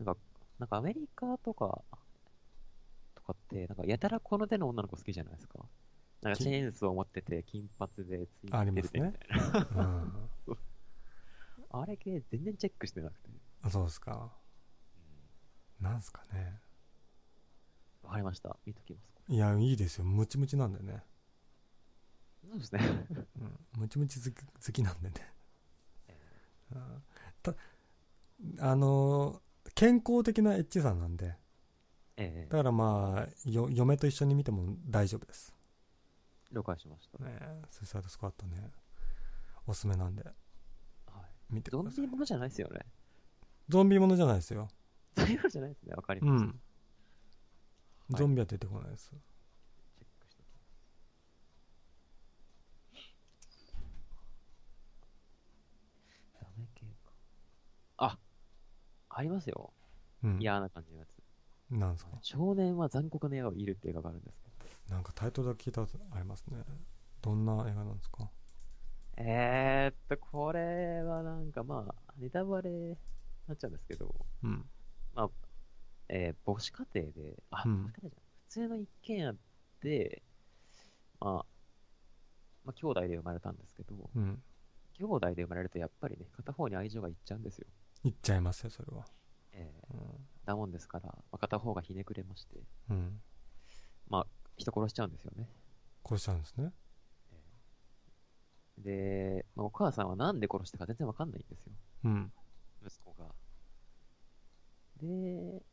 S3: なんかアメリカとか、とかって、なんかやたらこの手の女の子好きじゃないですか。なんかチェーンソーを持ってて、金髪で、ツイ
S1: あり
S3: ン
S1: ま
S3: テ
S1: す
S3: ル
S1: ね
S3: でみたいな。
S1: うん、
S3: あれ系全然チェックしてなくて。
S1: そうですか。なんすかね。
S3: わかりました。見ときます。
S1: いや、いいですよ。ムチムチなんでね。[laughs]
S3: そうですね。
S1: うん。ムチムチ好き好きなんでね。うん、た、あのー健康的なエッチさんなんで。
S3: ええ
S1: だからまあ、よ、嫁と一緒に見ても大丈夫です。
S3: 了解しました。
S1: ねスーサイドスクワットね。おすすめなんで、
S3: はい。
S1: 見てく
S3: ゾン
S1: ださい。
S3: ビものじゃないです
S1: [laughs]
S3: よね。
S1: ゾンビものじゃないですよ。
S3: そういうのじゃないですね。わかり
S1: う
S3: ました。
S1: ん。ゾンビは出てこないです。
S3: チェックしておきます。ダメ系か。あ、ありますよ。
S1: うん。
S3: 嫌な感じのやつ。
S1: なんですか
S3: 少年は残酷な矢を射るって映画があるんですけど。
S1: なんかタイトルだけ聞いたことありますね。どんな映画なんですか
S3: えー、っと、これはなんかまあ、ネタバレになっちゃうんですけど、
S1: うん。
S3: えー、母子家庭で、あ、
S1: うん
S3: 母子家庭じゃない普通の一軒家で、まあ、まあ、兄弟で生まれたんですけど、
S1: うん。
S3: 兄弟で生まれるとやっぱりね、片方に愛情がいっちゃうんですよ。
S1: 言っちゃいますよ、それは。
S3: え
S1: うん。
S3: ー、だもんですから、まあ、片方がひねくれまして、
S1: うん。
S3: まあ、人殺しちゃうんですよね。
S1: こうしちゃうんですね。
S3: で、まあ、お母さんはなんで殺したか全然わかんないんですよ。
S1: うん。
S3: 息子が。で、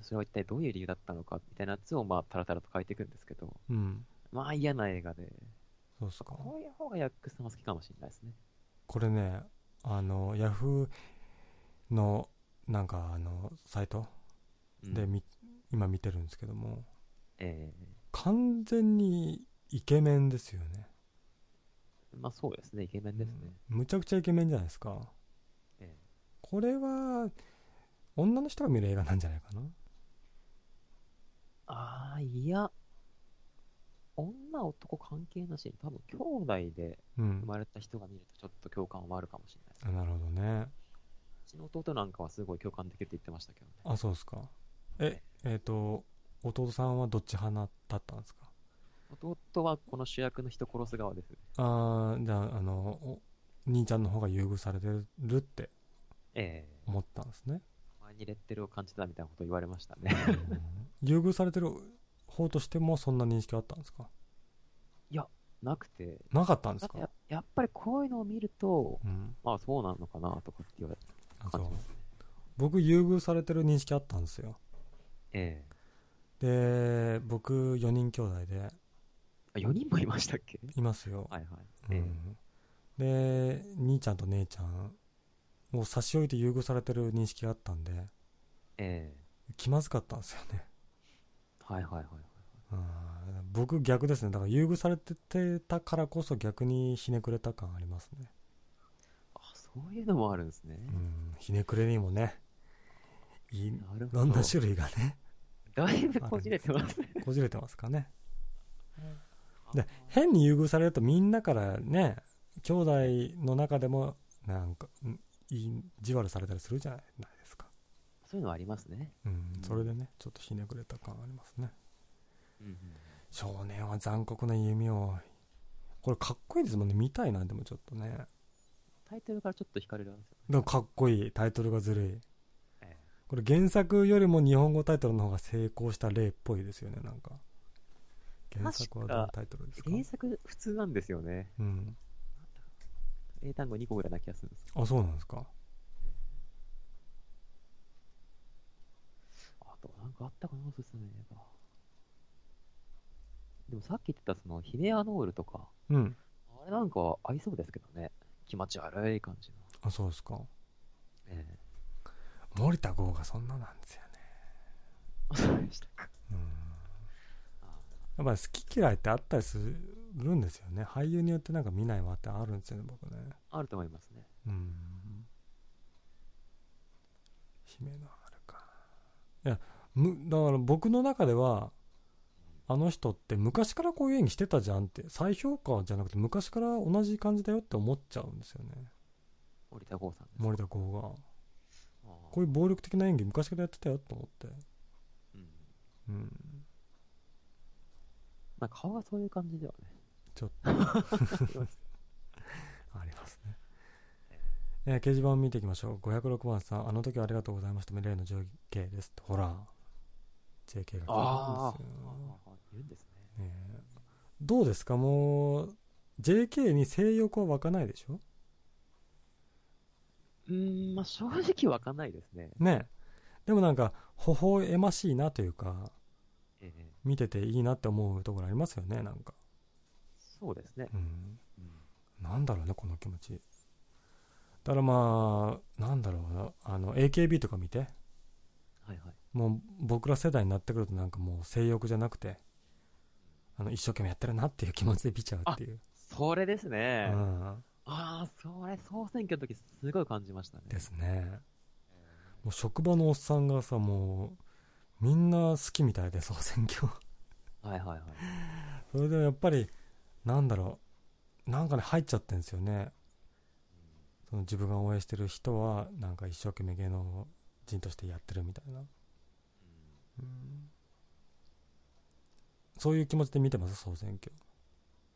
S3: それは一体どういう理由だったのかみたいなやつを、まあ、たらたらと書いていくんですけど、
S1: うん。
S3: まあ嫌な映画で、
S1: そうっすか。
S3: こういう方がヤックさんは好きかもしれないですね。
S1: これね、あの、ヤフーの、なんかあの、サイト
S3: うん
S1: で、み、今見てるんですけども、
S3: え
S1: 完全にイケメンですよね。
S3: えまあそうですね、イケメンですね。
S1: うんむちゃくちゃイケメンじゃないですか。
S3: ええ
S1: これは、女の人が見る映画なんじゃないかな。
S3: ああ、いや、女男関係なしに多分兄弟で
S1: うん
S3: 生。まれた人が見るとちょっと共感はあるかもしれないです。
S1: あなるほどね。
S3: うちの弟なんかはすごい共感できるって言ってましたけどね。
S1: あ、そうですか。え、えっ、と、弟さんはどっち派だったんですか
S3: 弟はこの主役の人殺す側です。
S1: ああ、じゃあ、あの、お兄ちゃんの方が優遇されてるって
S3: ええ
S1: 思ったんですね。
S3: たまにレッテルを感じてたみたいなこと言われましたね。 [laughs]
S1: 優遇されてる方としてもそんな認識はあったんですか
S3: なくて。
S1: なかったんで
S3: だ
S1: す
S3: っ
S1: か
S3: てややっぱりこういうのを見ると、
S1: うん。
S3: まあそうなのかなとかって言われ
S1: あそ
S3: 感
S1: う
S3: じますね。
S1: 僕、優遇されてる認識あったんですよ。
S3: え
S1: で、僕、4人兄弟で
S3: えあ、4人もいましたっけ
S1: いますよ。
S3: はいはい。
S1: う
S3: ええ
S1: ん、で、兄ちゃんと姉ちゃんを差し置いて優遇されてる認識があったんで、
S3: ええ
S1: 気まずかったんですよね。 [laughs]
S3: はいはいはい。
S1: うん僕逆ですね。だから優遇されてたからこそ逆にひねくれた感ありますね。
S3: あ、そういうのもあるんですね。
S1: うん、ひねくれにもね、い
S3: なる
S1: ろ
S3: ほ
S1: んな
S3: ど。
S1: 種類がね、
S3: だいぶこじれてますね。
S1: こじれてますかね。で、変に優遇されるとみんなからね、兄弟の中でもなんか、んいじわるされたりするじゃないですか。
S3: そういうのはありますね。
S1: うん、それでね、ちょっとひねくれた感ありますね。
S3: うんうん
S1: 少年は残酷な弓を。これかっこいいですもんね。見たいな、でもちょっとね。
S3: タイトルからちょっと惹かれるんですよ。
S1: でもかっこいい。タイトルがずるい。
S3: え
S1: これ原作よりも日本語タイトルの方が成功した例っぽいですよね、なんか。原作はどのタイトルです
S3: え
S1: か
S3: 原作普通なんですよね。
S1: うん。
S3: 英単語2個ぐらいな気がするんですけ
S1: あ、そうなんですか。
S3: ど。あと、なんかあったかな、おすすめ映画。でもさっき言ってた、その、ヒネアノールとか、
S1: うん。
S3: あれなんか合いそうですけどね。気持ち悪い感じの。
S1: あ、そうですか。
S3: ええ
S1: 森田剛がそんななんですよね。
S3: あそうでしたか。
S1: うん。
S3: あ
S1: やっぱり好き嫌いってあったりするんですよね。俳優によってなんか見ないわってあるんですよね、僕ね。
S3: あると思いますね。
S1: うん。姫のあるか。いや、む、だから僕の中では、あの人って昔からこういう演技してたじゃんって、再評価じゃなくて昔から同じ感じだよって思っちゃうんですよね。
S3: 森田剛さんです。
S1: 森田剛が。
S3: ああ
S1: こういう暴力的な演技昔からやってたよと思って。
S3: うん
S1: うん。
S3: まあ、顔がそういう感じではね。
S1: ちょっと。ありますね。えー掲示板を見ていきましょう。506番さん、あの時はありがとうございました。例の情景です。ほら、JK が
S3: あ
S1: 来てるんですよ
S3: ああ、いるんですね。
S1: ねえどうですかもう、JK に性欲は湧かないでしょ
S3: うーん、まあ、正直わかんないですね。
S1: ねえでもなんか、微笑ましいなというか、
S3: ええ
S1: 見てていいなって思うところありますよね、なんか。
S3: そうですね。
S1: うん。
S3: うん
S1: なんだろうね、この気持ち。だからまあ、なんだろうな、あの、AKB とか見て、
S3: はいはい。
S1: もう僕ら世代になってくるとなんかもう性欲じゃなくて、あの、一生懸命やってるなっていう気持ちで見ちゃうっていう。
S3: それです
S1: う
S3: ね。
S1: ん。
S3: ああ、それ、総選挙の時すごい感じましたね。
S1: ですね。もう職場のおっさんがさ、もう、みんな好きみたいで、総選挙。 [laughs]
S3: はいはいはい。
S1: それでもやっぱり、なんだろう、なんかね、入っちゃってんですよね。その自分が応援してる人は、なんか一生懸命芸能人としてやってるみたいな。うんそういう気持ちで見てます、総選挙。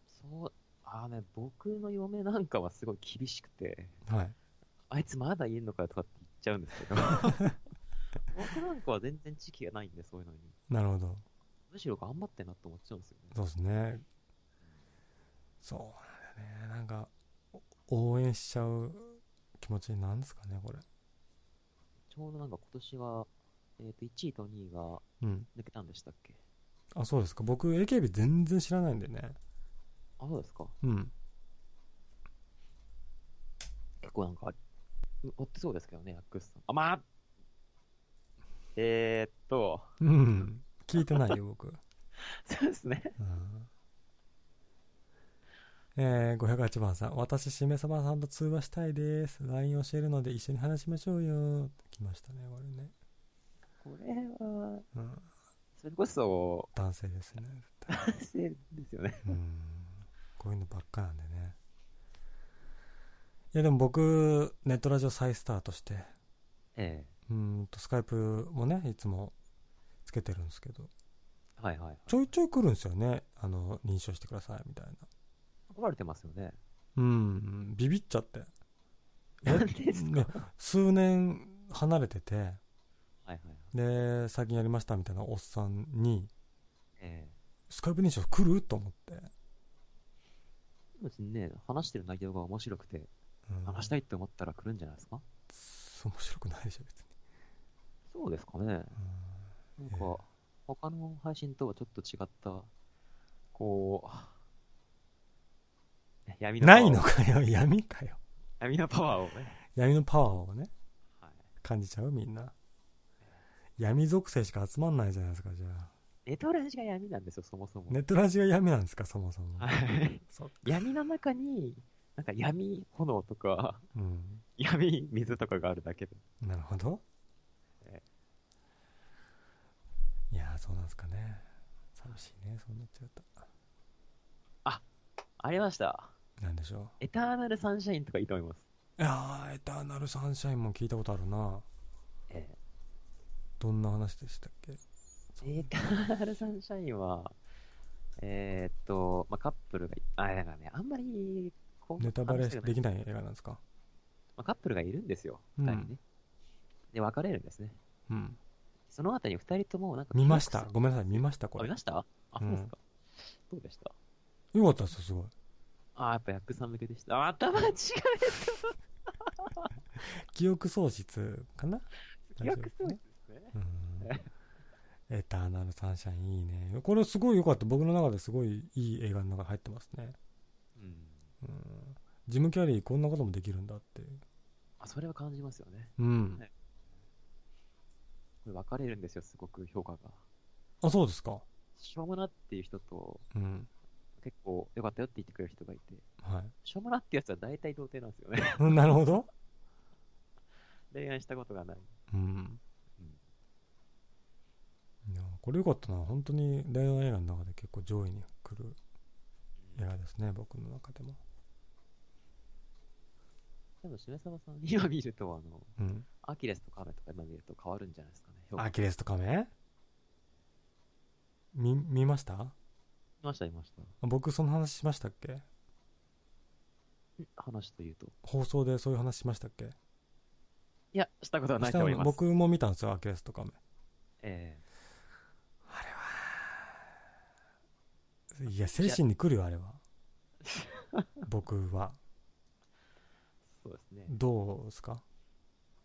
S3: そう、ああね、僕の嫁なんかはすごい厳しくて、
S1: はい。
S3: あいつまだいるのかよとかって言っちゃうんです
S1: [laughs]
S3: けど、僕なんかは全然知識がないんで、そういうのに。
S1: なるほど。
S3: むしろ頑張ってなって思っちゃうんですよね。
S1: そうですね。そうなんだよね。なんか、お応援しちゃう気持ちなんですかね、これ。
S3: ちょうどなんか今年は、えっ、と、1位と2位が
S1: うん。
S3: 抜けたんでしたっけ
S1: あ、そうですか。僕、AKB 全然知らないんでね。
S3: あ、そうですか。
S1: うん。
S3: 結構なんか、う追ってそうですけどね、ヤックスさん。あ、まあえー、っと、 [laughs]
S1: うん。聞いてないよ、僕。
S3: そうですね。
S1: うんえー、508番さん、私、しめさばさんと通話したいです。LINE 教えるので一緒に話しましょうよ。来ましたね、これね。
S3: これは、
S1: うん、
S3: それこそ、 [laughs]
S1: 男性ですね。たいな
S3: してるんですよね。
S1: うんこういうのばっかなんでねいやでも僕ネットラジオ再スタートして
S3: え
S1: うーんとスカイプもねいつもつけてるんですけど
S3: えはいはいはい。
S1: ちょいちょい来るんですよねあの認証してくださいみたいな
S3: 怒られてますよね。
S1: うんビビっちゃってえ
S3: なんですか
S1: ね数年離れてて
S3: はいはいはい。
S1: で最近やりましたみたいなおっさんに
S3: え
S1: スカイプ認証来ると思って、
S3: え別にね、話してる内容が面白くて、
S1: うん
S3: 話したいって思ったら来るんじゃないですか
S1: 面白くないでしょ別に、
S3: そうですかね。なん
S1: え
S3: か、他の配信とはちょっと違った、こう、 [laughs] ね闇のパワ
S1: な
S3: ーを
S1: いのかよ闇かよ
S3: 闇のパワーをね。
S1: 闇のパワーをね
S3: はい
S1: 感じちゃうみんな闇属性しか集まんないじゃないですかじゃあ
S3: ネトラジが闇なんですよ、そもそも。
S1: ネットラジが闇なんですかそもそも
S3: はい
S1: そっか
S3: 闇の中に、なんか闇炎とか、 [laughs]
S1: うん
S3: 闇水とかがあるだけで。
S1: なるほど
S3: え
S1: いやーそうなんですかね寂しいねそうなっちゃうと
S3: ありました。
S1: なんでしょ
S3: エターナルサンシャインとかいいと思います。
S1: ういやーエターナルサンシャインも聞いたことあるな
S3: え
S1: どんな話でしたっけ
S3: ーエターナルサンシャインは、えーっと、まあ、カップルがい、あ、だからね、あんまり、こう
S1: ネタバレ
S3: 話したくない
S1: できない映画なんですか
S3: まあ、カップルがいるんですよ、
S1: うん
S3: 二人ね。で、別れるんですね。
S1: うん
S3: その後に二人とも、なんか、
S1: 見ました
S3: 記憶
S1: ごめんなさい見ました
S3: さ
S1: こ
S3: あ、
S1: れ
S3: 見ましたあ、そうですか。どうでした
S1: よかったですよすごい
S3: あー、やっぱヤックさん向けでした。あ、頭違う。
S1: 記憶喪失かな
S3: 記憶喪失ですね。
S1: うんエターナルサンシャインいいねこれすごい良かった僕の中ですごいいい映画の中に入ってますね
S3: うん。
S1: うんジム・キャリーこんなこともできるんだっていう
S3: あ、それは感じますよね。
S1: うん
S3: はいこれ分かれるんですよ、すごく評価が。
S1: あそうですか
S3: しょうもなっていう人と、
S1: うん
S3: 結構良かったよって言ってくれる人がいて、
S1: はい
S3: [laughs] しょうもなってやつは大体童貞なんですよね。 [laughs]
S1: うんなるほど
S3: 恋愛したことがない。
S1: うん
S3: うん
S1: いやこれ良かったな本当に恋愛映画の中で結構上位に来る映画ですね僕の中でも
S3: 多分、しめさまさん、今見ると、あの、
S1: うん
S3: アキレスとカメとか今見ると変わるんじゃないですかね。評価
S1: アキレスとカメ見見ましたあ
S3: いました、いました。
S1: 僕その話しましたっけ
S3: 話というと。
S1: 放送でそういう話しましたっけ
S3: いや、したことはない
S1: した
S3: と
S1: の
S3: 思います。
S1: 僕も見たんですよアキレスとカメ
S3: え
S1: あれはいや精神に来るよあれは僕は
S3: えそうですね。
S1: どうですか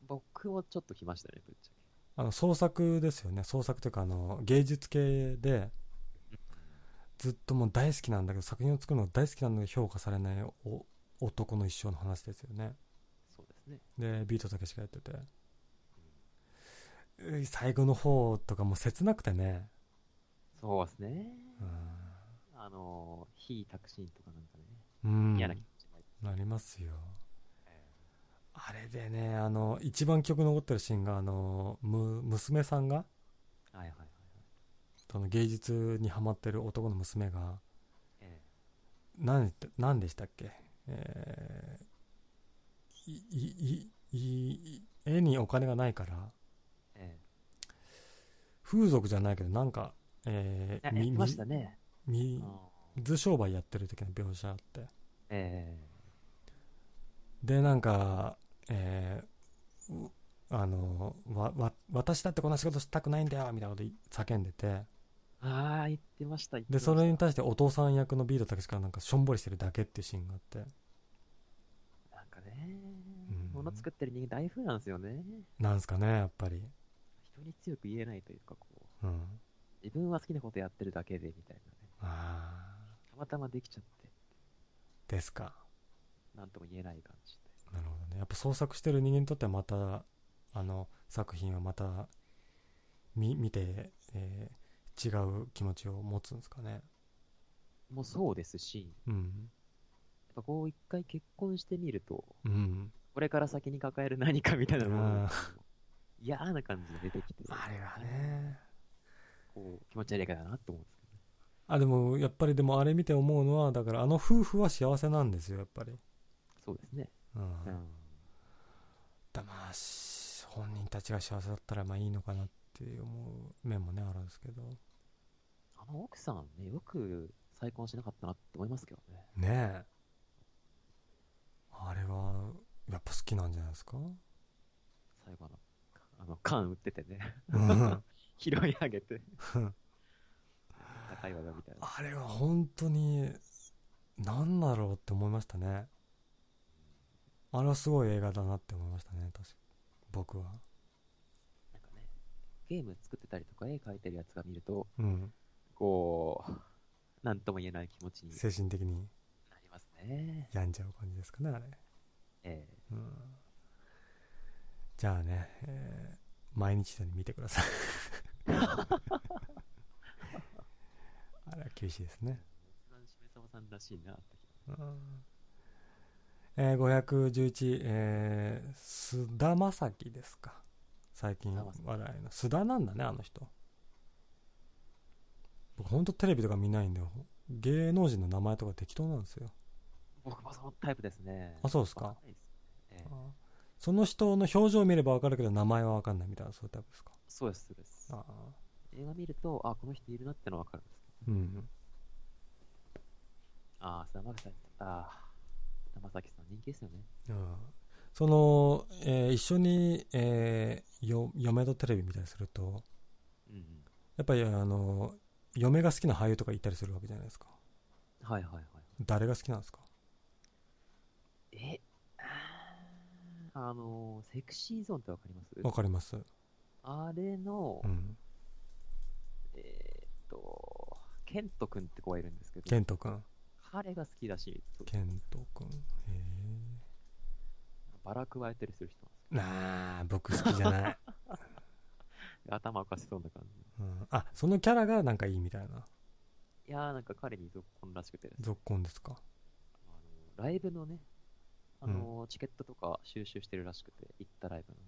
S3: 僕もちょっと来ましたね、ぶっちゃ
S1: あの創作ですよね創作というかあの芸術系でずっともう大好きなんだけど作品を作るのが大好きなのに評価されないお男の一生の話ですよね
S3: け。そうですね。
S1: でビートたけしがやっててうい最後の方とかもう切なくてね
S3: そうですね。
S1: う
S3: あの、非タクシーとかなんかね、
S1: んうん
S3: 嫌な気持ちになり
S1: なりますよ
S3: ますね
S1: あれでねあの一番記憶に残ってるシーンがあのむ娘さんが
S3: はいはいはいはい。
S1: その芸術にハマってる男の娘が
S3: え
S1: 何何でしたっけえー、いいいい絵にお金がないから
S3: ええ
S1: 風俗じゃないけどなんか、えー、
S3: えや
S1: み
S3: ってましたね。
S1: み
S3: うん
S1: 水商売やってる時の描写あって
S3: え
S1: でなんかえーうあのわわ私だってこんな仕事したくないんだよみたいなこと叫んでて
S3: えああ、言ってました、言って
S1: で
S3: ました。
S1: それに対してお父さん役のビートたけしがなんかしょんぼりしてるだけっていうシーンがあって
S3: なんかね
S1: うん、
S3: 物作ってる人間大風なんですよね。
S1: なんすかねやっぱり
S3: 人に強く言えないというか、こう、
S1: うん
S3: 自分は好きなことやってるだけで、みたいなね。
S1: あ
S3: たまたまできちゃって、
S1: ーですか
S3: なんとも言えない感じで。
S1: なるほどねやっぱ創作してる人間にとってはまたあの作品はまた見見て、えー違う気持ちを持つんですかね
S3: もうそうですし、
S1: うん
S3: やっぱこう一回結婚してみると、
S1: うん
S3: これから先に抱える何かみたいなもの
S1: うん
S3: が、嫌な感じが出てきて、
S1: あれはね
S3: こう、気持ち悪いかだなと思うんですけどね。
S1: あでもやっぱりでもあれ見て思うのはだからあの夫婦は幸せなんですよやっぱり、
S3: そうですね。
S1: うん
S3: うん。
S1: だまあし本人たちが幸せだったらまあいいのかなって思う面もねあるんですけど
S3: あの奥さんね、よく再婚しなかったなって思いますけどね。
S1: ねえあれはやっぱ好きなんじゃないですか
S3: 最後あの、あの、缶売っててね、
S1: うん
S3: [laughs] 拾い上げて、高い技みたいな。
S1: あれは本当に何だろうって思いましたねあれはすごい映画だなって思いましたね確か僕は
S3: なんかね、ゲーム作ってたりとか絵描いてるやつが見ると、
S1: うん
S3: こう、なんとも言えない気持ちにな
S1: 精神的に
S3: りますね。
S1: 病んじゃう感じですかねあれ
S3: え
S1: うんじゃあね、えー毎日のように見てください [laughs] あれは厳しいですね、
S3: え一番しめさまさんらしいなって気が。
S1: うんえー511、えー、須田まさきですか最近
S3: 菅田将暉
S1: 話題の須田なんだねあの人僕ほんとテレビとか見ないんで芸能人の名前とか適当なんですよ
S3: 僕もそのタイプですね。
S1: あそうですか
S3: わんないですええ
S1: その人の表情を見れば分かるけど名前は分かんないみたいなそういうタイプですか
S3: そうです、そうです。
S1: ああ
S3: 映画見ると、あ、この人いるなってのはわかるんです
S1: う
S3: けど。
S1: ん
S3: ああ、菅田将暉さん、ああ、菅田将暉さん人気ですよね。
S1: うんその、えー一緒に、えーよ嫁とテレビ見たりすると
S3: うんうん。
S1: やっぱりあの嫁が好きな俳優とかいたりするわけじゃないですか
S3: はいはいはい。
S1: 誰が好きなんですか
S3: えあのー、セクシーゾーンってわかります
S1: わかります
S3: あれの、
S1: うん
S3: えーっと、ケント君って子がいるんですけど、
S1: 健人君
S3: 彼が好きだし、そう
S1: 健人君へ
S3: バラ加えたりする人なんです
S1: えなあ僕好きじゃ
S3: [laughs]
S1: ない、
S3: けど、頭おかしそうな感
S1: う
S3: じ。
S1: ん、あそのキャラがなんかいいみたいない
S3: やー、なんか彼にぞっこんらしくてですね、
S1: 続婚ですか
S3: あのーライブのね、あのーチケットとか収集してるらしくて、行ったライブの。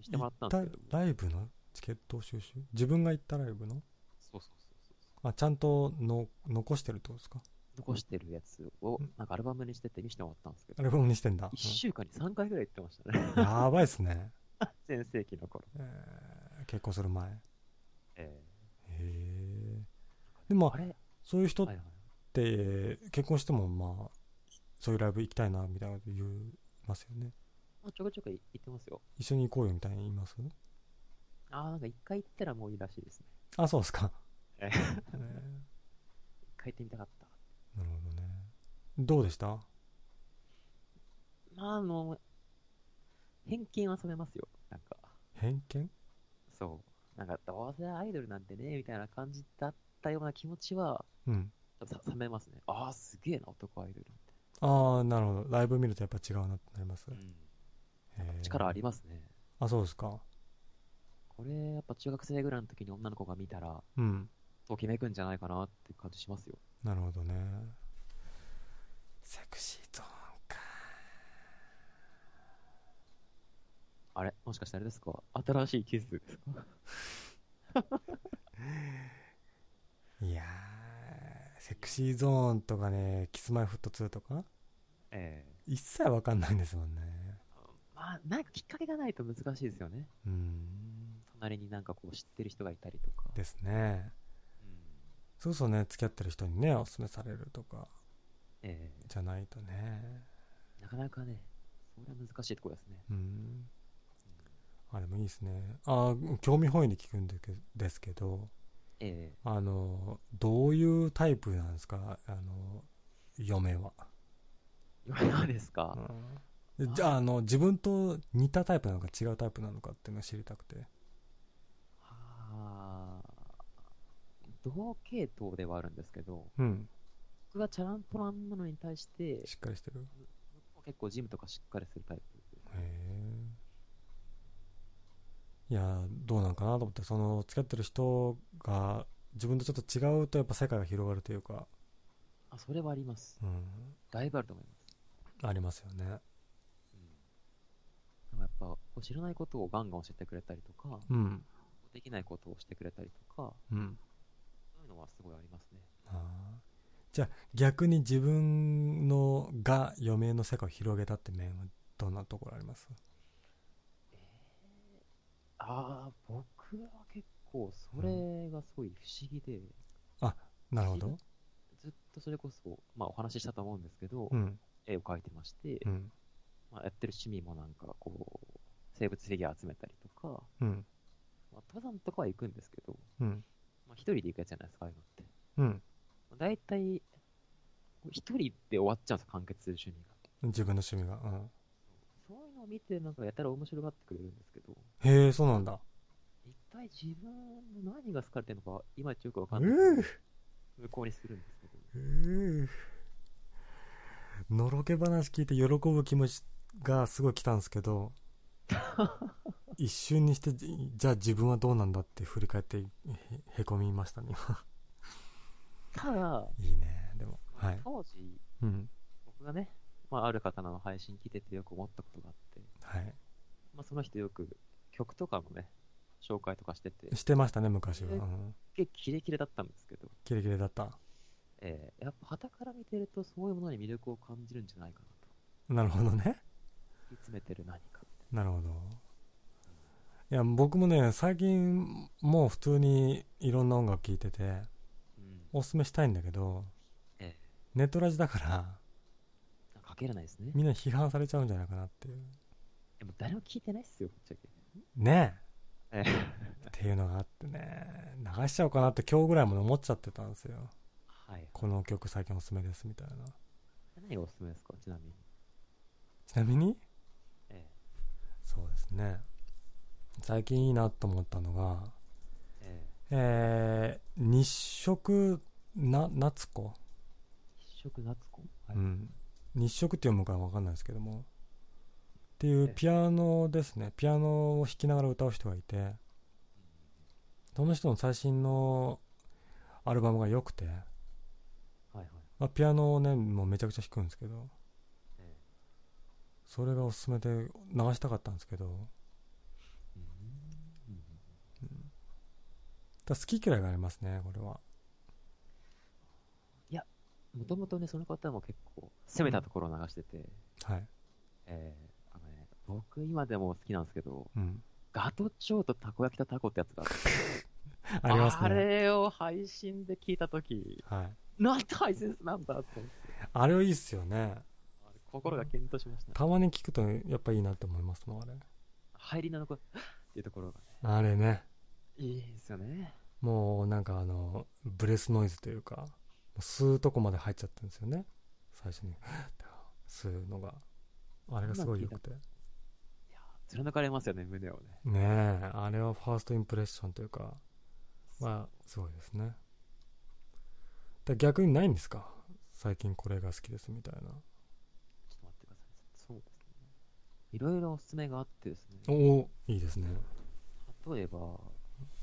S3: してもらったんですけど
S1: 行っ、たライブのチケット収集自分が行ったライブの
S3: そうそうそうそう。
S1: あちゃんとの残してるってことですか
S3: 残してるやつを
S1: うん、
S3: なんかアルバムにしてて見せてもらったんですけ
S1: ア
S3: ど、
S1: ルバムにしてんだ、
S3: 1週間に3回ぐらい行ってましたね。
S1: うんやばいっすね、
S3: 全盛期の頃。
S1: えー結婚する前へ
S3: え
S1: えで
S3: ー
S1: も
S3: あれ
S1: そういう人っ
S3: はいはい。
S1: て結婚してもまあそういうライブ行きたいなみたいなこと言いますよね
S3: まあ、ちょこちょこ行ってますよ。
S1: 一緒に行こうよみたいに言います
S3: ああ、なんか一回行ったらもういいらしいですね。
S1: あそうですか、
S3: ええ
S1: えー
S3: 一回行ってみたかった。
S1: なるほどねどうでした
S3: まあ、あの、偏見は冷めますよ。なんか、
S1: 偏見
S3: そう。なんか、どうせアイドルなんてね、みたいな感じだったような気持ちは、
S1: うん
S3: さ冷めますね。ああ、すげえな、男アイドルって。
S1: ああなるほどライブ見るとやっぱ違うなってなります、へー
S3: 力ありますね。
S1: あそうですか
S3: これ、やっぱ中学生ぐらいの時に女の子が見たら、
S1: うん
S3: ときめくんじゃないかなって感じしますよ。
S1: なるほどねセクシーゾーンか
S3: あれもしかしてあれですか新しいキスですか
S1: いやーセクシーゾーンとかねキスマイフット2とか
S3: ええ
S1: 一切わかんないんですもんね
S3: まあ、なんかきっかけがないと難しいですよね。
S1: うん
S3: 隣になんかこう知ってる人がいたりとか。
S1: ですね
S3: うん
S1: そうそうね付き合ってる人にねおすすめされるとか
S3: え
S1: じゃないとね
S3: えなかなかね、それは難しいところですね。
S1: うんあれもいいですねあー興味本位で聞くんでけですけど
S3: ええ
S1: あのどういうタイプなんですかあの嫁は、
S3: いかがですか、
S1: うんでじゃああの自分と似たタイプなのか違うタイプなのかっていうのを知りたくて
S3: あー同系統ではあるんですけど、
S1: うん
S3: 僕がチャランポランなのに対して、
S1: しっかりしてる
S3: 結構ジムとかしっかりするタイプ。
S1: へえいやどうなんかなと思ってその付き合ってる人が自分とちょっと違うとやっぱ世界が広がるというか、
S3: あ、それはあります。
S1: うん、
S3: だいぶあると思います。
S1: ありますよね
S3: うん、なんかやっぱ、こう知らないことをガンガン教えてくれたりとか、
S1: うん
S3: できないことをしてくれたりとか、
S1: うん
S3: そういうのはすごいありますね。
S1: じゃあ逆に自分のが余命の世界を広げたって面はどんなところあります
S3: ああ、僕は結構、それがすごい不思議で、
S1: なるほど。
S3: ずっとそれこそ、まあお話ししたと思うんですけど、
S1: うん。
S3: 絵を描いてまして、
S1: うん。
S3: まあ、やってる趣味もなんかこう、生物フィギュア集めたりとか、
S1: うん。
S3: まあ、登山とかは行くんですけど、
S1: うん。
S3: まあ、一人で行くやつじゃないですか、ああいうのって。
S1: うん。
S3: まあ、大体、一人で終わっちゃうんですよ、完結する趣味が。
S1: 自分の趣味が。うん。
S3: そういうのを見て、なんかやたら面白がってくれるんですけど、
S1: へえ、そうなんだ。
S3: 一体自分の何が好かれてるのか、いまいちよくわ
S1: う
S3: かんないん
S1: ー
S3: で。無効にするんですけど、
S1: うーのろけ話聞いて喜ぶ気持ちがすごい来たんですけ [laughs] ど、一瞬にして、じじゃあ自分はどうなんだって振り返ってへ、へこみましたね、
S3: ただ、
S1: 今。いいね、でも。はい。
S3: 当時、
S1: うん。
S3: 僕がね、まあ、ある方の配信聞いててよく思ったことがあって、
S1: はい。
S3: まあ、その人よく曲とかもね、紹介とかしてて、
S1: してましたね、昔は。
S3: え
S1: うん。
S3: 結構キレキレだったんですけど、
S1: キレキレだった。
S3: えーやっぱ旗から見てるとそういうものに魅力を感じるんじゃないかなと。
S1: なるほどね。
S3: 見つめてる何かみたい
S1: なるほど。いや、僕もね、最近、もう普通にいろんな音楽聴いてて、
S3: な。うん。
S1: おすすめしたいんだけど、
S3: え
S1: ネットラジだから、
S3: ー、なんかかけれないですね。
S1: みんな批判されちゃうんじゃないかなっていう。
S3: でも誰も聞いてないっすよ、ぶっちゃけ。
S1: ね
S3: え
S1: え。っていうのがあってね、流しちゃおうかなって今日ぐらいまで思っちゃってたんですよ。
S3: はい。
S1: この曲最近おすすめですみたいな。
S3: 何がおすすめですか、ちなみに。
S1: ちなみに、
S3: え
S1: そうですね。最近いいなと思ったのが、
S3: ー、え
S1: えー、日食な、夏子
S3: ー、一色夏子はい
S1: うん、日食って読むか分かんないですけどもっていう
S3: ええ
S1: ピアノですねピアノを弾きながら歌う人がいてその人の最新のアルバムが良くて、
S3: はいはい。
S1: まあ、ピアノをねもうめちゃくちゃ弾くんですけど
S3: え
S1: それがおすすめで流したかったんですけど
S3: ー、うん。うん
S1: ただ好き嫌いがありますねこれは
S3: もともとね、その方も結構攻めたところを流してて、
S1: はい
S3: えー、あのね、僕今でも好きなんですけど、
S1: うん
S3: ガトチョウとたこ焼きとタコってやつがあって、
S1: ありますね
S3: れを配信で聞いたとき、
S1: はい、
S3: なんてハイセンスなんだって思って、
S1: あれはいいっすよね
S3: あれ心が検討しましたね。
S1: たまに聞くとやっぱいいなって思いますもんあれ
S3: 入りなのこっていうところがね、
S1: あれね
S3: いいですよね。
S1: もうなんかあのブレスノイズというかもう吸うとこまで入っちゃってるんですよね最初に [laughs] って吸うのがあれがすごい良くて
S3: 貫かれますよね、胸をね。
S1: ねえあれはファーストインプレッションというかまあすごいですねだ逆にないんですか最近これが好きですみたいな
S3: ちょっと待ってください。そうですね。いろいろおすすめがあってです
S1: お
S3: ね、
S1: おいいですね
S3: 例えば、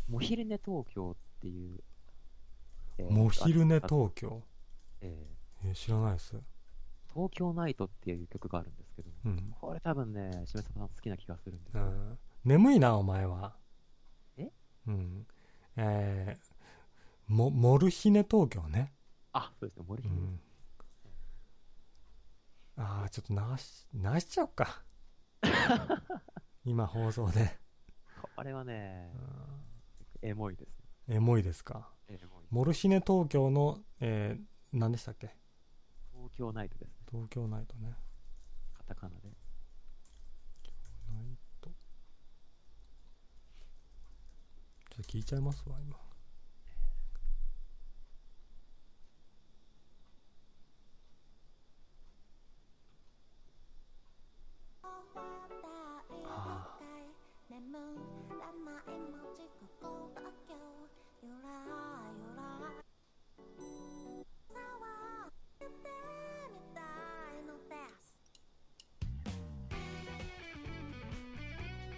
S3: モヒルネ東京っていう、
S1: 「
S3: えー
S1: モヒルネ
S3: あ
S1: 東京
S3: えー」
S1: えー知らないです
S3: 東京ナイトっていう曲があるんですけど、
S1: うん、
S3: これ多分ね、しめさばさん好きな気がするんです
S1: う
S3: よ。
S1: ん、眠いなお前は
S3: え
S1: うんえー、モモルヒネ東京ね
S3: あ、そうですね、森姫。
S1: うんああちょっと流し流しちゃおう
S3: [laughs]
S1: か今放送で、
S3: これはね
S1: う、ん
S3: エモいです
S1: エモいですか
S3: ね。エモい。
S1: モルヒネ東京の、えー、何でしたっけ
S3: 東京ナイトですね。
S1: 東京ナイトね
S3: カタカナで。
S1: ナイトちょっと聞いちゃいますわ今あ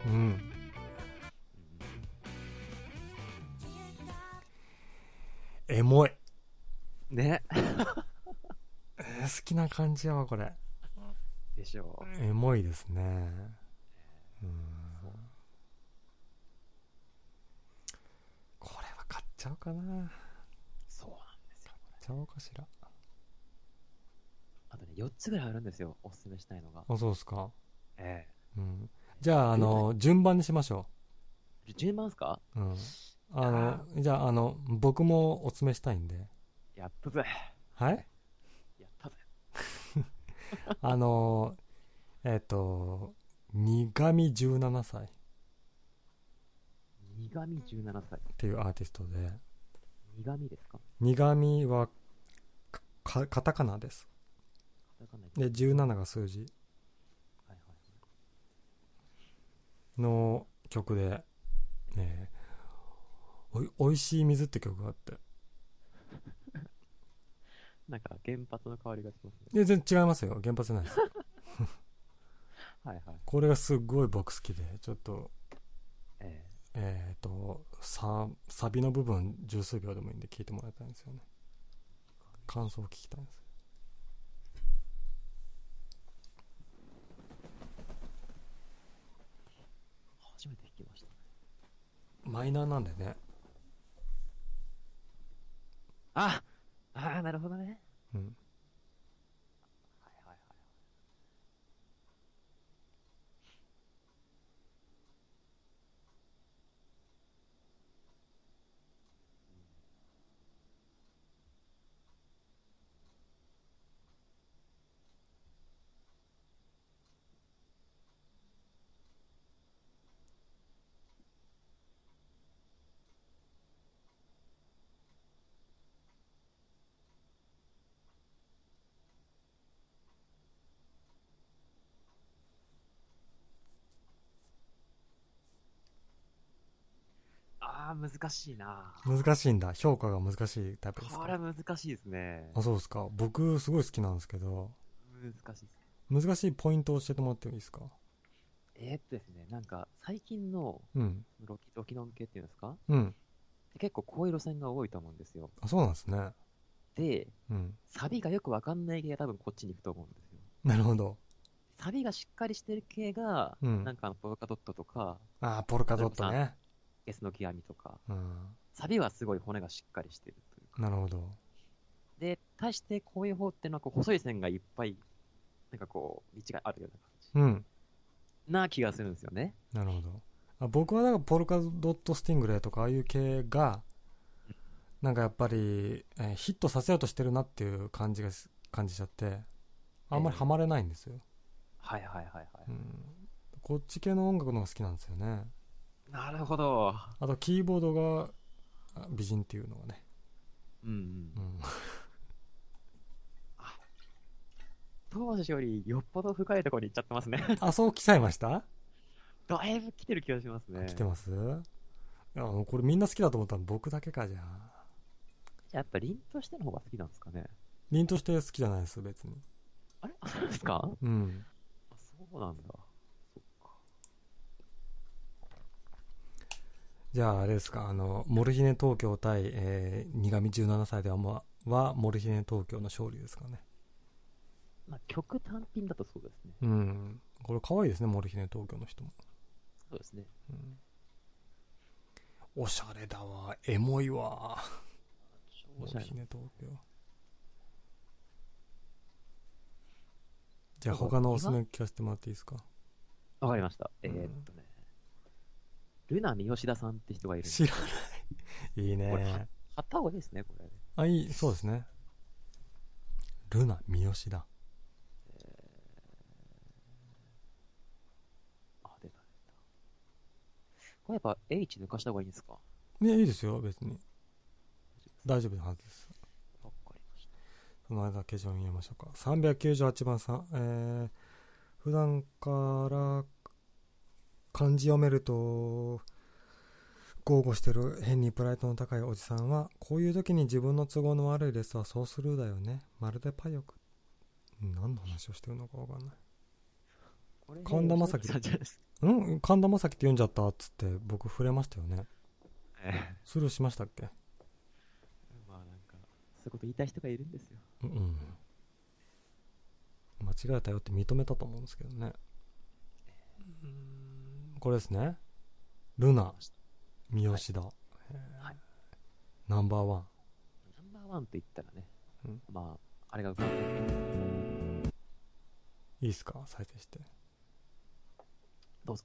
S1: ーうんエモい、
S3: ね。
S1: えー好きな感じやわこれ
S3: でしょう。
S1: エモいですねうんこれは買っちゃおうかな
S3: そうなんですよ。
S1: 買っちゃおうかしら
S3: あとね、4つぐらいあるんですよ、おすすめしたいのが。
S1: あ、そうですか。
S3: え
S1: うん。じゃあ、あの、順番にしましょ
S3: え順番っすか
S1: う。うん。あの、じゃあ、あの、僕もお勧めしたいんで。
S3: やったぜ。
S1: はい
S3: やったぜ。
S1: あの、えっと、苦味17歳っ
S3: 苦味17歳。
S1: ていうアーティストで、
S3: 苦味ですか
S1: 苦味は、か、カタカナです。
S3: カタカナで
S1: で、17が数字
S3: はいはい。
S1: の曲で、えーおい、おいしい水って曲があって。
S3: なんか、原発の香りがしますね。
S1: いや全然違いますよ。原発じゃないです。
S3: はいはい。
S1: これがすっごい僕好きで、ちょっと、
S3: え
S1: えっ、と、ササビの部分十数秒でもいいんで聞いてもらいたいんですよね。感想を聞きたいんです。
S3: え初めて弾きました。
S1: マイナーなんでね。
S3: あああ、なるほどね。
S1: うん。
S3: はいはいはい。ああ、難しいな。
S1: 難しいんだ。評価が難しいタイプです
S3: これ
S1: か。
S3: 難しいですね。
S1: あ、そうですか。僕、すごい好きなんですけど、
S3: 難しいですね。
S1: 難しいポイントを教えてもらってもいいですか
S3: えーっとですね、なんか、最近の
S1: うん。
S3: ロキロキノン系っていうんですか
S1: うん。
S3: 結構こういう路線が多いと思うんですよ。
S1: あ、そうなんですね。
S3: で、
S1: うん。
S3: サビがよくわかんない系が多分こっちに行くと思うんですよ。
S1: なるほど。
S3: サビがしっかりしてる系が、
S1: うん
S3: なんかあのポルカドットとか、
S1: あー、ポルカドットね。
S3: ゲスの極みとか、
S1: うん。
S3: サビはすごい骨がしっかりしてるというか。
S1: なるほど。
S3: で、対してこういう方っていうのはこう細い線がいっぱい、なんかこう、道があるような感
S1: う
S3: じ。
S1: ん。
S3: な気がするんですよね。
S1: なるほど。あ僕はなんかポルカドット・スティングレイとかああいう系が、なんかやっぱり、えーヒットさせようとしてるなっていう感じがし感じちゃって、あんまりハマれないんですよ。
S3: はいはいはいはい。
S1: うん。こっち系の音楽の方が好きなんですよね。
S3: なるほど。
S1: あとキーボードがあ美人っていうのがね。
S3: うんう
S1: う。
S3: ん
S1: ん。 [laughs]
S3: 当時よりよっぽど深いところに行っちゃってますね。 [laughs]
S1: あ、そう来ちゃいました、
S3: だいぶ来てる気がしますね。
S1: 来てますいや、もうこれみんな好きだと思ったら僕だけかじゃあ。
S3: やっぱ凛としての方が好きなんですかね。
S1: 凛として好きじゃないです、別に。
S3: あれあそうですか
S1: うん。
S3: あそうなんだ。そっか。
S1: じゃあ、あれですか、あの、モルヒネ東京対、えー、苦味17歳では、まあ、は、モルヒネ東京の勝利ですかね。
S3: まあ、曲単品だとそうですね。
S1: うん。これ可愛いですね、モルヒネ東京の人も。
S3: そうですね。
S1: うんおしゃれだわ、エモいわ、モ
S3: お
S1: ル
S3: しゃれ
S1: ヒネ東京。じゃあ、他のおすすめ聞かせてもらっていいですか
S3: わかりました。え
S1: ん
S3: ーっとね。ルナ三吉田さんって人がいるんです
S1: 知らない。いい
S3: これ
S1: ね。
S3: 買った方がいいですね、これ。
S1: あ、いい、そうですね。ルナ、三好だ。
S3: あ、出た出た。これやっぱ H 抜かした方がいいんですかわ
S1: ね、いいですよ、別に。大丈夫なはずです。
S3: かりました。
S1: その間、形状見えましょうか。398番さん、えー、普段から漢字読めると、豪語してる変にプライドの高いおじさんは、こういう時に自分の都合の悪いレスはそうするだよね。まるでパイオク。何の話をしてるのかわかんない。
S3: これ
S1: 神田正輝
S3: さんじゃないですか。
S1: うん神田正輝って読んじゃったっつって僕触れましたよね。
S3: ええ
S1: スルーしましたっけ
S3: まあなんか、そういうこと言いたい人がいるんですよ。
S1: うんうん。間違えたよって認めたと思うんですけどね。これですね。ルナ、三好だ。えー
S3: はい
S1: ナンバーワン。
S3: ナンバーワンと言ったらね、
S1: うん
S3: まあ、あれが浮かんでくる
S1: いいっすか再生して
S3: どうぞ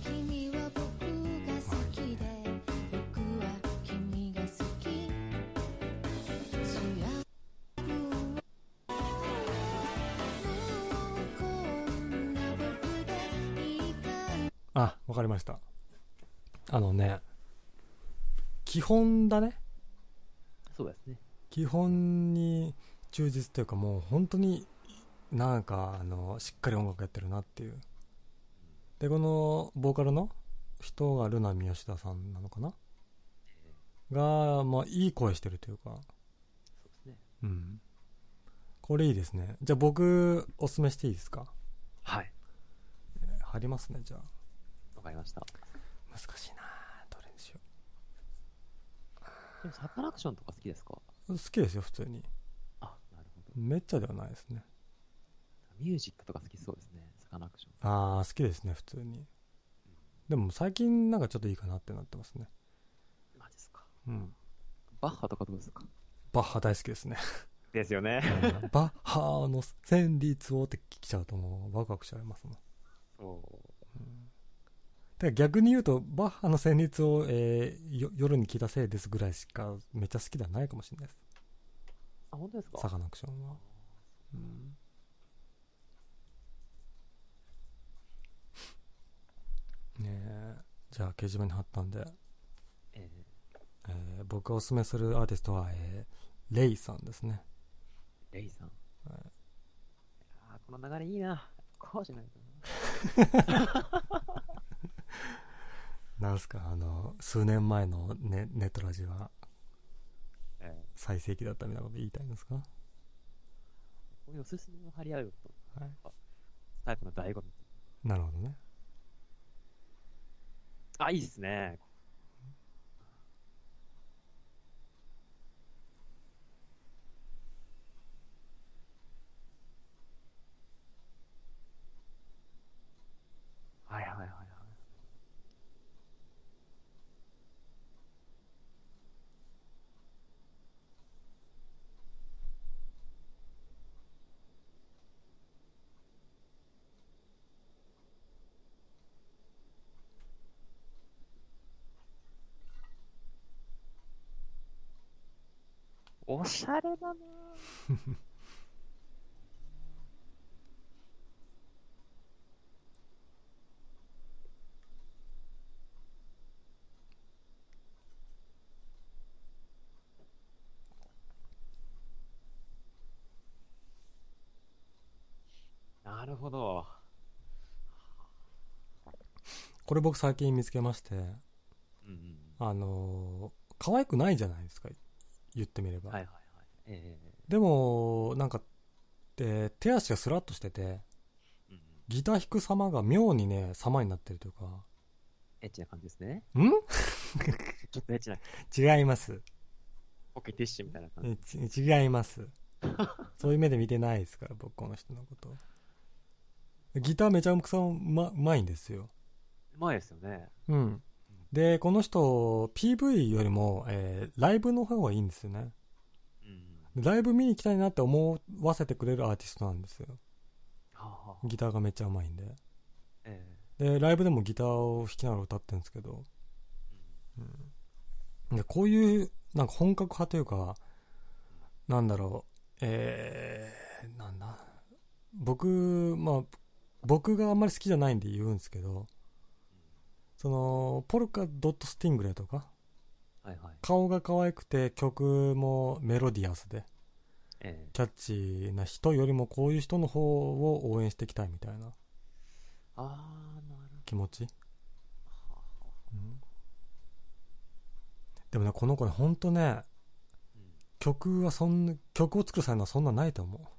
S4: 君は僕が好きで僕は君が好き幸せはもうこんな僕でいいか
S1: あわかりましたあのね基本だね
S3: そうですね。
S1: 基本に忠実というかもう本当になんかあのしっかり音楽やってるなっていうでこのボーカルの人がルナ・ミヨシダさんなのかなが、まあ、いい声してるというか
S3: そうですね。
S1: うんこれいいですねじゃあ僕おすすめしていいですか
S3: はい。
S1: 貼りますねじゃあ
S3: わかりました。
S1: 難しいなどれにしよ
S3: でもサカナクションとか好きですか
S1: う好きですよ普通に
S3: あ、なるほど。
S1: めっちゃではないですね
S3: ミュージックとか好きそうですね。サカナクション。
S1: ああ好きですね普通にでも最近なんかちょっといいかなってなってますね
S3: マジですか。
S1: うん
S3: バッハとかどうですか
S1: バッハ大好きですね
S3: ですよね。
S1: バッハの旋律をって聞きちゃうともうワクワクしちゃいますもん
S3: そう。
S1: てか逆に言うとバッハの旋律を、えーよ夜に聞いたせいですぐらいしかめっちゃ好きではないかもしれないです
S3: あ、本当ですか
S1: サカナクションはうんねえじゃあ掲示板に貼ったんで
S3: え
S1: えー僕がおすすめするアーティストは、えーレイさんですね
S3: ー、レイさん。あーこの流れいいな。こうじゃないかな。
S1: なんすかあの数年前のネネットラジは
S3: ええ
S1: 最盛期だったみたいなこと言いたいんですか
S3: こういうおすすめを張り合うと、
S1: はい
S3: タイプの醍醐味。
S1: なるほどね
S3: あ、いいっすね。はいはいはいはい。おしゃれだなぁなるほど。
S1: これ僕最近見つけまして
S3: うんうん
S1: あのー可愛くないじゃないですか言ってみれ
S3: う
S1: ば、
S3: ん。はいはいはい。え
S1: でもなんか、えー手足がスラッとしてて
S3: えうんうん。
S1: ギター弾く様が妙にね様になってるというか
S3: エッチな感じですね。
S1: ん [laughs]
S3: ちょっとエッチな、
S1: 違います
S3: ポケティッシュみたいな感じ。
S1: えち違います
S3: [laughs]
S1: そういう目で見てないですから僕この人のことギターめちゃくちゃうまうまいんですよ
S3: うまいですよね。
S1: うんでこの人 PV よりも、えーライブの方がいいんですよね
S3: うん。
S1: ライブ見に行きたいなって思わせてくれるアーティストなんですよ
S3: はあはあ。
S1: ギターがめっちゃうまいんで
S3: ええ
S1: でライブでもギターを弾きながら歌ってるんですけど、うん、でこういうなんか本格派というかなんだろうえー、なんだ僕まあ僕があんまり好きじゃないんで言うんですけどそのポルカ・ドット・スティングレイとか
S3: はいはい。
S1: 顔が可愛くて曲もメロディアスで
S3: ええ
S1: キャッチーな人よりもこういう人の方を応援していきたいみたいな
S3: あー、なる
S1: 気持ち
S3: ほど。
S1: でもねこの子ねほんとね
S3: うん
S1: 曲はそんな曲を作る才能はそんなないと思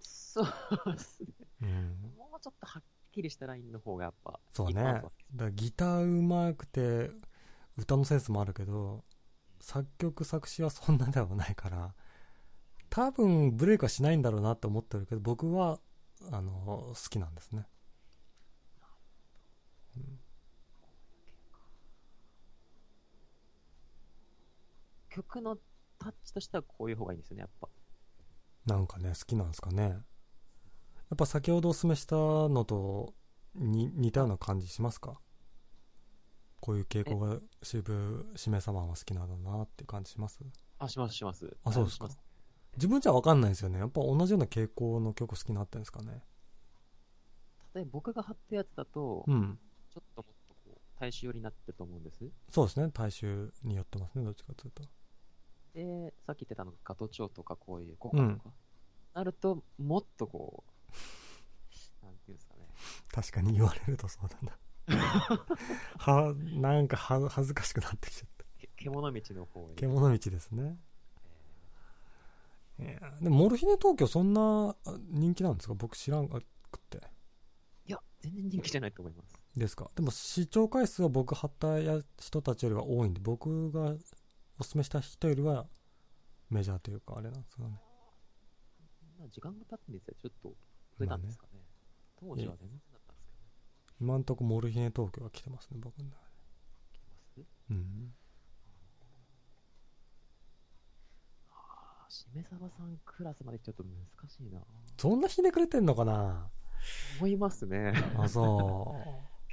S3: そうっすね。
S1: う、うん、
S3: もうちょっとはっきりしたラインの方がやっぱ。
S1: そうね
S3: 一般
S1: だ
S3: は
S1: か。らギターうまくて歌のセンスもあるけど作曲作詞はそんなではないから多分ブレイクはしないんだろうなと思ってるけど僕はあの好きなんですね
S3: 曲のタッチとしてはこういう方がいいんですよね、やっぱ。
S1: なんかね好きなんですかねやっぱ先ほどおすすめしたのとに似たような感じしますかこういう傾向が渋しめ様は好きなんだなっていう感じします
S3: あ、します、します。
S1: あそうですか
S3: します
S1: 自分じゃ分かんないですよねやっぱ同じような傾向の曲好きになってるんですかね
S3: 例えば僕が貼ったやつだと、
S1: う
S3: ち
S1: ん
S3: ょっともっとこう、大衆寄りになってると思うんです。
S1: そうですね大衆によってますねどっちかというと
S3: で、さっき言ってたのが、ガトチョウとかこういう効果とか、
S1: うん
S3: なると、もっとこう、なんていうんですかね。
S1: 確かに言われるとそうなんだはなんかは恥ずかしくなってきちゃった
S3: け獣道の方に。
S1: 獣道ですねいやでもモルヒネ東京そんなあ人気なんですか僕知らんくって
S3: いや、全然人気じゃないと思います。
S1: ですかでも視聴回数は僕貼ったや人たちよりは多いんで僕がおすすめした人よりはメジャーというかあれなんですかね
S3: まあ時間が経ってんですよ。ちょっと増えたんですかね。当時は全然だったんです
S1: 今んとこモルヒネ東京は来てますね僕の中で
S3: けど、聞き
S1: うん
S3: ますあー、しめさばさんクラスまで行っちゃうと難しいな。
S1: そんなひねくれてんのかな
S3: 思いますね。
S1: あそ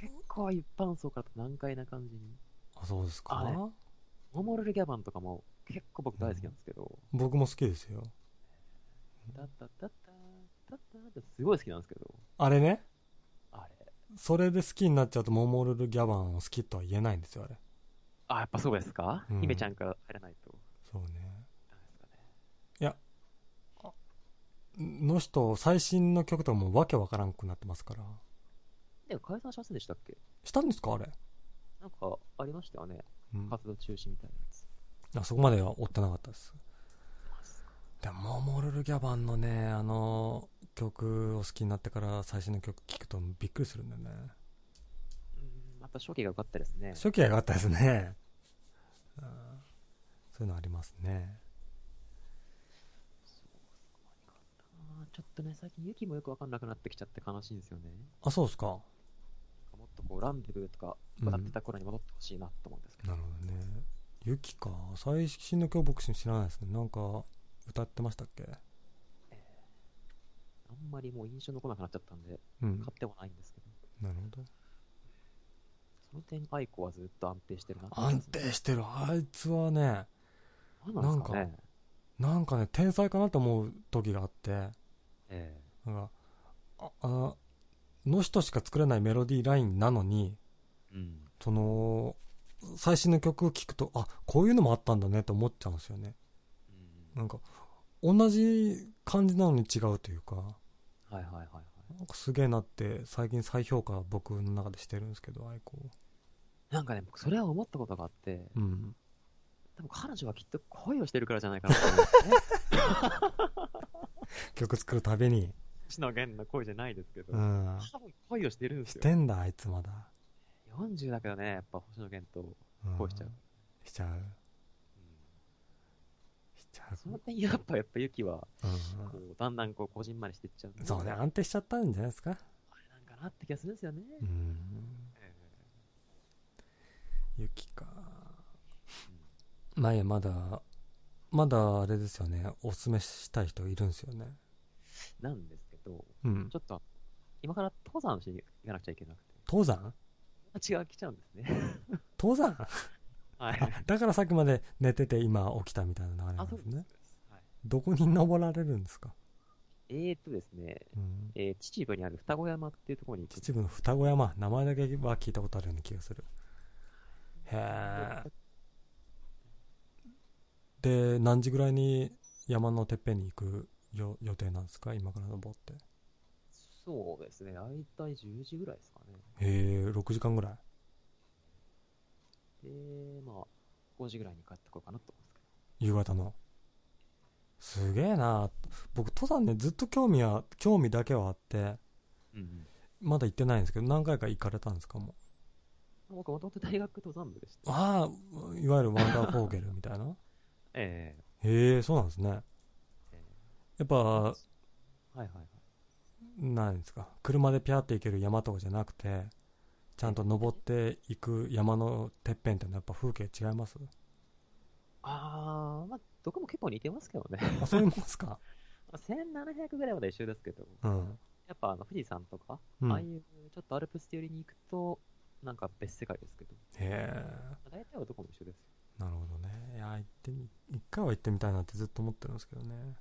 S1: う
S3: 結構一般層から難解な感じに。
S1: あそうですか、
S3: あれモモルルギャバンとかも結構僕大好きなんですけど、
S1: 僕も好きですよ
S3: だっただっただったってすごい好きなんですけど、
S1: あれね
S3: あれ。
S1: それで好きになっちゃうとモモルルギャバンを好きとは言えないんですよあれ
S3: あ、やっぱそうですか、
S1: うん
S3: 姫ちゃんから入らないと。
S1: そうね
S3: ダメですかね。
S1: の人最新の曲とかもうわけわからんくなってますから
S3: でも解散しませんでしたっけ
S1: したんですかあれ、
S3: なんかありましたよね。
S1: うん、
S3: 活動中止みたいなやつ。
S1: あそこまでは追ってなかったです
S3: マジっすか
S1: でもモルルギャバンのねあの曲を好きになってから最新の曲聴くとびっくりするんだよね
S3: うん、また初期が良かったですね。
S1: 初期は良かったですね、うん、そういうのありますね
S3: あーちょっとね、最近雪もよくわかんなくなってきちゃって悲しいんですよね。
S1: あそうですか
S3: もっとこう、ランデブーとか、
S1: うん
S3: 歌ってた頃に戻ってほしいなと思うんですけど。
S1: なるほどねユキか最新の曲僕知らないですねなんか歌ってましたっけ
S3: あんまりもう印象残らなくなっちゃったんで、
S1: うん
S3: 買ってもないんですけど。
S1: なるほど
S3: その点、アイコはずっと安定してるなって
S1: 安定してるあいつはね
S3: なんなんですかね。
S1: なんなんかね天才かなと思う時があって
S3: ええ
S1: なんかああの人しか作れないメロディーラインなのに
S3: うん。
S1: その最新の曲を聴くとあこういうのもあったんだねと思っちゃうんですよね
S3: う。
S1: なんんか同じ感じなのに違うというか
S3: はいはいはいはい。
S1: なんかすげえなって最近再評価僕の中でしてるんですけどアイコを
S3: なんかね、僕それは思ったことがあって、
S1: うん
S3: 多分彼女はきっと恋をしてるからじゃないかなと思うんですね。
S1: 曲作るたびに
S3: 星野源の恋じゃないですけど、
S1: うん
S3: 多分恋をしてるんです
S1: し
S3: よ。
S1: てんだあいつまだ、
S3: 40だけどね、やっぱ星野源と
S1: うん
S3: 恋しちゃう。
S1: しちゃうしちゃ
S3: その点、やっぱ、やっぱ、ユキは、
S1: う、
S3: こう、だんだん、こう、こじんまりしていっちゃうん
S1: う
S3: で
S1: ん、そうね
S3: あれ
S1: 安定しちゃったんじゃないですか
S3: なんかなって気がするんですよね。
S1: うん
S3: え
S1: 雪かまあいいやまだまだあれですよねおすすめしたい人いるんですよね
S3: ーなんですけど、
S1: うん
S3: ちょっと、今から登山しに行かなくちゃいけなくて、
S1: 登山
S3: 違う、来ちゃうんですね。
S1: 登山
S3: はい。
S1: あだからさっきまで寝てて今起きたみたいな流れな
S3: あ、
S1: ん
S3: そ
S1: です
S3: うですそう
S1: ね
S3: です。はい、
S1: どこに登られるんですか、
S3: えーっとですね、
S1: うん、
S3: えー秩父にある双子山っていうところに行く。
S1: 秩父の双子山名前だけは聞いたことあるような気がするへえで何時ぐらいに山のてっぺんに行くよ予定なんですか今から登って
S3: そうですね、大体10時ぐらいですかね。
S1: へえ6時間ぐらい
S3: で、まあ、5時ぐらいに帰ってこようかなと思うんですけど。
S1: 夕方のすげえな僕登山ねずっと興味は興味だけはあって
S3: うん、
S1: まだ行ってないんですけど何回か行かれたんですかも
S3: 僕、もともと大学登山部でした。
S1: ああいわゆるワンダーフォーゲルみたいな
S3: ええ
S1: へえそうなんですねや
S3: え
S1: っぱ
S3: はいはいはい。
S1: なんですか車でピャーって行ける山とかじゃなくてちゃんと登っていく山のてっぺんってのはやっぱ風景違います
S3: あー、まあ、どこも結構似てますけどね。 [laughs]
S1: あそういうもんですか
S3: 1700ぐらいまで一緒ですけど、
S1: うん。
S3: やっぱあの富士山とか、
S1: うん
S3: ああいうちょっとアルプス寄りに行くと、なんか別世界ですけど、
S1: へえ。
S3: 大体はどこも一緒ですよ。
S1: なるほどね。いや、行ってみ、一回は行ってみたいなってずっと思ってるんですけどね。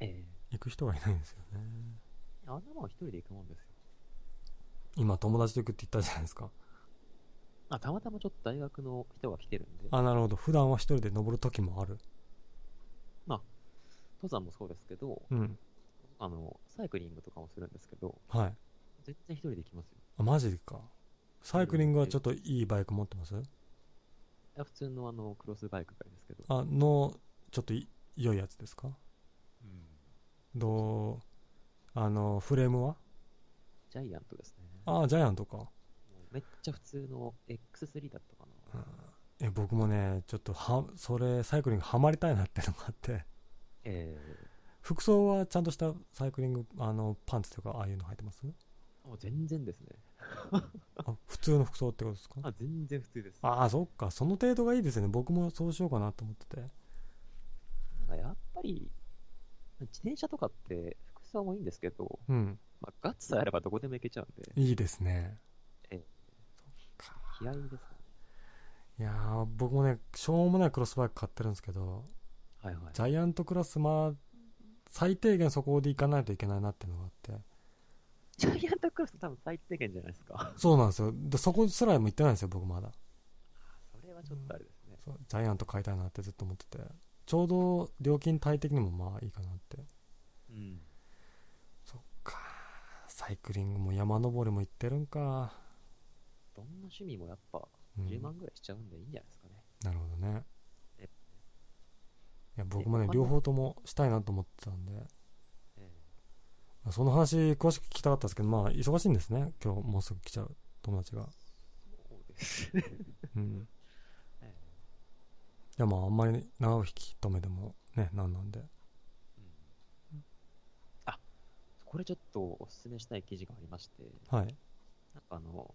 S3: ええ
S1: 行く人がいないんですよね。
S3: あんなもん一人で行くもんですよ。
S1: 今、友達と行くって言ったじゃないですか。
S3: あ、たまたまちょっと大学の人が来てるんで、
S1: あ、なるほど。普段は一人で登る時もある。
S3: 登山もそうですけど、
S1: うん。
S3: あの、サイクリングとかもするんですけど、
S1: はい。
S3: 全然一人で行きますよ。
S1: あ、マジか。サイクリングはちょっといいバイク持ってます
S3: いや普通のあの、クロスバイクがいいですけど、
S1: あ、の、ちょっとい良いやつですか
S3: うん
S1: どう、あの、フレームは
S3: ジャイアントですね。
S1: ああ、ジャイアントか。
S3: もうめっちゃ普通の X3 だったかな。
S1: え、僕もね、ちょっとは、それ、サイクリングハマりたいなってのがあって。 [laughs]
S3: え
S1: 服装はちゃんとしたサイクリング、あの、パンツとか、ああいうの履いてます
S3: えもう全然ですね。
S1: あ、普通の服装ってことですか
S3: あ、全然普通です。
S1: ああ、そっか。その程度がいいですよね。僕もそうしようかなと思ってて。
S3: なんかやっぱり、自転車とかって服装もいいんですけど、
S1: うん。
S3: まあ、ガッツさえあればどこでも行けちゃうんで、
S1: いいですね。
S3: 気合いですかね。
S1: いやー、僕もね、しょうもないクロスバイク買ってるんですけど、
S3: はいはい
S1: ジ。ャイアントクラス、まあ、最低限そこで行かないといけないなっていうのがあって。
S3: ジャイアントクロス多分最低限じゃないですか。
S1: そうなんですよ。で、そこすらも行ってないんですよ、僕まだ。
S3: それはちょっとあれですね。
S1: そうジャイアント買いたいなってずっと思ってて。ちょうど料金帯的にもまあいいかなって。
S3: うん。
S1: かサイクリングも山登りも行ってるんか、
S3: どんな趣味もやっぱ
S1: うん
S3: 10万ぐらいしちゃうんでいいんじゃないですかね。
S1: なるほどね
S3: え
S1: いや僕もね
S3: え
S1: 両方ともしたいなと思ってたんで
S3: え
S1: まあその話詳しく聞きたかったですけどまあ忙しいんですね今日もうすぐ来ちゃう友達が
S3: えそうですね。 [laughs]
S1: うん
S3: ええ
S1: いやまああんまり長を引き止めてもねなんなんで
S3: うんあ、これちょっとおすすめしたい記事がありまして、
S1: はい
S3: なんかあの、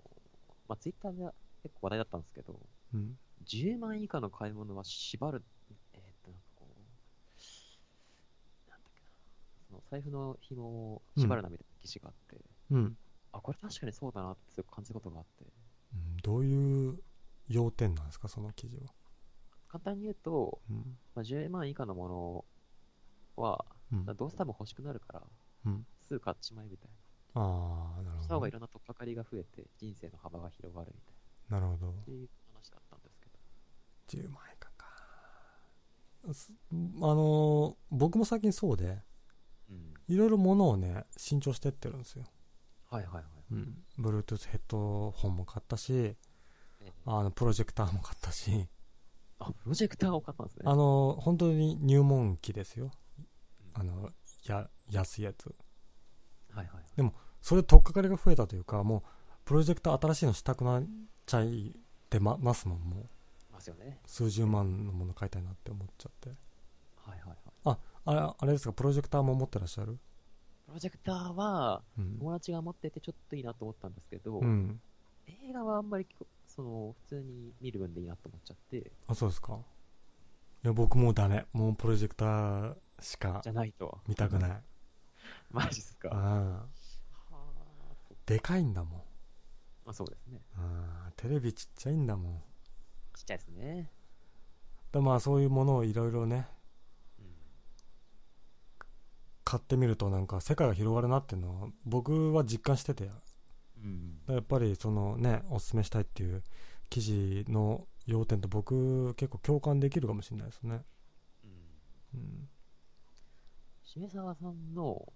S3: まあ、ツイッターで結構話題だったんですけど、
S1: うん
S3: 10万円以下の買い物は縛る、えーっと、なんかこう、なんだっけな、その財布の紐を縛るなみたいな記事があって、
S1: うん、
S3: あ、これ確かにそうだなってすごく感じることがあって、
S1: うん、どういう要点なんですかその記事は
S3: 簡単に言うと、
S1: うん
S3: まあ、10万円以下のものは、
S1: うん
S3: どうせ多分欲しくなるから、
S1: うん
S3: すぐ買っちまえみたい
S1: ああなる
S3: な。した
S1: ほど
S3: 方が
S1: ね
S3: いろんな取っかかりが増えて、人生の幅が広がるみたい
S1: なるほど
S3: な、っていう話だったんですけど。
S1: 10万円かかすあのー僕も最近そうで
S3: うん。
S1: いろいろ物をね新調してってるんですよ、
S3: はいはいはい。
S1: うん、Bluetooth ヘッドホンも買ったし
S3: ええ
S1: あのプロジェクターも買ったし
S3: あ、プロジェクターを買ったんですね。
S1: あのー本当に入門機ですよあのや安いやつ
S3: はいはいはい。
S1: それ取っかかりが増えたというかもうプロジェクター新しいのしたくなっちゃいてまますもんもう
S3: ますよね。
S1: 数十万のもの買いたいなって思っちゃって
S3: はいはいはい。
S1: あれあれですかプロジェクターも持ってらっしゃる
S3: プロジェクターは、
S1: うん、
S3: 友達が持っててちょっといいなと思ったんですけど、
S1: うん、
S3: 映画はあんまり、その、普通に見る分でいいなと思っちゃって、
S1: あ、そうですか。いや、僕もうダメ。もうプロジェクターしか
S3: じゃないと。
S1: 見たくない。
S3: マジっすか。は
S1: ああ
S3: あそっ
S1: でかいんだもん。
S3: まあそうですね。
S1: ああテレビちっちゃいんだもん。
S3: ちっちゃいですね。
S1: でまあ、そういうものをいろいろね、
S3: うん
S1: 買ってみるとなんか世界が広がるなっていうのは、僕は実感してて。
S3: うん。
S1: やっぱりそのね、おすすめしたいっていう記事の要点と僕結構共感できるかもしれないですね。
S3: うん。
S1: うん。
S3: しめさわさんの、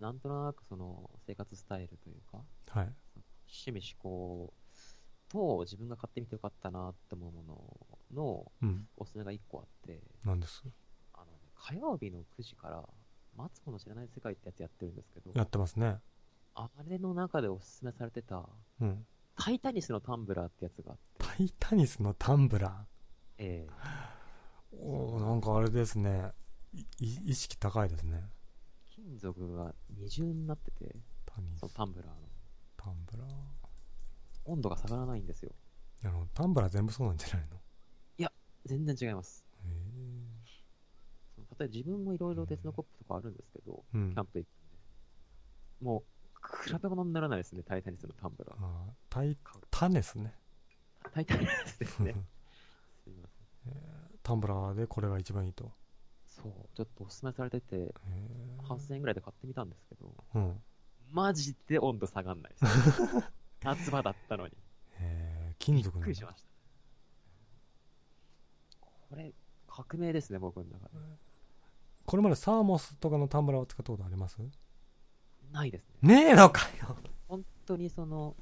S3: なんとなくその、生活スタイルというか、
S1: はい。
S3: 趣味思考と自分が買ってみてよかったなって思うものの
S1: うん。
S3: おすすめが1個あって、
S1: なんです。
S3: あの、火曜日の9時から、マツコの知らない世界ってやつやってるんですけど、
S1: やってますね。
S3: あれの中でおすすめされてた、
S1: うん。
S3: タイタニスのタンブラーってやつがあって、
S1: タイタニスのタンブラー。
S3: ええ
S1: おーなんかあれですねいい意識高いですね
S3: 金属が二重になってて、
S1: タニス
S3: そのタンブラーの。
S1: タンブラー
S3: 温度が下がらないんですよ。
S1: なるほどタンブラー全部そうなんじゃないの
S3: 全然違います。
S1: へ
S3: その例えば自分もいろいろ鉄のコップとかあるんですけど、
S1: うん
S3: キャンプ行くんでもう、比べ物にならないですね、タイタニスのタン
S1: [laughs]
S3: ブラー。
S1: あータイタネスね
S3: タイタニスで
S1: [laughs]
S3: すね。すいません。
S1: タンブラーでこれが一番いいと、
S3: そう、ちょっとお勧めされてて、
S1: へー
S3: 8000円ぐらいで買ってみたんですけど、
S1: うん
S3: マジで温度下がんな
S1: [laughs]
S3: いです。夏場だったのに。
S1: えー金属
S3: びっ
S1: の
S3: くりしました。これ、革命ですね、僕の中で。
S1: これまでサーモスとかのタンブラーを使ったことあります
S3: ないですね。
S1: ねえのかよ
S3: 本当にその、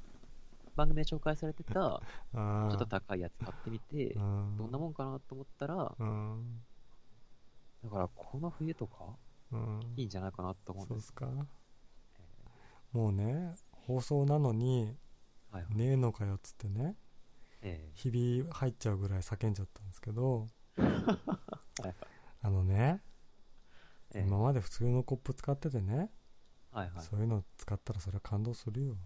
S3: 番組で紹介されてた、ちょ
S1: あー
S3: っと高いやつ買ってみて、
S1: うん
S3: どんなもんかなと思ったら、
S1: うん
S3: だからこの冬とか、
S1: うん
S3: いいんじゃないかなと思うん
S1: そうで
S3: で。
S1: すすかもうね放送なのに
S3: はいはい。
S1: ねえのかよっつってね
S3: え
S1: ひび入っちゃうぐらい叫んじゃったんですけど
S3: えはい
S1: あのね
S3: ええ
S1: 今まで普通のコップ使っててね
S3: はいはい。
S1: そういうの使ったらそれは感動するよ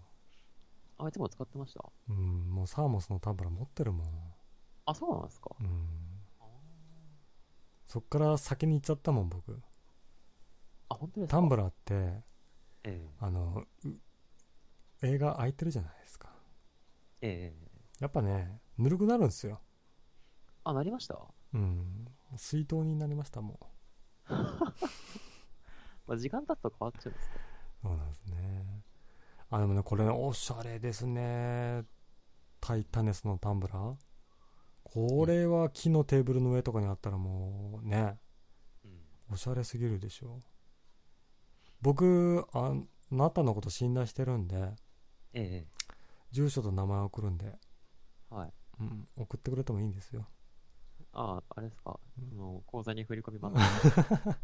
S3: あ、いつも使ってました
S1: うんもうサーモスのタンブラー持ってるもん
S3: あ、そうなんですか
S1: うんそっから先に行っちゃったもん僕
S3: あ、本当ですか
S1: タンブ
S3: ラ
S1: ラーって
S3: え
S1: あのう映画空いてるじゃないですか
S3: えええ
S1: やっぱねぬるくなるんですよ
S3: あ、なりました
S1: うん水筒になりましたも
S3: まあ、時間経つと変わっちゃうんですか
S1: うそうなんですねあでもねこれねおしゃれですねタイタネスのタンブラーこれは木のテーブルの上とかにあったらもうね
S3: うん。
S1: おしゃれすぎるでしょ僕あなたのこと信頼してるんで
S3: えええ
S1: 住所と名前送るんで、
S3: えはい。
S1: うん、送ってくれてもいいんですよ
S3: あ、あれですか
S1: うん
S3: その、口座に振り込みます。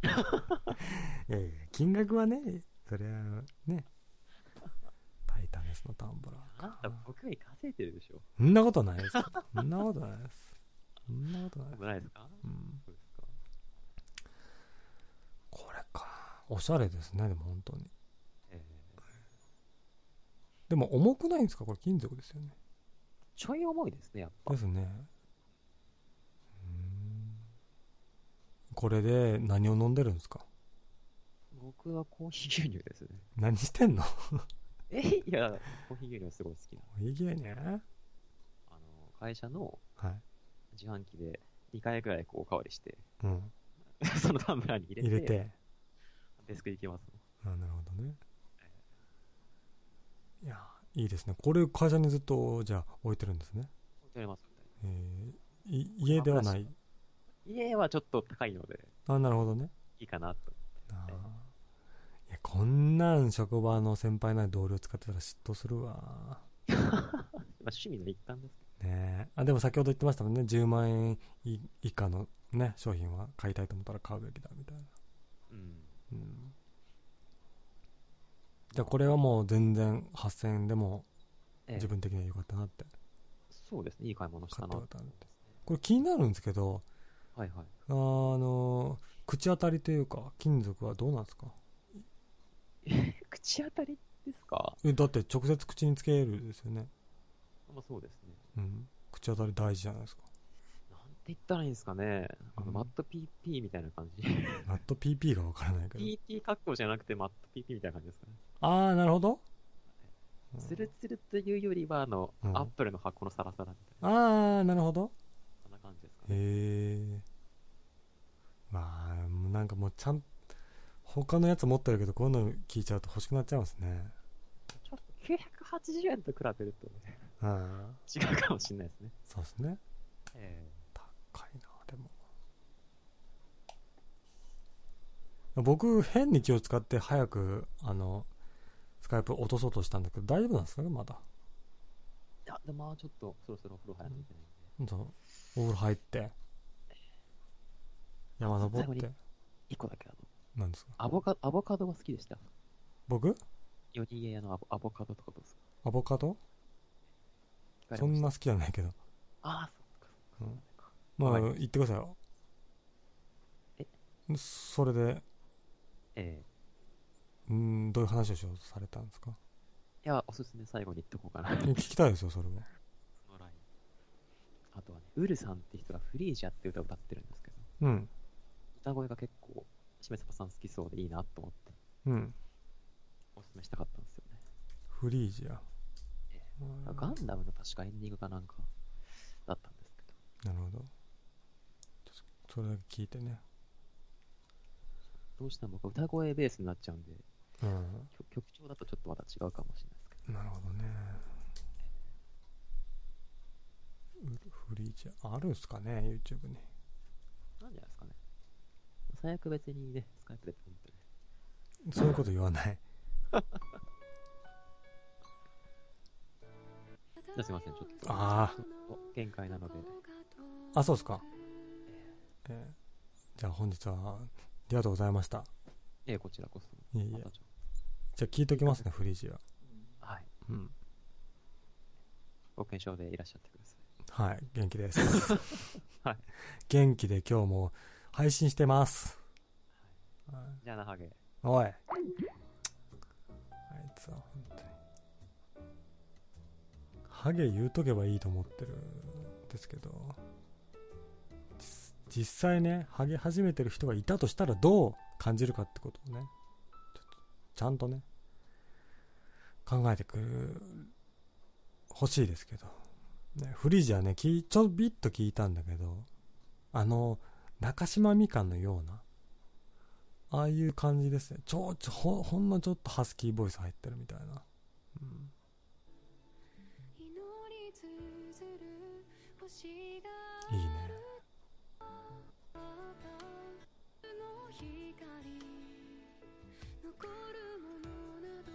S1: いやいや金額はねそりゃねタイタネスのタンブラー
S3: あんた僕より稼いでるでしょ
S1: そんなことないですそんなことないですそんなことないで
S3: そう
S1: す、
S3: もないですか
S1: うん、
S3: そうですか
S1: これかおしゃれですねでも本当に
S3: ええ
S1: でも重くないんですかこれ金属ですよね
S3: ちょい重いですね、やっぱ
S1: で。すねうんこれで何を飲んでるんですか
S3: 僕はコーヒー牛乳ですね。
S1: 何してんの
S3: えいや、コーヒー牛乳はすごい好きな。
S1: いいね
S3: あの、会社の
S1: はい
S3: 自販機で2回ぐらいこうおかわりして、 [laughs]
S1: うん
S3: そのタンブラーに入れて、
S1: 入れて
S3: デスク行きます。
S1: あなるほどねいやいいですねこれ会社にずっとじゃあ置いてるんですね、
S3: 置いてありますみたい
S1: えーい家ではない
S3: な。家はちょっと高いので、
S1: あなるほどね
S3: いいかなと。
S1: あーいやこんなん職場の先輩なり同僚使ってたら嫉妬するわ
S3: まあ、趣味の一環ですけ
S1: ねえあでも先ほど言ってましたもんね10万円い以下のね商品は買いたいと思ったら買うべきだみたいな、
S3: ど。うん。
S1: うん、じゃあこれはもう全然8000円でも
S3: ええ
S1: 自分的には良かったなって
S3: そうですね、いい買い物した
S1: 買っ
S3: な
S1: たこ。と
S3: と
S1: あるんでこれ気になるんですけど
S3: はいはい。
S1: あの口当たりというか金属はどうなんですか
S3: 口当たりですか
S1: えだって直接口につけるですよね、
S3: まあ、そうですね。
S1: うん、口当たり大事じゃないですか
S3: なんて言ったらいいんですかね。あ
S1: う
S3: の、
S1: ん
S3: マット PP みたいな感じ。
S1: マット PP が分からないけど
S3: PT 格好じゃなくてマット PP みたいな感じですかね。
S1: ああなるほど
S3: ツルツルというよりは、あの、
S1: うん
S3: アップルの箱のサラサラみたい
S1: ああなるほど
S3: な、そんな感じですか
S1: へ
S3: ね。
S1: えまあもうなんかもうちゃん他のやつ持ってるけどこういうの聞いちゃうと欲しくなっちゃいますね
S3: ちょっと980円と比べるとね、
S1: うん
S3: 違うかもしれないですね。
S1: そうですね
S3: え
S1: 高いなでも僕変に気を使って早くあのスカイプ落とそうとしたんだけど大丈夫なんですかねまだ
S3: えいや、でもまあちょっと、そろそろお風呂入らないといけないんで。
S1: そうお風呂入って山登っ
S3: 最後
S1: て
S3: に一個だけあの、
S1: 何ですか
S3: アボカド、アボカドが好きでした。
S1: 僕
S3: ヨニゲ屋のアボアボカドとかどうですか
S1: アボカド
S3: 聞かれ
S1: そ
S3: ま
S1: ん
S3: した
S1: な好きじゃないけど
S3: ああ、そっかそっかそっか。
S1: まあ
S3: はい
S1: 言ってくださいよ
S3: え
S1: それで
S3: ええ
S1: うんどういう話をしようとされたんですか
S3: いや、おすすめ最後に言っとこうかな。
S1: 聞きたいですよそれは
S3: そのライン。あとはね、ウルさんって人がフリージャって歌を歌ってるんですけど、
S1: うん
S3: 歌声が結構、しめさばさん好きそうでいいなと思って、
S1: うん。
S3: おすすめしたかったんですよね。
S1: フリージア。うん
S3: ガンダムの確かエンディングかなんかだったんですけど、
S1: なるほど。ちょっとそれだけ聞いてね。
S3: どうしても僕歌声ベースになっちゃうんで、
S1: うん。
S3: 曲曲調だとちょっとまた違うかもしれないですけど、
S1: なるほどね。フリージア。あるんすかね ?YouTube に。
S3: なんじゃないですかね。最悪別にね、スカイプでポンってね。
S1: そういうこと言わない。
S3: じゃあすいません、ちょっと。
S1: あ
S3: お限界なので。
S1: あ、そうですか。えーじゃあ本日は、ありがとうございました。
S3: ええ、こちらこそ。
S1: いえいえ
S3: またちょ
S1: じゃあ聞いときますね、フリージア。
S3: はい。
S1: うん。
S3: ご検証でいらっしゃってください。
S1: はい、元気です。
S3: はい。
S1: 元気で今日も配信してます。はい
S3: じゃあな、ハゲ。
S1: おい。あいつは本当に。ハゲ言うとけばいいと思ってるんですけど、実実際ね、ハゲ始めてる人がいたとしたらどう感じるかってことをね、ちょっとちゃんとね、考えてくる、欲しいですけど。ね、フリージャーね、きちょびっと聞いたんだけど、あの、中島みかんのような、ああいう感じですね。ちょ、ちょ、ほほんのちょっとハスキーボイス入ってるみたいな。うん。
S4: 祈り続る星が
S1: いいね。
S4: あったの光残るものなど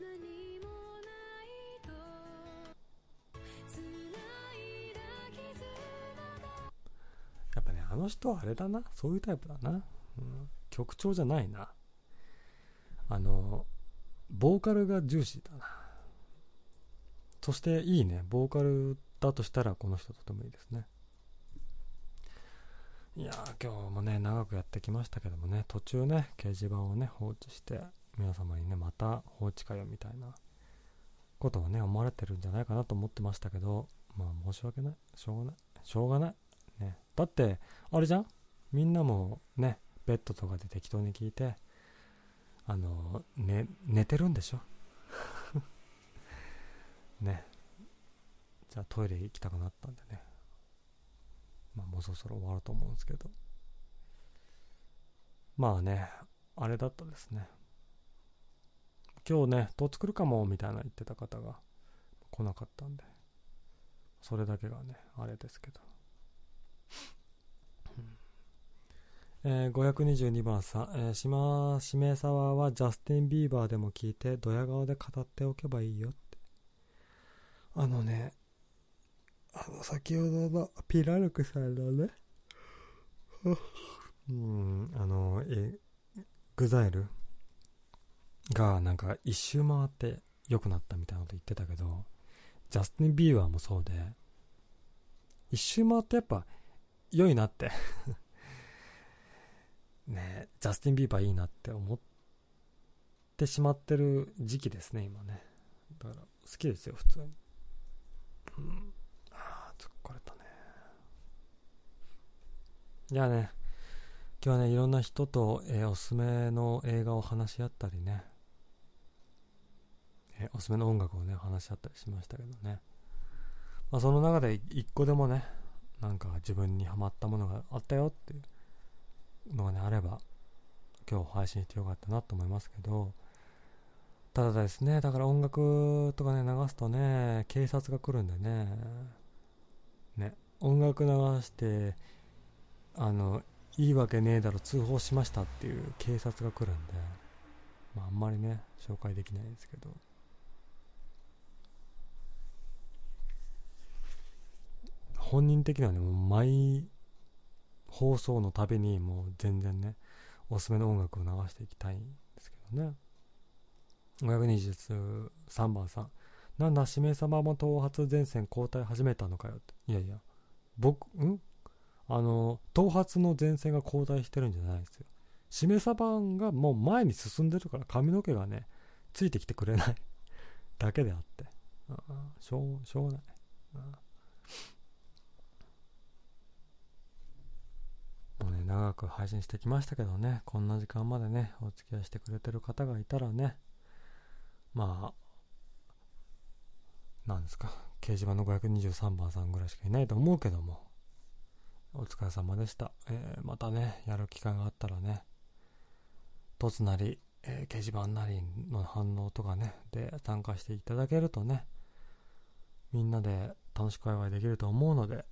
S4: 何もないと繋いだ傷
S1: やっぱね、あの人はあれだな。そういうタイプだな。うん。曲調じゃないな。あの、ボーカルが重視だな。そしていいね。ボーカルだとしたらこの人とてもいいですね。いやー、今日もね、長くやってきましたけどもね、途中ね、掲示板をね、放置して、皆様にね、また放置かよみたいなことをね、思われてるんじゃないかなと思ってましたけど、まあ申し訳ない。しょうがない。しょうがない。ね、だってあれじゃんみんなもねベッドとかで適当に聞いてあの、ね、寝てるんでしょ [laughs] ねじゃあトイレ行きたくなったんでねまあもうそろそろ終わると思うんですけどまあねあれだったですね今日ねどう作るかもみたいな言ってた方が来なかったんでそれだけがねあれですけどえー522番さん、えー、島、しめさわはジャスティン・ビーバーでも聞いて、ドヤ顔で語っておけばいいよって。あのね、あの、先ほどのピラルクさんのね、 [laughs] うん、あの、え、グザイルがなんか一周回って良くなったみたいなこと言ってたけど、ジャスティン・ビーバーもそうで、一周回ってやっぱ良いなって。ね、ジャスティン・ビーバーいいなって思ってしまってる時期ですね、今ね。だから、好きですよ、普通に。うん。ああ、疲れたね。いやね、今日はね、いろんな人と、えーおすすめの映画を話し合ったりね、えーおすすめの音楽をね、話し合ったりしましたけどね。まあ、その中で一個でもね、なんか自分にハマったものがあったよっていうのがねあれば今日配信してよかったなと思いますけどただですねだから音楽とかね流すとね警察が来るんでねね音楽流してあのいいわけねえだろ通報しましたっていう警察が来るんでまああんまりね紹介できないですけど本人的にはねもう毎放送のたびにもう全然ねおすすめの音楽を流していきたいんですけどね523番さんなんだしめ様も頭髪前線交代始めたのかよっていやいや僕んあの頭髪の前線が交代してるんじゃないですよしめ様がもう前に進んでるから髪の毛がねついてきてくれないだけであってうんうんしょうしょうがないうんもうね、流長く配信してきましたけどねこんな時間までねお付き合いしてくれてる方がいたらねまあなんですか掲示板の523番さんぐらいしかいないと思うけどもお疲れ様でした、えーまたねやる機会があったらねトツなり、えー掲示板なりの反応とかねで参加していただけるとねみんなで楽しくワイワイできると思うので、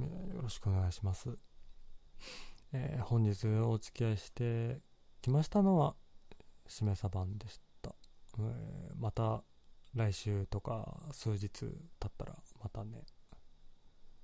S1: えーよろしくお願いしますえー本日お付き合いしてきましたのはしめさばんでした、えーまた来週とか数日経ったらまたね